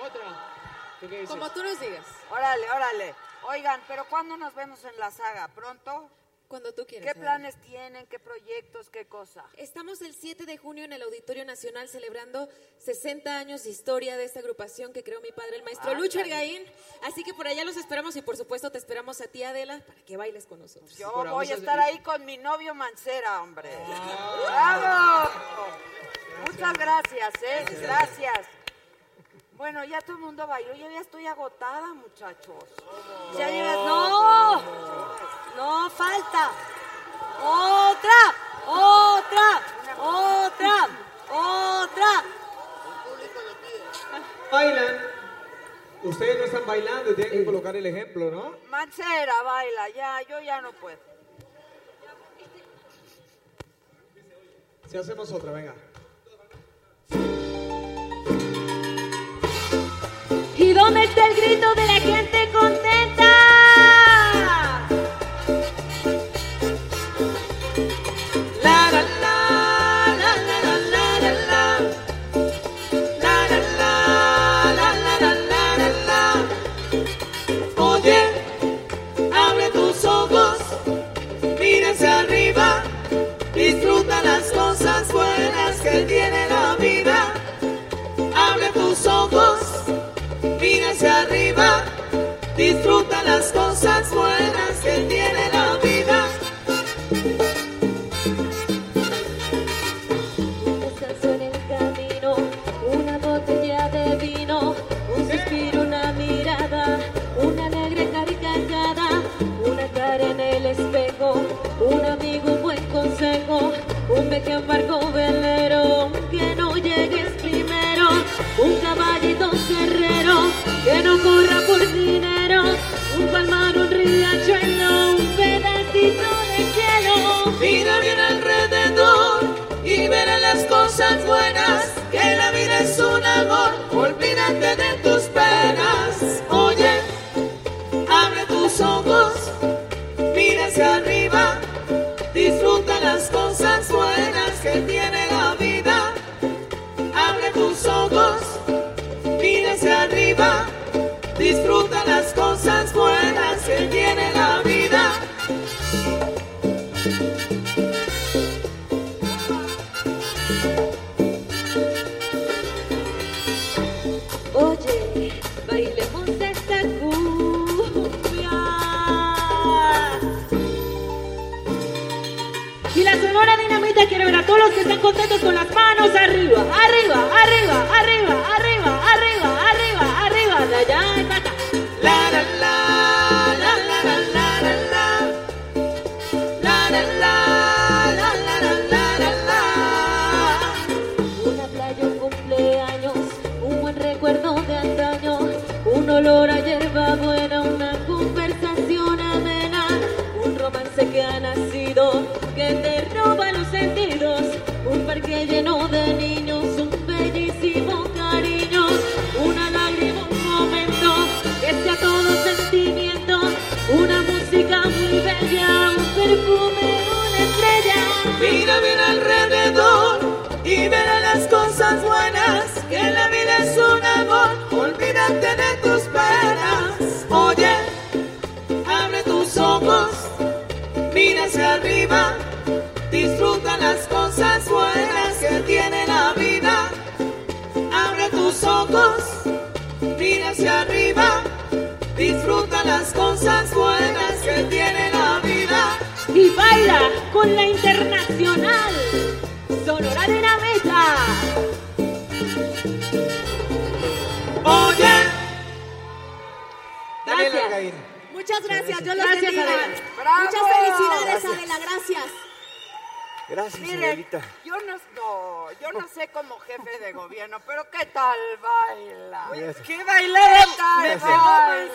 [SPEAKER 3] Otra. ¿Tú qué dices?
[SPEAKER 16] Como tú nos digas,
[SPEAKER 4] Órale, órale. Oigan, pero ¿cuándo nos vemos en la saga? ¿Pronto?
[SPEAKER 16] cuando tú quieras.
[SPEAKER 4] ¿Qué
[SPEAKER 16] Adri.
[SPEAKER 4] planes tienen? ¿Qué proyectos? ¿Qué cosa?
[SPEAKER 16] Estamos el 7 de junio en el Auditorio Nacional celebrando 60 años de historia de esta agrupación que creó mi padre, el maestro
[SPEAKER 4] Ándale.
[SPEAKER 16] Lucho Ergaín. Así que por allá los esperamos y por supuesto te esperamos a ti, Adela, para que bailes con nosotros.
[SPEAKER 4] Yo
[SPEAKER 16] Por
[SPEAKER 4] voy
[SPEAKER 16] vamos
[SPEAKER 4] a
[SPEAKER 16] a
[SPEAKER 4] estar
[SPEAKER 16] seguir.
[SPEAKER 4] ahí con mi novio Mancera, hombre.
[SPEAKER 3] Ah.
[SPEAKER 4] ¡Bravo! Muchas gracias, ¿eh? Gracias. Bueno, ya todo el mundo bailó. Yo ya estoy agotada, muchachos.
[SPEAKER 13] Ya llevas. ¡No! ¡No, falta! ¡Otra! ¡Otra! ¡Otra! ¡Otra!
[SPEAKER 3] Bailan. Ustedes no están bailando y tienen
[SPEAKER 15] Eh.
[SPEAKER 3] que colocar el ejemplo, ¿no?
[SPEAKER 4] Mancera, baila. Ya, yo ya no puedo.
[SPEAKER 3] Si hacemos otra, venga.
[SPEAKER 25] ¿Y dónde está el grito de la gente contenta?
[SPEAKER 11] Disfruta las cosas buenas que tiene la vida.
[SPEAKER 16] Oye, bailemos esta cumbia.
[SPEAKER 29] Y la Sonora Dinamita quiere ver a todos los que están contentos con las manos arriba, arriba, arriba, arriba, arriba, arriba, arriba, arriba, de allá en acá. La, la, la, la, la, la, la, la, la. La, la, la, la, la, la, la, la, la.
[SPEAKER 16] Una playa, un cumpleaños, un buen recuerdo de antaño, un olor a hierba buena, una conversación amena, un romance que ha nacido, que te roba los sentidos, un parque lleno de niños, un bellísimo cariño, una lágrima, un momento, que sea todo sentimiento, una música muy bella, un perfume, una estrella.
[SPEAKER 11] Mira, mira alrededor y verá las cosas buenas. Que la vida es un amor, olvídate de tus penas. Oye, abre tus ojos, mira hacia arriba, disfruta las cosas buenas que tiene la vida. Abre tus ojos, mira hacia arriba, disfruta las cosas buenas que tiene la vida.
[SPEAKER 29] Y baila con la internacional Sonora Dinamita.
[SPEAKER 11] Oye,
[SPEAKER 29] Gracias.
[SPEAKER 1] Muchas gracias, Dios los
[SPEAKER 29] Gracias,
[SPEAKER 1] bendiga.
[SPEAKER 29] Adela.
[SPEAKER 1] Muchas
[SPEAKER 29] Bravo.
[SPEAKER 1] felicidades,
[SPEAKER 29] Gracias.
[SPEAKER 1] Adela, gracias.
[SPEAKER 37] Gracias,
[SPEAKER 4] Miren,
[SPEAKER 37] Adelita.
[SPEAKER 4] yo no, no, yo no sé como jefe de gobierno, pero ¿qué tal baila?
[SPEAKER 37] Gracias.
[SPEAKER 4] ¿Qué bailera? ¿Qué tal
[SPEAKER 37] Gracias.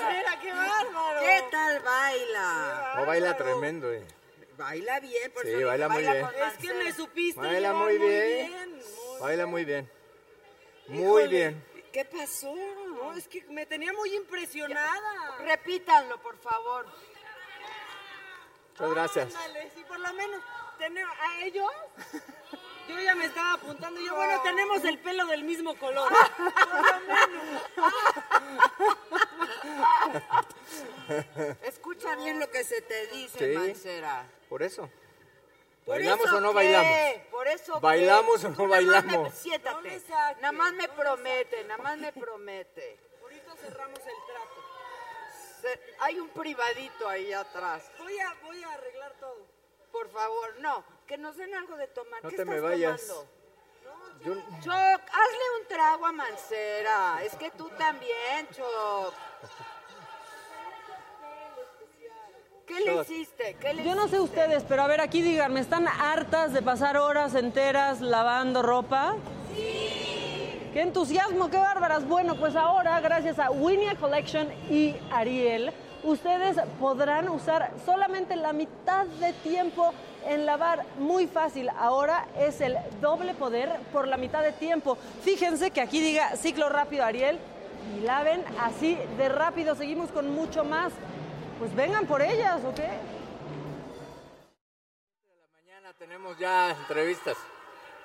[SPEAKER 4] baila? ¡Qué bárbaro! ¿Qué tal baila?
[SPEAKER 33] No baila tremendo, eh.
[SPEAKER 4] Baila bien, por
[SPEAKER 33] Sí,
[SPEAKER 4] eso
[SPEAKER 33] baila muy bien.
[SPEAKER 4] Es que me supiste
[SPEAKER 33] Baila muy bien. Baila muy bien. Muy bien.
[SPEAKER 4] ¿Qué pasó? No, es que me tenía muy impresionada. Repítanlo, por favor.
[SPEAKER 33] Muchas gracias.
[SPEAKER 1] Ándale, sí, por lo menos tenemos a ellos. Yo ya me estaba apuntando. Yo, bueno, tenemos el pelo del mismo color.
[SPEAKER 4] Escucha bien lo que se te dice,
[SPEAKER 33] Sí.
[SPEAKER 4] Mancera.
[SPEAKER 33] Por eso.
[SPEAKER 4] ¿Por
[SPEAKER 33] ¿Bailamos
[SPEAKER 4] eso
[SPEAKER 33] o no
[SPEAKER 4] qué?
[SPEAKER 33] bailamos?
[SPEAKER 4] ¿Por eso qué?
[SPEAKER 33] ¿Bailamos o no
[SPEAKER 4] Tú nada más me-
[SPEAKER 33] bailamos?
[SPEAKER 4] siéntate. nada más me promete, nada más me promete. Ahorita cerramos el trato. hay un privadito ahí atrás. Voy a, voy a arreglar todo. Por favor, no. Que nos den algo de tomar.
[SPEAKER 33] No
[SPEAKER 4] ¿Qué
[SPEAKER 33] te me
[SPEAKER 4] estás
[SPEAKER 33] vayas.
[SPEAKER 4] tomando?
[SPEAKER 33] Yo-
[SPEAKER 4] Choc, hazle un trago a Mancera. Es que tú también, Choc. ¿Qué le
[SPEAKER 1] Choc.
[SPEAKER 4] hiciste? ¿Qué le
[SPEAKER 1] Yo no sé ustedes, pero a ver, aquí díganme, ¿están hartas de pasar horas enteras lavando ropa? ¡Sí! ¡Qué entusiasmo, qué bárbaras! Bueno, pues ahora, gracias a Winia Collection y Ariel, ustedes podrán usar solamente la mitad de tiempo en lavar. Muy fácil, ahora es el doble poder por la mitad de tiempo. Fíjense que aquí diga ciclo rápido Ariel y laven así de rápido. Seguimos con mucho más. Pues vengan por ellas, ¿ok?
[SPEAKER 33] Mañana tenemos ya entrevistas.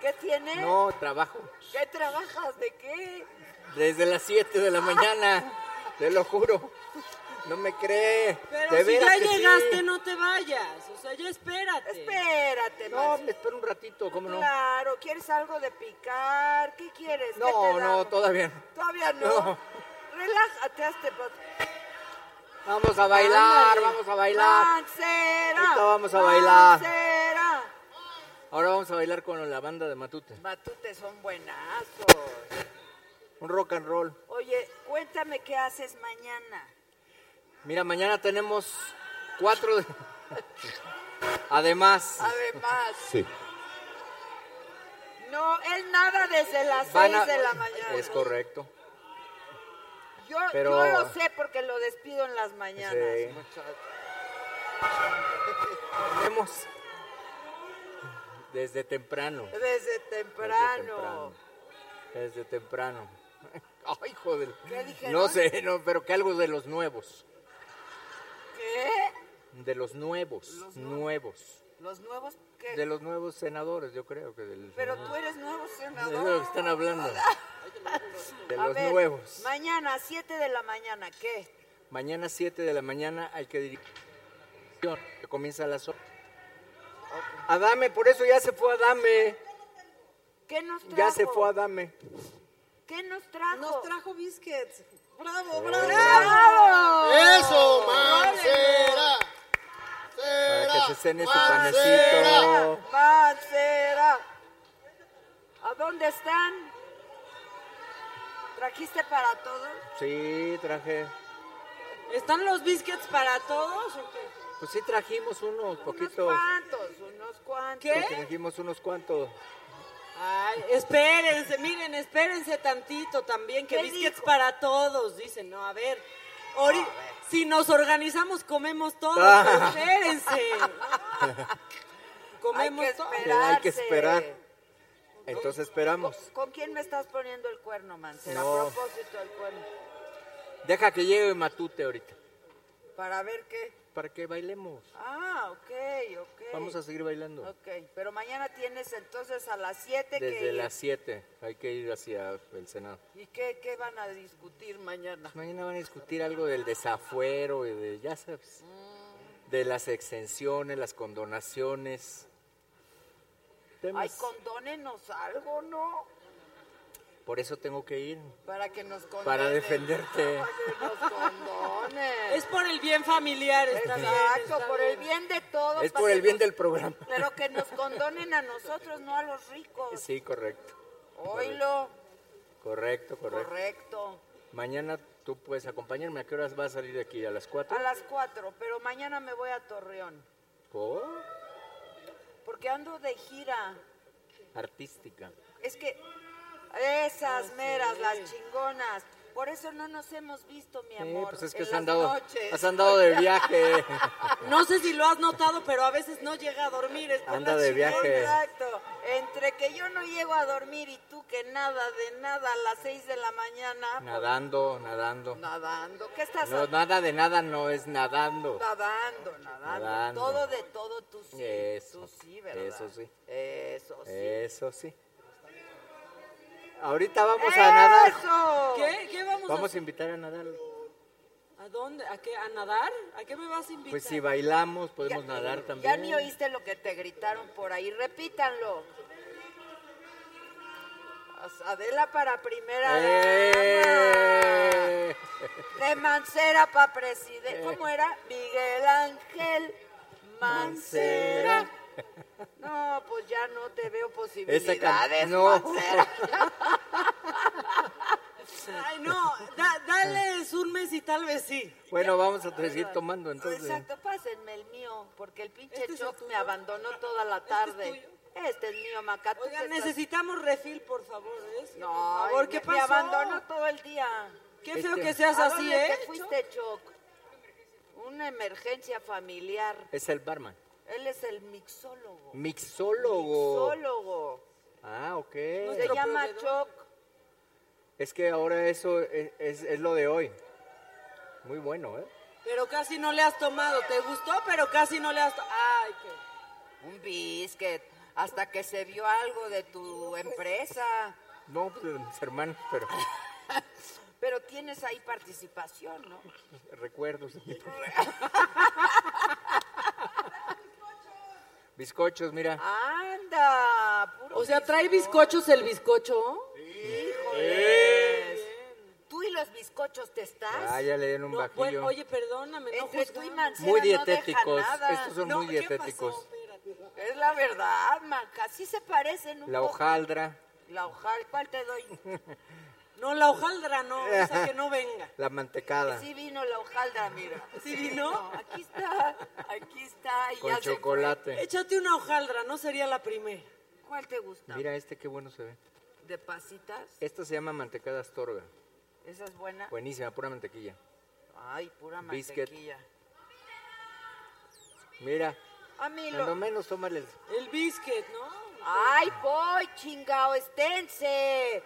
[SPEAKER 4] ¿Qué tienes?
[SPEAKER 33] No, trabajo.
[SPEAKER 4] ¿Qué trabajas? ¿De qué?
[SPEAKER 33] Desde las 7 de la mañana. Te lo juro. No me cree.
[SPEAKER 1] Pero
[SPEAKER 33] De
[SPEAKER 1] si
[SPEAKER 33] veras
[SPEAKER 1] ya
[SPEAKER 33] que sí.
[SPEAKER 1] llegaste, no te vayas. O sea, ya espérate.
[SPEAKER 4] Espérate,
[SPEAKER 33] No, me espero un ratito, ¿cómo no?
[SPEAKER 4] Claro, ¿quieres algo de picar? ¿Qué quieres? ¿Qué
[SPEAKER 33] No,
[SPEAKER 4] te
[SPEAKER 33] no,
[SPEAKER 4] damos?
[SPEAKER 33] todavía no.
[SPEAKER 4] Todavía no.
[SPEAKER 33] No.
[SPEAKER 4] Relájate, hazte pa-
[SPEAKER 33] Vamos a bailar,
[SPEAKER 4] Ándale.
[SPEAKER 33] vamos a bailar.
[SPEAKER 4] Mancera.
[SPEAKER 33] Ahorita vamos a bailar.
[SPEAKER 4] Mancera.
[SPEAKER 33] Ahora vamos a bailar con la banda de Matute.
[SPEAKER 4] Matutes son buenazos.
[SPEAKER 33] Un rock and roll.
[SPEAKER 4] Oye, cuéntame qué haces mañana.
[SPEAKER 33] Mira, mañana tenemos cuatro. de- Además,
[SPEAKER 4] Además.
[SPEAKER 33] Sí.
[SPEAKER 4] No, él nada desde las
[SPEAKER 33] Van
[SPEAKER 4] seis
[SPEAKER 33] a-
[SPEAKER 4] de la mañana.
[SPEAKER 33] es correcto.
[SPEAKER 4] Yo,
[SPEAKER 33] Pero-
[SPEAKER 4] yo lo sé porque lo despido en las mañanas.
[SPEAKER 33] Sí. Tenemos desde temprano.
[SPEAKER 4] Desde temprano.
[SPEAKER 33] Desde temprano. Ay, joder.
[SPEAKER 4] ¿Qué dijeron?
[SPEAKER 33] No sé, no, pero que algo de los nuevos.
[SPEAKER 4] ¿Qué?
[SPEAKER 33] De los nuevos. nuevos.
[SPEAKER 4] Los nuevos que...
[SPEAKER 33] De los nuevos senadores, yo creo que del.
[SPEAKER 4] Pero tú eres nuevo
[SPEAKER 33] De
[SPEAKER 4] senador.
[SPEAKER 33] lo que están hablando. De
[SPEAKER 4] A
[SPEAKER 33] los
[SPEAKER 4] ver,
[SPEAKER 33] nuevos.
[SPEAKER 4] Mañana, 7 de la mañana, ¿qué?
[SPEAKER 33] Mañana 7 de la mañana hay que dirigir. Que comienza a las o- Adame, por eso ya se fue Adame.
[SPEAKER 4] ¿Qué nos trajo?
[SPEAKER 33] Ya se fue Adame.
[SPEAKER 4] ¿Qué nos trajo?
[SPEAKER 23] Nos trajo biscuits. ¡Bravo,
[SPEAKER 33] bravo!
[SPEAKER 23] bravo!
[SPEAKER 4] ¡Bravo!
[SPEAKER 3] ¡Eso, mancera!
[SPEAKER 33] Oh, Para que se cene su
[SPEAKER 4] Mancera,
[SPEAKER 33] panecito.
[SPEAKER 4] Mancera. ¿A dónde están? ¿Trajiste para todos?
[SPEAKER 33] Sí, traje.
[SPEAKER 23] ¿Están los biscuits para todos o qué?
[SPEAKER 33] Pues sí, trajimos unos poquitos.
[SPEAKER 4] ¿Cuántos? ¿Unos cuantos?
[SPEAKER 23] ¿Qué?
[SPEAKER 33] Trajimos unos cuantos.
[SPEAKER 23] Ay, espérense, miren, espérense tantito también, que
[SPEAKER 4] ¿Qué
[SPEAKER 23] biscuits para todos, dicen, no, a ver, ori- si nos organizamos comemos todos, pero
[SPEAKER 33] Ah.
[SPEAKER 23] espérense. comemos todos.
[SPEAKER 33] Hay que esperar. Entonces esperamos.
[SPEAKER 4] ¿Con quién me estás poniendo el cuerno, Mancera?
[SPEAKER 33] No.
[SPEAKER 4] A propósito del cuerno.
[SPEAKER 33] Deja que llegue Matute ahorita.
[SPEAKER 4] Para ver qué.
[SPEAKER 33] Para que bailemos.
[SPEAKER 4] Ah, ok, ok.
[SPEAKER 33] Vamos a seguir bailando.
[SPEAKER 4] Ok, pero mañana tienes entonces a las 7 que
[SPEAKER 33] Desde
[SPEAKER 4] ir.
[SPEAKER 33] las 7 hay que ir hacia el Senado.
[SPEAKER 4] ¿Y qué, qué van a discutir mañana?
[SPEAKER 33] Mañana van a discutir algo del desafuero y de, ya sabes,
[SPEAKER 4] Mm.
[SPEAKER 33] de las exenciones, las condonaciones.
[SPEAKER 4] Ay,
[SPEAKER 33] Temas.
[SPEAKER 4] condónenos algo, ¿no?
[SPEAKER 33] Por eso tengo que ir.
[SPEAKER 4] Para que nos condonen.
[SPEAKER 33] Para defenderte.
[SPEAKER 4] Nos condonen.
[SPEAKER 23] Es por el bien familiar, está bien,
[SPEAKER 4] Exacto,
[SPEAKER 23] está
[SPEAKER 4] por
[SPEAKER 23] bien.
[SPEAKER 4] el bien de todos.
[SPEAKER 33] Es
[SPEAKER 4] para
[SPEAKER 33] por
[SPEAKER 4] que
[SPEAKER 33] el bien
[SPEAKER 4] nos-
[SPEAKER 33] del programa.
[SPEAKER 4] Pero que nos condonen a nosotros, no a los ricos.
[SPEAKER 33] Sí, correcto.
[SPEAKER 4] Oilo,
[SPEAKER 33] Correcto, correcto.
[SPEAKER 4] correcto.
[SPEAKER 33] Mañana tú puedes acompañarme. ¿A qué horas vas a salir de aquí? ¿A las 4?
[SPEAKER 4] A las 4, pero mañana me voy a Torreón.
[SPEAKER 33] ¿Por?
[SPEAKER 4] Porque ando de gira.
[SPEAKER 33] Artística.
[SPEAKER 4] Es que esas
[SPEAKER 23] Ah,
[SPEAKER 4] meras, las chingonas. Por eso no nos hemos visto, mi
[SPEAKER 33] Sí,
[SPEAKER 4] amor.
[SPEAKER 33] pues es que
[SPEAKER 4] en
[SPEAKER 33] has
[SPEAKER 4] las
[SPEAKER 33] andado,
[SPEAKER 4] noches.
[SPEAKER 33] has andado de viaje.
[SPEAKER 23] No sé si lo has notado, pero a veces no llega a dormir. es por
[SPEAKER 33] Anda
[SPEAKER 23] la
[SPEAKER 33] de
[SPEAKER 23] chingada.
[SPEAKER 33] viaje.
[SPEAKER 4] Exacto. Entre que yo no llego a dormir y tú que nada de nada a las 6 de la mañana. pues,
[SPEAKER 33] Nadando, nadando.
[SPEAKER 4] nadando. ¿Qué estás
[SPEAKER 33] No,
[SPEAKER 4] haciendo?
[SPEAKER 33] nada de nada no es nadando.
[SPEAKER 4] Nadando, nadando,
[SPEAKER 33] Nadando.
[SPEAKER 4] Todo de todo tú sí.
[SPEAKER 33] Eso,
[SPEAKER 4] Tú sí, ¿verdad?
[SPEAKER 33] eso sí.
[SPEAKER 4] Eso sí.
[SPEAKER 33] Eso sí. Ahorita vamos a nadar.
[SPEAKER 4] ¡Eso!
[SPEAKER 23] ¿Qué? ¿Qué vamos, a
[SPEAKER 33] Vamos a
[SPEAKER 23] hacer?
[SPEAKER 33] invitar a nadar.
[SPEAKER 23] ¿A dónde? ¿A qué? ¿A nadar? ¿A qué me vas a invitar?
[SPEAKER 33] Pues si bailamos, podemos nadar también.
[SPEAKER 4] Ya ni oíste lo que te gritaron por ahí, repítanlo. As- Adela para primera
[SPEAKER 33] ¡Eh!
[SPEAKER 4] dama. De Mancera para presidente. ¿Cómo era? Miguel Ángel Mancera. No, pues ya no te veo
[SPEAKER 33] Esa
[SPEAKER 4] posibilidades,
[SPEAKER 33] can... No.
[SPEAKER 4] Mancera.
[SPEAKER 23] Ay, no, da- dales un mes y tal vez sí.
[SPEAKER 33] Bueno, vamos a seguir tomando entonces.
[SPEAKER 4] Exacto, pásenme el mío, porque el pinche
[SPEAKER 23] Este
[SPEAKER 4] Choc me abandonó toda la tarde. Este es, mío, Maca. ¿tú
[SPEAKER 23] Oigan,
[SPEAKER 4] qué estás-
[SPEAKER 23] necesitamos refil, por favor. ¿eh?
[SPEAKER 4] No,
[SPEAKER 23] por favor,
[SPEAKER 4] ay,
[SPEAKER 23] ¿qué
[SPEAKER 4] me-
[SPEAKER 23] pasó?
[SPEAKER 4] Me abandonó todo el día.
[SPEAKER 23] Qué
[SPEAKER 33] Este,
[SPEAKER 23] feo que seas
[SPEAKER 4] ¿A
[SPEAKER 23] así,
[SPEAKER 4] dónde
[SPEAKER 23] ¿eh?
[SPEAKER 4] Te fuiste, Choc. Una emergencia familiar.
[SPEAKER 33] Es el barman.
[SPEAKER 4] Él es el mixólogo.
[SPEAKER 33] Mixólogo.
[SPEAKER 4] Mixólogo.
[SPEAKER 33] Ah, ok.
[SPEAKER 4] Se llama Choc.
[SPEAKER 33] Es que ahora eso es, es- es lo de hoy. Muy bueno, ¿eh?
[SPEAKER 23] Pero casi no le has tomado. Te gustó, pero casi no le has tomado. Ay, qué.
[SPEAKER 4] Un biscuit. Hasta que se vio algo de tu empresa.
[SPEAKER 33] No, pues de mis hermanos, pero
[SPEAKER 4] Pero tienes ahí participación, ¿no?
[SPEAKER 33] recuerdos. de mi papá. Bizcochos, mira.
[SPEAKER 4] Anda. puro
[SPEAKER 23] O sea, trae
[SPEAKER 4] bizcocho.
[SPEAKER 23] bizcochos el bizcocho.
[SPEAKER 4] Híjoles. Tú y los bizcochos te estás.
[SPEAKER 33] Ah, ya le dieron un
[SPEAKER 23] No,
[SPEAKER 33] bajillo.
[SPEAKER 23] bueno, oye, perdóname. No
[SPEAKER 4] Entre tú y Mancera
[SPEAKER 33] muy
[SPEAKER 4] no deja
[SPEAKER 33] dietéticos.
[SPEAKER 4] nada.
[SPEAKER 33] Estos son
[SPEAKER 4] No,
[SPEAKER 33] muy
[SPEAKER 4] ¿qué
[SPEAKER 33] dietéticos.
[SPEAKER 4] pasó? Es la verdad, Maca. Sí se parecen un
[SPEAKER 33] La
[SPEAKER 4] poco.
[SPEAKER 33] hojaldra,
[SPEAKER 4] La hojal. ¿Cuál te doy?
[SPEAKER 23] No, la hojaldra no. Esa que no venga.
[SPEAKER 33] la mantecada,
[SPEAKER 4] Sí vino la hojaldra, mira.
[SPEAKER 23] ¿Sí vino?
[SPEAKER 4] Aquí está. Aquí está. Y ya
[SPEAKER 33] con
[SPEAKER 4] se fue.
[SPEAKER 33] chocolate.
[SPEAKER 23] Échate una hojaldra, no sería la primera.
[SPEAKER 4] ¿Cuál te gusta?
[SPEAKER 33] Mira este, qué bueno se ve.
[SPEAKER 4] ¿De pasitas?
[SPEAKER 33] Esta se llama mantecada Astorga.
[SPEAKER 4] ¿Esa es buena?
[SPEAKER 33] Buenísima, pura mantequilla.
[SPEAKER 4] Ay, pura
[SPEAKER 33] Biscuit.
[SPEAKER 4] mantequilla.
[SPEAKER 33] Mira,
[SPEAKER 4] A mí lo...
[SPEAKER 33] cuando menos tómale.
[SPEAKER 23] El biscuit, ¿no?
[SPEAKER 4] Ay, voy, chingao, esténse.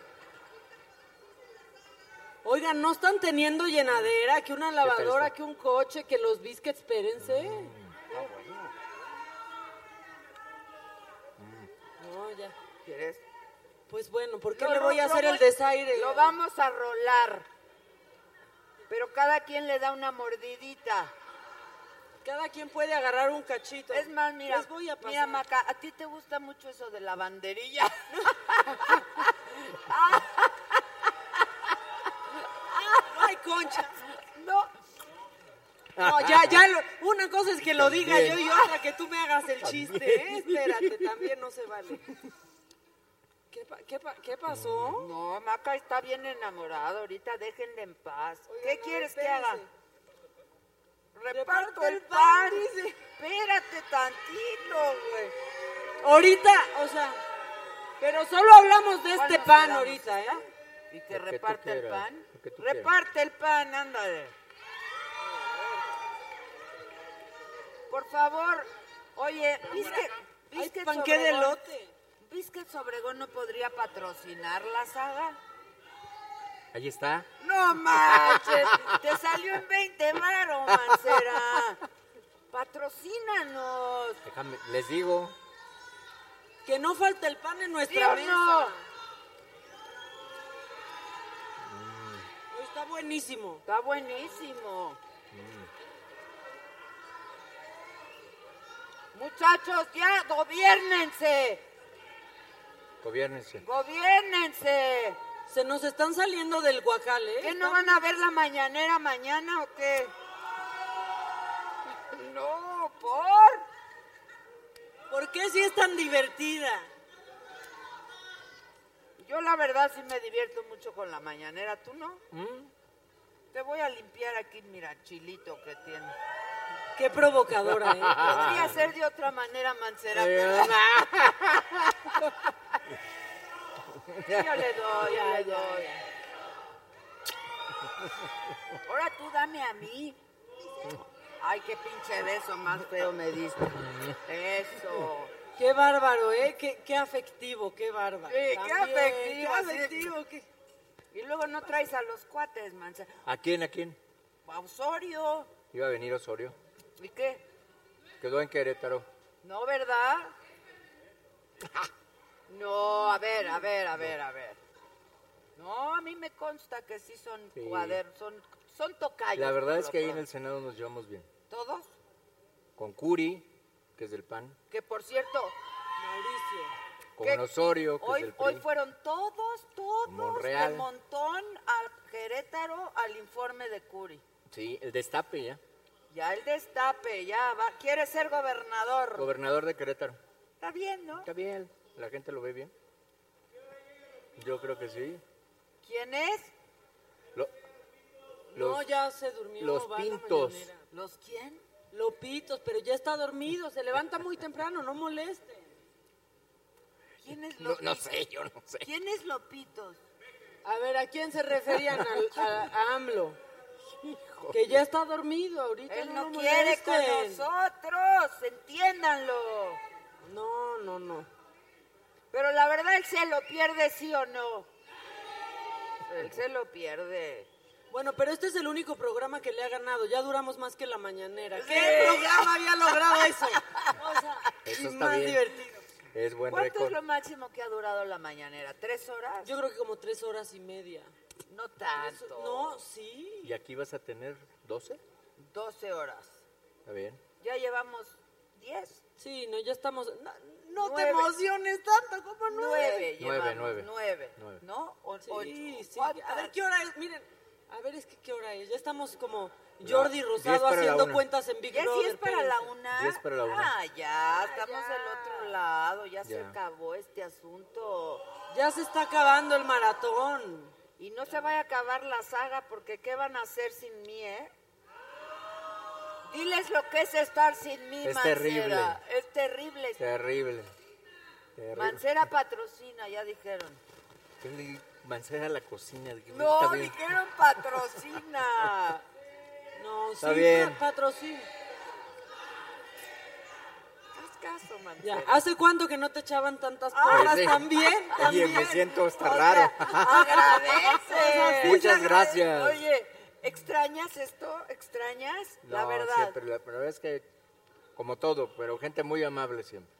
[SPEAKER 23] Oigan, no están teniendo llenadera, que una lavadora,
[SPEAKER 33] parece? Mm. Ah,
[SPEAKER 23] que un coche, que los biscuits, espérense.
[SPEAKER 1] No, ya.
[SPEAKER 4] ¿Quieres?
[SPEAKER 1] Pues bueno, ¿por qué
[SPEAKER 4] Lo-
[SPEAKER 1] le voy a
[SPEAKER 4] lo
[SPEAKER 1] hacer el
[SPEAKER 4] voy-
[SPEAKER 1] desaire?
[SPEAKER 4] Lo vamos a rolar. Pero cada quien le da una mordidita.
[SPEAKER 1] Cada quien puede agarrar un cachito.
[SPEAKER 4] Es más, mira,
[SPEAKER 1] Les voy a pasar.
[SPEAKER 4] mira Maca, a ti te gusta mucho eso de la banderilla.
[SPEAKER 1] No hay concha. No. No, ya, ya. lo- una cosa es que lo diga
[SPEAKER 4] También.
[SPEAKER 1] yo y otra que tú me hagas el chiste. ¿eh? Espérate, también no se vale. ¿Qué, pa- qué pa- qué pasó?
[SPEAKER 4] No, Maca está bien enamorado ahorita, déjenle en paz.
[SPEAKER 1] Oiga,
[SPEAKER 4] ¿Qué
[SPEAKER 1] no,
[SPEAKER 4] quieres
[SPEAKER 1] espérense.
[SPEAKER 4] que haga? Reparto
[SPEAKER 1] el
[SPEAKER 4] el
[SPEAKER 1] pan,
[SPEAKER 4] pan.
[SPEAKER 1] dice.
[SPEAKER 4] Espérate tantito, güey.
[SPEAKER 1] Ahorita, o sea, pero solo hablamos de este
[SPEAKER 4] ¿Cuál nos
[SPEAKER 1] pan
[SPEAKER 4] quedamos?
[SPEAKER 1] ahorita, ¿eh?
[SPEAKER 4] Y que
[SPEAKER 1] Lo que tú
[SPEAKER 4] reparte el
[SPEAKER 1] quieras,
[SPEAKER 4] pan.
[SPEAKER 1] lo que tú quieras.
[SPEAKER 4] Reparte el pan, ándale. Por favor, oye, ¿viste,
[SPEAKER 1] Hay
[SPEAKER 4] viste
[SPEAKER 1] panqué de elote.
[SPEAKER 4] ¿Viste que Obregón no podría patrocinar la saga?
[SPEAKER 33] Ahí está.
[SPEAKER 4] No manches, te salió en 20 varos, Mancera. Patrocínanos.
[SPEAKER 33] Déjame, les digo.
[SPEAKER 1] Que no falta el pan en
[SPEAKER 4] ¿Sí
[SPEAKER 1] nuestra
[SPEAKER 4] o
[SPEAKER 1] mesa.
[SPEAKER 4] no?
[SPEAKER 1] Hoy Pues Está buenísimo.
[SPEAKER 4] Está buenísimo.
[SPEAKER 33] Mm,
[SPEAKER 4] Muchachos, ya, gobiernense.
[SPEAKER 33] Gobiernense.
[SPEAKER 4] Gobiernense.
[SPEAKER 1] Se nos están saliendo del guacal, ¿eh?
[SPEAKER 4] ¿Qué no van a ver la mañanera mañana o qué? No, por.
[SPEAKER 1] ¿Por qué si es tan divertida?
[SPEAKER 4] Yo la verdad sí me divierto mucho con la mañanera, ¿tú no? Te voy a limpiar aquí, mira, el chilito que tiene.
[SPEAKER 1] Qué provocadora, ¿eh?
[SPEAKER 4] Podría ser de otra manera, Mancera. pero- yo le doy, yo le doy. Ahora tú dame a mí. Ay, qué pinche beso más feo me diste. Eso.
[SPEAKER 1] Qué bárbaro, ¿eh? Qué, qué afectivo, qué bárbaro.
[SPEAKER 4] Sí, qué
[SPEAKER 1] También,
[SPEAKER 4] afectivo,
[SPEAKER 1] Qué
[SPEAKER 4] así de-
[SPEAKER 1] afectivo, qué-
[SPEAKER 4] Y luego no traes a los cuates, Mancera.
[SPEAKER 33] ¿A quién? ¿A quién?
[SPEAKER 4] A Osorio.
[SPEAKER 33] Iba a venir Osorio.
[SPEAKER 4] ¿Y qué?
[SPEAKER 33] Quedó en Querétaro.
[SPEAKER 4] No, ¿verdad? No, a ver, a ver, a ver, a ver. No, a mí me consta que sí son
[SPEAKER 33] Sí.
[SPEAKER 4] cuadernos, son, son tocayos.
[SPEAKER 33] La verdad
[SPEAKER 4] por
[SPEAKER 33] es
[SPEAKER 4] lo
[SPEAKER 33] que ahí en
[SPEAKER 4] pronto.
[SPEAKER 33] el Senado nos llevamos bien.
[SPEAKER 4] Todos,
[SPEAKER 33] Con Curi, que es del PAN.
[SPEAKER 4] que por cierto...
[SPEAKER 33] Con
[SPEAKER 4] que
[SPEAKER 33] Osorio, que es
[SPEAKER 4] Hoy,
[SPEAKER 33] del PRI.
[SPEAKER 4] hoy fueron todos, todos,
[SPEAKER 33] Monreal.
[SPEAKER 4] de montón, a Querétaro, al informe de Curi.
[SPEAKER 33] Sí, el destape ya.
[SPEAKER 4] Ya el destape, ya va, quiere ser gobernador.
[SPEAKER 33] Gobernador de Querétaro.
[SPEAKER 4] Está bien, ¿no?
[SPEAKER 33] Está bien. ¿La gente lo ve bien? Yo creo que sí.
[SPEAKER 4] ¿Quién es?
[SPEAKER 33] Lo-
[SPEAKER 1] no,
[SPEAKER 33] los-
[SPEAKER 1] ya se durmió.
[SPEAKER 33] los
[SPEAKER 1] va la
[SPEAKER 33] pintos.
[SPEAKER 1] mañanera.
[SPEAKER 4] ¿Los quién?
[SPEAKER 1] Lopitos, pero ya está dormido, se levanta muy temprano, no moleste.
[SPEAKER 4] ¿Quién es
[SPEAKER 33] No,
[SPEAKER 4] Lopitos?
[SPEAKER 33] no sé, yo no sé.
[SPEAKER 4] ¿Quién es Lopitos?
[SPEAKER 1] A ver, ¿a quién se referían? Al- a, a AMLO. Que ya está dormido ahorita.
[SPEAKER 4] Él
[SPEAKER 1] no
[SPEAKER 4] no
[SPEAKER 1] lo
[SPEAKER 4] quiere con
[SPEAKER 1] molesten.
[SPEAKER 4] nosotros, entiéndanlo.
[SPEAKER 1] No, no, no.
[SPEAKER 4] Pero la verdad, él se lo pierde, sí o no. Él se lo pierde.
[SPEAKER 1] Bueno, pero este es el único programa que le ha ganado. Ya duramos más que la mañanera. ¿Qué
[SPEAKER 4] Sí.
[SPEAKER 1] programa había logrado eso? O sea,
[SPEAKER 33] Eso
[SPEAKER 1] y
[SPEAKER 33] está
[SPEAKER 1] más
[SPEAKER 33] bien.
[SPEAKER 1] divertido.
[SPEAKER 33] Es buen
[SPEAKER 4] ¿Cuánto es
[SPEAKER 33] récord.
[SPEAKER 4] lo máximo que ha durado la mañanera? ¿Tres horas?
[SPEAKER 1] Yo creo que como tres horas y media.
[SPEAKER 4] No tanto.
[SPEAKER 1] Eso- no, sí.
[SPEAKER 33] ¿Y aquí vas a tener 12?
[SPEAKER 4] Doce horas.
[SPEAKER 33] Está bien.
[SPEAKER 4] Ya llevamos diez.
[SPEAKER 1] Sí, no, ya estamos. No, no te
[SPEAKER 4] Nueve.
[SPEAKER 1] emociones tanto, como
[SPEAKER 4] Nueve.
[SPEAKER 1] nueve?
[SPEAKER 33] Nueve,
[SPEAKER 4] llevamos,
[SPEAKER 33] nueve.
[SPEAKER 4] Nueve.
[SPEAKER 33] Nueve.
[SPEAKER 4] ¿No? O-
[SPEAKER 1] Sí,
[SPEAKER 4] ocho,
[SPEAKER 1] sí.
[SPEAKER 4] cuatro.
[SPEAKER 1] A ver, ¿qué hora es? Miren, a ver, es que ¿qué hora es? Ya estamos como
[SPEAKER 33] La-
[SPEAKER 1] Jordi
[SPEAKER 33] diez
[SPEAKER 1] Rosado
[SPEAKER 33] para la
[SPEAKER 1] haciendo
[SPEAKER 33] una.
[SPEAKER 1] cuentas en Big
[SPEAKER 4] ¿Ya sí
[SPEAKER 1] Brother.
[SPEAKER 4] es para la
[SPEAKER 1] espérense.
[SPEAKER 4] una?
[SPEAKER 33] Diez para la una.
[SPEAKER 4] Ah, ya, estamos del otro lado, ya, se
[SPEAKER 33] Ya.
[SPEAKER 4] acabó este asunto.
[SPEAKER 1] Ya se está acabando el maratón.
[SPEAKER 4] Y no se vaya a acabar la saga porque ¿qué van a hacer sin mí, eh? Diles lo que es estar sin mí,
[SPEAKER 33] Es
[SPEAKER 4] Mancera.
[SPEAKER 33] terrible.
[SPEAKER 4] Es terrible.
[SPEAKER 33] Terrible. Terrible.
[SPEAKER 4] Mancera patrocina, ya dijeron.
[SPEAKER 33] Yo le di Mancera a la cocina. dije,
[SPEAKER 4] No,
[SPEAKER 33] está bien.
[SPEAKER 4] dijeron patrocina.
[SPEAKER 1] No,
[SPEAKER 33] Está
[SPEAKER 1] sí,
[SPEAKER 33] bien.
[SPEAKER 1] pa- patrocinio.
[SPEAKER 4] Haz caso,
[SPEAKER 1] Ya,
[SPEAKER 4] Mancera.
[SPEAKER 1] ¿hace cuánto que no te echaban tantas
[SPEAKER 4] Ah,
[SPEAKER 1] porras
[SPEAKER 33] sí.
[SPEAKER 1] también?
[SPEAKER 33] Oye,
[SPEAKER 1] también?
[SPEAKER 33] me siento hasta
[SPEAKER 4] O sea,
[SPEAKER 33] raro.
[SPEAKER 4] ah, Agradece.
[SPEAKER 33] Muchas gracias.
[SPEAKER 4] Oye, ¿extrañas esto? ¿Extrañas? la
[SPEAKER 33] No,
[SPEAKER 4] verdad.
[SPEAKER 33] siempre, la, la verdad es que, como todo, pero gente muy amable siempre.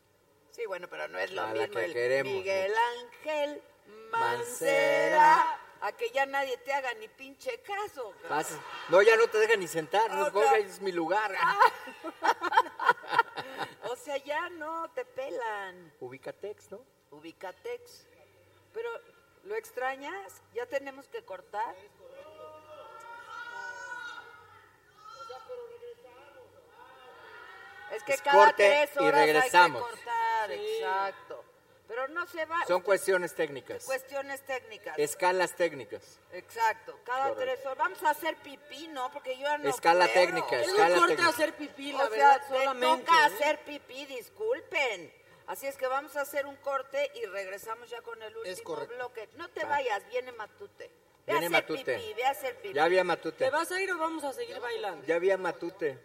[SPEAKER 4] Sí, bueno, pero no es lo
[SPEAKER 33] A la
[SPEAKER 4] mismo.
[SPEAKER 33] que
[SPEAKER 4] el
[SPEAKER 33] queremos,
[SPEAKER 4] Miguel
[SPEAKER 33] ¿no?
[SPEAKER 4] Ángel Mancera.
[SPEAKER 33] Mancera.
[SPEAKER 4] A que ya nadie te haga ni pinche caso. cabrón.
[SPEAKER 33] Vas- no, ya no te dejan ni sentar, no,
[SPEAKER 4] Otra.
[SPEAKER 33] oiga, es mi lugar.
[SPEAKER 4] Ah. O sea, ya no te pelan.
[SPEAKER 33] Ubicatex, ¿no?
[SPEAKER 4] Ubicatex. Pero, ¿lo extrañas? ¿Ya tenemos que cortar? Es que
[SPEAKER 33] Es
[SPEAKER 4] cada
[SPEAKER 33] corte
[SPEAKER 4] tres
[SPEAKER 33] y
[SPEAKER 4] horas
[SPEAKER 33] regresamos.
[SPEAKER 4] hay que cortar,
[SPEAKER 33] Sí.
[SPEAKER 4] exacto. Pero no se va.
[SPEAKER 33] Son cuestiones técnicas.
[SPEAKER 4] Cuestiones técnicas.
[SPEAKER 33] Escalas técnicas.
[SPEAKER 4] Exacto, cada
[SPEAKER 33] Correcto.
[SPEAKER 4] tres horas. Vamos a hacer pipí, ¿no? Porque yo ya no
[SPEAKER 33] Escala
[SPEAKER 4] puedo.
[SPEAKER 33] técnica, Es muy escala corto técnica. hacer
[SPEAKER 4] pipí,
[SPEAKER 23] la verdad,
[SPEAKER 4] Me
[SPEAKER 23] solamente,
[SPEAKER 4] toca
[SPEAKER 23] ¿eh?
[SPEAKER 4] hacer pipí, disculpen. Así es que vamos a hacer un corte y regresamos ya con el último
[SPEAKER 33] correcto.
[SPEAKER 4] bloque. No te
[SPEAKER 33] Va.
[SPEAKER 4] vayas, viene Matute. Ve
[SPEAKER 33] Viene
[SPEAKER 4] a hacer
[SPEAKER 33] Matute.
[SPEAKER 4] pipí, ve a hacer pipí.
[SPEAKER 33] Ya había Matute.
[SPEAKER 23] ¿Te vas a ir o vamos a seguir bailando?
[SPEAKER 33] Ya había Matute.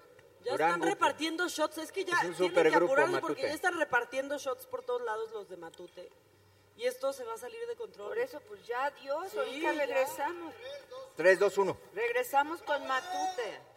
[SPEAKER 23] Ya
[SPEAKER 33] Gran
[SPEAKER 23] están
[SPEAKER 33] grupo.
[SPEAKER 23] repartiendo shots, es que ya
[SPEAKER 33] pues. Es un
[SPEAKER 23] tienen que
[SPEAKER 33] supergrupo,
[SPEAKER 23] apurarse porque
[SPEAKER 33] Matute.
[SPEAKER 23] ya están repartiendo shots por todos lados los de Matute. Y esto se va a salir de control.
[SPEAKER 4] Por eso, pues ya, Dios,
[SPEAKER 23] Sí,
[SPEAKER 4] ahorita
[SPEAKER 23] ya.
[SPEAKER 4] regresamos.
[SPEAKER 33] 3, 2, 1.
[SPEAKER 4] Regresamos con Matute.